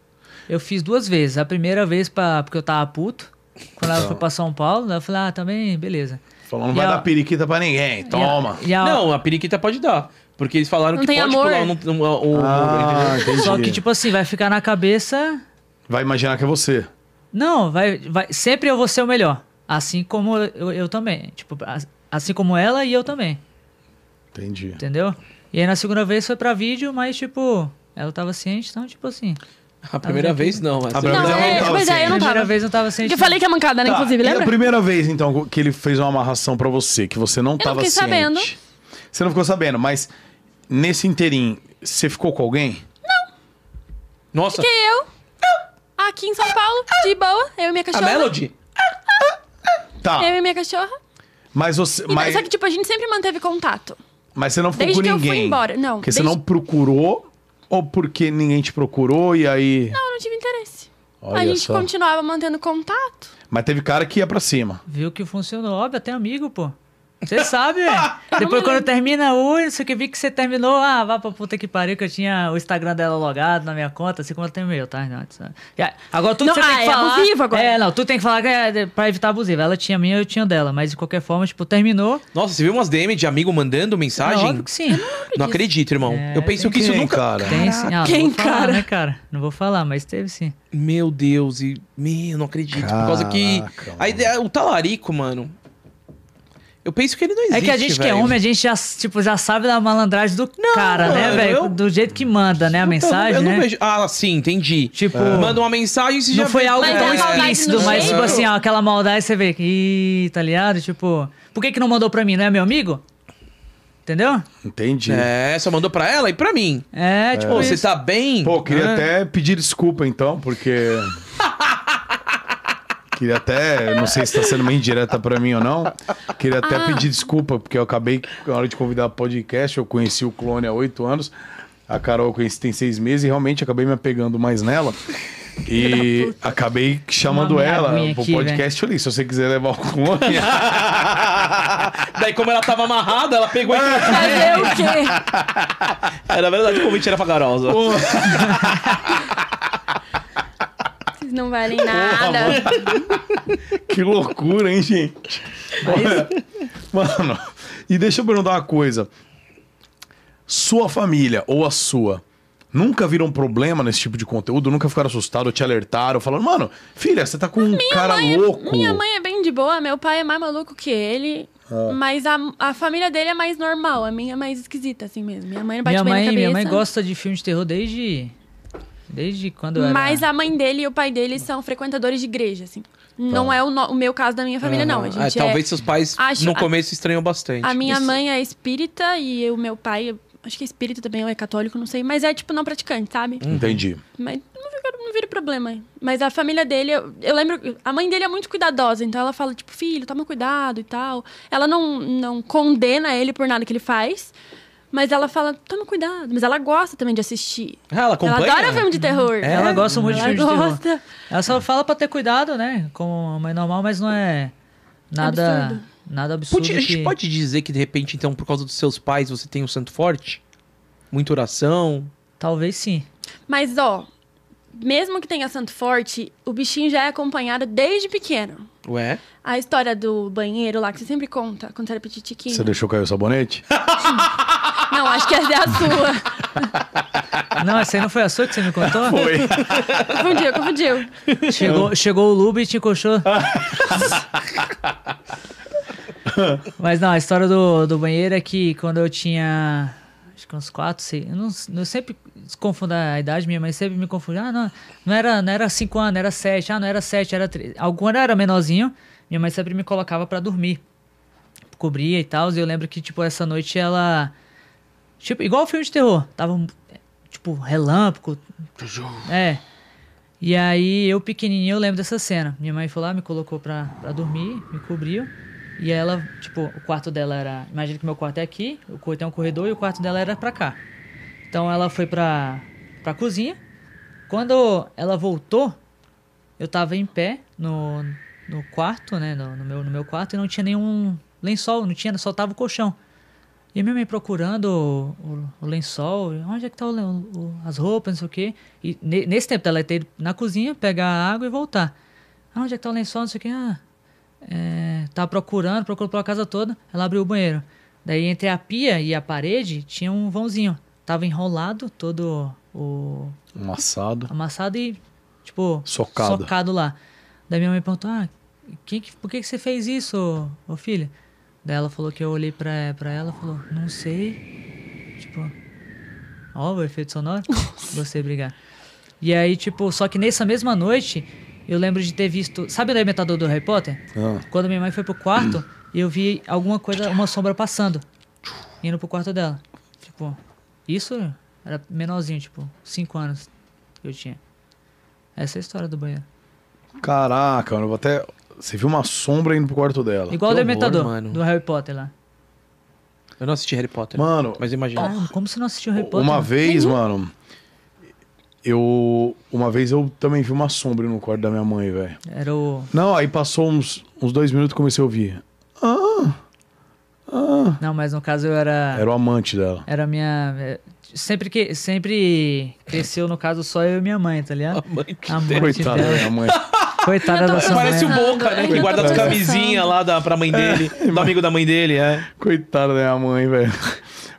Speaker 3: Eu fiz duas vezes. A primeira vez pra, porque eu tava puto. Quando ela
Speaker 1: Tá.
Speaker 3: foi pra São Paulo, eu falei, ah, também, beleza.
Speaker 1: Falou, não
Speaker 3: E
Speaker 1: vai
Speaker 3: a-
Speaker 1: dar periquita pra ninguém,
Speaker 3: E a-
Speaker 1: toma.
Speaker 3: e a-
Speaker 2: Não, a periquita pode dar. Porque eles falaram
Speaker 4: Não
Speaker 2: que
Speaker 4: tem
Speaker 2: pode
Speaker 4: amor.
Speaker 2: pular um, um, um- um-
Speaker 1: Ah,
Speaker 2: entendeu?
Speaker 1: entendi.
Speaker 3: Só que, tipo assim, vai ficar na cabeça...
Speaker 1: Vai imaginar que é você.
Speaker 3: Não, vai, vai. Sempre eu vou ser o melhor. Assim como eu, eu também. Tipo, as- assim como ela e eu também.
Speaker 1: Entendi.
Speaker 3: Entendeu? E aí na segunda vez foi pra vídeo, mas tipo, ela tava ciente, então, tipo assim.
Speaker 2: A
Speaker 4: Ah,
Speaker 2: primeira vez não, mas...
Speaker 1: A primeira
Speaker 4: Não,
Speaker 1: Mas ela não
Speaker 4: é,
Speaker 1: tava
Speaker 4: pois é, eu não
Speaker 3: a primeira
Speaker 4: tava.
Speaker 3: vez eu tava ciente.
Speaker 4: Porque eu falei que é mancada, né?
Speaker 1: Tá,
Speaker 4: Inclusive,
Speaker 1: E a
Speaker 4: lembra?
Speaker 1: primeira vez, então, que ele fez uma amarração pra você, que você não tava
Speaker 4: fiquei
Speaker 1: ciente.
Speaker 4: sabendo.
Speaker 1: Você não ficou sabendo, mas nesse interim, você ficou com alguém?
Speaker 2: Nossa,
Speaker 4: Que eu, aqui em São Paulo, de boa, eu e
Speaker 1: Ah,
Speaker 4: minha
Speaker 2: a
Speaker 4: cachorra.
Speaker 2: Melody?
Speaker 1: Tá.
Speaker 4: Eu e minha cachorra.
Speaker 1: Mas você.
Speaker 4: E
Speaker 1: Mas,
Speaker 4: Só que, tipo, a gente sempre manteve contato.
Speaker 1: mas você não ficou
Speaker 4: desde
Speaker 1: com
Speaker 4: que eu fui
Speaker 1: ninguém.
Speaker 4: embora, não,
Speaker 1: Porque você
Speaker 4: desde-
Speaker 1: não procurou ou porque ninguém te procurou e aí.
Speaker 4: Eu não tive interesse. a
Speaker 1: Olha
Speaker 4: gente
Speaker 1: só.
Speaker 4: continuava mantendo contato.
Speaker 1: Mas teve cara que ia pra cima.
Speaker 3: Viu que funcionou. Óbvio, até amigo, pô. Você
Speaker 4: <laughs>
Speaker 3: sabe, velho.
Speaker 4: me
Speaker 3: Depois quando
Speaker 4: lembro.
Speaker 3: termina, ui, não sei o que, vi que você terminou. Ah, vá pra puta que pariu, que eu tinha o Instagram dela logado na minha conta, assim como eu tenho o meu, tá? Não, isso- E aí, Agora tudo
Speaker 4: Não,
Speaker 3: que você
Speaker 4: ah,
Speaker 3: tem que
Speaker 4: é
Speaker 3: falar.
Speaker 4: abusivo agora.
Speaker 3: É, não, tu tem que falar que é de- pra evitar abusivo. Ela tinha a minha, eu tinha a dela. Mas de qualquer forma, tipo, terminou.
Speaker 2: Nossa, você viu umas DM de amigo mandando
Speaker 3: Não,
Speaker 2: mensagem?
Speaker 3: óbvio que sim.
Speaker 2: Não acredito, irmão.
Speaker 3: É,
Speaker 2: eu penso
Speaker 3: tem
Speaker 2: que isso
Speaker 1: Quem,
Speaker 2: nunca...
Speaker 1: cara.
Speaker 3: Tem sim. Ah,
Speaker 4: Quem,
Speaker 3: não vou falar,
Speaker 4: cara?
Speaker 3: né, cara? Não vou falar, mas teve sim.
Speaker 2: Meu Deus, e. Meu, não acredito. Por causa que.
Speaker 1: Caraca, mano.
Speaker 2: A ideia, o talarico, mano. Eu penso que ele não existe.
Speaker 3: É que a gente que é
Speaker 2: velho.
Speaker 3: homem, a gente já, tipo, já sabe da malandragem do cara, né,
Speaker 2: mano, eu-
Speaker 3: velho? Do jeito que manda, né, a
Speaker 2: Eu não-
Speaker 3: mensagem,
Speaker 2: eu não
Speaker 3: né?
Speaker 2: vejo- Ah, sim, entendi. É.
Speaker 3: Tipo,
Speaker 2: Manda
Speaker 1: É.
Speaker 2: uma mensagem se já
Speaker 3: não foi
Speaker 2: vê- tá
Speaker 3: algo
Speaker 4: Mas
Speaker 3: tão
Speaker 4: a maldade
Speaker 3: explícito,
Speaker 4: no
Speaker 3: mas
Speaker 4: jeito?
Speaker 3: tipo assim, ó, aquela maldade você vê que, Ih, tá ligado? Tipo, por que que não mandou pra mim? Não é meu amigo? Entendeu?
Speaker 1: Entendi.
Speaker 2: É, só mandou pra ela e pra mim.
Speaker 3: É, tipo
Speaker 2: Pô, você
Speaker 3: isso.
Speaker 2: tá bem?
Speaker 1: Pô, queria
Speaker 2: Ah.
Speaker 3: É.
Speaker 1: até pedir desculpa então, porque. Queria até, não sei se tá sendo meio indireta pra mim ou não, queria até
Speaker 3: Ah.
Speaker 1: pedir desculpa, porque eu acabei, na hora de convidar o podcast, eu conheci o clone há oito anos, a Carol eu conheci tem seis meses e realmente acabei me apegando mais nela. E acabei chamando
Speaker 3: Uma
Speaker 1: ela
Speaker 3: aguinha
Speaker 1: pro
Speaker 3: aqui,
Speaker 1: podcast ali. Se você quiser levar algum.
Speaker 3: <laughs>
Speaker 2: Daí, como ela tava amarrada, ela pegou e.
Speaker 1: É.
Speaker 4: Fazer o quê?
Speaker 2: Ah, Na verdade, o convite <laughs> era pra Garosa.
Speaker 4: Vocês não valem
Speaker 1: tá
Speaker 4: nada.
Speaker 1: que loucura, hein, gente? Mano, e deixa eu perguntar uma coisa. Sua família ou a sua nunca viram problema nesse tipo de conteúdo? Nunca ficaram assustados, te alertaram, falando, mano, filha, você tá com um cara
Speaker 4: mãe é-
Speaker 1: louco.
Speaker 4: minha mãe é bem de boa, meu pai é mais maluco que ele.
Speaker 1: Ah.
Speaker 4: Mas a, a família dele é mais normal, a minha é mais esquisita, assim mesmo. Minha mãe não bate
Speaker 3: Minha
Speaker 4: bem na
Speaker 3: mãe,
Speaker 4: cabeça.
Speaker 3: minha mãe gosta de filme de terror desde. Desde quando eu era.
Speaker 4: Mas a mãe dele e o pai dele são frequentadores de igreja, assim. Não
Speaker 1: Tá.
Speaker 4: é o, no- o meu caso da minha família, não. A gente
Speaker 2: É,
Speaker 4: é-
Speaker 1: Ah,
Speaker 2: talvez seus pais
Speaker 4: Acho-
Speaker 2: no
Speaker 4: a-
Speaker 2: começo estranham bastante.
Speaker 4: A minha
Speaker 2: Isso.
Speaker 4: mãe é espírita e o meu pai, acho que é espírita também, ou é católico, não sei. Mas é, tipo, não praticante, sabe?
Speaker 3: Hum.
Speaker 1: Entendi.
Speaker 4: Mas não vira, não vira problema. Mas a família dele, eu, eu lembro. A mãe dele é muito cuidadosa, então ela fala, tipo, filho, toma cuidado e tal. Ela não, não condena ele por nada que ele faz. Mas ela fala, toma cuidado. Mas ela gosta também de assistir.
Speaker 2: Ah, ela acompanha?
Speaker 4: Ela adora filme de terror.
Speaker 3: Ela gosta muito de
Speaker 4: ela
Speaker 3: filme de terror.
Speaker 4: gosta.
Speaker 3: Ela só fala pra ter cuidado, né? Como a mãe normal, mas não é nada.
Speaker 4: Absurdo.
Speaker 3: Nada absurdo.
Speaker 2: Pode- a gente
Speaker 3: que-
Speaker 2: pode dizer que, de repente, então, por causa dos seus pais, você tem um santo forte? Muita oração?
Speaker 3: Talvez sim.
Speaker 4: Mas, ó, mesmo que tenha santo forte, o bichinho já é acompanhado desde pequeno.
Speaker 2: Ué?
Speaker 4: A história do banheiro lá, que você sempre conta, quando você era petitiquinho.
Speaker 1: Você deixou cair o
Speaker 4: <laughs>
Speaker 1: sabonete?
Speaker 4: Não, acho que essa é a sua.
Speaker 1: <laughs>
Speaker 3: Não, essa aí não foi a sua que você me contou?
Speaker 1: Foi.
Speaker 4: Confundiu, confundiu.
Speaker 3: Chegou, chegou o Luba e te encoxou. Mas não, a história do, do banheiro é que quando eu tinha. Acho que uns 4, 6. Eu, não, eu sempre confundo a idade, minha mãe sempre me confunde. Ah, não, não era 5 não era cinco anos, era 7. Ah, não era 7, era 3. Quando eu era menorzinho, minha mãe sempre me colocava pra dormir. Cobria e tal. E eu lembro que, tipo, essa noite ela. Tipo, igual filme de terror. Tava, tipo, relâmpago. É. E aí, eu pequenininho, eu lembro dessa cena. Minha mãe foi lá, me colocou pra, pra dormir, me cobriu. E ela, tipo, o quarto dela era... Imagina que meu quarto é aqui, o co- tem um corredor e o quarto dela era pra cá. Então, ela foi pra, pra cozinha. Quando ela voltou, eu tava em pé no, no quarto, né? No, no meu, no meu quarto e não tinha nenhum lençol, não tinha, só tava o colchão. E minha mãe procurando o, o- o lençol, onde é que tá o, len- o- as roupas, não sei o quê. E ne- nesse tempo dela ter ido na cozinha, pegar a água e voltar. Ah, onde é que tá o lençol, não sei o quê. Ah, é, tá procurando, procurou pela casa toda. Ela abriu o banheiro. Daí entre a pia e a parede tinha um vãozinho. Tava enrolado todo o
Speaker 1: Um assado.
Speaker 3: amassado e, tipo,
Speaker 1: Socado.
Speaker 3: lá. Daí minha mãe perguntou: ah, quem que- por que, que você fez isso, ô, ô filha? Daí ela falou que eu olhei pra, pra ela e falou: não sei. Tipo, ó, o efeito sonoro. Você brigar. E aí, tipo, só que nessa mesma noite, eu lembro de ter visto. Sabe o alimentador do Harry Potter?
Speaker 1: Ah.
Speaker 3: Quando minha mãe foi pro quarto, eu vi alguma coisa, uma sombra passando. Indo pro quarto dela. Tipo, isso era menorzinho, tipo, 5 anos que eu tinha. Essa é a história do banheiro.
Speaker 1: Caraca, mano, eu vou até. Você viu uma sombra indo pro quarto dela.
Speaker 3: Igual o
Speaker 2: horror,
Speaker 3: Dementador,
Speaker 2: mano.
Speaker 3: do Harry Potter lá.
Speaker 2: Eu não assisti Harry Potter.
Speaker 1: Mano,
Speaker 2: Mas imagina.
Speaker 3: Caramba, como você não assistiu Harry Potter? né?
Speaker 1: Uma
Speaker 3: mano?
Speaker 1: vez, mano, eu. Uma vez eu também vi uma sombra no quarto da minha mãe, velho.
Speaker 3: Era o.
Speaker 1: Não, aí passou uns, uns dois minutos e comecei a ouvir.
Speaker 3: Não, mas no caso eu era.
Speaker 1: Era o amante dela.
Speaker 3: Era minha. é, Sempre que. Sempre cresceu, no caso, só eu e minha mãe, tá ligado?
Speaker 1: <laughs>
Speaker 2: Amante.
Speaker 3: A mãe tá
Speaker 1: Coitada da
Speaker 3: dela.
Speaker 1: minha mãe.
Speaker 3: Coitada
Speaker 4: Então,
Speaker 3: da sua
Speaker 2: Parece o
Speaker 4: um
Speaker 3: mãe.
Speaker 2: Boca, né? Que
Speaker 4: Ainda
Speaker 2: guarda as
Speaker 4: tô
Speaker 2: camisinhas lá da, pra mãe dele, do amigo da mãe dele, é.
Speaker 1: Coitada da minha mãe, velho.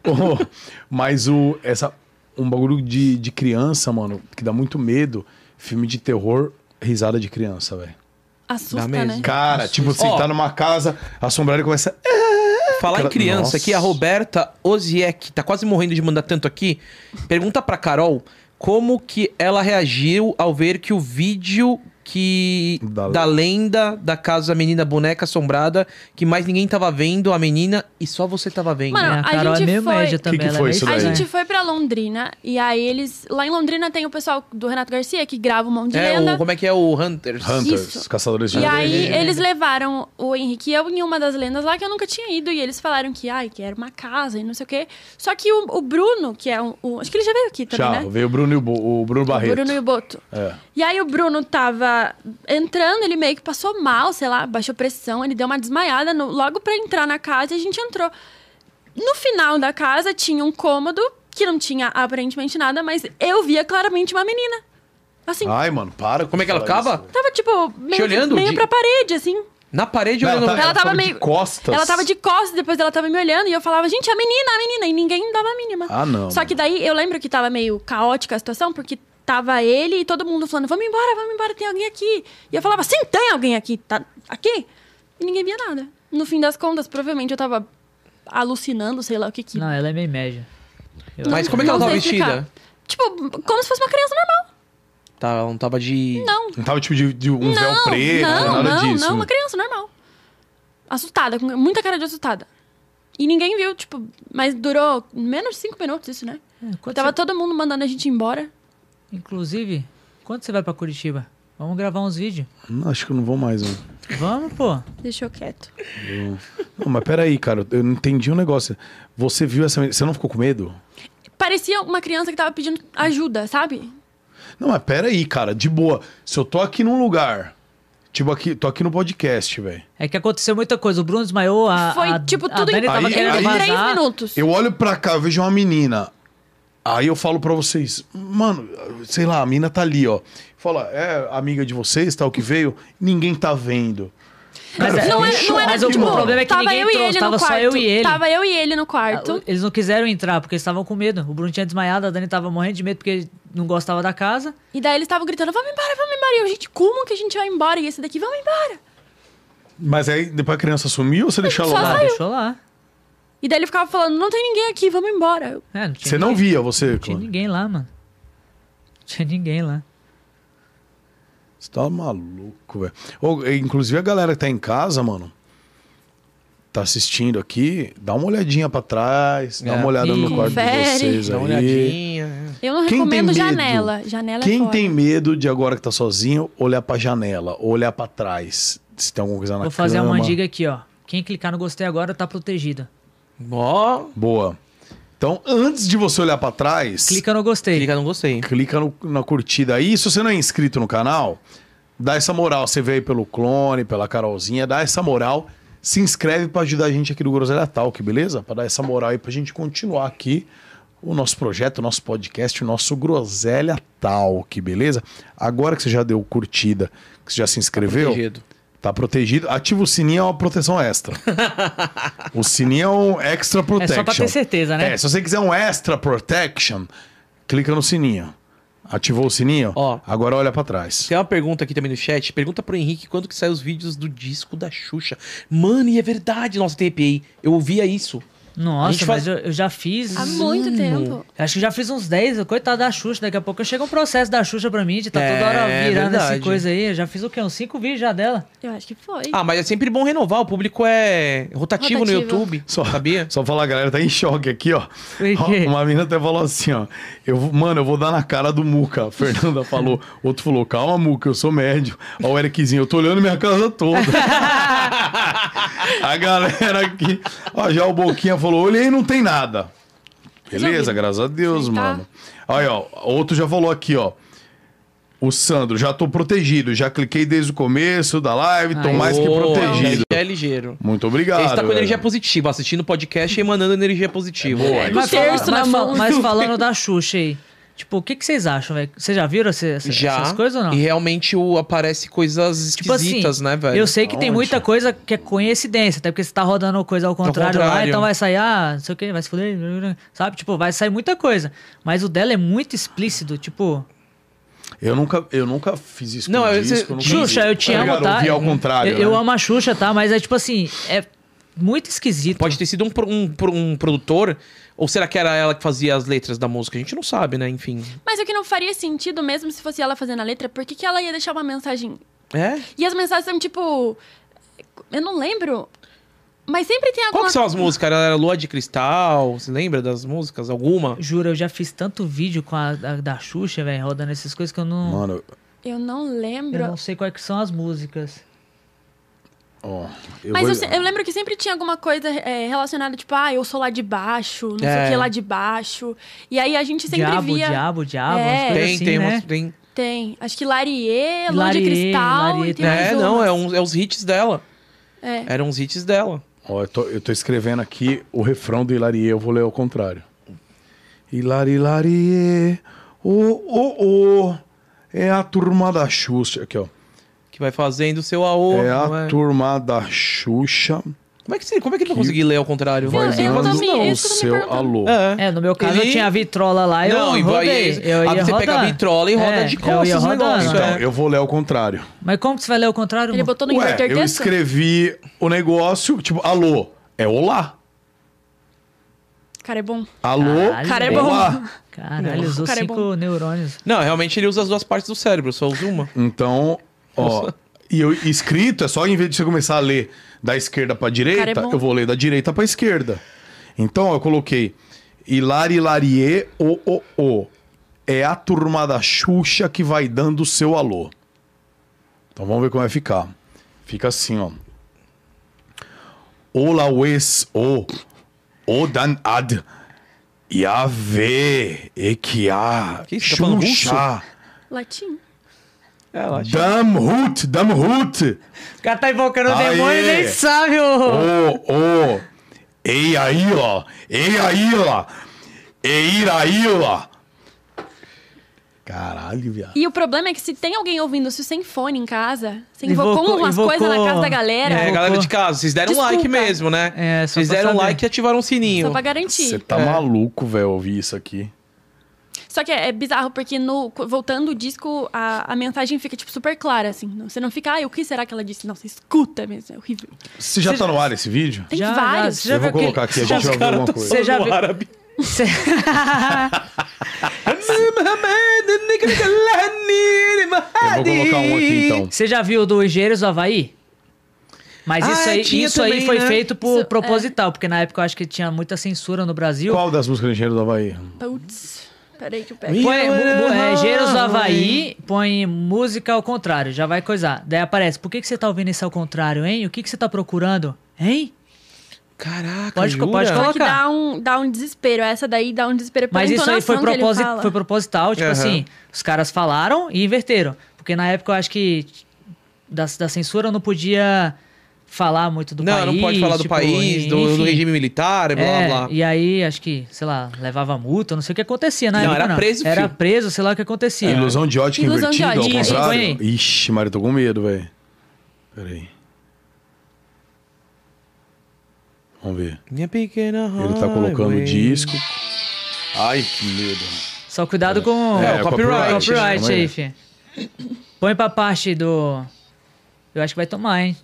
Speaker 1: Ô, mas o. Essa, um bagulho de, de criança, mano, que dá muito medo. Filme de terror, risada de criança, velho.
Speaker 4: Assusta,
Speaker 2: Dá
Speaker 4: né?
Speaker 2: mesmo.
Speaker 1: Cara, tipo, você
Speaker 2: Ó.
Speaker 1: tá numa casa, assombrada e começa.
Speaker 2: Falar
Speaker 1: Cara,
Speaker 2: em criança
Speaker 1: nossa.
Speaker 2: aqui, a Roberta Oziek tá quase morrendo de mandar tanto aqui. Pergunta pra Carol como que ela reagiu ao ver que o vídeo que.
Speaker 1: Da-
Speaker 2: Da, lenda da casa da menina boneca assombrada, que mais ninguém tava vendo a menina e só você tava vendo.
Speaker 4: Mano,
Speaker 2: né?
Speaker 4: a
Speaker 3: a Carol é
Speaker 4: gente
Speaker 3: meio
Speaker 4: foi-
Speaker 3: média
Speaker 4: Que
Speaker 3: também.
Speaker 1: que
Speaker 3: ela é
Speaker 1: foi
Speaker 3: meio
Speaker 1: isso
Speaker 4: A
Speaker 1: daí?
Speaker 3: estranha.
Speaker 4: gente foi pra Londrina e aí eles. Lá em Londrina tem o pessoal do Renato Garcia que grava um monte de
Speaker 2: É,
Speaker 4: lenda.
Speaker 2: o, como é que é o Hunters?
Speaker 1: Hunters,
Speaker 4: Isso.
Speaker 1: caçadores de
Speaker 4: E aí
Speaker 2: Lenda.
Speaker 4: eles levaram o Henrique e eu em uma das lendas lá que eu nunca tinha ido. E eles falaram que, ai, que era uma casa e não sei o quê. Só que o, o Bruno, que é um, o- Acho que ele já veio aqui também,
Speaker 1: Já,
Speaker 4: né?
Speaker 1: veio o Bruno, e o, Bo- o Bruno Barreto.
Speaker 4: O Bruno e o Boto.
Speaker 1: É.
Speaker 4: E aí o Bruno tava entrando, ele meio que passou mal, sei lá, baixou pressão, ele deu uma desmaiada no- logo pra entrar na casa e a gente entrou. No final da casa tinha um cômodo que não tinha aparentemente nada, mas eu via claramente uma menina. Assim,
Speaker 1: Ai, mano, para. com
Speaker 2: Como é que ela
Speaker 1: falar
Speaker 2: ficava?
Speaker 1: isso.
Speaker 4: tava tipo
Speaker 2: Te
Speaker 4: meio,
Speaker 2: olhando
Speaker 4: meio
Speaker 2: de-
Speaker 4: pra parede, assim.
Speaker 2: Na parede
Speaker 1: Não,
Speaker 2: olhando.
Speaker 1: tá-
Speaker 4: Ela tava
Speaker 1: de
Speaker 4: meio-
Speaker 1: costas.
Speaker 4: Ela tava de costas, depois ela tava me olhando e eu falava, gente, a menina, a menina, e ninguém dava a mínima.
Speaker 1: Ah, não,
Speaker 4: Só que daí eu lembro que tava meio caótica a situação, porque tava ele e todo mundo falando, vamos embora, vamos embora, tem alguém aqui. E eu falava, sim, tem alguém aqui, tá aqui? E ninguém via nada. No fim das contas, provavelmente eu tava alucinando, sei lá o que que.
Speaker 3: Não, ela é meio média. Eu-
Speaker 2: Mas como é que ela
Speaker 4: Não
Speaker 2: tava
Speaker 4: sei explicar.
Speaker 2: vestida?
Speaker 4: Tipo, como se fosse uma criança normal.
Speaker 2: Tá, ela não tava de.
Speaker 4: Não.
Speaker 1: Não tava tipo de, de um véu
Speaker 4: não,
Speaker 1: preto,
Speaker 4: não,
Speaker 1: nada
Speaker 4: não,
Speaker 1: disso.
Speaker 4: não, uma criança normal. Assustada, com muita cara de assustada. E ninguém viu, tipo, mas durou menos de cinco minutos isso, né?
Speaker 3: É, quando
Speaker 4: Tava
Speaker 3: você-
Speaker 4: todo mundo mandando a gente embora.
Speaker 3: Inclusive, quando você vai pra Curitiba? Vamos gravar uns vídeos?
Speaker 1: Não, acho que eu não vou mais, mano.
Speaker 3: Vamos, pô.
Speaker 4: Deixou quieto.
Speaker 1: Não, mas peraí, cara, eu não entendi um negócio. Você viu essa menina, você não ficou com medo?
Speaker 4: Parecia uma criança que tava pedindo ajuda, sabe?
Speaker 1: Não, mas peraí, cara, de boa. Se eu tô aqui num lugar, tipo aqui, tô aqui no podcast, velho.
Speaker 3: É que aconteceu muita coisa. O Bruno desmaiou, a.
Speaker 4: Foi,
Speaker 3: a-
Speaker 4: tipo,
Speaker 3: a
Speaker 4: tudo em
Speaker 3: Dani tava
Speaker 1: Aí-
Speaker 3: querendo
Speaker 1: aí-
Speaker 3: vazar.
Speaker 4: três minutos.
Speaker 1: Eu olho pra cá, eu vejo uma menina. Aí eu falo pra vocês, mano, sei lá, a mina tá ali, ó. Fala, é amiga de vocês, tal, que veio. Ninguém tá vendo.
Speaker 3: Mas,
Speaker 1: Cara,
Speaker 3: é-
Speaker 1: eu
Speaker 4: Não,
Speaker 1: fiquei
Speaker 4: é, não era,
Speaker 3: Mas o
Speaker 4: tipo,
Speaker 3: problema é que
Speaker 4: tava
Speaker 3: ninguém
Speaker 4: eu e
Speaker 3: trouxe,
Speaker 4: ele
Speaker 3: tava
Speaker 4: no
Speaker 3: só
Speaker 4: quarto.
Speaker 3: eu e ele. Ah,
Speaker 4: Tava eu e ele no quarto.
Speaker 3: Eles não quiseram entrar porque eles estavam com medo. O Bruno tinha desmaiado, a Dani tava morrendo de medo porque não gostava da casa.
Speaker 4: E daí eles estavam gritando, vamos embora, vamos embora. E eu, gente, como que a gente vai embora? E esse daqui, vamos embora.
Speaker 1: Mas aí depois a criança sumiu ou você deixou ela
Speaker 4: só
Speaker 1: lá?
Speaker 4: saiu.
Speaker 3: "Ah, Deixou lá.
Speaker 4: E daí ele ficava falando, não tem ninguém aqui, vamos embora. Eu,
Speaker 3: É, não tinha
Speaker 1: Você não
Speaker 3: ninguém-
Speaker 1: via, você.
Speaker 3: Não tinha
Speaker 1: Clã?
Speaker 3: ninguém lá, mano. Não tinha ninguém lá.
Speaker 1: Você tá maluco, velho. Ô, Inclusive a galera que tá em casa, mano, tá assistindo aqui, dá uma olhadinha pra trás, dá
Speaker 2: É.
Speaker 1: uma olhada no
Speaker 3: Ih,
Speaker 1: quarto de
Speaker 4: confere.
Speaker 1: vocês
Speaker 2: Dá uma
Speaker 1: aí.
Speaker 2: olhadinha.
Speaker 4: eu não
Speaker 1: Quem tem
Speaker 4: recomendo
Speaker 1: medo?
Speaker 4: janela. Janela é
Speaker 1: Quem
Speaker 4: foda.
Speaker 1: tem medo de agora que tá sozinho, olhar pra janela, olhar pra trás, se tem alguma coisa na
Speaker 3: Vou fazer
Speaker 1: cama.
Speaker 3: uma dica aqui, ó. Quem clicar no gostei agora tá protegido.
Speaker 2: é. Ó,
Speaker 1: Boa. Então, antes de você olhar pra trás, clica,
Speaker 3: Clica no gostei.
Speaker 2: clica, não um gostei.
Speaker 1: no- na curtida aí. Se você não é inscrito no canal, dá essa moral. Você veio pelo clone, pela Carolzinha, dá essa moral. Se inscreve pra ajudar a gente aqui do Groselha Talk, beleza? Pra dar essa moral aí pra gente continuar aqui o nosso projeto, o nosso podcast, o nosso Groselha Talk, beleza? Agora que você já deu curtida, que você já se inscreveu,
Speaker 2: Protegido.
Speaker 1: Tá protegido. Ativa o sininho é uma proteção extra.
Speaker 3: <laughs>
Speaker 1: o sininho é um extra protection.
Speaker 3: pra ter certeza, né?
Speaker 1: É, se você quiser um extra protection, clica no sininho. Ativou o sininho?
Speaker 2: Ó.
Speaker 1: Agora olha pra trás.
Speaker 2: Tem uma pergunta aqui também no chat. Pergunta pro Henrique quando que saem os vídeos do disco da Xuxa. Mano, e é verdade. Nossa, tem EPI. Eu ouvia isso. A
Speaker 3: Nossa,
Speaker 2: gente
Speaker 3: mas
Speaker 2: faz-
Speaker 3: eu, eu já fiz.
Speaker 4: Há muito tempo.
Speaker 3: Acho que já fiz uns 10, coitado da Xuxa. Daqui a pouco chega um processo da Xuxa pra mim, de tá
Speaker 2: É,
Speaker 3: toda hora virando
Speaker 2: verdade.
Speaker 3: essa coisa aí. Eu já fiz o quê? Uns 5 vídeos já dela.
Speaker 4: Eu acho que foi.
Speaker 2: Ah, mas é sempre bom renovar. O público é rotativo, no
Speaker 4: Rotativo.
Speaker 2: YouTube. Sabia?
Speaker 1: Só falar, a galera tá em choque aqui, ó.
Speaker 3: Por quê?
Speaker 1: Ó, Uma menina até falou assim, ó. Eu, vou- mano, eu vou dar na cara do Muca. A
Speaker 2: <laughs>
Speaker 1: Fernanda falou. Outro falou, calma, Muca, eu sou médio. Ó, o Ericzinho, eu tô olhando minha casa
Speaker 2: <laughs>
Speaker 1: toda. a galera aqui. Ó, já o Boquinha falou, olhei e não tem nada. Beleza,
Speaker 4: Resolvido.
Speaker 1: graças a Deus,
Speaker 4: Sim, tá.
Speaker 1: mano. Aí, ó, outro já falou aqui, ó. O Sandro, já tô protegido, já cliquei desde o começo da live, tô
Speaker 3: Aí.
Speaker 1: mais que
Speaker 2: Boa,
Speaker 1: protegido.
Speaker 2: É ligeiro.
Speaker 1: Muito obrigado.
Speaker 2: Esse tá com
Speaker 1: velho.
Speaker 2: energia positiva, assistindo podcast e emanando energia positiva.
Speaker 1: É boa.
Speaker 4: Com terço na
Speaker 3: mas, fala-
Speaker 4: mão.
Speaker 3: mas falando da Xuxa aí. Tipo, o que, que vocês acham, velho? Vocês já viram essa- essa-
Speaker 2: Já.
Speaker 3: essas coisas ou não?
Speaker 2: E realmente o, aparece coisas
Speaker 3: Tipo assim,
Speaker 2: esquisitas, né, velho?
Speaker 3: eu sei que tem
Speaker 1: Aonde?
Speaker 3: muita coisa que é coincidência, até porque você tá rodando coisa ao contrário, lá,
Speaker 2: contrário.
Speaker 3: então vai sair, ah, não sei o que, vai se fuder, sabe? Tipo, vai sair muita coisa. Mas o dela é muito explícito, tipo,
Speaker 1: Eu nunca, eu nunca fiz isso
Speaker 2: Não,
Speaker 1: com
Speaker 2: eu-
Speaker 1: disco.
Speaker 2: cê-
Speaker 1: nunca
Speaker 2: Entendi.
Speaker 3: Xuxa, eu te
Speaker 1: Tá
Speaker 3: amo,
Speaker 1: ligado?
Speaker 3: tá?
Speaker 2: né?
Speaker 1: Eu ouvi ao contrário.
Speaker 3: Eu, eu
Speaker 1: né?
Speaker 3: amo a Xuxa, tá? Mas é tipo assim, é muito esquisito.
Speaker 2: Pode ter sido um, pro- um pro- um produtor, ou será que era ela que fazia as letras da música? A gente não sabe, né? Enfim.
Speaker 4: Mas o que não faria sentido mesmo se fosse ela fazendo a letra, por que, que ela ia deixar uma mensagem?
Speaker 2: É?
Speaker 4: E as mensagens são tipo. Eu não lembro. Mas sempre tem alguma
Speaker 2: Qual que são as músicas? Era, era Lua de Cristal? Você lembra das músicas? Alguma?
Speaker 3: Juro, eu já fiz tanto vídeo com a da, da Xuxa, velho, rodando essas coisas que eu não.
Speaker 1: Mano,
Speaker 4: Eu não lembro.
Speaker 3: Eu não sei quais que são as músicas.
Speaker 1: ó.
Speaker 4: Mas
Speaker 1: vou-
Speaker 4: eu, se- eu lembro que sempre tinha alguma coisa é, relacionada, tipo, ah, eu sou lá de baixo, não sei
Speaker 2: É.
Speaker 4: o que lá de baixo. E aí a gente sempre
Speaker 3: diabo,
Speaker 4: via.
Speaker 3: diabo, diabo,
Speaker 4: É.
Speaker 3: umas coisas
Speaker 2: Tem,
Speaker 3: assim,
Speaker 2: tem,
Speaker 3: né?
Speaker 2: umas- tem.
Speaker 4: Tem. Acho que Larie, Lua de
Speaker 3: Larie,
Speaker 4: Cristal.
Speaker 3: Larie,
Speaker 4: e tem mais
Speaker 2: É, não,
Speaker 4: umas.
Speaker 2: é, um- é os hits dela.
Speaker 4: É.
Speaker 2: Eram os hits dela.
Speaker 1: Ó, eu, tô, eu tô escrevendo aqui o refrão do Hilarie, eu vou ler ao contrário. Hilari, Hilarie, ô, ô, ô, é a turma da Xuxa. Aqui, ó.
Speaker 2: Que vai fazendo o seu AO.
Speaker 1: é
Speaker 2: não
Speaker 1: a turma da Xuxa.
Speaker 2: Como é que, você- como é que ele vai conseguir ler ao contrário?
Speaker 1: Vai
Speaker 4: eu
Speaker 1: dando
Speaker 4: também- é
Speaker 1: o
Speaker 4: isso que eu tô me
Speaker 1: seu
Speaker 4: perguntando.
Speaker 1: alô.
Speaker 2: É.
Speaker 3: É, no meu caso
Speaker 2: Ele-
Speaker 3: eu tinha a vitrola lá e
Speaker 2: Não, e
Speaker 3: eu
Speaker 2: vai-
Speaker 3: rodei. Eu
Speaker 2: Ah,
Speaker 3: ia
Speaker 2: você pega a
Speaker 3: rodando.
Speaker 2: vitrola e roda
Speaker 3: É,
Speaker 2: de
Speaker 3: eu
Speaker 2: costas
Speaker 3: ia
Speaker 2: o negócio,
Speaker 3: rodando.
Speaker 2: é.
Speaker 1: Então, eu vou ler ao contrário.
Speaker 3: Mas como que você vai ler o contrário?
Speaker 4: Ele
Speaker 3: mano?
Speaker 4: botou no
Speaker 1: Ué,
Speaker 4: inverter
Speaker 1: eu
Speaker 4: texto?
Speaker 1: escrevi o negócio, tipo, alô, é olá.
Speaker 4: Cara, é bom.
Speaker 1: Alô,
Speaker 3: Caralho,
Speaker 4: Cara, é bom.
Speaker 1: olá.
Speaker 3: Caralho, usou
Speaker 4: Cara, é
Speaker 3: cinco
Speaker 4: bom.
Speaker 3: neurônios.
Speaker 2: Não, realmente ele usa as duas partes do cérebro, só usa uma.
Speaker 1: Então, ó. E eu escrito é só em vez de você começar a ler da esquerda pra direita,
Speaker 4: Cara, é bom.
Speaker 1: eu vou ler da direita pra esquerda. Então, ó, eu coloquei Hilari Larie o o o. É a turma da Xuxa que vai dando o seu alô. Então vamos ver como vai ficar. Fica assim, ó. Olá, Wes, o o dan ad Yave ekia
Speaker 2: Que isso, tá falando russo?
Speaker 1: Xuxa.
Speaker 4: Latim.
Speaker 2: É, lá,
Speaker 1: Damhut, Damhut.
Speaker 3: O cara tá invocando
Speaker 1: Aê.
Speaker 3: o demônio e nem sabe, ô.
Speaker 1: Ô, ô. Ei aí, ó. Ei aí, ó. Ei aí, ó. Caralho, viado.
Speaker 4: E o problema é que se tem alguém ouvindo isso sem fone em casa, você invocou
Speaker 3: Invocou-
Speaker 4: umas
Speaker 3: invocou-
Speaker 4: coisas na casa da galera.
Speaker 2: É, galera de casa, vocês deram
Speaker 4: Desculpa.
Speaker 2: like mesmo, né?
Speaker 3: É, só
Speaker 2: vocês
Speaker 3: pra
Speaker 2: deram
Speaker 3: saber.
Speaker 2: like e ativaram o sininho.
Speaker 4: Só pra garantir.
Speaker 1: Você tá maluco, velho, ouvir isso aqui.
Speaker 4: Só que é, é bizarro, porque no, voltando o disco, a, a mensagem fica, tipo, super clara, assim. Não- Você não fica, ai, o que será que ela disse? Não, você escuta mesmo, é horrível.
Speaker 1: Você já
Speaker 3: Você
Speaker 1: tá
Speaker 3: já-
Speaker 1: no ar esse vídeo?
Speaker 4: Tem
Speaker 3: Já, já,
Speaker 4: vários.
Speaker 3: você já
Speaker 1: eu vou
Speaker 3: viu aquele-
Speaker 1: colocar aqui, a gente vai ver alguma coisa.
Speaker 3: Você já viu-
Speaker 2: árabe.
Speaker 3: <laughs> Cê-
Speaker 1: Eu vou colocar um aqui, então.
Speaker 3: Você já viu o do Engenheiros do Havaí? Mas
Speaker 2: Ah,
Speaker 3: isso aí,
Speaker 2: tinha
Speaker 3: isso aí
Speaker 2: também,
Speaker 3: foi
Speaker 2: né?
Speaker 3: feito por
Speaker 4: Isso, é.
Speaker 3: proposital, porque na época eu acho que tinha muita censura no Brasil.
Speaker 1: Qual das músicas do Engenheiro do Havaí?
Speaker 4: Putz, peraí que eu pego.
Speaker 2: Ih,
Speaker 3: Põe
Speaker 2: Ih,
Speaker 3: bu- bu- é,
Speaker 2: ah,
Speaker 3: Engenheiros do Havaí, põe música ao contrário, já vai coisar. Daí aparece, por que, que você tá ouvindo isso ao contrário, hein? O que, que você tá procurando? Hein?
Speaker 2: Caraca,
Speaker 3: Pode-
Speaker 2: jura?
Speaker 3: pode
Speaker 4: Só que
Speaker 3: colocar.
Speaker 4: dá um, dá um desespero. Essa daí dá um desespero pela
Speaker 3: Mas isso aí foi,
Speaker 4: entonação que ele
Speaker 3: proposi-
Speaker 4: fala.
Speaker 3: foi proposital, tipo
Speaker 2: Aham.
Speaker 3: assim, os caras falaram e inverteram. Porque na época eu acho que da, da censura não podia falar muito do
Speaker 2: não,
Speaker 3: país.
Speaker 2: não pode falar do
Speaker 3: tipo,
Speaker 2: país, do, do
Speaker 3: enfim.
Speaker 2: regime militar, blá,
Speaker 3: É,
Speaker 2: blá, blá.
Speaker 3: E aí, acho que, sei lá, levava multa, não sei o que acontecia na
Speaker 2: Não,
Speaker 3: época.
Speaker 2: era preso,
Speaker 3: Era
Speaker 2: filho.
Speaker 3: preso, sei lá o que acontecia.
Speaker 1: É, Ilusão de ótica
Speaker 4: Ilusão de
Speaker 1: invertida, ao
Speaker 4: ótica,
Speaker 3: isso,
Speaker 1: contrário?
Speaker 3: põe aí.
Speaker 1: Ixi, Mário, tô com medo, velho. Peraí. Vamos ver.
Speaker 2: Minha pequena
Speaker 1: Ele tá colocando o
Speaker 2: highway.
Speaker 1: disco. Ai, que medo.
Speaker 3: Só cuidado com
Speaker 2: É, o copyright.
Speaker 3: o copyright
Speaker 1: Calma aí.
Speaker 3: aí, fi. Põe pra parte do... Eu acho que vai tomar, hein?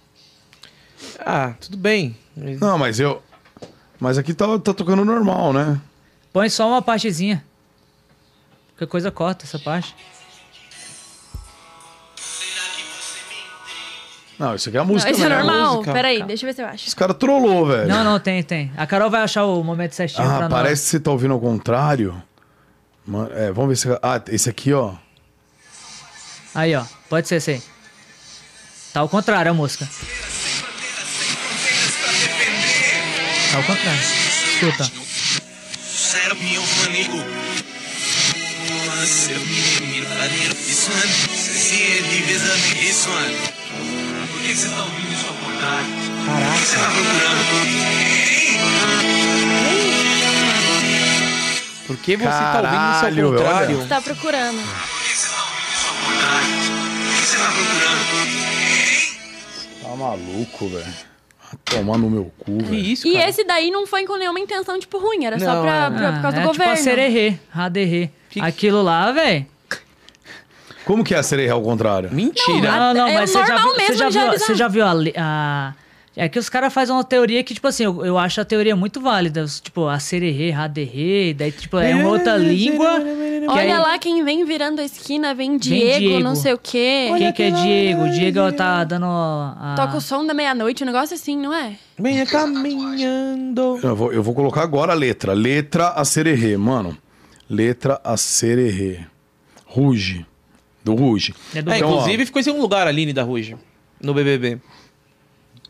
Speaker 2: Ah, tudo bem.
Speaker 1: Não, mas eu. Mas aqui tá, tá tocando normal, né?
Speaker 3: Põe só uma partezinha. Qualquer coisa corta essa parte.
Speaker 1: Não, isso aqui é a
Speaker 4: Não,
Speaker 1: música.
Speaker 4: isso é
Speaker 1: mesmo.
Speaker 4: normal.
Speaker 2: música.
Speaker 4: Peraí, deixa eu ver se eu acho.
Speaker 1: Os caras trollou, velho.
Speaker 3: Não, não, tem, tem. A Carol vai achar o momento certinho
Speaker 1: Ah,
Speaker 3: pra nós.
Speaker 1: parece que você tá ouvindo ao contrário. Mano, é, vamos ver se. Ah, esse aqui, ó.
Speaker 3: Aí, ó. Pode ser esse aí. Tá ao contrário a música. Tá ao contrário. Escuta.
Speaker 6: Ser mio amigo. Ser mio amigo. Isso é. Se é divisa, isso é. Por que você tá ouvindo isso ao contrário? Caraca. O que
Speaker 2: Por que
Speaker 6: você tá procurando?
Speaker 2: você tá
Speaker 1: Caralho,
Speaker 2: ouvindo isso ao
Speaker 1: olha.
Speaker 2: contrário?
Speaker 4: Você tá procurando.
Speaker 6: Por que você tá ouvindo isso ao contrário? O que você tá procurando?
Speaker 1: Tá maluco, velho. Vai Tomar no meu cu,
Speaker 2: Que
Speaker 1: velho.
Speaker 2: isso,
Speaker 4: E
Speaker 2: cara?
Speaker 4: esse daí não foi com nenhuma intenção, tipo, ruim. Era
Speaker 2: Não,
Speaker 4: só pra,
Speaker 2: é.
Speaker 4: pra- por causa
Speaker 3: é
Speaker 4: do governo. né?
Speaker 3: tipo a sererê, raderê.
Speaker 2: Que-
Speaker 3: Aquilo lá, velho.
Speaker 1: Como que é a sereia ao contrário?
Speaker 2: Mentira.
Speaker 3: Não,
Speaker 4: Não,
Speaker 3: não,
Speaker 4: é
Speaker 3: mas você já,
Speaker 4: normal
Speaker 3: viu, você
Speaker 4: mesmo,
Speaker 3: já
Speaker 4: já
Speaker 3: viu,
Speaker 4: avisaram.
Speaker 3: você já viu a, le- a- É que os caras fazem uma teoria que, tipo assim, eu, eu acho a teoria muito válida. Tipo, a sererê, raderê, daí, tipo, é uma outra língua. que
Speaker 4: Olha
Speaker 3: aí-
Speaker 4: lá quem vem virando a esquina, vem Diego,
Speaker 3: Diego.
Speaker 4: não sei o quê. é?
Speaker 3: Quem Ah. que é Diego? Diego tá dando a...
Speaker 4: Toca o som da meia-noite, um negócio assim, não é?
Speaker 2: Venha caminhando.
Speaker 1: Eu vou, eu vou colocar agora a letra. Letra a sererê, mano. Letra a sererê. Ruge. Do Ruge.
Speaker 3: É do
Speaker 2: É,
Speaker 1: Então, ó.
Speaker 2: inclusive ficou em segundo lugar a Aline da Ruge. No BBB.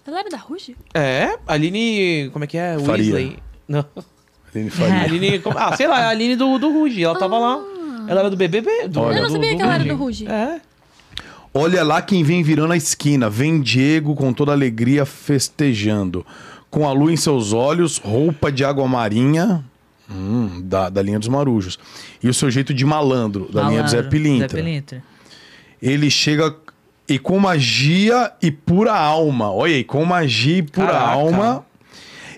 Speaker 4: Ela era da Ruge?
Speaker 2: É, Aline. Como é que é?
Speaker 1: Faria.
Speaker 2: Weasley. Não.
Speaker 1: Aline
Speaker 4: É.
Speaker 1: Faria.
Speaker 2: Aline. como- Ah, sei lá, é a Aline do, do Ruge. Ela tava lá. Ela era do BBB. Do,
Speaker 1: Olha.
Speaker 4: Ah. Eu não
Speaker 2: do-
Speaker 4: sabia que ela era do Ruge.
Speaker 2: É.
Speaker 1: Olha lá quem vem virando a esquina. Vem Diego com toda alegria festejando. Com a lua em seus olhos, roupa de água marinha. hum, da, da linha dos marujos. E o seu jeito de malandro, da linha do Zé Pilintra.
Speaker 3: Zé Pilintra.
Speaker 1: Ele chega e com magia e pura alma. Olha aí, com magia e pura
Speaker 2: Caraca.
Speaker 1: alma.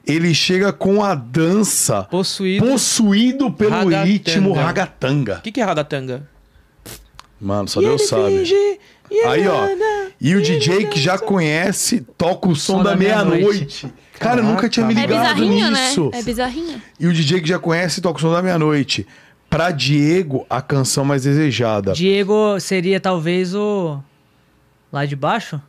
Speaker 1: Ele chega com a dança.
Speaker 2: Possuído. O
Speaker 1: Possuído pelo
Speaker 2: Ragatanga.
Speaker 1: ritmo ragatanga.
Speaker 2: que, que é Radatanga?
Speaker 1: Mano, só Deus sabe. Aí, ó. E o DJ que já conhece, toca o som, da, meia-noite. Cara, eu nunca tinha me
Speaker 4: É
Speaker 1: ligado
Speaker 4: bizarrinho,
Speaker 1: nisso.
Speaker 4: né? É bizarrinho.
Speaker 1: E o DJ que já conhece, toca o som da meia-noite. Pra Diego, a canção mais desejada.
Speaker 3: Diego seria talvez o... Lá de baixo?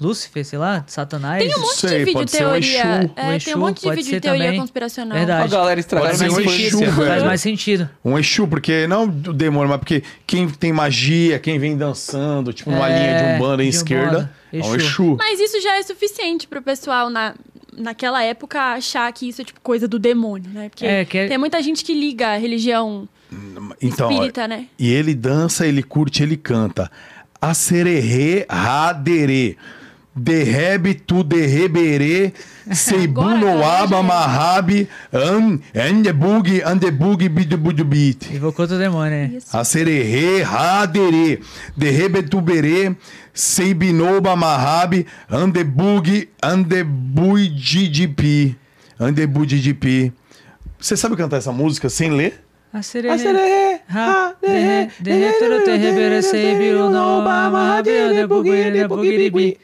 Speaker 3: Lúcifer, sei lá, Satanás.
Speaker 4: Tem um monte
Speaker 1: sei,
Speaker 4: de vídeo
Speaker 1: pode ser o
Speaker 4: teoria.
Speaker 1: Exu.
Speaker 4: É,
Speaker 3: O
Speaker 4: tem
Speaker 3: Exu,
Speaker 4: um monte de
Speaker 3: pode
Speaker 4: vídeo
Speaker 3: ser
Speaker 4: de teoria
Speaker 3: também.
Speaker 4: conspiracional.
Speaker 3: Verdade.
Speaker 2: A galera estragaram
Speaker 1: Pode ser
Speaker 2: minha
Speaker 1: um
Speaker 2: infância.
Speaker 1: Exu,
Speaker 3: Faz
Speaker 1: velho.
Speaker 3: mais sentido.
Speaker 1: Um Exu, porque não do demônio, mas porque quem tem magia, quem vem dançando, tipo uma
Speaker 3: É,
Speaker 1: linha de umbanda em
Speaker 3: de
Speaker 1: esquerda,
Speaker 3: Umbanda.
Speaker 1: é um
Speaker 3: Exu.
Speaker 1: Exu.
Speaker 4: Mas isso já é suficiente pro pessoal na, naquela época achar que isso é tipo coisa do demônio, né? Porque
Speaker 3: É, que é-
Speaker 4: tem muita gente que liga a religião
Speaker 1: Então, ó,
Speaker 4: espírita, né?
Speaker 1: E ele dança, ele curte, ele canta. A sererê, raderê. Derrebe, tu
Speaker 4: <laughs>
Speaker 1: derreberê, seibu
Speaker 4: Agora,
Speaker 1: no
Speaker 4: agora já
Speaker 1: aba,
Speaker 4: é.
Speaker 1: mahabe, an, endebug, andebug, bidubudubit.
Speaker 3: Invocou outro demônio, né?
Speaker 1: A sererê, raderê, derrebe, tuberê, seibinoba, mahabe, andebug, andebuididipi, andebudidipi. Você sabe cantar essa música sem ler?
Speaker 3: A
Speaker 2: A
Speaker 3: sereia.
Speaker 2: sererê,
Speaker 3: Ha,
Speaker 2: ha, derê,
Speaker 3: derê, derê, derê, derê, seibiru, no,
Speaker 2: noba,
Speaker 3: derê,
Speaker 2: bugui,
Speaker 3: derê,
Speaker 2: bugui, bugui.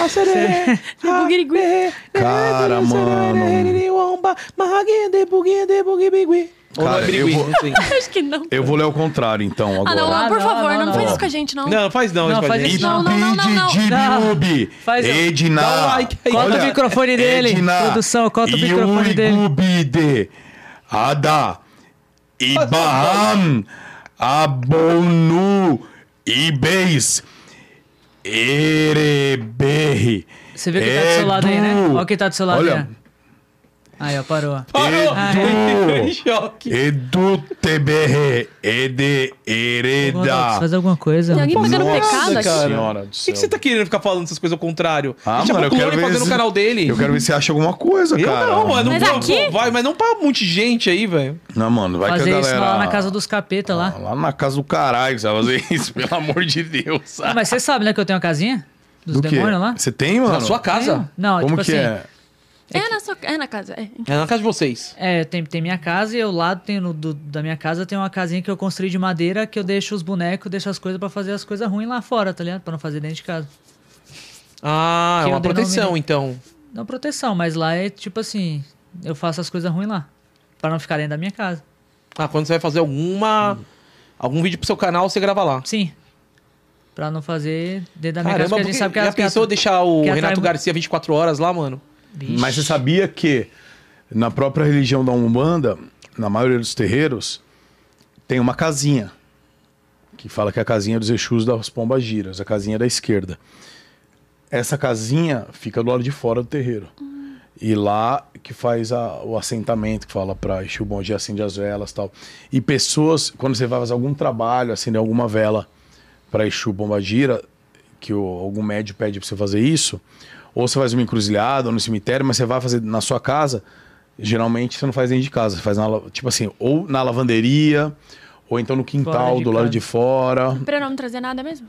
Speaker 2: A <laughs> sererê, ha, derê,
Speaker 1: Cara,
Speaker 2: derê,
Speaker 1: mano.
Speaker 2: sererê, omba, mahague, de bugui, de bugui, bigui. Ou não
Speaker 1: Cara, eu
Speaker 2: é birigui,
Speaker 1: vou-
Speaker 2: não sei.
Speaker 4: <laughs> Acho que não.
Speaker 1: Eu vou ler o contrário, então, agora.
Speaker 4: Ah, não,
Speaker 3: Ah,
Speaker 4: não, por
Speaker 3: não,
Speaker 4: favor,
Speaker 3: não,
Speaker 4: não,
Speaker 3: não.
Speaker 4: faz isso com a gente, não.
Speaker 2: Não, faz não,
Speaker 3: Não,
Speaker 2: isso pra
Speaker 3: faz
Speaker 2: gente.
Speaker 3: isso não.
Speaker 4: não, não, não,
Speaker 1: Impide
Speaker 3: não.
Speaker 1: Dibirubi.
Speaker 3: Faz o-
Speaker 1: Edna.
Speaker 2: Dá um like aí.
Speaker 3: Corta o microfone dele,
Speaker 1: Edna.
Speaker 3: produção, corta o microfone dele.
Speaker 1: Iuigubide. Ada. Ibaham. Abonu. Ibeis. Ereberri.
Speaker 3: Você vê quem tá do seu lado aí, né? Olha quem tá do seu lado
Speaker 1: Olha.
Speaker 3: aí. ó. Aí, ó, parou.
Speaker 2: Parou!
Speaker 1: Edu.
Speaker 2: Em choque.
Speaker 1: Edu TBR. Ede
Speaker 3: Gondox,
Speaker 1: Hereda.
Speaker 3: Faz alguma coisa.
Speaker 4: Tem alguém
Speaker 3: mano.
Speaker 4: pagando
Speaker 1: Nossa,
Speaker 4: pecado aqui.
Speaker 1: cara.
Speaker 2: Senhora do céu. O que, que você tá querendo ficar falando essas coisas ao contrário?
Speaker 1: Ah,
Speaker 2: Deixa
Speaker 1: mano,
Speaker 2: pro
Speaker 1: eu quero
Speaker 2: clone
Speaker 1: ver
Speaker 2: fazer no
Speaker 1: se-
Speaker 2: canal dele.
Speaker 1: Eu quero ver se acha alguma coisa,
Speaker 2: Eu
Speaker 1: cara.
Speaker 2: não, mano.
Speaker 4: Mas
Speaker 2: não,
Speaker 4: aqui?
Speaker 2: Vai, mas não pra um monte de gente aí, velho.
Speaker 1: Não, mano, vai que
Speaker 3: Fazer
Speaker 1: a
Speaker 3: isso
Speaker 1: galera... Tá
Speaker 3: lá na casa dos capeta lá.
Speaker 1: Lá na casa do caralho, você vai fazer <laughs> isso, pelo amor de Deus.
Speaker 3: Ah, mas você sabe, né, que eu tenho uma casinha? Dos
Speaker 1: Do quê?
Speaker 3: demônios lá?
Speaker 1: Você tem, mano?
Speaker 2: Na sua casa.
Speaker 3: Tenho. Não,
Speaker 1: Como
Speaker 3: tipo
Speaker 1: que
Speaker 3: assim.
Speaker 1: é?
Speaker 4: É na sua é na casa. É.
Speaker 2: É na casa de vocês.
Speaker 3: É, tem, tem minha casa e eu lá tem no, do- da minha casa tem uma casinha que eu construí de madeira que eu deixo os bonecos, deixo as coisas pra fazer as coisas ruins lá fora, tá ligado? Pra não fazer dentro de casa.
Speaker 2: Ah, é
Speaker 3: Que eu
Speaker 2: uma
Speaker 3: denomino-
Speaker 2: proteção, então.
Speaker 3: Não proteção, mas lá é tipo assim, eu faço as coisas ruins lá. Pra não ficar dentro da minha casa.
Speaker 2: Ah, quando você vai fazer alguma. Algum vídeo pro seu canal, você grava lá.
Speaker 3: Sim. Pra não fazer dentro da É minha
Speaker 2: Caramba,
Speaker 3: casa, porque
Speaker 2: porque
Speaker 3: a gente sabe que
Speaker 2: já
Speaker 3: as
Speaker 2: pensou
Speaker 3: pessoas
Speaker 2: deixar o
Speaker 3: que é atrai
Speaker 2: Renato
Speaker 3: mu-
Speaker 2: Garcia 24 horas lá, mano?
Speaker 1: Mas você sabia que na própria religião da Umbanda, na maioria dos terreiros, tem uma casinha. Que fala que é a casinha dos Exus das Pombas Giras, a casinha da esquerda. Essa casinha fica do lado de fora do terreiro. E lá que faz a- o assentamento, que fala pra Exu Bom Dia, acende as velas e tal. E pessoas, quando você vai fazer algum trabalho, acender alguma vela pra Exu Bomba Gira, que o- algum médium pede pra você fazer isso, ou você faz uma encruzilhada ou no cemitério, mas você vai fazer na sua casa, geralmente você não faz dentro de casa, você faz na, la- tipo assim, ou na lavanderia, ou então no quintal,
Speaker 3: de
Speaker 1: do lado
Speaker 3: casa.
Speaker 1: de fora.
Speaker 4: Pra não trazer nada mesmo?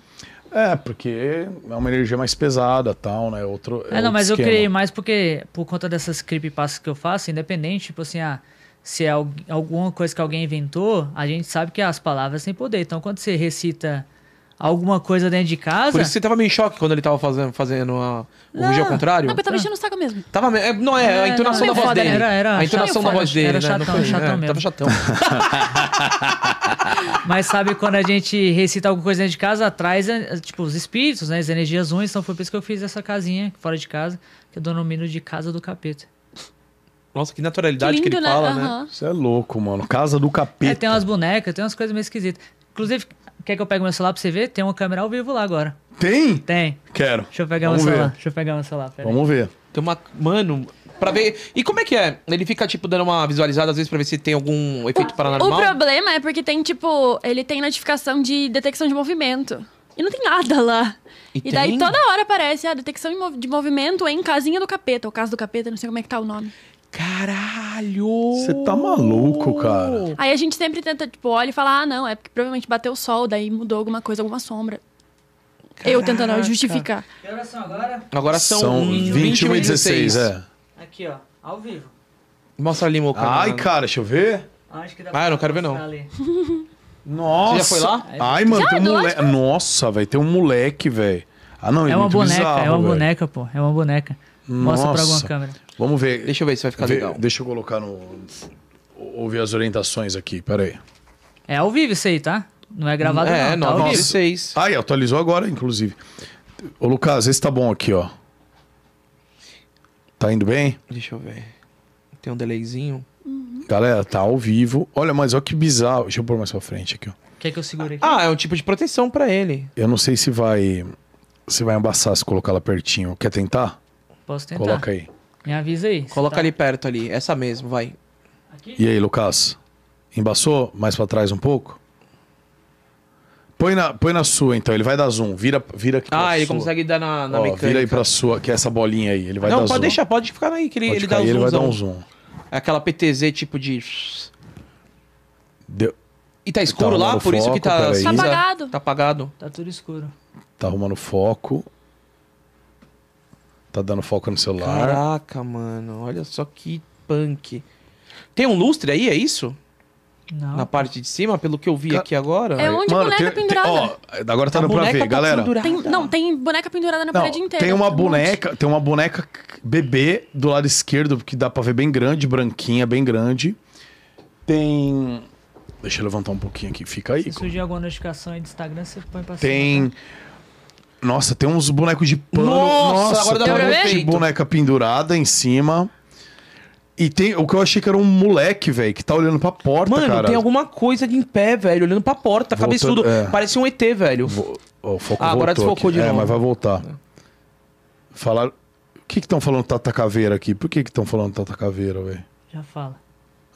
Speaker 1: É, porque é uma energia mais pesada tal, né? Outro,
Speaker 3: É, não,
Speaker 1: outro
Speaker 3: mas eu
Speaker 1: esquema.
Speaker 3: criei mais porque, por conta dessas creepypastas que eu faço, independente, tipo assim, ah, se é al- alguma coisa que alguém inventou, a gente sabe que as palavras têm poder. Então, quando você recita alguma coisa dentro de casa.
Speaker 2: Por isso que você tava meio em choque quando ele tava fazendo, fazendo a, o rugido ao contrário.
Speaker 4: Não, porque eu tava enchendo o saco mesmo.
Speaker 2: Tava me- é, Não, é, a
Speaker 3: É,
Speaker 2: entonação da
Speaker 3: não,
Speaker 2: voz
Speaker 3: foda,
Speaker 2: dele.
Speaker 3: era- era
Speaker 2: a entonação
Speaker 3: chato,
Speaker 2: da voz
Speaker 3: foda,
Speaker 2: dele. né?
Speaker 3: era
Speaker 2: Não
Speaker 3: chatão, chatão
Speaker 2: é,
Speaker 3: mesmo.
Speaker 2: Tava chatão.
Speaker 3: Mas sabe quando a gente recita alguma coisa dentro de casa, atrás, é, tipo, os espíritos, né? As energias ruins. Então foi por isso que eu fiz essa casinha fora de casa, que eu denomino de casa do capeta.
Speaker 2: Nossa, que naturalidade que,
Speaker 4: lindo,
Speaker 2: ele fala, né?
Speaker 4: Aham.
Speaker 1: Isso é louco, mano. Casa do
Speaker 3: É,
Speaker 1: capeta.
Speaker 3: tem umas bonecas, tem umas coisas meio esquisitas. Inclusive, quer que eu pegue meu celular pra você ver? Tem uma câmera ao vivo lá agora.
Speaker 1: Tem?
Speaker 3: Tem.
Speaker 1: Quero.
Speaker 3: Deixa eu pegar
Speaker 1: Vamos
Speaker 3: meu celular.
Speaker 1: ver.
Speaker 3: Deixa eu pegar meu celular. Pera aí.
Speaker 1: Vamos ver.
Speaker 2: Tem uma. Mano, pra ver. E como é que é? Ele fica, tipo, dando uma visualizada às vezes pra ver se tem algum efeito
Speaker 4: O
Speaker 2: paranormal?
Speaker 4: problema é porque tem, tipo, ele tem notificação de detecção de movimento. E não tem nada lá.
Speaker 2: E
Speaker 4: E, daí
Speaker 2: tem?
Speaker 4: toda hora aparece a detecção de mov- de movimento em casinha do capeta, ou casa do capeta, não sei como é que tá o nome.
Speaker 2: Caralho!
Speaker 1: Você tá
Speaker 3: Uh!
Speaker 1: maluco, cara.
Speaker 4: Aí a gente sempre tenta, tipo, olha e fala, ah, não, é porque provavelmente bateu o sol, daí mudou alguma coisa, alguma sombra. Eu tentando
Speaker 2: Caraca.
Speaker 4: justificar.
Speaker 3: Que horas são agora?
Speaker 2: Agora são, um
Speaker 1: São 21 e 16, é.
Speaker 3: Aqui, ó. Ao vivo.
Speaker 2: Mostra ali, meu cara.
Speaker 1: Ai, cara, deixa eu ver.
Speaker 3: Acho que dá
Speaker 2: pra Ah, eu não quero ver, não. mostrar
Speaker 3: Não
Speaker 1: Nossa.
Speaker 2: Você já foi
Speaker 1: Ai, mano, tem um
Speaker 4: lógico.
Speaker 1: moleque. Nossa, velho, tem um moleque, velho. Ah, não, ele
Speaker 3: É uma
Speaker 1: muito
Speaker 3: boneca,
Speaker 1: bizarro,
Speaker 3: é uma
Speaker 1: velho.
Speaker 3: boneca, pô. É uma boneca. Mostra pra alguma
Speaker 1: Nossa.
Speaker 3: câmera.
Speaker 1: Vamos ver.
Speaker 2: Deixa eu ver se vai ficar
Speaker 1: Vê-
Speaker 2: legal.
Speaker 1: Deixa eu colocar no. Ouvir as orientações aqui, peraí.
Speaker 3: É ao vivo isso aí, tá? Não é gravado, não.
Speaker 2: É,
Speaker 3: tá
Speaker 2: 9
Speaker 3: ao
Speaker 2: e
Speaker 3: vivo.
Speaker 2: 16.
Speaker 1: Ai, Ah, atualizou agora, inclusive. Ô, Lucas, esse tá bom aqui, ó. Tá indo bem?
Speaker 2: Deixa eu ver. Tem um delayzinho.
Speaker 1: Galera, tá ao vivo. Olha, mas olha que bizarro. Deixa eu pôr mais pra frente aqui, ó.
Speaker 3: Quer que eu segure aqui?
Speaker 2: Ah, é um tipo de proteção pra ele.
Speaker 1: Eu não sei se vai. Se vai embaçar se colocar lá pertinho. Quer tentar?
Speaker 3: Posso tentar.
Speaker 1: Coloca aí.
Speaker 3: Me avisa aí. se
Speaker 2: Coloca
Speaker 3: tá-
Speaker 2: ali perto ali. Essa mesmo, vai.
Speaker 1: E aí, Lucas? Embaçou? Mais pra trás um pouco? Põe na, põe na sua, então. Ele vai dar zoom. Vira, vira aqui pra
Speaker 2: Ah, ele
Speaker 1: sua.
Speaker 2: consegue dar na, na
Speaker 1: Ó,
Speaker 2: mecânica.
Speaker 1: Vira aí pra sua, que é essa bolinha aí. Ele vai
Speaker 2: Não,
Speaker 1: dar
Speaker 2: pode
Speaker 1: zoom.
Speaker 2: deixar, pode ficar aí, que ele,
Speaker 1: Pode
Speaker 2: ele
Speaker 1: ficar
Speaker 2: dá
Speaker 1: aí, ele vai dar
Speaker 2: um
Speaker 1: um
Speaker 2: zoom.
Speaker 1: zoom.
Speaker 2: Aquela PTZ tipo de.
Speaker 1: Deu-
Speaker 2: E tá escuro
Speaker 1: Tá
Speaker 2: lá,
Speaker 1: arrumando
Speaker 2: por isso que
Speaker 1: foco,
Speaker 2: tá.
Speaker 1: peraí.
Speaker 2: cinza?
Speaker 4: Tá apagado.
Speaker 2: Tá apagado.
Speaker 3: Tá tudo escuro.
Speaker 1: Tá arrumando foco. Tá dando foco no celular.
Speaker 2: Caraca, mano. Olha só que punk. Tem um lustre aí, é isso?
Speaker 3: Não.
Speaker 2: Na parte de cima, pelo que eu vi
Speaker 1: Ca-
Speaker 2: aqui agora.
Speaker 4: É onde boneca pendurada.
Speaker 1: ó, agora tá
Speaker 2: A
Speaker 1: dando pra
Speaker 2: boneca
Speaker 1: ver,
Speaker 2: tá
Speaker 1: galera.
Speaker 2: pendurada.
Speaker 4: Tem- não, tem boneca pendurada na
Speaker 1: Não,
Speaker 4: parede inteira.
Speaker 1: tem uma
Speaker 4: um monte.
Speaker 1: boneca, tem uma boneca bebê do lado esquerdo que dá pra ver bem grande, branquinha, bem grande. Tem Deixa eu levantar um pouquinho aqui, fica aí.
Speaker 3: Se surgir alguma notificação aí do Instagram, você põe pra cima.
Speaker 1: Tem Nossa, tem uns bonecos de pano.
Speaker 2: Nossa, agora dá
Speaker 1: tem
Speaker 4: pra
Speaker 1: um
Speaker 4: ver?
Speaker 1: monte de boneca pendurada em cima. E tem o que eu achei que era um moleque, velho, que tá olhando pra porta,
Speaker 2: Mano,
Speaker 1: cara.
Speaker 2: tem alguma coisa de em pé, velho, olhando pra porta,
Speaker 1: Voltando,
Speaker 2: cabeçudo.
Speaker 1: é.
Speaker 2: Parece um ET, velho.
Speaker 1: Vo- ó, o foco
Speaker 2: Ah, agora
Speaker 1: voltou
Speaker 2: desfocou
Speaker 1: aqui.
Speaker 2: de
Speaker 1: É,
Speaker 2: novo.
Speaker 1: mas vai voltar. Falaram. O que estão falando Tata Caveira aqui? Por que estão falando Tata Caveira, velho?
Speaker 3: Já fala.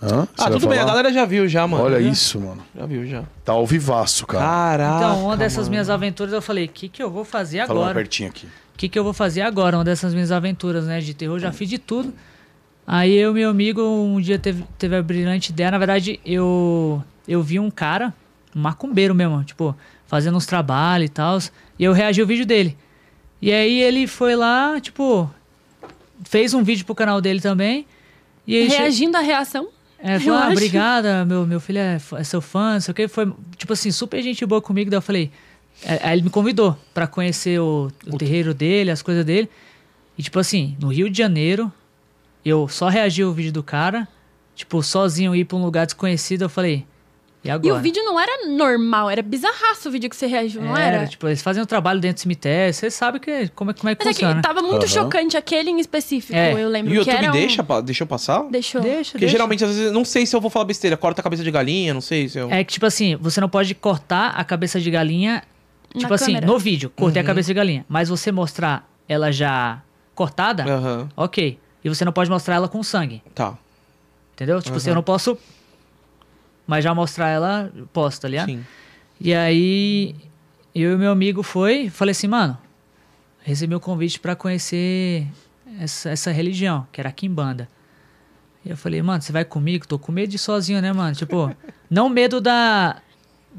Speaker 1: Hã? Você
Speaker 2: Ah,
Speaker 1: vai
Speaker 2: tudo bem, a
Speaker 1: falar?
Speaker 2: galera tá né? já viu já, mano.
Speaker 1: Olha
Speaker 2: Já-
Speaker 1: isso, mano.
Speaker 2: Já viu já.
Speaker 1: Tá ao vivaço, cara.
Speaker 2: Caraca.
Speaker 3: Então, uma dessas
Speaker 2: mano.
Speaker 3: minhas aventuras, eu falei, o que, que eu vou fazer
Speaker 1: Falando
Speaker 3: agora?
Speaker 1: pertinho aqui.
Speaker 3: O que, que eu vou fazer agora? Uma dessas minhas aventuras, né? De terror, eu já fiz de tudo. Aí eu e meu amigo um dia teve, teve a brilhante ideia. Na verdade, eu, eu vi um cara, um macumbeiro mesmo, tipo, fazendo uns trabalhos e tal. E eu reagi ao vídeo dele. E aí ele foi lá, tipo, fez um vídeo pro canal dele também. E aí che-
Speaker 4: Reagindo à reação.
Speaker 3: é,
Speaker 4: Eu
Speaker 3: falou, ah,
Speaker 4: acho.
Speaker 3: obrigada, meu, meu filho é, f- é seu fã, não sei o que. Foi, tipo assim, super gente boa comigo. Daí eu falei. é, Aí ele me convidou pra conhecer o, o terreiro dele, as coisas dele. E, tipo assim, no Rio de Janeiro, eu só reagi ao vídeo do cara. Tipo, sozinho ir pra um lugar desconhecido. Eu falei, e agora?
Speaker 4: E o vídeo não era normal, era bizarraço o vídeo que você reagiu, não era?
Speaker 3: Tipo, eles fazem um trabalho dentro do cemitério. Você sabe que, como, é- como é que
Speaker 4: Mas é que
Speaker 3: funciona.
Speaker 4: tava muito
Speaker 1: Aham.
Speaker 4: chocante aquele em específico,
Speaker 3: É.
Speaker 4: eu
Speaker 2: E
Speaker 4: lembro.
Speaker 2: o
Speaker 4: que
Speaker 2: YouTube
Speaker 4: era um-
Speaker 2: deixa, pa- deixa eu passar?
Speaker 4: Deixou.
Speaker 3: Deixa,
Speaker 2: Porque
Speaker 3: deixa.
Speaker 2: geralmente, às vezes, não sei se eu vou falar besteira. Corta a cabeça de galinha, não sei se eu...
Speaker 3: É que, tipo assim, você não pode cortar a cabeça de galinha.
Speaker 4: Na
Speaker 3: Tipo assim,
Speaker 4: câmera.
Speaker 3: no vídeo, cortei a cabeça de galinha. Mas você mostrar ela já cortada,
Speaker 2: Aham,
Speaker 3: ok. E você não pode mostrar ela com sangue,
Speaker 2: tá.
Speaker 3: entendeu? Tipo assim, eu
Speaker 2: Aham.
Speaker 3: não posso. Mas já mostrar ela, eu posso,
Speaker 4: É.
Speaker 3: tá ligado?
Speaker 2: Sim.
Speaker 3: E aí, eu e meu amigo foi, falei assim, mano, recebi o convite pra conhecer essa, essa religião, que era a Kimbanda. E eu falei, mano, você vai comigo? Tô com medo de ir sozinho, né,
Speaker 2: <laughs>
Speaker 3: mano? Tipo, não medo da.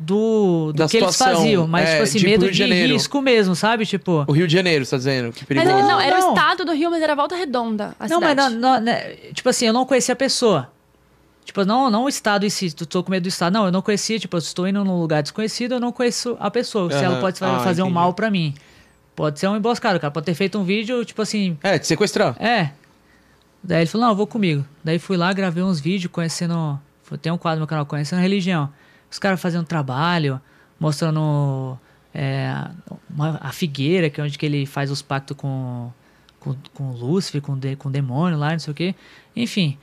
Speaker 3: Do, do
Speaker 2: Da
Speaker 3: que eles
Speaker 2: situação,
Speaker 3: faziam, mas,
Speaker 2: é,
Speaker 3: tipo assim,
Speaker 2: tipo
Speaker 3: medo
Speaker 2: Rio de
Speaker 3: de
Speaker 2: Janeiro.
Speaker 3: risco mesmo, sabe? Tipo.
Speaker 2: O Rio de Janeiro, você tá dizendo? Que
Speaker 4: Mas é,
Speaker 2: perigoso.
Speaker 4: não, não, era
Speaker 3: Não.
Speaker 4: o estado do Rio, mas era Volta Redonda. A
Speaker 3: não, mas
Speaker 4: cidade.
Speaker 3: não- não, né, tipo assim, eu não conhecia a pessoa. Tipo, não, não o Estado em si, tu tô com medo do Estado. Não, eu não conhecia, tipo, eu estou indo num lugar desconhecido, eu não conheço a pessoa. Se ela
Speaker 1: Aham.
Speaker 3: pode fa-
Speaker 1: Ah,
Speaker 3: fazer um
Speaker 1: entendi.
Speaker 3: mal pra mim. Pode ser um emboscado, cara. Pode ter feito um vídeo, tipo assim,
Speaker 2: É, te sequestrar.
Speaker 3: é. Daí ele falou, não, eu vou comigo. Daí fui lá, gravei uns vídeos conhecendo. Tem um quadro no meu canal, conhecendo a religião. Os caras fazendo trabalho, mostrando é, uma- a figueira, que é onde que ele faz os pactos com, com, com Lúcifer, com, de, com o demônio lá, não sei o quê. Enfim.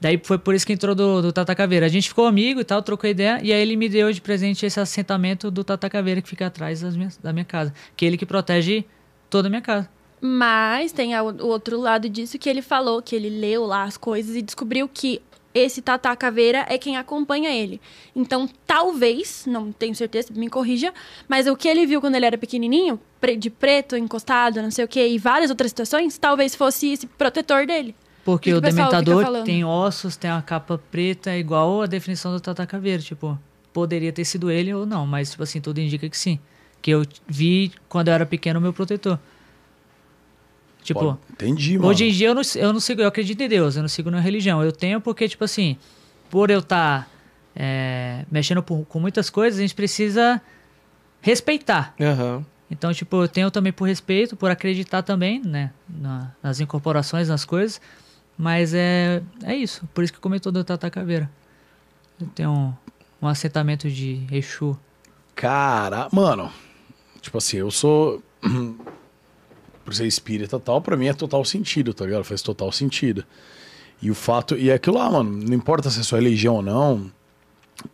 Speaker 3: Daí foi por isso que entrou do, do Tata Caveira. A gente ficou amigo e tal, trocou ideia. E aí ele me deu de presente esse assentamento do Tata Caveira que fica atrás das minhas- da minha casa. Que é ele que protege toda a minha casa.
Speaker 4: Mas tem a- o outro lado disso que ele falou, que ele leu lá as coisas e descobriu que esse Tatá Caveira é quem acompanha ele. Então, talvez, não tenho certeza, me corrija, mas o que ele viu quando ele era pequenininho, pre- de preto, encostado, não sei o quê, e várias outras situações, talvez fosse esse protetor dele.
Speaker 3: Porque
Speaker 4: O que
Speaker 3: o
Speaker 4: que o pessoal fica
Speaker 3: Dementador
Speaker 4: falando?
Speaker 3: tem ossos, tem a capa preta, é igual a definição do Tata Caveira. Tipo, poderia ter sido ele ou não, mas, tipo assim, tudo indica que sim. Que eu vi quando eu era pequeno o meu protetor. Tipo,
Speaker 1: Pô, entendi, mano.
Speaker 3: hoje em dia eu não, eu não sigo, eu acredito em Deus, eu não sigo na religião. Eu tenho porque, tipo assim, por eu estar mexendo por- com muitas coisas, a gente precisa respeitar.
Speaker 4: É.
Speaker 2: Aham.
Speaker 3: Então, tipo, eu tenho também por respeito, por acreditar também, né? na- nas incorporações, nas coisas. Mas é, é isso. Por isso que comentou do Tata Caveira. Eu tenho um, um assentamento de Exu.
Speaker 1: Cara, mano, tipo assim, eu sou. <clears throat> Por ser espírita e tal, pra mim é total sentido, tá ligado? Faz total sentido. E o fato. E é aquilo lá, mano. Não importa se é sua religião ou não,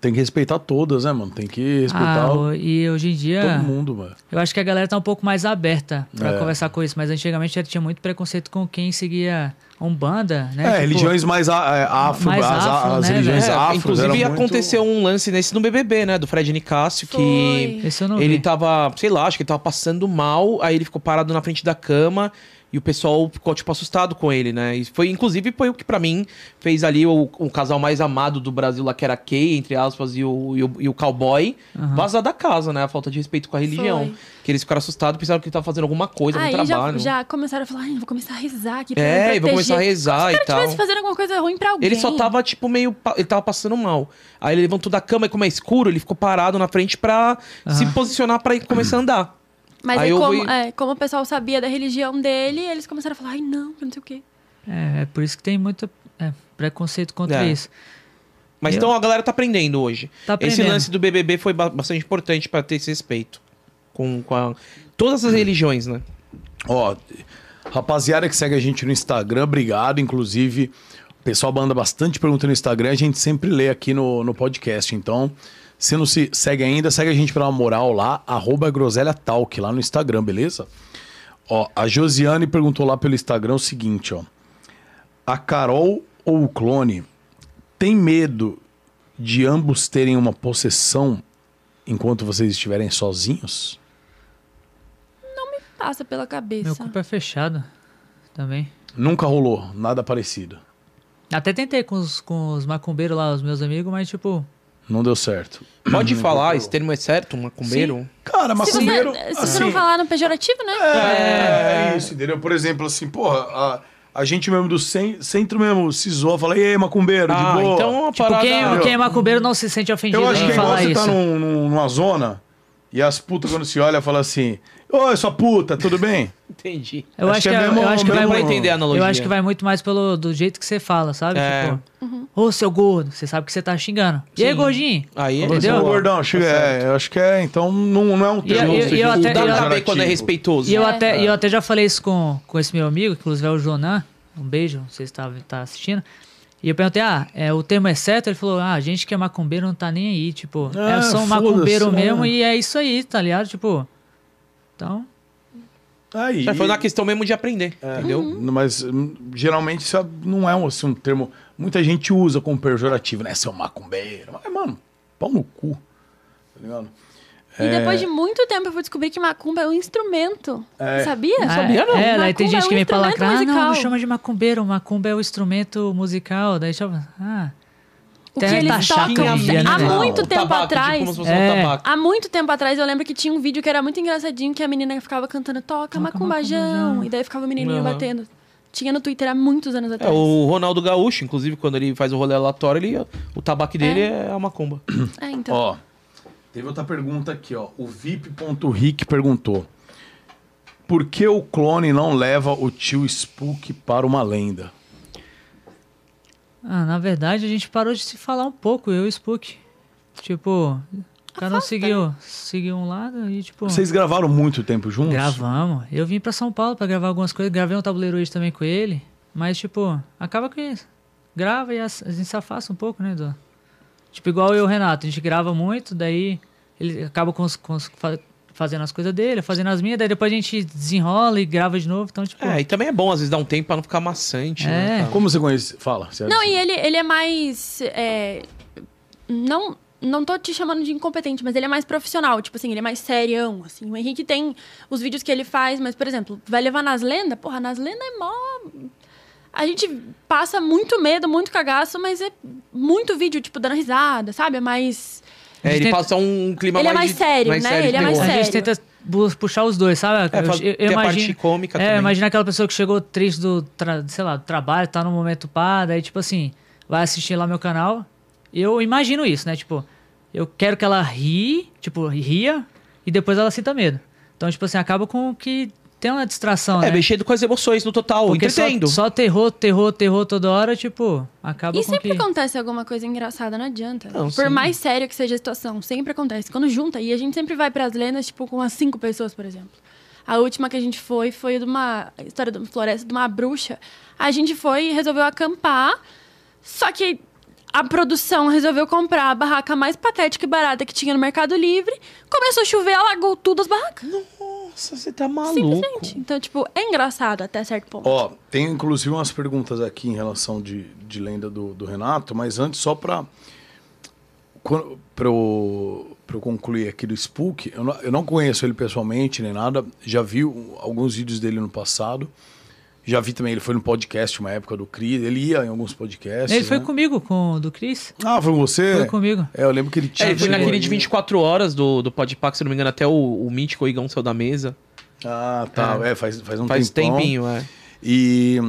Speaker 1: tem que respeitar todas, né, mano? Tem que respeitar
Speaker 3: Ah,
Speaker 1: o-
Speaker 3: o- e hoje em dia,
Speaker 1: todo mundo, mano.
Speaker 3: eu acho que a galera tá um pouco mais aberta pra
Speaker 1: É.
Speaker 3: conversar com isso. Mas antigamente já tinha muito preconceito com quem seguia Umbanda, né?
Speaker 1: É,
Speaker 3: Tipo,
Speaker 1: religiões mais a- é, afro,
Speaker 3: mais
Speaker 1: as,
Speaker 3: afro,
Speaker 1: as
Speaker 3: né,
Speaker 1: religiões
Speaker 3: velho?
Speaker 1: afro.
Speaker 2: É, inclusive aconteceu um lance nesse no BBB, né? Do Fred Nicásio, que
Speaker 4: Foi.
Speaker 3: Esse eu não
Speaker 2: ele
Speaker 3: vi.
Speaker 2: tava, sei lá, acho que ele tava passando mal, aí ele ficou parado na frente da cama e o pessoal ficou, tipo, assustado com ele, né? E foi, inclusive, foi o que pra mim fez ali o, o casal mais amado do Brasil lá, que era a Kay, entre aspas, e o, e o, e o cowboy, vazar da casa, né? A falta de respeito com a religião.
Speaker 4: Foi.
Speaker 2: Que eles ficaram assustados, pensaram que ele tava fazendo alguma coisa,
Speaker 4: Aí
Speaker 2: algum
Speaker 4: já,
Speaker 2: trabalho. né?
Speaker 4: já começaram a falar, "Ai, eu vou começar a rezar aqui pra
Speaker 2: É,
Speaker 4: me
Speaker 2: e vou começar a
Speaker 4: proteger."
Speaker 2: rezar
Speaker 4: Se
Speaker 2: e
Speaker 4: ele
Speaker 2: tal.
Speaker 4: estivesse fazendo alguma coisa ruim pra alguém.
Speaker 2: Ele só tava, tipo, meio. pa- Ele tava passando mal. Aí ele levantou da cama e, como é escuro, ele ficou parado na frente pra se
Speaker 3: Ah.
Speaker 2: posicionar pra ir começar a andar.
Speaker 4: Mas
Speaker 2: Aí
Speaker 4: aí
Speaker 2: eu
Speaker 4: como,
Speaker 2: vou-
Speaker 4: é, como o pessoal sabia da religião dele, eles começaram a falar, ai não, não sei o quê.
Speaker 3: É, é por isso que tem muito é, preconceito contra
Speaker 2: É.
Speaker 3: isso.
Speaker 2: Mas
Speaker 3: Eu-
Speaker 2: então a galera tá aprendendo hoje.
Speaker 3: Tá
Speaker 2: Esse
Speaker 3: aprendendo.
Speaker 2: lance do BBB foi ba- bastante importante pra ter esse respeito. Com, com a- todas as religiões, né?
Speaker 1: Ó, rapaziada que segue a gente no Instagram, obrigado. Inclusive, o pessoal manda bastante pergunta no Instagram, a gente sempre lê aqui no, no podcast. Então, se não se segue ainda, segue a gente pela moral lá, arroba Groselha Talk lá no Instagram, beleza? Ó, a Josiane perguntou lá pelo Instagram o seguinte, ó. A Carol ou o clone tem medo de ambos terem uma possessão enquanto vocês estiverem sozinhos?
Speaker 4: Passa pela
Speaker 3: Meu
Speaker 4: cabeça.
Speaker 3: corpo é fechado também.
Speaker 1: Nunca rolou, nada parecido.
Speaker 3: Até tentei com os, com os macumbeiros lá, os meus amigos, mas tipo,
Speaker 1: Não deu certo.
Speaker 2: Pode falar, esse termo é certo, macumbeiro?
Speaker 1: Cara,
Speaker 2: é
Speaker 4: Se
Speaker 1: macumbeiro.
Speaker 4: você, se
Speaker 1: assim,
Speaker 4: você não falar no pejorativo, né?
Speaker 1: é, é isso, entendeu? Por exemplo, assim, porra, a, a gente mesmo do cen- centro mesmo cisou, fala, ei, macumbeiro,
Speaker 2: Ah,
Speaker 1: Tá de boa.
Speaker 2: então é uma
Speaker 3: tipo
Speaker 2: parada.
Speaker 3: quem,
Speaker 2: <laughs>
Speaker 1: meu.
Speaker 3: quem é macumbeiro não se sente ofendido
Speaker 1: Eu acho
Speaker 3: em
Speaker 1: que é igual
Speaker 3: falar
Speaker 1: você
Speaker 3: isso.
Speaker 1: tá num- num- numa zona e as putas, quando se olha, falam assim: Ô, sua puta, tudo bem?
Speaker 2: Entendi.
Speaker 3: Eu
Speaker 1: acho
Speaker 3: acho que,
Speaker 1: que é
Speaker 3: é-
Speaker 1: mesmo-
Speaker 3: eu acho que
Speaker 1: mesmo-
Speaker 2: Dá
Speaker 3: vai
Speaker 2: pra
Speaker 1: Vamos-
Speaker 3: muito.
Speaker 2: entender a analogia.
Speaker 3: Eu acho que vai muito mais pelo do jeito que você fala, sabe?
Speaker 2: É.
Speaker 3: Tipo, ô seu gordo, você sabe que você tá xingando. E aí,
Speaker 2: Sim.
Speaker 3: gordinho?
Speaker 2: Aí,
Speaker 1: Falou assim,
Speaker 3: Entendeu?
Speaker 1: "Ô, gordão, chega. é, eu acho que é, então não, não é um
Speaker 3: E eu-
Speaker 1: termo.
Speaker 3: eu-
Speaker 1: assim,
Speaker 3: eu até-
Speaker 1: tão
Speaker 2: Dá
Speaker 3: eu-
Speaker 2: pra ver
Speaker 1: pejorativo.
Speaker 2: quando é respeitoso.
Speaker 3: E eu, até, e eu até já falei isso com, com esse meu amigo, que inclusive é o Jonan. Um beijo, não sei se tá, tá assistindo. E eu perguntei, ah, é, o termo é certo? Ele falou, ah, a gente que é macumbeiro não tá nem aí, tipo,
Speaker 1: Ah,
Speaker 3: é, eu sou um
Speaker 1: foda-se,
Speaker 3: macumbeiro
Speaker 1: é.
Speaker 3: mesmo e é isso aí, tá ligado? Tipo, então,
Speaker 1: Aí,
Speaker 3: tá
Speaker 2: É, Foi na questão mesmo de aprender,
Speaker 1: É.
Speaker 2: entendeu?
Speaker 1: Mas hum, geralmente isso não é um, assim, um termo. Muita gente usa como pejorativo, né? Seu macumbeiro. Mas, mano, pau no cu. Tá ligado?
Speaker 4: E depois
Speaker 3: É.
Speaker 4: de muito tempo eu fui descobrir que macumba é um instrumento.
Speaker 1: É.
Speaker 4: Sabia?
Speaker 3: é, É, daí tem
Speaker 4: Macumba
Speaker 3: gente
Speaker 4: é um
Speaker 3: que me fala,
Speaker 4: instrumento
Speaker 3: ah, não, não
Speaker 4: musical.
Speaker 3: chama de macumbeiro, macumba é o instrumento musical. Daí chama, ah,
Speaker 4: O que
Speaker 3: Tá
Speaker 4: eles
Speaker 3: chato
Speaker 4: tocam
Speaker 3: hoje em dia, né,
Speaker 4: há
Speaker 3: velho?
Speaker 4: muito
Speaker 2: O
Speaker 4: tempo
Speaker 2: tabaco, tipo,
Speaker 4: atrás.
Speaker 2: como se fosse um
Speaker 3: É.
Speaker 2: tabaco.
Speaker 4: Há muito tempo atrás eu lembro que tinha um vídeo que era muito engraçadinho que a menina ficava cantando Toca,
Speaker 3: Toca,
Speaker 4: macumbajão.
Speaker 3: macumbajão.
Speaker 4: E daí ficava o menininho
Speaker 2: Aham.
Speaker 4: batendo. tinha no Twitter há muitos anos
Speaker 2: É,
Speaker 4: atrás.
Speaker 2: o Ronaldo Gaúcho, inclusive, quando ele faz o rolê aleatório, ele, o tabaco dele é, a macumba.
Speaker 4: <coughs> É, então.
Speaker 1: Ó, teve outra pergunta aqui, ó. O VIP.Rick perguntou: Por que o clone não leva o tio Spook para uma lenda?
Speaker 3: Ah, na verdade, a gente parou de se falar um pouco, eu e o Spook. Tipo, o
Speaker 4: né?
Speaker 3: cara seguiu, seguiu um lado e,
Speaker 4: Hum.
Speaker 3: tipo.
Speaker 1: Vocês gravaram muito tempo juntos?
Speaker 3: Gravamos. Eu vim pra São Paulo pra gravar algumas coisas. Gravei um tabuleiro hoje também com ele. Mas, tipo, acaba que grava e as- a gente se afasta um pouco, né, Edu? Tipo, igual eu e o Renato. A gente grava muito, daí ele acaba com os- com os- fa- fazendo as coisas dele, fazendo as minhas. Daí depois a gente desenrola e grava de novo. Então, tipo...
Speaker 2: É, e também é bom, às vezes, dar um tempo pra não ficar maçante, né?
Speaker 3: É.
Speaker 2: cara?
Speaker 1: Como você conhece? Fala. você-
Speaker 4: Não, e ele, ele é mais. é, não, não tô te chamando de incompetente, mas ele é mais profissional. Tipo assim, ele é mais serião, assim. O Henrique tem os vídeos que ele faz, mas, por exemplo, vai levar nas lendas? Porra, nas lendas é mó. A gente passa muito medo, muito cagaço, mas é muito vídeo, tipo, dando risada, sabe? É mais.
Speaker 2: É, ele
Speaker 3: Tem-
Speaker 2: passa um clima
Speaker 4: Ele é
Speaker 2: mais...
Speaker 4: mais
Speaker 2: de-
Speaker 4: sério, né?
Speaker 2: de
Speaker 4: Ele é mais
Speaker 2: terror.
Speaker 3: a gente
Speaker 4: sério.
Speaker 3: tenta bu- puxar os dois, sabe?
Speaker 2: É, faz- tem a parte cômica
Speaker 3: É,
Speaker 2: também.
Speaker 3: imagina aquela pessoa que chegou triste do, tra- sei lá, do trabalho, tá num momento pá, daí tipo assim, vai assistir lá meu canal. Eu imagino isso, né? Tipo, eu quero que ela ri, tipo, ria e depois ela sinta medo. Então, tipo assim, acaba com que tem uma distração,
Speaker 2: É,
Speaker 3: né?
Speaker 2: mexendo com as emoções no total,
Speaker 3: Porque só,
Speaker 2: entendendo.
Speaker 3: só terror, terror, terror toda hora, tipo, acaba
Speaker 4: E
Speaker 3: com
Speaker 4: sempre
Speaker 3: que...
Speaker 4: é acontece alguma coisa engraçada, não adianta.
Speaker 2: Não, sim.
Speaker 4: Por mais sério que seja a situação, sempre acontece. Quando junta, e a gente sempre vai pras lendas, tipo, com umas cinco pessoas, por exemplo. A última que a gente foi foi de uma a história de uma floresta, de uma bruxa. A gente foi e resolveu acampar, só que a produção resolveu comprar a barraca mais patética e barata que tinha no Mercado Livre. Começou a chover, alagou tudo as barracas.
Speaker 2: Nossa, você tá maluco.
Speaker 4: Simplesmente. Então, tipo, é engraçado até certo ponto.
Speaker 1: Ó, tem inclusive umas perguntas aqui em relação de, de lenda do, do Renato, mas antes, só pra. Quando- pra eu, pra eu concluir aqui do Spook, eu não, eu não conheço ele pessoalmente nem nada, já vi o- alguns vídeos dele no passado. Já vi também, ele foi no podcast uma época do Cris, ele ia em alguns podcasts.
Speaker 3: Ele foi
Speaker 1: né?
Speaker 3: comigo, com o do Chris.
Speaker 1: Ah, foi com você?
Speaker 3: Foi comigo.
Speaker 1: É, eu lembro que ele tinha.
Speaker 2: É, ele foi
Speaker 1: chegou
Speaker 2: naquele
Speaker 1: aí.
Speaker 2: de 24 horas do, do Podpac, se não me engano, até o, o mítico Igão saiu da mesa.
Speaker 1: Ah, tá. É, faz, faz um
Speaker 2: Faz
Speaker 1: tempão.
Speaker 2: tempinho, é.
Speaker 1: E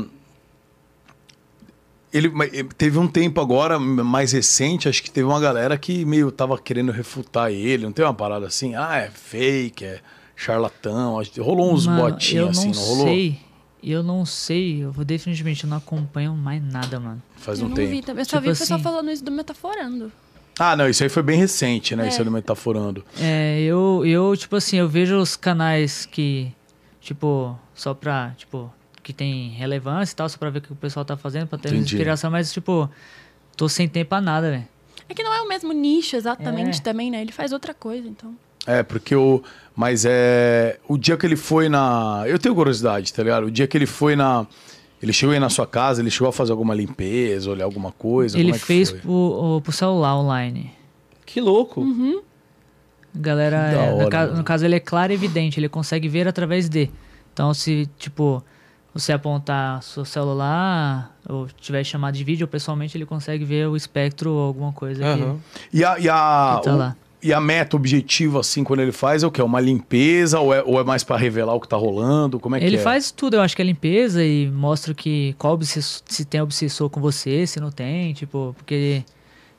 Speaker 1: ele mas teve um tempo agora mais recente, acho que teve uma galera que meio tava querendo refutar ele, não tem uma parada assim, ah, é fake, é charlatão, acho que rolou uns
Speaker 3: Mano,
Speaker 1: botinhos assim, não rolou?
Speaker 3: sei. Eu não sei, eu vou definitivamente eu não acompanho mais nada, mano.
Speaker 1: Faz
Speaker 4: eu
Speaker 1: um
Speaker 4: não
Speaker 1: tempo.
Speaker 4: vi também. Eu só
Speaker 3: Tipo
Speaker 4: vi o pessoal
Speaker 3: assim.
Speaker 4: falando isso do Metaforando.
Speaker 1: Ah, não, isso aí foi bem recente, né?
Speaker 4: É.
Speaker 1: Isso aí do metaforando.
Speaker 3: É, eu, eu, tipo assim, eu vejo os canais que, tipo, só pra, tipo, que tem relevância e tal, só pra ver o que o pessoal tá fazendo, pra ter uma
Speaker 1: Entendi.
Speaker 3: inspiração, mas, tipo, tô sem tempo pra nada, velho.
Speaker 4: É que não é o mesmo nicho exatamente
Speaker 3: É.
Speaker 4: também, né? Ele faz outra coisa, então.
Speaker 1: É, porque o. Mas é. O dia que ele foi na. Eu tenho curiosidade, tá ligado? O dia que ele foi na. Ele chegou aí na sua casa, ele chegou a fazer alguma limpeza, olhar alguma coisa?
Speaker 3: Ele
Speaker 1: como é que
Speaker 3: fez
Speaker 1: foi?
Speaker 3: pro, o- pro celular online.
Speaker 2: Que louco.
Speaker 4: Uhum.
Speaker 3: A Galera,
Speaker 1: Que da
Speaker 3: é, no,
Speaker 1: hora,
Speaker 3: ca-
Speaker 1: mano.
Speaker 3: no caso, ele é claro e evidente, ele consegue ver através de. Então, se, tipo, você apontar seu celular ou tiver chamado de vídeo, pessoalmente ele consegue ver o espectro ou alguma coisa que-
Speaker 4: Uhum.
Speaker 2: Aham. É
Speaker 1: E a, e a,
Speaker 3: Que tá
Speaker 1: o-
Speaker 3: lá.
Speaker 1: e a meta, o objetivo, assim, quando ele faz, é o quê? Uma limpeza ou é, ou é mais pra revelar o que tá rolando? Como é que
Speaker 3: ele
Speaker 1: é?
Speaker 3: faz tudo, eu acho que é limpeza e mostra que qual obsessor, se tem obsessor com você, se não tem, tipo, porque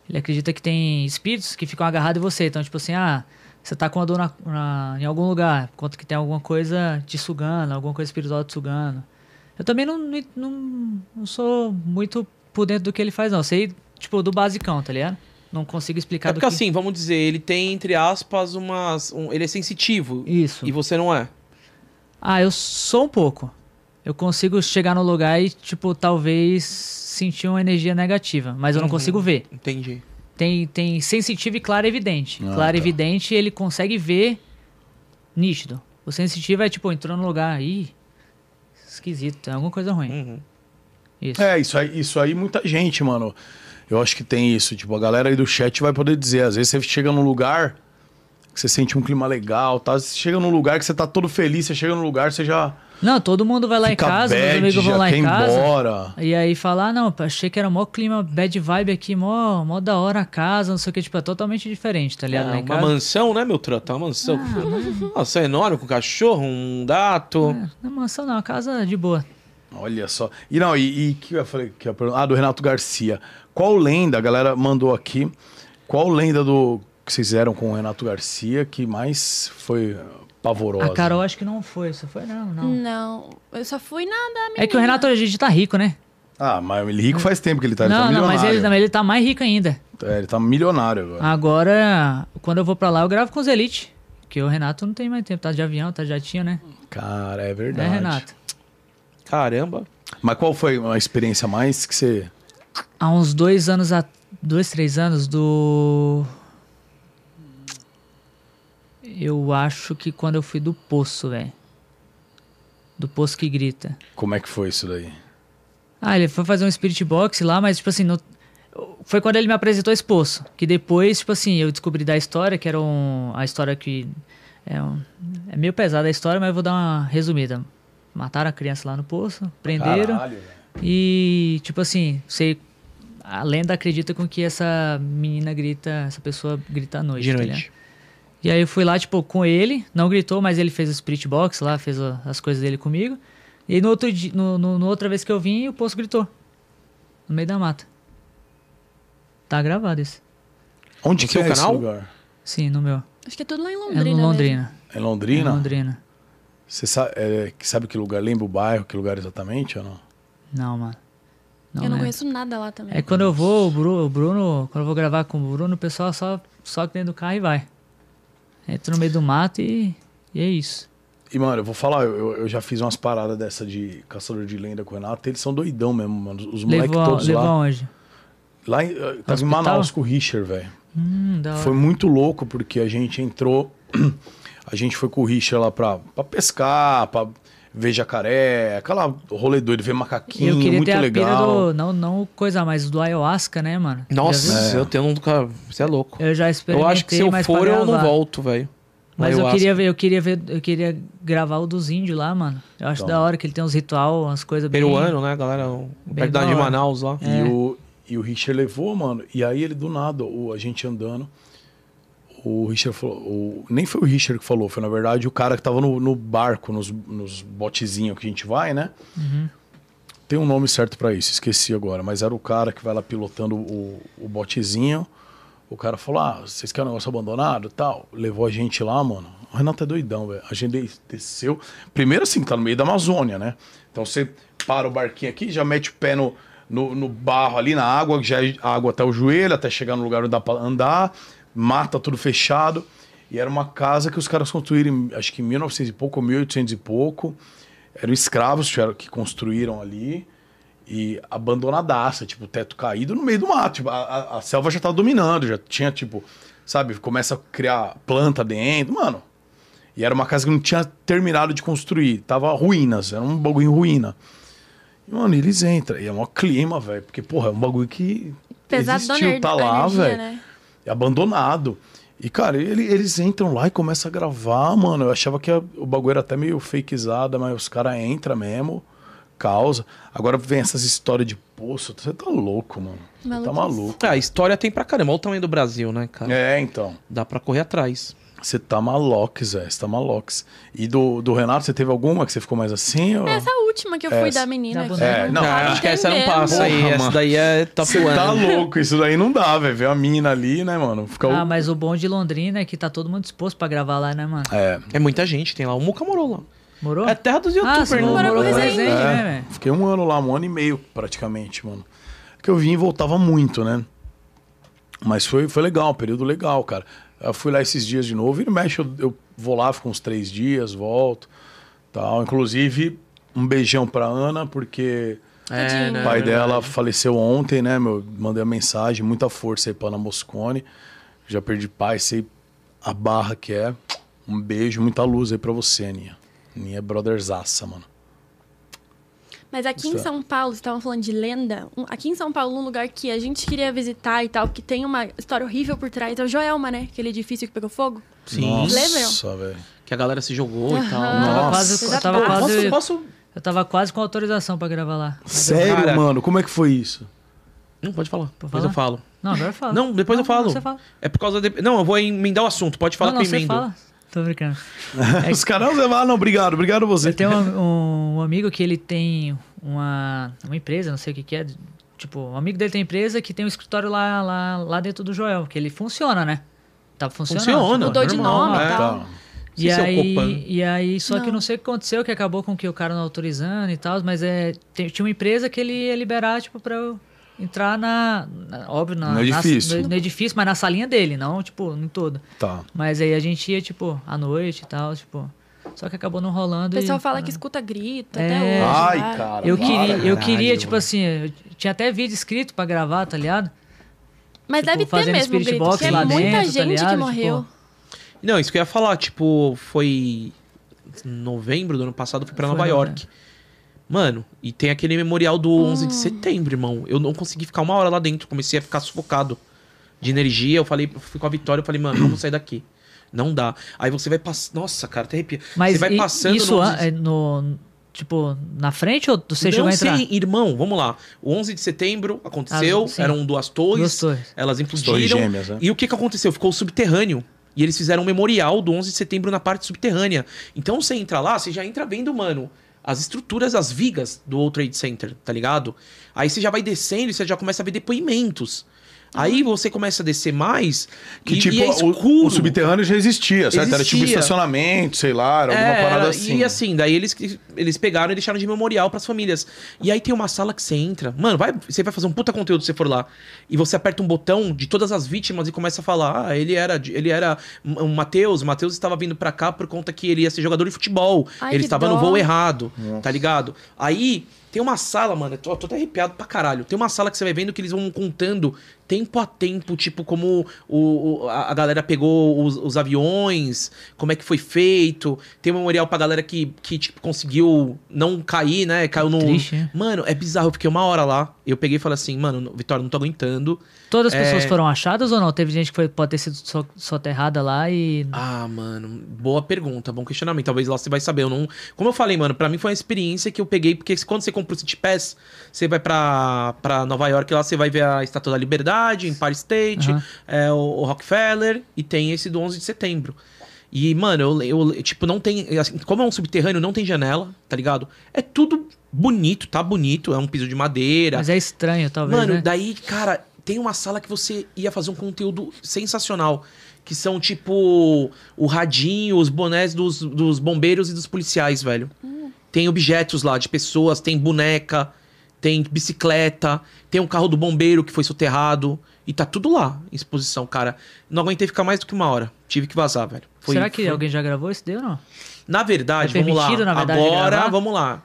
Speaker 3: ele acredita que tem espíritos que ficam agarrados em você. Então, tipo assim, ah, você tá com a dor na- na- em algum lugar, conta que tem alguma coisa te sugando, alguma coisa espiritual te sugando. Eu também não, não, não- não sou muito por dentro do que ele faz, não. Eu Sei, tipo, do basicão, tá ligado? Não consigo explicar
Speaker 2: É
Speaker 3: do
Speaker 2: porque
Speaker 3: que...
Speaker 2: assim, vamos dizer, ele tem, entre aspas, umas... um- ele é sensitivo.
Speaker 3: Isso.
Speaker 2: E você não é.
Speaker 3: Ah, eu sou um pouco. Eu consigo chegar no lugar e, tipo, talvez sentir uma energia negativa, mas eu não
Speaker 2: Uhum.
Speaker 3: consigo ver.
Speaker 2: Entendi.
Speaker 3: Tem, tem sensitivo e claro e evidente.
Speaker 1: Ah,
Speaker 3: claro e
Speaker 1: tá.
Speaker 3: evidente, ele consegue ver nítido. O sensitivo é, tipo, entrou no lugar aí. Esquisito, tem alguma coisa ruim.
Speaker 2: Uhum.
Speaker 3: Isso.
Speaker 1: É, isso aí, isso aí muita gente, mano. Eu acho que tem isso. Tipo, a galera aí do chat vai poder dizer. Às vezes você chega num lugar que você sente um clima legal, tá? Você chega num lugar que você tá todo feliz, você chega num lugar, você já
Speaker 3: Não, todo mundo vai lá em
Speaker 1: fica
Speaker 3: casa, meus
Speaker 1: bad,
Speaker 3: amigos vão
Speaker 1: já
Speaker 3: lá
Speaker 1: quer
Speaker 3: em
Speaker 1: ir
Speaker 3: casa.
Speaker 1: embora.
Speaker 3: E aí falar, não, pô, achei que era mó clima, bad vibe aqui, mó, mó da hora a casa, não sei o que, tipo, é totalmente diferente, tá
Speaker 2: É,
Speaker 3: ligado? lá
Speaker 2: uma
Speaker 3: em casa.
Speaker 2: mansão, né, meu trata? Uma mansão.
Speaker 3: Ah.
Speaker 2: Nossa, é enorme, com cachorro, um gato.
Speaker 3: É, não é mansão não, é uma casa de boa.
Speaker 1: Olha só. E não, e, e que eu falei que eu ia perguntar? Ah, do Renato Garcia. Qual lenda, a galera mandou aqui, qual lenda do que vocês fizeram com o Renato Garcia que mais foi pavorosa?
Speaker 3: A Carol acho que não foi. Você foi? Não, não.
Speaker 4: Hum. Não, eu só fui na da menina.
Speaker 3: É que o Renato hoje em dia tá rico, né?
Speaker 1: Ah, mas ele rico faz tempo que ele tá, ele tá
Speaker 3: não, não, mas ele,
Speaker 1: milionário.
Speaker 3: mas ele tá mais rico ainda.
Speaker 1: É, ele tá milionário agora.
Speaker 3: Agora, quando eu vou pra lá, eu gravo com os Elite. Porque o Renato não tem mais tempo. Tá de avião, tá de jatinho, né?
Speaker 1: Cara, é
Speaker 3: É,
Speaker 1: verdade.
Speaker 3: Renato.
Speaker 2: Caramba.
Speaker 1: Mas qual foi a experiência mais que você.
Speaker 3: Há uns dois anos, a... dois, três anos do... Eu acho que quando eu fui do Poço, velho. Do Poço que grita.
Speaker 1: Como é que foi isso daí?
Speaker 3: Ah, ele foi fazer um spirit box lá, mas, tipo assim, no- foi quando ele me apresentou esse poço. Que depois, tipo assim, eu descobri da história, que era um... a história que. É, um- é meio pesada a história, mas eu vou dar uma resumida. Mataram a criança lá no poço, prenderam.
Speaker 1: Caralho, velho.
Speaker 3: E, tipo assim, você. A lenda acredita com que essa menina grita, essa pessoa grita à noite.
Speaker 2: De
Speaker 3: tá
Speaker 2: noite.
Speaker 3: ligado? E aí eu fui lá, tipo, com ele, não gritou, mas ele fez o spirit box lá, fez o- as coisas dele comigo. E aí no outro dia, no, no- no outra vez que eu vim, o poço gritou. No meio da mata. Tá gravado isso.
Speaker 1: Onde
Speaker 2: No
Speaker 1: que
Speaker 2: seu
Speaker 1: é esse
Speaker 2: canal?
Speaker 1: lugar?
Speaker 3: Sim, no meu.
Speaker 4: Acho que é tudo lá em
Speaker 3: É
Speaker 4: Londrina.
Speaker 3: no Londrina.
Speaker 1: Em
Speaker 3: É
Speaker 1: Londrina?
Speaker 3: no Londrina.
Speaker 1: Você sabe, é, que sabe que lugar? Lembra o bairro, que lugar exatamente ou não?
Speaker 3: Não, mano.
Speaker 4: mesmo. eu não
Speaker 3: lembro.
Speaker 4: conheço nada lá também.
Speaker 3: É quando eu vou, o Bruno, o Bruno- quando eu vou gravar com o Bruno, o pessoal só soca dentro do carro e vai. Entra no meio do mato e, e é isso.
Speaker 1: E, mano, eu vou falar, eu, eu- eu já fiz umas paradas dessa de caçador de lenda com o Renato. Eles são doidão mesmo, mano. Os moleques
Speaker 3: Levou, a-
Speaker 1: todos
Speaker 3: levou
Speaker 1: lá.
Speaker 3: aonde?
Speaker 1: Lá em, eu tava em
Speaker 3: Hospital?
Speaker 1: Manaus com o Richard, velho.
Speaker 3: Hum, da hora.
Speaker 1: Foi muito louco, porque a gente entrou. <clears throat> A gente foi com o Richard lá pra, pra pescar, pra ver jacaré, aquela rolê doido, ver macaquinho,
Speaker 2: Hum,
Speaker 3: eu queria
Speaker 1: muito
Speaker 3: ter a pira
Speaker 1: legal.
Speaker 3: do. Não, não coisa, mas do ayahuasca, né, mano? Já viu?
Speaker 2: Nossa, eu tenho um. cara, Você é louco.
Speaker 3: Eu já experimentei.
Speaker 2: Eu acho que se eu
Speaker 3: mas pra
Speaker 2: for, eu não
Speaker 3: gravar.
Speaker 2: volto, velho.
Speaker 3: Mas eu
Speaker 2: Ayahuasca.
Speaker 3: queria ver, eu queria ver, eu queria gravar o dos índios lá, mano. Eu acho
Speaker 1: Então.
Speaker 3: da hora que ele tem uns ritual, umas coisas bem.
Speaker 2: Peruano, né, galera? O-
Speaker 3: Bem
Speaker 2: Perto da
Speaker 3: da
Speaker 2: de
Speaker 3: hora. É.
Speaker 2: Manaus lá.
Speaker 1: E, o, e o Richard levou, mano. E aí ele do nada, o, a gente andando. O Richard falou. o- nem foi o Richard que falou, foi na verdade o cara que tava no, no barco, nos, nos botezinhos que a gente vai, né? Tem um nome certo pra isso, esqueci agora, mas era o cara que vai lá pilotando o, o botezinho. O cara falou: Ah, vocês querem um negócio abandonado tal? Levou a gente lá, mano. O Renato é doidão, velho. A gente des- desceu. Primeiro, assim, tá no meio da Amazônia, né? Então você para o barquinho aqui, já mete o pé no, no, no barro ali, na água, que já é a água até o joelho, até chegar no lugar onde dá pra andar, mata tudo fechado. E era uma casa que os caras construíram, acho que em 1900 e pouco, 1800 e pouco. Eram escravos que, eram- que construíram ali. E abandonadaça, tipo, teto caído no meio do mato. Tipo, a, a- a selva já tá dominando, já tinha, tipo, sabe, começa a criar planta dentro. Mano, e era uma casa que não tinha terminado de construir. Tava ruínas, era um bagulho em ruína. E, mano, eles entram. E é um clima, velho. Porque, porra, é um bagulho que
Speaker 4: Pesado
Speaker 1: existiu, tá lá, velho É abandonado. E, cara, ele- eles entram lá e começam a gravar, mano. Eu achava que a- o bagulho era até meio fakezada, mas os caras entram mesmo, causa. Agora vem essas histórias de poço. Você tá louco, mano. Você tá
Speaker 4: Maluquice.
Speaker 1: maluco.
Speaker 2: Ah, história tem pra caramba. Olha o tamanho do Brasil, né, cara?
Speaker 1: É, então.
Speaker 2: Dá pra correr atrás.
Speaker 1: Você tá malox, velho. Você tá malox. E do, do Renato, você teve alguma que você ficou mais assim? Ou...
Speaker 4: É Essa última que eu fui
Speaker 1: Essa.
Speaker 4: da menina.
Speaker 3: Da
Speaker 4: que
Speaker 3: boneca.
Speaker 4: eu
Speaker 1: É, não,
Speaker 2: Ah,
Speaker 4: tava
Speaker 2: acho que
Speaker 3: um
Speaker 2: essa não passa
Speaker 1: Porra,
Speaker 2: aí. Essa
Speaker 1: mano.
Speaker 2: daí é top
Speaker 1: Você
Speaker 2: one.
Speaker 1: tá louco. Isso daí não dá, velho. Ver a mina ali, né, mano? Fica
Speaker 3: Ah,
Speaker 1: o-
Speaker 3: mas o bom de Londrina é que tá todo mundo disposto pra gravar lá, né, mano?
Speaker 1: É,
Speaker 2: É muita gente, tem lá. O Muca morou lá.
Speaker 3: Morou?
Speaker 2: É terra dos
Speaker 3: Ah,
Speaker 2: youtubers,
Speaker 3: você
Speaker 2: né?
Speaker 3: não morou com o
Speaker 4: Morou
Speaker 3: Resende, né,
Speaker 1: É,
Speaker 3: velho?
Speaker 1: fiquei um ano lá, um ano e meio praticamente, mano. Que eu vim e voltava muito, né? Mas foi, foi legal, um período legal, cara. Eu fui lá esses dias de novo, e mexe, eu, eu vou lá, fico uns três dias, volto, tal. Inclusive, um beijão pra Ana, porque
Speaker 2: É, né?
Speaker 1: o pai dela faleceu ontem, né, meu? Mandei a mensagem, muita força aí pra Ana Moscone. Já perdi pai, sei a barra que é. Um beijo, muita luz aí pra você, Aninha. Aninha é brotherzaça, mano.
Speaker 4: Mas aqui em
Speaker 1: Certo.
Speaker 4: São Paulo, vocês estavam falando de lenda. um- Aqui em São Paulo, um lugar que a gente queria visitar e tal, que tem uma história horrível por trás, é o Joelma, né? Aquele edifício que pegou fogo.
Speaker 2: Sim.
Speaker 1: Nossa, velho.
Speaker 2: Que a galera se jogou e tal.
Speaker 4: Aham.
Speaker 1: Nossa.
Speaker 3: Tava quase, eu tava
Speaker 4: Exatamente.
Speaker 3: quase,
Speaker 2: Posso, posso...
Speaker 3: eu tava quase com autorização pra gravar lá.
Speaker 1: Sério,
Speaker 2: Cara.
Speaker 1: mano? Como é que foi isso?
Speaker 2: Não, pode falar. Depois
Speaker 3: falar?
Speaker 2: eu falo.
Speaker 3: Não, agora fala.
Speaker 2: Não, depois eu falo.
Speaker 3: Você fala.
Speaker 2: É por causa... De... Não, eu vou emendar o assunto. Pode falar
Speaker 3: não, não,
Speaker 2: que eu
Speaker 3: você
Speaker 2: emendo.
Speaker 3: fala. Tô brincando.
Speaker 2: é
Speaker 1: Os caras vão ah, não, obrigado, obrigado você.
Speaker 3: Eu tenho um, um amigo que ele tem uma, uma empresa, não sei o que que é. Tipo, um amigo dele tem empresa que tem um escritório lá, lá, lá dentro do Joel, que ele funciona, né? Tá funcionando.
Speaker 2: Funciona.
Speaker 4: Mudou de
Speaker 2: normal,
Speaker 4: nome e
Speaker 2: é.
Speaker 3: tá?
Speaker 1: Tá,
Speaker 4: tal.
Speaker 3: E
Speaker 2: Esse é o
Speaker 3: aí,
Speaker 2: Copan.
Speaker 3: e aí, só que
Speaker 4: Não.
Speaker 3: eu não sei o que aconteceu, que acabou com que o cara não autorizando e tal, mas é, tem- tinha uma empresa que ele ia liberar, tipo, pra eu entrar na. na- óbvio, na,
Speaker 1: No
Speaker 3: na-
Speaker 1: edifício.
Speaker 3: no, no edifício, mas na salinha dele, não, tipo, em todo.
Speaker 1: Tá.
Speaker 3: Mas aí a gente ia, tipo, à noite e tal, tipo. Só que acabou não
Speaker 4: O
Speaker 3: rolando.
Speaker 4: pessoal
Speaker 3: e- tá
Speaker 4: fala que escuta grito
Speaker 3: É.
Speaker 4: até hoje.
Speaker 1: Ai,
Speaker 4: né?
Speaker 1: cara.
Speaker 3: Eu
Speaker 1: para.
Speaker 3: queria, eu queria,
Speaker 2: caralho.
Speaker 3: tipo assim, eu tinha até vídeo escrito pra gravar, tá ligado?
Speaker 4: Mas
Speaker 3: Tipo,
Speaker 4: deve ter
Speaker 3: fazendo
Speaker 4: mesmo
Speaker 3: spirit
Speaker 4: grito,
Speaker 3: box
Speaker 4: porque é
Speaker 3: lá
Speaker 4: muita
Speaker 3: dentro, tá
Speaker 4: gente
Speaker 3: ligado?
Speaker 4: que
Speaker 3: Tipo,
Speaker 4: morreu.
Speaker 2: Não, isso que eu ia falar, tipo, foi novembro do ano passado, eu fui pra
Speaker 3: Foi,
Speaker 2: Nova
Speaker 3: né?
Speaker 2: York. Mano, e tem aquele memorial do
Speaker 3: Hum.
Speaker 2: 11 de setembro, irmão. Eu não consegui ficar uma hora lá dentro, comecei a ficar sufocado de energia. Eu falei, eu fui com a Vitória, eu falei, mano, vamos sair daqui. Não dá. Aí você vai passando. Nossa, cara, até arrepia.
Speaker 3: Mas
Speaker 2: você vai
Speaker 3: i-
Speaker 2: passando
Speaker 3: isso
Speaker 2: no
Speaker 3: an-
Speaker 2: 11
Speaker 3: é no. Tipo, na frente ou você chegou
Speaker 2: não
Speaker 3: a entrar?
Speaker 2: sei, irmão, vamos lá. O 11 de setembro aconteceu,
Speaker 3: Ah, sim.
Speaker 2: eram duas torres,
Speaker 3: Duas torres.
Speaker 2: elas
Speaker 1: Torres
Speaker 2: implodiram.
Speaker 1: gêmeas, né?
Speaker 2: E o que, que aconteceu? Ficou o subterrâneo. E eles fizeram um memorial do 11 de setembro na parte subterrânea. Então você entra lá, você já entra vendo, mano, as estruturas, as vigas do World Trade Center, tá ligado? Aí você já vai descendo e você já começa a ver depoimentos. Aí
Speaker 3: Uhum.
Speaker 2: você começa a descer mais
Speaker 1: Que
Speaker 2: e,
Speaker 1: tipo,
Speaker 2: e é
Speaker 1: o,
Speaker 2: escuro.
Speaker 1: o subterrâneo já existia, certo? Era tipo
Speaker 2: Existia.
Speaker 1: estacionamento, sei lá, era alguma
Speaker 2: É,
Speaker 1: parada
Speaker 2: era-
Speaker 1: assim.
Speaker 2: E assim, daí eles, eles pegaram e deixaram de memorial pras famílias. E aí tem uma sala que você entra. Mano, vai, você vai fazer um puta conteúdo se você for lá. E você aperta um botão de todas as vítimas e começa a falar: ah, ele era, de- ele era um Matheus, o Matheus estava vindo pra cá por conta que ele ia ser jogador de futebol.
Speaker 4: Ai,
Speaker 2: ele
Speaker 4: que
Speaker 2: estava no
Speaker 4: dó.
Speaker 2: voo errado, tá ligado? Aí. Tem uma sala, mano, eu tô, eu tô até arrepiado pra caralho. Tem uma sala que você vai vendo que eles vão contando tempo a tempo, tipo, como o, o- a a galera pegou os, os aviões, como é que foi feito. Tem um memorial pra galera que, que tipo, conseguiu não cair, né? Caiu no.
Speaker 3: Triste, né?
Speaker 2: Mano, é bizarro. Eu fiquei uma hora lá. Eu peguei e falei assim, mano, não- Vitória, não tô aguentando.
Speaker 3: Todas as pessoas
Speaker 2: É.
Speaker 3: foram achadas ou não? Teve gente que foi, pode ter sido so- soterrada lá e.
Speaker 2: Ah, mano, boa pergunta, bom questionamento. Talvez lá você vai saber. Eu não... Como eu falei, mano, pra mim foi uma experiência que eu peguei, porque quando você compra o City Pass, você vai pra, pra Nova York, lá você vai ver a Estátua da Liberdade, Empire State,
Speaker 3: Aham.
Speaker 2: é, o, o Rockefeller, e tem esse do 11 de setembro. E, mano, eu, eu- tipo, não tem. assim, como é um subterrâneo, não tem janela, tá ligado? É tudo bonito, tá bonito. É um piso de madeira.
Speaker 3: Mas é estranho, talvez.
Speaker 2: Mano,
Speaker 3: né?
Speaker 2: daí, cara, tem uma sala que você ia fazer um conteúdo sensacional. Que são, tipo, o radinho, os bonés dos, dos bombeiros e dos policiais, velho. Tem objetos lá de pessoas, tem boneca, tem bicicleta, tem um carro do bombeiro que foi soterrado. E tá tudo lá, em exposição, cara. Não aguentei ficar mais do que uma hora. Tive que vazar, velho. Foi-
Speaker 3: Será que
Speaker 2: foi- um
Speaker 3: alguém já gravou isso daí ou não?
Speaker 2: na verdade,
Speaker 3: É
Speaker 2: vamos lá.
Speaker 3: permitido, na verdade,
Speaker 2: Agora,
Speaker 3: gravar?
Speaker 2: vamos lá.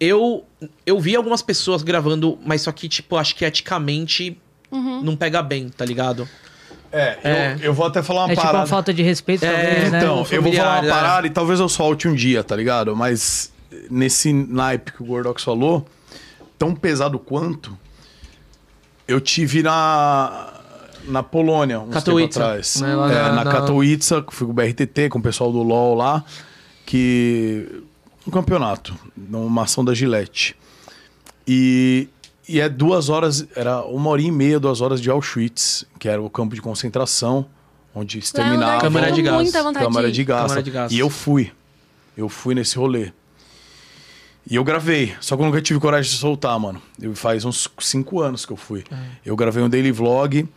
Speaker 2: Eu, eu vi algumas pessoas gravando, mas só que, tipo, acho que eticamente não pega bem, tá ligado?
Speaker 1: É,
Speaker 2: É.
Speaker 1: Eu, eu vou até falar uma
Speaker 3: é tipo uma
Speaker 1: parada.
Speaker 3: falta de respeito, talvez, né?
Speaker 1: Então, eu vou
Speaker 2: familiar,
Speaker 1: falar uma
Speaker 2: É, né?
Speaker 1: parada e talvez eu solte um dia, tá ligado? Mas nesse naipe que o Gordox falou, tão pesado quanto, eu tive na, na Polônia, uns
Speaker 2: Katowice,
Speaker 1: tempo atrás.
Speaker 2: né? Lá
Speaker 1: É,
Speaker 2: na-
Speaker 1: na,
Speaker 2: na-
Speaker 1: Katowice, que fui com o BRTT, com o pessoal do LoL lá, que... Um campeonato, numa ação da Gillette. E, e é duas horas, era uma hora e meia, duas horas de Auschwitz, que era o campo de concentração, onde
Speaker 4: Lá é um lugar
Speaker 1: exterminava...
Speaker 4: que
Speaker 2: Câmara
Speaker 4: eu
Speaker 2: de
Speaker 4: tenho
Speaker 2: gás.
Speaker 4: muita vontade
Speaker 1: Câmara de
Speaker 4: ir.
Speaker 1: gás.
Speaker 2: Câmara de gás.
Speaker 1: E eu fui. Eu fui nesse rolê. E eu gravei, só que eu nunca tive coragem de soltar, mano. Eu, faz uns cinco anos que eu fui. Eu gravei um daily vlog,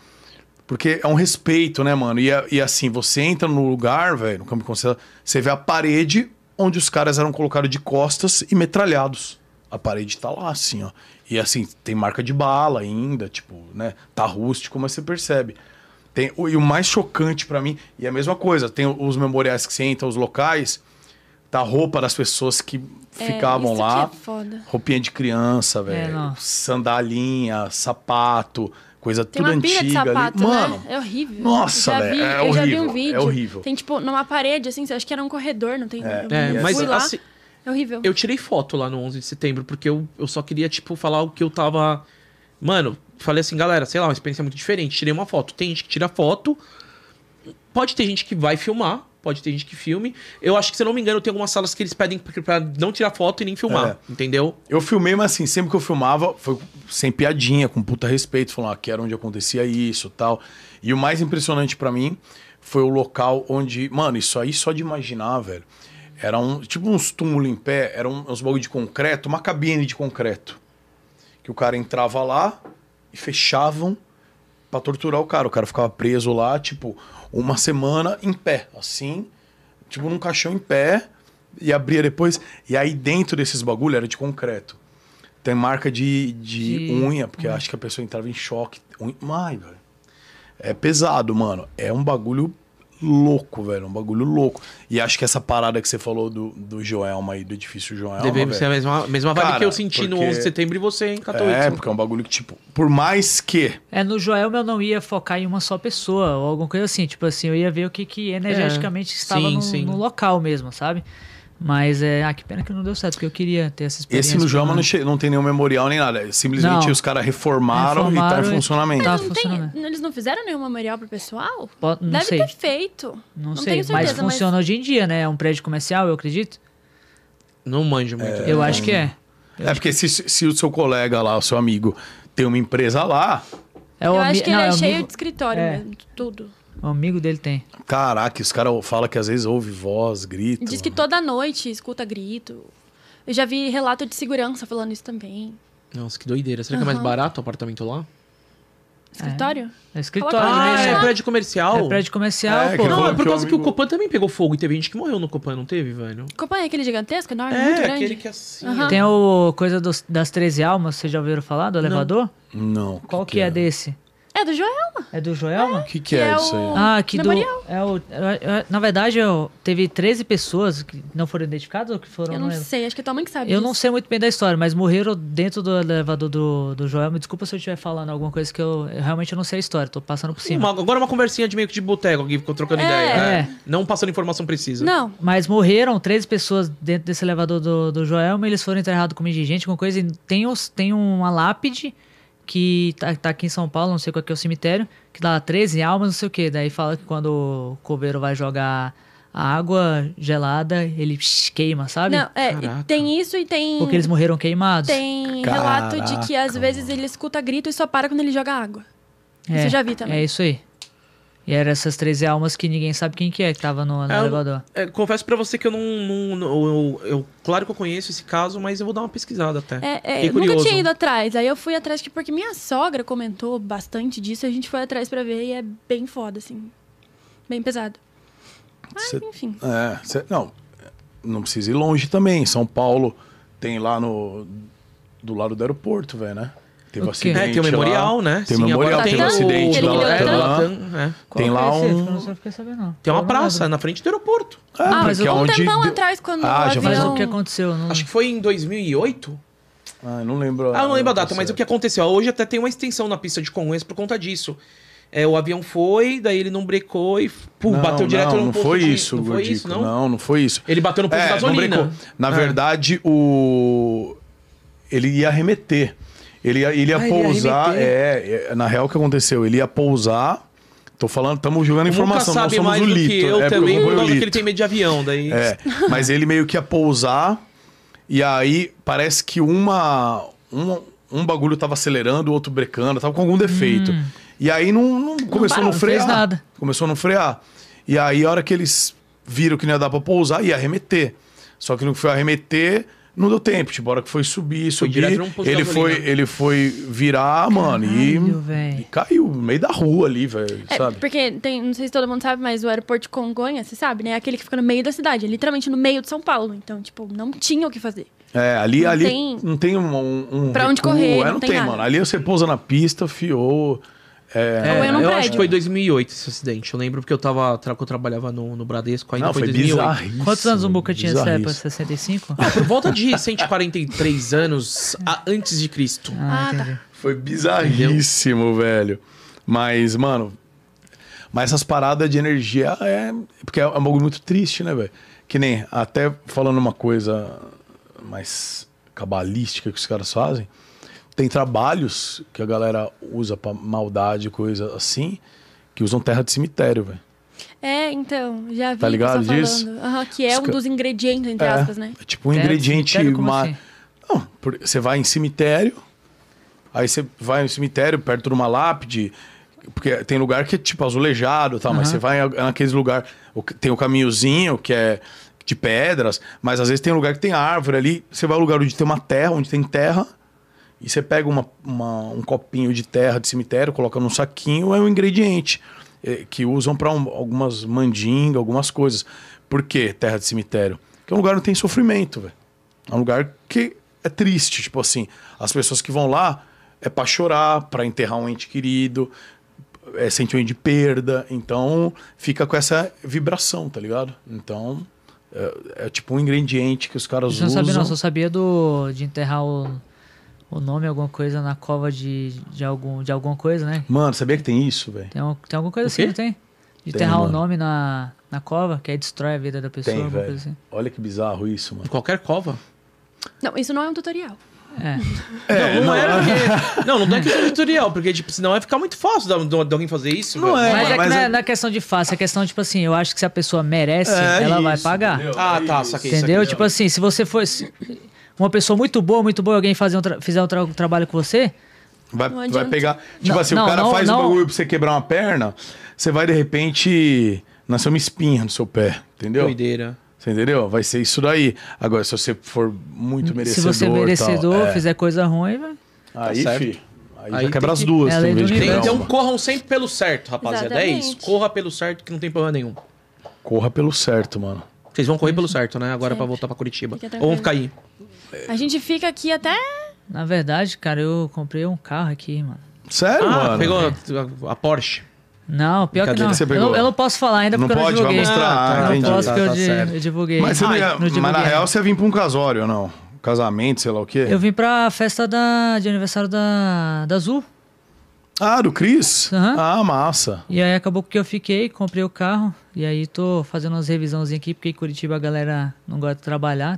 Speaker 1: porque é um respeito, né, mano? E, é- e assim, você entra no lugar, velho, no campo de concentração, você vê a parede onde os caras eram colocados de costas e metralhados. A parede tá lá, assim, ó. E assim, tem marca de bala ainda, tipo, né? Tá rústico, mas você percebe. Tem, o- e o mais chocante pra mim, e é a mesma coisa, tem os memoriais que você entra, os locais, tá a roupa das pessoas que
Speaker 4: É,
Speaker 1: ficavam
Speaker 4: isso
Speaker 1: lá.
Speaker 4: Que é foda.
Speaker 1: Roupinha de criança, velho.
Speaker 3: não.
Speaker 1: sandalinha, sapato, coisa
Speaker 4: Tem
Speaker 1: tudo
Speaker 4: uma pilha
Speaker 1: antiga
Speaker 4: de sapato,
Speaker 1: ali. Mano,
Speaker 4: né? É horrível.
Speaker 1: nossa,
Speaker 4: Já
Speaker 1: velho,
Speaker 4: vi-
Speaker 1: é
Speaker 4: Eu já vi
Speaker 1: horrível,
Speaker 4: um vídeo.
Speaker 1: é horrível.
Speaker 4: Tem, tipo, numa parede, assim, acho que era um corredor, não tem... eu
Speaker 2: É,
Speaker 4: fui
Speaker 2: mas
Speaker 4: lá,
Speaker 2: assim,
Speaker 4: é horrível.
Speaker 2: eu tirei foto lá no 11 de setembro, porque eu, eu só queria, tipo, falar o que eu tava. Mano, falei assim, galera, sei lá, uma experiência muito diferente. Tirei uma foto. Tem gente que tira foto. Pode ter gente que vai filmar. Pode ter gente que filme. Eu acho que, se eu não me engano, tem algumas salas que eles pedem pra- pra não tirar foto e nem filmar. Entendeu?
Speaker 1: Eu filmei, mas assim, sempre que eu filmava, foi sem piadinha, com puta respeito, falando ah, que era onde acontecia isso tal. E o mais impressionante pra mim foi o local onde. Mano, isso aí só de imaginar, velho. Era um. Tipo uns túmulos em pé, eram uns bagulho de concreto, uma cabine de concreto. Que o cara entrava lá e fechavam pra torturar o cara. O cara ficava preso lá, tipo, uma semana em pé, assim, tipo num caixão em pé, e abria depois. E aí dentro desses bagulho era de concreto. Tem marca de, de,
Speaker 3: De
Speaker 1: unha, porque acho que a pessoa entrava em choque. Unha... Ai, velho. É pesado, mano. É um bagulho louco, velho. Um bagulho louco. E acho que essa parada que você falou do, do Joelma aí, do edifício Joelma.
Speaker 2: Deve
Speaker 1: velho,
Speaker 2: ser a mesma, mesma vibe
Speaker 1: É Cara,
Speaker 2: que eu senti no
Speaker 1: porque-
Speaker 2: 11 de setembro e você em 14.
Speaker 1: É, porque é um bagulho que, tipo, por mais que.
Speaker 3: É, no Joelma eu não ia focar em uma só pessoa ou alguma coisa assim. Tipo assim, eu ia ver o que, que energeticamente
Speaker 2: É,
Speaker 3: estava
Speaker 2: sim,
Speaker 3: no,
Speaker 2: sim.
Speaker 3: no local mesmo, sabe? Mas é. Ah, que pena que não deu certo, porque eu queria ter essa experiência. né?
Speaker 1: Esse no Joelma não,
Speaker 3: pelo menos.
Speaker 1: che- não tem nenhum memorial nem nada. é Simplesmente
Speaker 3: Não.
Speaker 1: os caras reformaram, e tá
Speaker 3: Reformaram
Speaker 1: em
Speaker 3: e-
Speaker 1: funcionamento.
Speaker 3: Tá
Speaker 4: Não tem,
Speaker 3: funcionando.
Speaker 4: eles não fizeram nenhum memorial pro pessoal?
Speaker 3: Po- Não
Speaker 4: Deve
Speaker 3: sei.
Speaker 4: ter feito.
Speaker 3: Não,
Speaker 4: não
Speaker 3: sei,
Speaker 4: tenho certeza,
Speaker 3: mas funciona hoje em dia, né? É um prédio comercial, eu acredito.
Speaker 2: Não manjo muito.
Speaker 3: eu acho que é.
Speaker 1: É porque se, se o seu colega lá, o seu amigo, tem uma empresa lá,
Speaker 3: é
Speaker 4: Eu
Speaker 3: o ami-
Speaker 4: acho que
Speaker 3: não,
Speaker 4: ele é,
Speaker 3: é o
Speaker 4: cheio
Speaker 3: amigo,
Speaker 4: de escritório
Speaker 3: É.
Speaker 4: mesmo, de tudo.
Speaker 3: o amigo dele tem.
Speaker 1: caraca, os caras falam que às vezes ouve voz, grito.
Speaker 4: Diz que toda noite escuta grito. Eu já vi relato de segurança falando isso também.
Speaker 2: Nossa, que doideira. Será que é mais barato o apartamento lá?
Speaker 4: Escritório?
Speaker 3: É escritório
Speaker 4: Ah,
Speaker 3: mesmo.
Speaker 4: é
Speaker 3: né?
Speaker 2: Ah, prédio comercial.
Speaker 3: É prédio comercial,
Speaker 1: É,
Speaker 3: pô.
Speaker 1: que
Speaker 2: Não, é
Speaker 1: Porque
Speaker 2: por
Speaker 1: o
Speaker 2: causa que o
Speaker 1: amigo-
Speaker 2: Copan também pegou fogo e teve gente que morreu no Copan, não teve, velho?
Speaker 4: Copan é aquele gigantesco, enorme,
Speaker 2: é,
Speaker 4: muito grande. Ah,
Speaker 2: aquele que é assim.
Speaker 4: Aham.
Speaker 3: Tem um o coisa dos- das 13 almas, vocês já ouviram falar do elevador?
Speaker 1: Não. que
Speaker 3: Qual que é desse?
Speaker 4: É do Joelma.
Speaker 3: É do Joelma?
Speaker 1: O que, que é,
Speaker 4: Que é
Speaker 1: isso
Speaker 4: o-
Speaker 1: aí?
Speaker 3: Ah, aqui do.
Speaker 4: Memorial.
Speaker 3: É o, é- é- na verdade, eu, teve 13 pessoas que não foram identificadas ou que foram.
Speaker 4: Eu não
Speaker 3: lembro.
Speaker 4: sei, acho que é tua mãe que sabe
Speaker 3: Eu
Speaker 4: disso.
Speaker 3: não sei muito bem da história, mas morreram dentro do elevador do, do Joelma. Desculpa se eu estiver falando alguma coisa que eu, eu realmente não sei a história, tô passando por
Speaker 2: Sim,
Speaker 3: cima.
Speaker 2: uma- agora uma conversinha de meio que de boteco aqui, ficou trocando
Speaker 4: É.
Speaker 2: ideia. né?
Speaker 3: É.
Speaker 2: Não passando informação precisa.
Speaker 4: Não,
Speaker 3: Mas morreram 13 pessoas dentro desse elevador do, do Joelma, eles foram enterrados com indigente, com coisa. E tem, uns, tem uma lápide que tá, tá aqui em São Paulo, não sei qual que é o cemitério, que dá 13 almas, não sei o quê. Daí fala que quando o coveiro vai jogar a água gelada, ele psh, queima, sabe?
Speaker 4: não, é, e
Speaker 2: Caraca.
Speaker 4: tem isso e tem...
Speaker 3: Porque eles morreram queimados.
Speaker 4: Tem
Speaker 1: Caraca,
Speaker 4: relato de que às vezes ele escuta grito e só para quando ele joga água.
Speaker 3: É,
Speaker 4: Isso eu já vi também.
Speaker 3: É isso aí. E eram essas 13 almas que ninguém sabe quem que é que tava no, no
Speaker 2: É, eu-
Speaker 3: elevador.
Speaker 2: É, confesso pra você que eu não. não- não- eu, eu- claro que eu conheço esse caso, mas eu vou dar uma pesquisada até.
Speaker 4: É, é,
Speaker 2: Fiquei
Speaker 4: eu nunca
Speaker 2: curioso.
Speaker 4: tinha ido atrás. Aí eu fui atrás que- porque minha sogra comentou bastante disso. A gente foi atrás pra ver e é bem foda, assim. Bem pesado. Mas,
Speaker 1: Cê-
Speaker 4: enfim.
Speaker 1: É, cê- não, não precisa ir longe também. São Paulo tem lá no. do lado do aeroporto, velho, né? Teve
Speaker 3: O quê?
Speaker 2: É, tem o
Speaker 1: lá.
Speaker 2: memorial, né?
Speaker 1: Tem o memorial, um
Speaker 2: agora
Speaker 4: tem o acidente
Speaker 2: do
Speaker 4: lá,
Speaker 2: é,
Speaker 4: tem
Speaker 2: do
Speaker 1: lá.
Speaker 2: Latam, é.
Speaker 1: Tem lá
Speaker 3: Qual que é esse?
Speaker 1: um-
Speaker 3: Eu não sei, eu fiquei sabendo, não.
Speaker 2: Tem uma
Speaker 3: Eu não lembro.
Speaker 2: praça na frente do aeroporto.
Speaker 1: É,
Speaker 4: Ah,
Speaker 1: porque
Speaker 4: mas
Speaker 1: é
Speaker 4: um
Speaker 1: onde
Speaker 4: tempão
Speaker 1: deu-
Speaker 4: atrás, quando
Speaker 1: Ah,
Speaker 4: o
Speaker 1: já
Speaker 4: avião...
Speaker 1: faz
Speaker 3: Mas
Speaker 1: um
Speaker 3: o que aconteceu? Não...
Speaker 2: Acho que foi em 2008.
Speaker 1: Ah, eu não lembro.
Speaker 2: Ah, eu não lembro a data,
Speaker 1: Hum,
Speaker 2: mas o que aconteceu? Hoje até tem uma extensão na pista de Congonhas por conta disso. É, o avião foi, daí ele não brecou e pum,
Speaker 1: Não,
Speaker 2: bateu direto
Speaker 1: não,
Speaker 2: no
Speaker 1: não
Speaker 2: posto
Speaker 1: foi
Speaker 2: de-
Speaker 1: isso,
Speaker 2: não foi
Speaker 1: Gordico.
Speaker 2: isso, não?
Speaker 1: não, não foi isso.
Speaker 2: Ele bateu no posto de
Speaker 1: É, não
Speaker 2: gasolina.
Speaker 1: brecou. Na
Speaker 2: É.
Speaker 1: verdade, o. Ele ia arremeter. Ele ia, ele ia
Speaker 2: Ah, ele ia
Speaker 1: pousar.
Speaker 2: arremeter.
Speaker 1: é, é, na real, o que aconteceu? Ele ia pousar. Tô falando, estamos jogando
Speaker 2: Nunca
Speaker 1: informação, não
Speaker 2: sabe
Speaker 1: somos
Speaker 2: mais
Speaker 1: o
Speaker 2: do
Speaker 1: Lito.
Speaker 2: que eu
Speaker 1: é,
Speaker 2: também,
Speaker 1: porque
Speaker 2: por
Speaker 1: eu
Speaker 2: causa
Speaker 1: o
Speaker 2: que
Speaker 1: Lito.
Speaker 2: ele tem medo de avião, daí...
Speaker 1: É, mas ele meio que ia pousar. E aí parece que uma, um, um bagulho tava acelerando, o outro brecando, tava com algum defeito. E aí não, não- começou a
Speaker 3: parou,
Speaker 1: não
Speaker 3: Hum. não
Speaker 1: frear.
Speaker 3: fez nada.
Speaker 1: Começou a não frear. E aí a hora que eles viram que não ia dar pra pousar, ia arremeter. Só que no que foi arremeter, não deu tempo. Tipo, a hora que foi subir, subir,
Speaker 2: direto num posto de
Speaker 1: ele, foi,
Speaker 2: gasolina.
Speaker 1: ele foi virar, mano, e,
Speaker 3: Caralho, véi.
Speaker 1: e caiu no meio da rua ali, velho,
Speaker 4: É,
Speaker 1: sabe?
Speaker 4: porque tem, não sei se todo mundo sabe, mas o aeroporto de Congonhas, você sabe, né? É aquele que fica no meio da cidade, é literalmente no meio de São Paulo. Então, tipo, não tinha o que fazer.
Speaker 1: É, ali
Speaker 4: Não
Speaker 1: ali
Speaker 4: tem-
Speaker 1: não tem um, um, um
Speaker 4: Pra onde
Speaker 1: recuo,
Speaker 4: correr,
Speaker 1: é,
Speaker 4: não
Speaker 1: não
Speaker 4: tem
Speaker 1: tem,
Speaker 4: nada.
Speaker 1: mano. Ali você pousa na pista, fiou.
Speaker 2: É,
Speaker 4: Ou eu não
Speaker 2: eu
Speaker 4: pego.
Speaker 2: acho que foi 2008 esse acidente. Eu lembro porque eu tava, tra- que eu trabalhava no, no Bradesco, ainda
Speaker 1: não,
Speaker 2: foi
Speaker 1: foi
Speaker 2: 2008.
Speaker 1: bizarro.
Speaker 3: Quantos anos o Boca tinha nessa época? 65?
Speaker 2: Ah, por volta de 143 anos a- antes de Cristo.
Speaker 4: Ah, tá.
Speaker 1: Foi bizarríssimo, velho. Mas, mano. Mas essas paradas de energia é. Porque é um bagulho muito triste, né, velho? Que nem, até falando uma coisa mais cabalística que os caras fazem, tem trabalhos que a galera usa pra maldade, coisa assim, que usam terra de cemitério, velho.
Speaker 4: É, então, já vi
Speaker 1: Tá
Speaker 4: o
Speaker 1: ligado
Speaker 4: pessoal
Speaker 1: disso?
Speaker 4: falando. Aham, que é
Speaker 1: Os
Speaker 4: um
Speaker 1: ca-
Speaker 4: dos ingredientes, entre
Speaker 1: É,
Speaker 4: aspas, né?
Speaker 1: É tipo um
Speaker 3: Terra de
Speaker 1: ingrediente.
Speaker 3: cemitério, como
Speaker 1: ma-
Speaker 3: assim?
Speaker 1: Não, por- você vai em cemitério, aí você vai no cemitério perto de uma lápide, Porque tem lugar que é tipo azulejado e tal, mas você vai naqueles lugar. o que- Tem o caminhozinho que é de pedras, mas às vezes tem lugar que tem árvore ali. Você vai ao lugar onde tem uma terra, onde tem terra, e você pega uma- uma- um copinho de terra de cemitério, coloca num saquinho, é um ingrediente eh, que usam para algumas mandingas, algumas coisas. Por que terra de cemitério? Porque é um lugar que não tem sofrimento, velho. É um lugar que é triste, tipo assim. As pessoas que vão lá é pra chorar, pra enterrar um ente querido, é sentimento de perda. Então fica com essa vibração, tá ligado? Então é, é tipo um ingrediente que os caras
Speaker 3: Isso eu
Speaker 1: usam.
Speaker 3: não sabia, não. Só sabia do, de enterrar o, o nome, alguma coisa na cova de, de, algum, de alguma coisa, né?
Speaker 1: Mano, sabia que tem isso, velho?
Speaker 3: Tem, al- tem alguma coisa
Speaker 2: O quê?
Speaker 3: assim, não tem? De
Speaker 1: Tem,
Speaker 3: enterrar o
Speaker 1: mano.
Speaker 3: nome na, na cova, que aí destrói a vida da pessoa,
Speaker 1: Tem,
Speaker 3: alguma
Speaker 1: velho.
Speaker 3: coisa assim.
Speaker 1: Olha que bizarro isso, mano.
Speaker 2: Qualquer cova.
Speaker 4: Não, isso não é um tutorial.
Speaker 3: É.
Speaker 2: não, não, era porque... Não, não é questão de tutorial, porque tipo, senão vai ficar muito fácil da- de alguém fazer isso.
Speaker 1: Não
Speaker 2: velho.
Speaker 1: É,
Speaker 3: mas é que
Speaker 1: mas
Speaker 3: não, é,
Speaker 1: é-
Speaker 3: não é questão de fácil, é questão, tipo assim, eu acho que se a pessoa merece,
Speaker 1: É
Speaker 3: ela vai
Speaker 1: isso,
Speaker 3: pagar.
Speaker 1: entendeu?
Speaker 2: Ah, tá,
Speaker 1: Isso.
Speaker 2: saquei.
Speaker 3: Entendeu?
Speaker 2: saquei.
Speaker 3: Tipo assim, se você fosse uma pessoa muito boa, muito boa, e alguém fazer um tra- fizer um, tra- um trabalho com você,
Speaker 1: Vai,
Speaker 4: Não
Speaker 1: vai
Speaker 4: adianta.
Speaker 1: pegar. Tipo
Speaker 3: Não,
Speaker 1: assim,
Speaker 3: não,
Speaker 1: o cara
Speaker 3: não,
Speaker 1: faz
Speaker 3: não.
Speaker 1: um bagulho pra você quebrar uma perna, você vai de repente nascer uma espinha no seu pé, entendeu?
Speaker 2: Doideira.
Speaker 1: Você entendeu? Vai ser isso daí. Agora, se você for muito
Speaker 3: se
Speaker 1: merecedor.
Speaker 3: você é
Speaker 1: tal,
Speaker 3: merecedor,
Speaker 1: é.
Speaker 3: fizer coisa ruim, vai-
Speaker 1: Aí,
Speaker 2: certo.
Speaker 1: fi, Tá aí,
Speaker 2: Aí
Speaker 1: já quebra
Speaker 2: tem
Speaker 1: as
Speaker 2: que-
Speaker 1: duas.
Speaker 3: é a
Speaker 1: tem um
Speaker 3: lei do
Speaker 1: vez de
Speaker 3: universo.
Speaker 1: quebrar
Speaker 2: Então
Speaker 1: uma.
Speaker 2: corram sempre pelo certo, rapaziada. É isso.
Speaker 4: Exatamente.
Speaker 2: Corra pelo certo que não tem problema nenhum.
Speaker 1: Corra pelo certo, mano.
Speaker 2: Vocês vão correr pelo certo, né? Agora pra
Speaker 4: Sempre.
Speaker 2: voltar pra Curitiba.
Speaker 4: Fica
Speaker 2: Ou vão
Speaker 4: tranquilo.
Speaker 2: ficar aí.
Speaker 4: A gente fica aqui até.
Speaker 3: Na verdade, cara, eu comprei um carro aqui, mano.
Speaker 1: Sério, mano?
Speaker 2: Ah, pegou a- a, Porsche.
Speaker 3: Não, pior que
Speaker 2: Brincadeira
Speaker 3: não.
Speaker 1: que você
Speaker 3: Eu, não.
Speaker 1: pegou.
Speaker 3: eu não posso falar ainda
Speaker 1: Não
Speaker 3: porque eu não
Speaker 1: pode, vai
Speaker 3: divulguei.
Speaker 1: mostrar.
Speaker 3: eu
Speaker 1: Ah,
Speaker 3: não
Speaker 1: entendi.
Speaker 3: posso
Speaker 2: Tá,
Speaker 3: que eu,
Speaker 2: tá
Speaker 3: di-
Speaker 2: certo.
Speaker 3: eu divulguei.
Speaker 1: Mas, você não
Speaker 3: Ah,
Speaker 1: ia-
Speaker 3: não
Speaker 1: mas na
Speaker 3: divulguei.
Speaker 1: real você ia vir pra um casório, não? Casamento, sei lá o quê.
Speaker 3: Eu vim pra festa da, de aniversário da, da Azul.
Speaker 1: Ah, do Cris?
Speaker 3: Aham.
Speaker 1: Ah, massa.
Speaker 3: E aí acabou que eu fiquei, comprei o carro. E aí tô fazendo umas revisãozinhas aqui, porque em Curitiba a galera não gosta de trabalhar.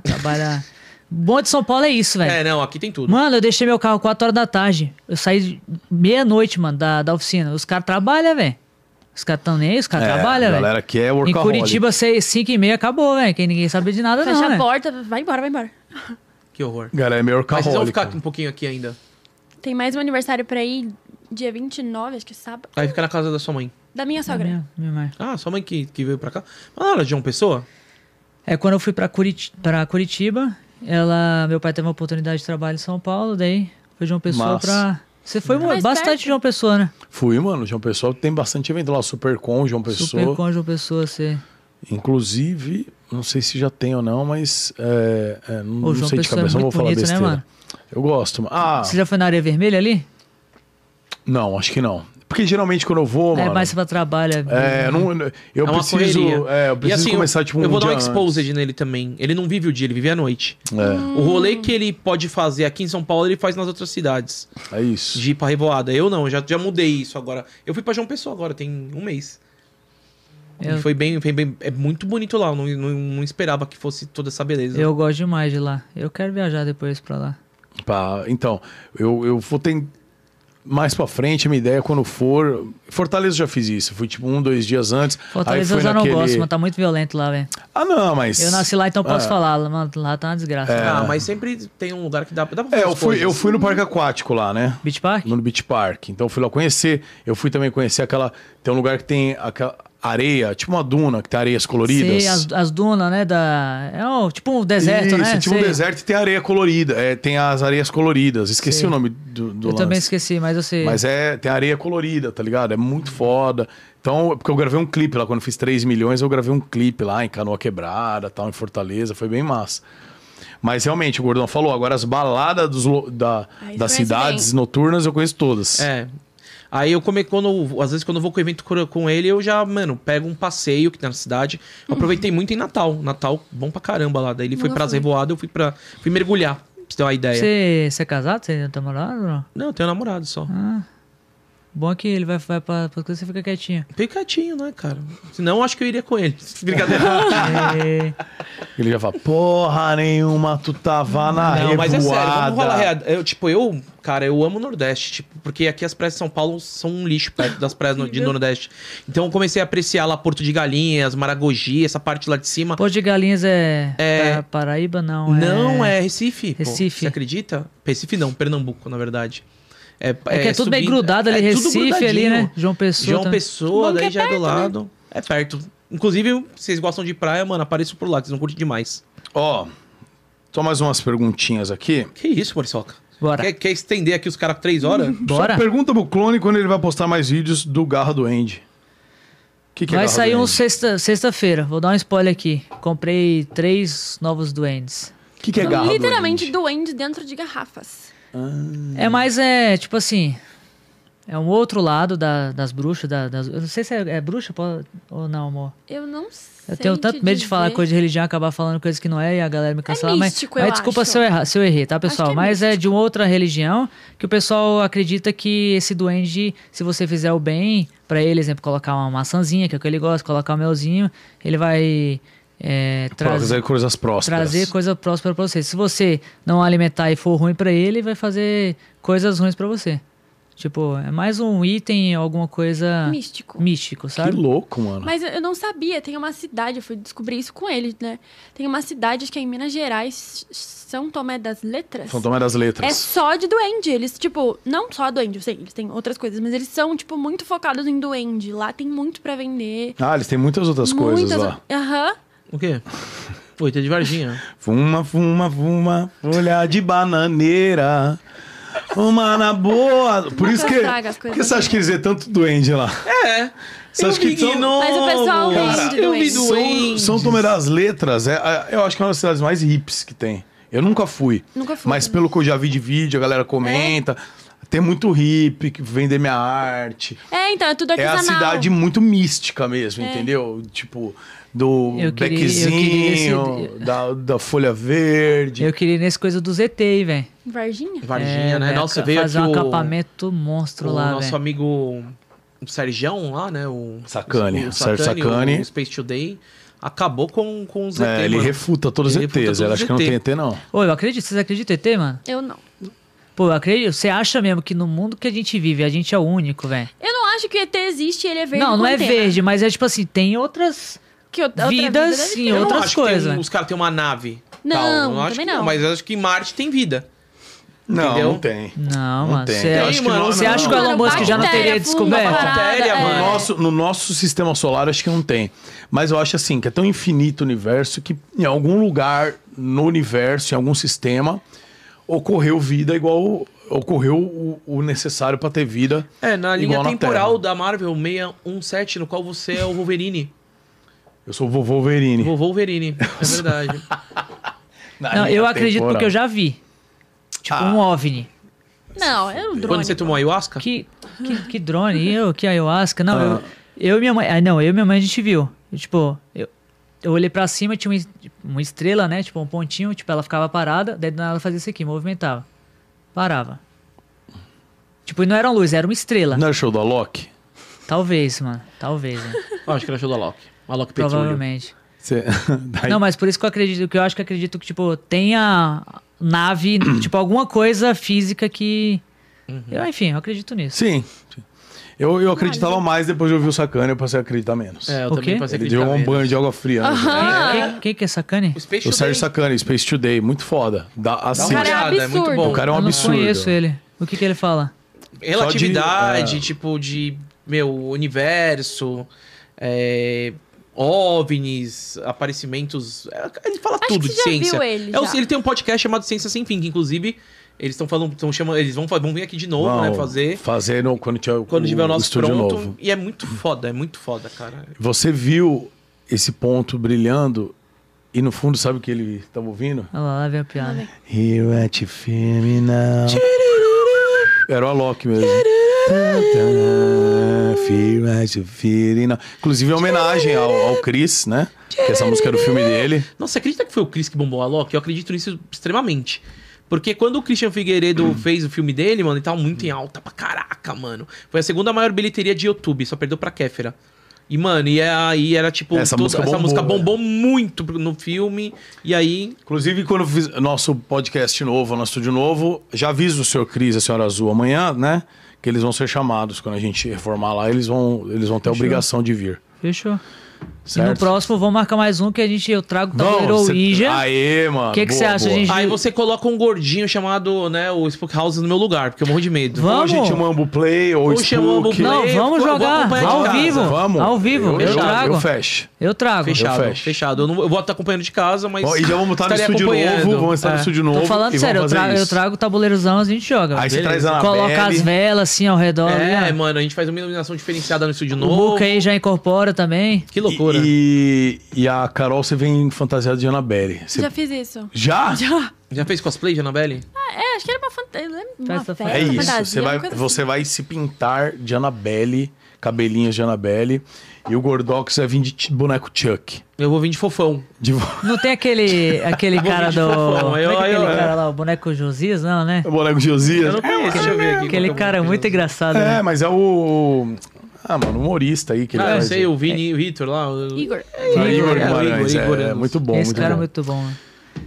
Speaker 1: <laughs>
Speaker 3: Trabalha. Bom de São Paulo é isso, velho.
Speaker 2: É, não, aqui tem tudo.
Speaker 3: Mano, eu deixei meu carro 4 horas da tarde. Eu saí de- meia-noite, mano, da, da oficina. Os caras trabalham, velho. Os caras tão nem aí, os caras
Speaker 1: É,
Speaker 3: trabalham,
Speaker 1: a
Speaker 3: velho.
Speaker 1: galera que é
Speaker 3: Em
Speaker 1: workaholic.
Speaker 3: Curitiba, 5 e meia acabou, velho. Que ninguém sabia de nada,
Speaker 4: Fecha
Speaker 3: não,
Speaker 4: a
Speaker 3: né?
Speaker 4: porta, vai embora, vai embora.
Speaker 2: Que horror.
Speaker 1: Galera, é meio
Speaker 2: Mas vocês vão
Speaker 1: workaholic.
Speaker 2: ficar aqui um pouquinho aqui ainda.
Speaker 4: Tem mais um aniversário pra ir, dia 29, acho que é sábado.
Speaker 2: Aí fica na casa da sua mãe.
Speaker 4: Da minha sogra.
Speaker 3: Minha- minha mãe.
Speaker 2: Ah, sua mãe que, que veio pra cá. Mas não era de uma pessoa?
Speaker 3: É, quando eu fui pra, Curit pra Curitiba, ela, meu pai teve uma oportunidade de trabalho em São Paulo, daí foi de uma pessoa
Speaker 1: Massa.
Speaker 3: pra... Você foi
Speaker 4: Mais
Speaker 3: bastante
Speaker 4: perto.
Speaker 3: de uma pessoa, né?
Speaker 1: Fui, mano. João Pessoa tem bastante evento lá. Supercon, João Pessoa.
Speaker 3: Super com João Pessoa, você...
Speaker 1: Inclusive, não sei se já tem ou não, mas é, é, não,
Speaker 3: Ô,
Speaker 1: não
Speaker 3: João
Speaker 1: sei de
Speaker 3: Pessoa é
Speaker 1: cabeça, não vou
Speaker 3: muito
Speaker 1: falar
Speaker 3: bonito, né,
Speaker 1: besteira.
Speaker 3: mano?
Speaker 1: Eu gosto. mano. Ah,
Speaker 3: Você já foi na Areia Vermelha ali?
Speaker 1: não, acho que não. Porque geralmente quando eu vou,
Speaker 3: é,
Speaker 1: mano.
Speaker 3: mais pra trabalho.
Speaker 1: né? É, não, eu
Speaker 2: é uma
Speaker 1: preciso,
Speaker 2: correria.
Speaker 1: é, eu preciso
Speaker 2: assim, eu-
Speaker 1: começar tipo um
Speaker 2: Eu vou dar
Speaker 1: dia
Speaker 2: uma exposed nele também. Ele não vive o dia, ele vive a noite.
Speaker 1: antes.
Speaker 2: O rolê que ele pode fazer aqui em São Paulo, ele faz nas outras cidades.
Speaker 1: É, é isso.
Speaker 2: De ir pra Revoada. Eu não, eu já, já mudei isso agora. Eu fui pra João Pessoa agora, tem um mês.
Speaker 3: Eu-
Speaker 2: E foi bem, foi bem. É muito bonito lá. Eu não, não, não esperava que fosse toda essa beleza.
Speaker 3: Eu gosto demais de lá. Eu quero viajar depois pra lá.
Speaker 1: Pá, então, eu, eu vou ter mais pra frente a minha ideia quando for. Fortaleza eu já fiz isso. Fui tipo um, dois dias antes.
Speaker 3: Fortaleza eu
Speaker 1: aí foi
Speaker 3: já
Speaker 1: naquele...
Speaker 3: não gosto, mas tá muito violento lá, velho.
Speaker 1: Ah, não, mas.
Speaker 3: Eu nasci lá, então posso
Speaker 1: É.
Speaker 3: falar. Mano, lá tá uma desgraça.
Speaker 2: Ah, mas sempre tem um lugar que dá, dá pra
Speaker 1: É,
Speaker 2: fazer
Speaker 1: eu
Speaker 2: as
Speaker 1: fui,
Speaker 2: coisas.
Speaker 1: eu fui no parque aquático lá, né?
Speaker 3: Beach Park?
Speaker 1: No Beach Park. Então eu fui lá conhecer. Eu fui também conhecer aquela. Tem um lugar que tem aquela areia, tipo uma duna, que tem areias coloridas.
Speaker 3: Sei, as, as dunas, né? Da... É um- tipo um deserto,
Speaker 1: Isso,
Speaker 3: né?
Speaker 1: é tipo um
Speaker 3: Sei.
Speaker 1: deserto e tem areia colorida. É, tem as areias coloridas. Esqueci
Speaker 3: Sei.
Speaker 1: o nome do, do
Speaker 3: Eu
Speaker 1: lance.
Speaker 3: também esqueci, mas eu sei.
Speaker 1: Mas é, tem areia colorida, tá ligado? É muito foda. Então, é porque eu gravei um clipe lá, quando eu fiz 3 milhões, eu gravei um clipe lá em Canoa Quebrada, tal, em Fortaleza, foi bem massa. Mas realmente, o Gordão falou, agora as baladas dos lo- da,
Speaker 3: Ah,
Speaker 4: Aí
Speaker 1: das
Speaker 4: conhece
Speaker 1: cidades noturnas eu conheço todas.
Speaker 2: É. Aí eu come, quando eu- às vezes quando eu vou com o evento cor- com ele, eu já, mano, pego um passeio que tem na cidade. Eu aproveitei muito em Natal. Natal bom pra caramba lá. Daí ele foi
Speaker 4: Nunca
Speaker 2: pra
Speaker 4: fui.
Speaker 2: Zevoada, eu fui para fui mergulhar, pra você ter uma ideia.
Speaker 3: Você, você é casado? Você tá namorado? ou não? Ah,
Speaker 2: Não, eu tenho um namorado só.
Speaker 3: Bom que ele vai, vai pra, pra coisa e você fica quietinho.
Speaker 2: Bem quietinho, né, cara? Senão eu acho que eu iria com ele. <laughs> Brincadeira.
Speaker 3: É,
Speaker 1: Ele já fala, porra nenhuma, tu tava na
Speaker 2: Não,
Speaker 1: revoada.
Speaker 2: mas é sério, vamos falar real. Eu, tipo, eu, cara, eu amo o Nordeste, tipo, porque aqui as praias de São Paulo são um lixo perto das praias no- de Nordeste. Então eu comecei a apreciar lá Porto de Galinhas, Maragogi, essa parte lá de cima.
Speaker 3: Pô de Galinhas é,
Speaker 2: É.
Speaker 3: Pa- Paraíba? Não, é...
Speaker 2: Não, é Recife. pô.
Speaker 3: Recife.
Speaker 2: Você acredita? Recife não, Pernambuco, na verdade. É,
Speaker 3: É que é tudo bem grudado ali,
Speaker 2: tudo
Speaker 3: Recife ali, né?
Speaker 2: grudadinho.
Speaker 3: João Pessoa.
Speaker 2: João
Speaker 3: também.
Speaker 2: Pessoa,
Speaker 4: Bom que
Speaker 2: daí
Speaker 4: é
Speaker 2: já é do
Speaker 4: perto, né?
Speaker 2: lado. É perto. Inclusive, vocês gostam de praia, mano, apareçam por lá, que vocês vão curtir demais.
Speaker 1: Ó, só mais umas perguntinhas aqui.
Speaker 2: Que isso, Moriçoca?
Speaker 3: Bora.
Speaker 2: Quer, quer estender aqui os caras por três
Speaker 3: <laughs>
Speaker 2: horas?
Speaker 3: Bora.
Speaker 1: Só pergunta pro clone quando ele vai postar mais vídeos do Garra do Andy. O que, que é
Speaker 3: Vai
Speaker 1: Garra
Speaker 3: sair
Speaker 1: do
Speaker 3: um
Speaker 1: Andy?
Speaker 3: sexta- sexta-feira. Vou dar um spoiler aqui. Comprei três novos duendes.
Speaker 1: O que, que é Garra do
Speaker 4: Literalmente
Speaker 1: Andy?
Speaker 4: doentes dentro de garrafas.
Speaker 3: É mais, é, tipo assim. É um outro lado da- das bruxas. da- das, eu não sei se é, é bruxa pô, ou não, amor.
Speaker 4: Eu não sei.
Speaker 3: Eu tenho tanto
Speaker 4: te
Speaker 3: medo de falar
Speaker 4: dizer.
Speaker 3: coisa de religião, acabar falando coisa que não é e a galera me cancelar. mas-
Speaker 4: místico,
Speaker 3: mas
Speaker 4: eu
Speaker 3: desculpa
Speaker 4: acho.
Speaker 3: se eu, errar, se eu errei, tá, pessoal?
Speaker 4: que é
Speaker 3: mas é de uma outra religião que o pessoal acredita que esse duende, se você fizer o bem pra ele, exemplo, colocar uma maçãzinha, que é o que ele gosta, colocar um melzinho, ele vai é, trazer,
Speaker 1: Trazer coisas próximas.
Speaker 3: trazer coisa próspera pra você. Se você não alimentar e for ruim pra ele, ele vai fazer coisas ruins pra você. Tipo, é mais um item, alguma coisa
Speaker 4: Místico.
Speaker 3: místico,
Speaker 1: Que
Speaker 3: sabe?
Speaker 1: louco, mano.
Speaker 4: Mas eu- eu não sabia, tem uma cidade, eu fui descobrir isso com ele, né? Tem uma cidade acho que é em Minas Gerais, São Tomé das Letras.
Speaker 1: São Tomé das
Speaker 4: É
Speaker 1: Letras.
Speaker 4: só de duende. Eles, tipo, não só duende, eu sei, eles têm outras coisas, mas eles são, tipo, muito focados em duende. Lá tem muito pra vender.
Speaker 1: Ah, eles têm muitas outras coisas
Speaker 4: Muitas-
Speaker 1: lá.
Speaker 4: Aham.
Speaker 2: O quê? Pô, tem de Varginha.
Speaker 1: Fuma, fuma, fuma, folha de bananeira. Uma na boa. Por
Speaker 4: Nunca
Speaker 1: isso que.
Speaker 4: estraga as
Speaker 1: Por
Speaker 4: coisas. assim.
Speaker 1: que você acha que eles têm tanto duende lá?
Speaker 2: É.
Speaker 1: Você acha que são-
Speaker 4: Mas o pessoal
Speaker 2: Cara,
Speaker 4: vende
Speaker 2: Eu vi
Speaker 4: doentes.
Speaker 2: doentes.
Speaker 1: São, São Tomé das Letras, é, a- eu acho que é uma das cidades mais hips que tem. Eu nunca fui.
Speaker 4: Nunca fui
Speaker 1: Mas
Speaker 4: também.
Speaker 1: pelo que eu já vi de vídeo, a galera comenta. Tem muito hip, que vender minha arte.
Speaker 4: É, então, é tudo
Speaker 1: É a
Speaker 4: artesanal.
Speaker 1: cidade muito mística mesmo,
Speaker 2: É.
Speaker 1: entendeu? Tipo, do
Speaker 3: Eu queria- eu
Speaker 1: bequezinho,
Speaker 3: queria esse-
Speaker 1: da, da folha verde.
Speaker 3: Eu queria ir nessa coisa do ZT, velho.
Speaker 4: Varginha?
Speaker 2: Varginha, né?
Speaker 3: velho,
Speaker 2: Nossa,
Speaker 3: aca-
Speaker 2: veio
Speaker 3: É, fazer
Speaker 2: aqui
Speaker 3: um
Speaker 2: o-
Speaker 3: acampamento monstro
Speaker 2: o
Speaker 3: lá,
Speaker 2: nosso
Speaker 3: velho.
Speaker 2: amigo o Sergião lá, né? O
Speaker 1: Sacani,
Speaker 2: o
Speaker 1: Sérgio Sacani.
Speaker 2: O Space Today. Acabou com, com o ZT,
Speaker 1: É, ele
Speaker 2: mano.
Speaker 1: refuta todos os
Speaker 2: Ele refuta
Speaker 1: ETs.
Speaker 2: todos
Speaker 1: Ela
Speaker 2: os
Speaker 1: acha que não
Speaker 2: ET.
Speaker 1: tem ET, não.
Speaker 3: Ô, eu acredito. Vocês acreditam em ET, mano?
Speaker 4: Eu não.
Speaker 3: Pô, eu acredito. Você acha mesmo que no mundo que a gente vive, a gente é o único, velho?
Speaker 4: Eu não acho que o ET existe, ele é verde.
Speaker 3: Não,
Speaker 4: com
Speaker 3: não é
Speaker 4: antena.
Speaker 3: verde, mas é tipo assim, tem outras...
Speaker 4: Que outra outra
Speaker 3: Vida,
Speaker 4: deve
Speaker 3: sim,
Speaker 4: ter.
Speaker 2: Eu não
Speaker 3: outras
Speaker 2: acho que
Speaker 3: coisas,
Speaker 2: tem um-
Speaker 3: né?
Speaker 2: os caras têm uma nave.
Speaker 4: Não,
Speaker 2: tal. Eu acho
Speaker 4: também
Speaker 2: que
Speaker 4: não.
Speaker 2: Mas eu acho que Marte tem vida.
Speaker 1: Não,
Speaker 2: Entendeu?
Speaker 1: não tem.
Speaker 3: Não,
Speaker 1: Não
Speaker 3: mano.
Speaker 1: tem.
Speaker 3: Você
Speaker 1: Eu
Speaker 2: acho
Speaker 3: acha,
Speaker 2: que não,
Speaker 3: você
Speaker 2: não,
Speaker 3: acha que o
Speaker 2: não.
Speaker 3: Elon Musk já não
Speaker 4: Bactéria,
Speaker 3: teria
Speaker 4: fungo, uma
Speaker 3: descoberto?
Speaker 4: parada,
Speaker 2: Bactéria,
Speaker 4: é.
Speaker 1: No
Speaker 2: mano.
Speaker 1: nosso, no nosso sistema solar, acho que não tem. Mas eu acho assim, que é tão infinito o universo que em algum lugar no universo, em algum sistema, ocorreu vida igual. Ocorreu o, o necessário para ter vida.
Speaker 2: É, na linha
Speaker 1: igual
Speaker 2: temporal
Speaker 1: Terra.
Speaker 2: da Marvel 617, no qual você é o Wolverine.
Speaker 1: Eu sou o vovô Wolverine.
Speaker 2: O Wolverine, é verdade.
Speaker 1: Na
Speaker 3: Não,
Speaker 1: linha
Speaker 3: eu acredito
Speaker 1: temporal.
Speaker 3: porque eu já vi. Tipo,
Speaker 1: Ah.
Speaker 3: um OVNI.
Speaker 4: Não, é um
Speaker 2: <laughs>
Speaker 4: drone.
Speaker 2: Quando você tomou ayahuasca?
Speaker 3: Que, que, que drone? Eu, que ayahuasca? Não, eu, eu e minha mãe. Ah, não, eu e minha mãe a gente viu. E, tipo, eu, eu olhei pra cima, tinha uma, es- uma estrela, né? Tipo, um pontinho, tipo, ela ficava parada, daí do nada ela fazia isso aqui, movimentava. Parava. Tipo, e não era uma luz, era uma estrela.
Speaker 1: Não era show da Loki?
Speaker 3: Talvez, mano. Talvez, né?
Speaker 2: Eu acho que era show da Loki. A Loki Petrulho.
Speaker 3: Provavelmente.
Speaker 1: Você- <laughs> Daí-
Speaker 3: Não, mas por isso que eu acredito, que eu acho que acredito que, tipo, tenha nave, tipo, alguma coisa física que. Eu, enfim, eu acredito nisso.
Speaker 1: Sim. sim. Eu, eu acreditava mais depois de ouvir o Sacana, eu passei a acreditar menos.
Speaker 2: É, eu
Speaker 3: O
Speaker 2: também
Speaker 3: quê?
Speaker 2: passei
Speaker 1: Ele
Speaker 2: aquele
Speaker 1: deu um
Speaker 2: cabelo.
Speaker 1: banho de água fria. né?
Speaker 3: Quem, quem- quem que é sacane?
Speaker 2: O Space
Speaker 1: O
Speaker 2: Today.
Speaker 1: Sérgio Sacana, Space Today, muito foda. Dá,
Speaker 2: Dá
Speaker 1: assiste.
Speaker 2: uma
Speaker 4: Cara, é
Speaker 2: olhada, é muito
Speaker 4: absurdo.
Speaker 2: bom.
Speaker 1: O cara é um
Speaker 3: um eu não
Speaker 1: absurdo.
Speaker 3: conheço ele. O que, que ele fala?
Speaker 2: Relatividade,
Speaker 1: Só de- é.
Speaker 2: tipo, de, meu, universo, é, OVNIs, aparecimentos. é, Ele fala
Speaker 4: Acho
Speaker 2: tudo
Speaker 4: que
Speaker 2: de
Speaker 4: já viu
Speaker 2: ciência.
Speaker 4: ele
Speaker 2: É o-
Speaker 4: já.
Speaker 2: ele tem um podcast chamado Ciência Sem Fim, que inclusive eles estão falando, estão chamando, eles vão, fa- vão vir aqui de novo, né,
Speaker 1: Vamos
Speaker 2: fazer.
Speaker 1: Fazer no- quando tiver,
Speaker 2: Quando tiver o nosso
Speaker 1: estúdio
Speaker 2: pronto.
Speaker 1: novo.
Speaker 2: E é muito foda, é muito foda, cara.
Speaker 1: Você viu esse ponto brilhando e no fundo sabe o que ele estava ouvindo?
Speaker 3: Olha lá, lá vem a piada.
Speaker 1: Here at Feminal. Era o Alok mesmo. Here at Feminal. Inclusive, é uma homenagem ao, ao Chris, né? Que essa música era do filme dele.
Speaker 2: Nossa, você acredita que foi o Chris que bombou a Loki? Eu acredito nisso extremamente. Porque quando o Christian Figueiredo
Speaker 1: Hum.
Speaker 2: fez o filme dele, mano, ele tava muito em alta pra caraca, mano. Foi a segunda maior bilheteria de YouTube, só perdeu pra Kéfera. E, mano, e aí era tipo.
Speaker 1: Essa música
Speaker 2: essa
Speaker 1: bombou,
Speaker 2: música bombou
Speaker 1: né?
Speaker 2: muito no filme. E aí.
Speaker 1: Inclusive, quando eu fiz nosso podcast novo, nosso estúdio novo, já aviso o senhor Cris e a senhora Azul amanhã, né? Que eles vão ser chamados. Quando a gente reformar lá, eles vão, eles vão ter a obrigação de vir.
Speaker 3: Fechou. E no
Speaker 1: Certo.
Speaker 3: próximo vamos marcar mais um que a gente eu trago o tabuleiro
Speaker 1: Vamos, cê-
Speaker 3: Ouija.
Speaker 1: Aê, mano.
Speaker 3: O que que
Speaker 1: boa,
Speaker 3: você acha,
Speaker 1: boa.
Speaker 3: gente?
Speaker 2: Aí você coloca um gordinho chamado, né, o Spookhouse no meu lugar, porque eu morro de medo.
Speaker 3: Vamos.
Speaker 1: Ou a gente mamba o play, ou,
Speaker 2: Ou
Speaker 1: Spook.
Speaker 2: chama o Ambu-
Speaker 3: Não,
Speaker 2: Eu
Speaker 3: vamos
Speaker 2: vou
Speaker 3: jogar
Speaker 2: acompanhar de
Speaker 3: ao
Speaker 2: casa.
Speaker 3: vivo.
Speaker 1: Vamos.
Speaker 3: Ao vivo, eu,
Speaker 1: eu,
Speaker 3: trago.
Speaker 1: eu fecho.
Speaker 3: Eu trago.
Speaker 2: Fechado,
Speaker 1: fecho.
Speaker 2: fechado. Eu, não, eu vou estar acompanhando de casa, mas.
Speaker 1: Ó, e já vamos estar no
Speaker 2: estarei
Speaker 1: estúdio
Speaker 2: acompanhando.
Speaker 1: novo, vamos estar
Speaker 2: É.
Speaker 1: no estúdio novo.
Speaker 3: Tô falando
Speaker 1: e vamos
Speaker 3: sério, eu
Speaker 1: fazer
Speaker 3: trago, eu
Speaker 1: isso.
Speaker 3: trago o tabuleirozão, a gente joga.
Speaker 1: Aí você
Speaker 2: Beleza.
Speaker 1: traz a Anabelle.
Speaker 3: Coloca as velas assim ao redor.
Speaker 2: É,
Speaker 3: né?
Speaker 2: mano, a gente faz uma iluminação diferenciada no estúdio
Speaker 3: O é
Speaker 2: novo.
Speaker 3: Book aí já incorpora também.
Speaker 2: Que loucura.
Speaker 1: E, e a Carol, você vem fantasiada de Anabelle. Você-
Speaker 4: Já fiz isso. <laughs>
Speaker 1: Já?
Speaker 4: Já.
Speaker 2: Já fez cosplay de Annabelle?
Speaker 4: Ah, é, acho que era uma, fanta... uma
Speaker 3: Festa
Speaker 4: festa,
Speaker 1: É isso.
Speaker 4: fantasia,
Speaker 1: você
Speaker 4: uma
Speaker 1: vai,
Speaker 4: coisa
Speaker 1: você vai se pintar de Anabelle, cabelinhos de Anabelle. E o Gordox vai vir de t- boneco Chuck.
Speaker 2: Eu vou vir de fofão.
Speaker 1: De vo- <laughs>
Speaker 3: Não tem aquele, aquele cara do.
Speaker 2: fofão,
Speaker 3: Como é que
Speaker 2: eu-
Speaker 3: é aquele
Speaker 2: eu-
Speaker 3: cara lá, o boneco Josias, não, né?
Speaker 1: o boneco Josias.
Speaker 2: Eu não conheço, deixa eu ver aqui.
Speaker 3: Aquele cara muito engraçado. né?
Speaker 1: É, mas é o. Ah, mano, humorista aí que ele
Speaker 2: Ah, eu
Speaker 1: faz.
Speaker 2: sei, o Vini, o Vitor lá. o-
Speaker 4: assim. Igor.
Speaker 1: Ah, É. Igor
Speaker 2: É, o
Speaker 1: Guimarães,
Speaker 2: Igor, Igor,
Speaker 1: é,
Speaker 2: eu-
Speaker 1: muito bom,
Speaker 3: Esse
Speaker 1: muito
Speaker 3: cara
Speaker 1: bom.
Speaker 3: é muito bom. né?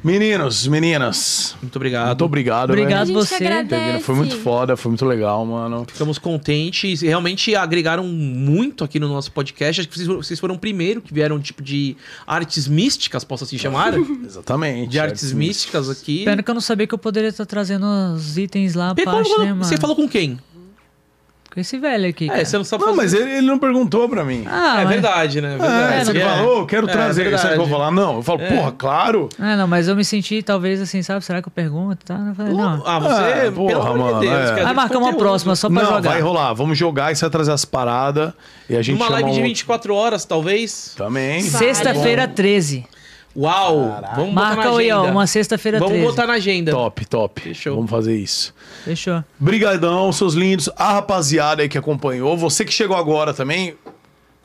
Speaker 1: Meninos, meninas,
Speaker 2: Muito obrigado.
Speaker 1: muito Ah, obrigado. né?
Speaker 4: A
Speaker 3: Obrigado.
Speaker 4: gente
Speaker 3: você,
Speaker 4: que agradece.
Speaker 1: velho. Foi muito foda, foi muito legal, mano.
Speaker 2: Ficamos contentes. e Realmente agregaram muito aqui no nosso podcast. Acho que vocês, vocês foram o primeiro que vieram, tipo, de artes místicas, posso assim chamar?
Speaker 1: Exatamente.
Speaker 2: De artes místicas aqui.
Speaker 3: Pena que eu não sabia que eu poderia estar trazendo os itens lá
Speaker 2: Porque
Speaker 3: pra parte,
Speaker 2: quando-
Speaker 3: né, mano?
Speaker 2: Você falou com quem?
Speaker 3: Com esse velho aqui.
Speaker 2: É,
Speaker 3: cara.
Speaker 2: você não sabe
Speaker 1: Não,
Speaker 2: fazer.
Speaker 1: mas ele, ele não perguntou pra mim.
Speaker 3: Ah,
Speaker 2: é
Speaker 3: mas-
Speaker 2: verdade, né?
Speaker 1: É,
Speaker 2: Verdade.
Speaker 1: você
Speaker 2: É.
Speaker 1: falou, eu quero
Speaker 2: É,
Speaker 1: trazer. Sabe o que eu
Speaker 2: verdade. É.
Speaker 1: vou falar? Não. Eu falo, porra, claro.
Speaker 3: Ah, não, mas eu me senti, talvez, assim, sabe? Será que eu pergunto? Tá? Eu falei, não. Ah,
Speaker 2: Ah, você.
Speaker 1: Ah,
Speaker 2: pelo
Speaker 1: porra,
Speaker 2: amor de
Speaker 1: mano,
Speaker 2: Deus,
Speaker 1: é.
Speaker 2: cara,
Speaker 3: Vai
Speaker 2: tem
Speaker 3: marcar uma
Speaker 2: conteúdo.
Speaker 3: próxima só pra
Speaker 1: não,
Speaker 3: jogar.
Speaker 1: vai rolar. Vamos jogar e você vai trazer as paradas. E a gente
Speaker 2: Uma
Speaker 1: chama
Speaker 2: live
Speaker 1: um
Speaker 2: de
Speaker 1: outro-
Speaker 2: 24 horas, talvez.
Speaker 1: Também.
Speaker 3: Sexta-feira 13.
Speaker 2: Uau! Vamos botar
Speaker 3: Marca
Speaker 2: na
Speaker 3: aí,
Speaker 2: agenda.
Speaker 3: ó. Uma sexta-feira
Speaker 2: Vamos
Speaker 3: 13.
Speaker 2: botar na agenda.
Speaker 1: Top, top.
Speaker 2: Fechou.
Speaker 1: Vamos fazer isso.
Speaker 3: Fechou.
Speaker 1: Brigadão, seus lindos. A rapaziada aí que acompanhou. Você que chegou agora também,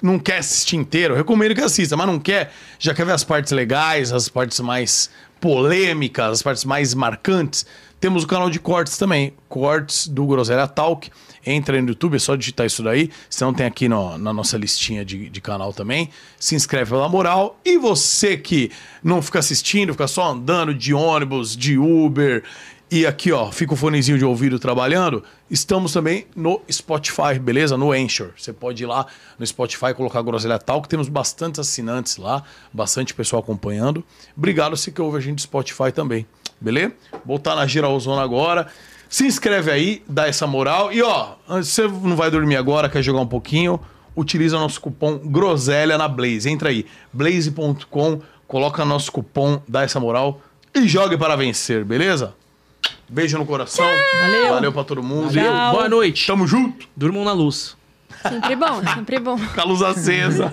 Speaker 1: não quer assistir inteiro, eu recomendo que assista, mas não quer, já quer ver as partes legais, as partes mais polêmicas, as partes mais marcantes. Temos o canal de cortes também, cortes do Groselha Talk. Entra aí no YouTube, é só digitar isso daí. Senão tem aqui no- na nossa listinha de, de canal também. Se inscreve pela moral. E você que não fica assistindo, fica só andando de ônibus, de Uber, e aqui, ó, fica o fonezinho de ouvido trabalhando. Estamos também no Spotify, beleza? No Anchor. Você pode ir lá no Spotify e colocar Groselha Tal, que temos bastantes assinantes lá, bastante pessoal acompanhando. Obrigado você que ouve a gente do Spotify também, beleza? Voltar na Geralzona agora. Se inscreve aí, dá essa moral. E ó, se você não vai dormir agora, quer jogar um pouquinho, utiliza nosso cupom Groselha na Blaze. Entra aí, blaze.com, coloca nosso cupom, dá essa moral e jogue para vencer, beleza? Beijo no coração. Valeu. Valeu pra todo mundo.
Speaker 2: Valeu.
Speaker 1: E
Speaker 2: Boa noite.
Speaker 1: Tamo junto.
Speaker 2: Durmam na luz.
Speaker 4: Sempre bom, sempre bom.
Speaker 2: <laughs>
Speaker 1: Com a luz acesa.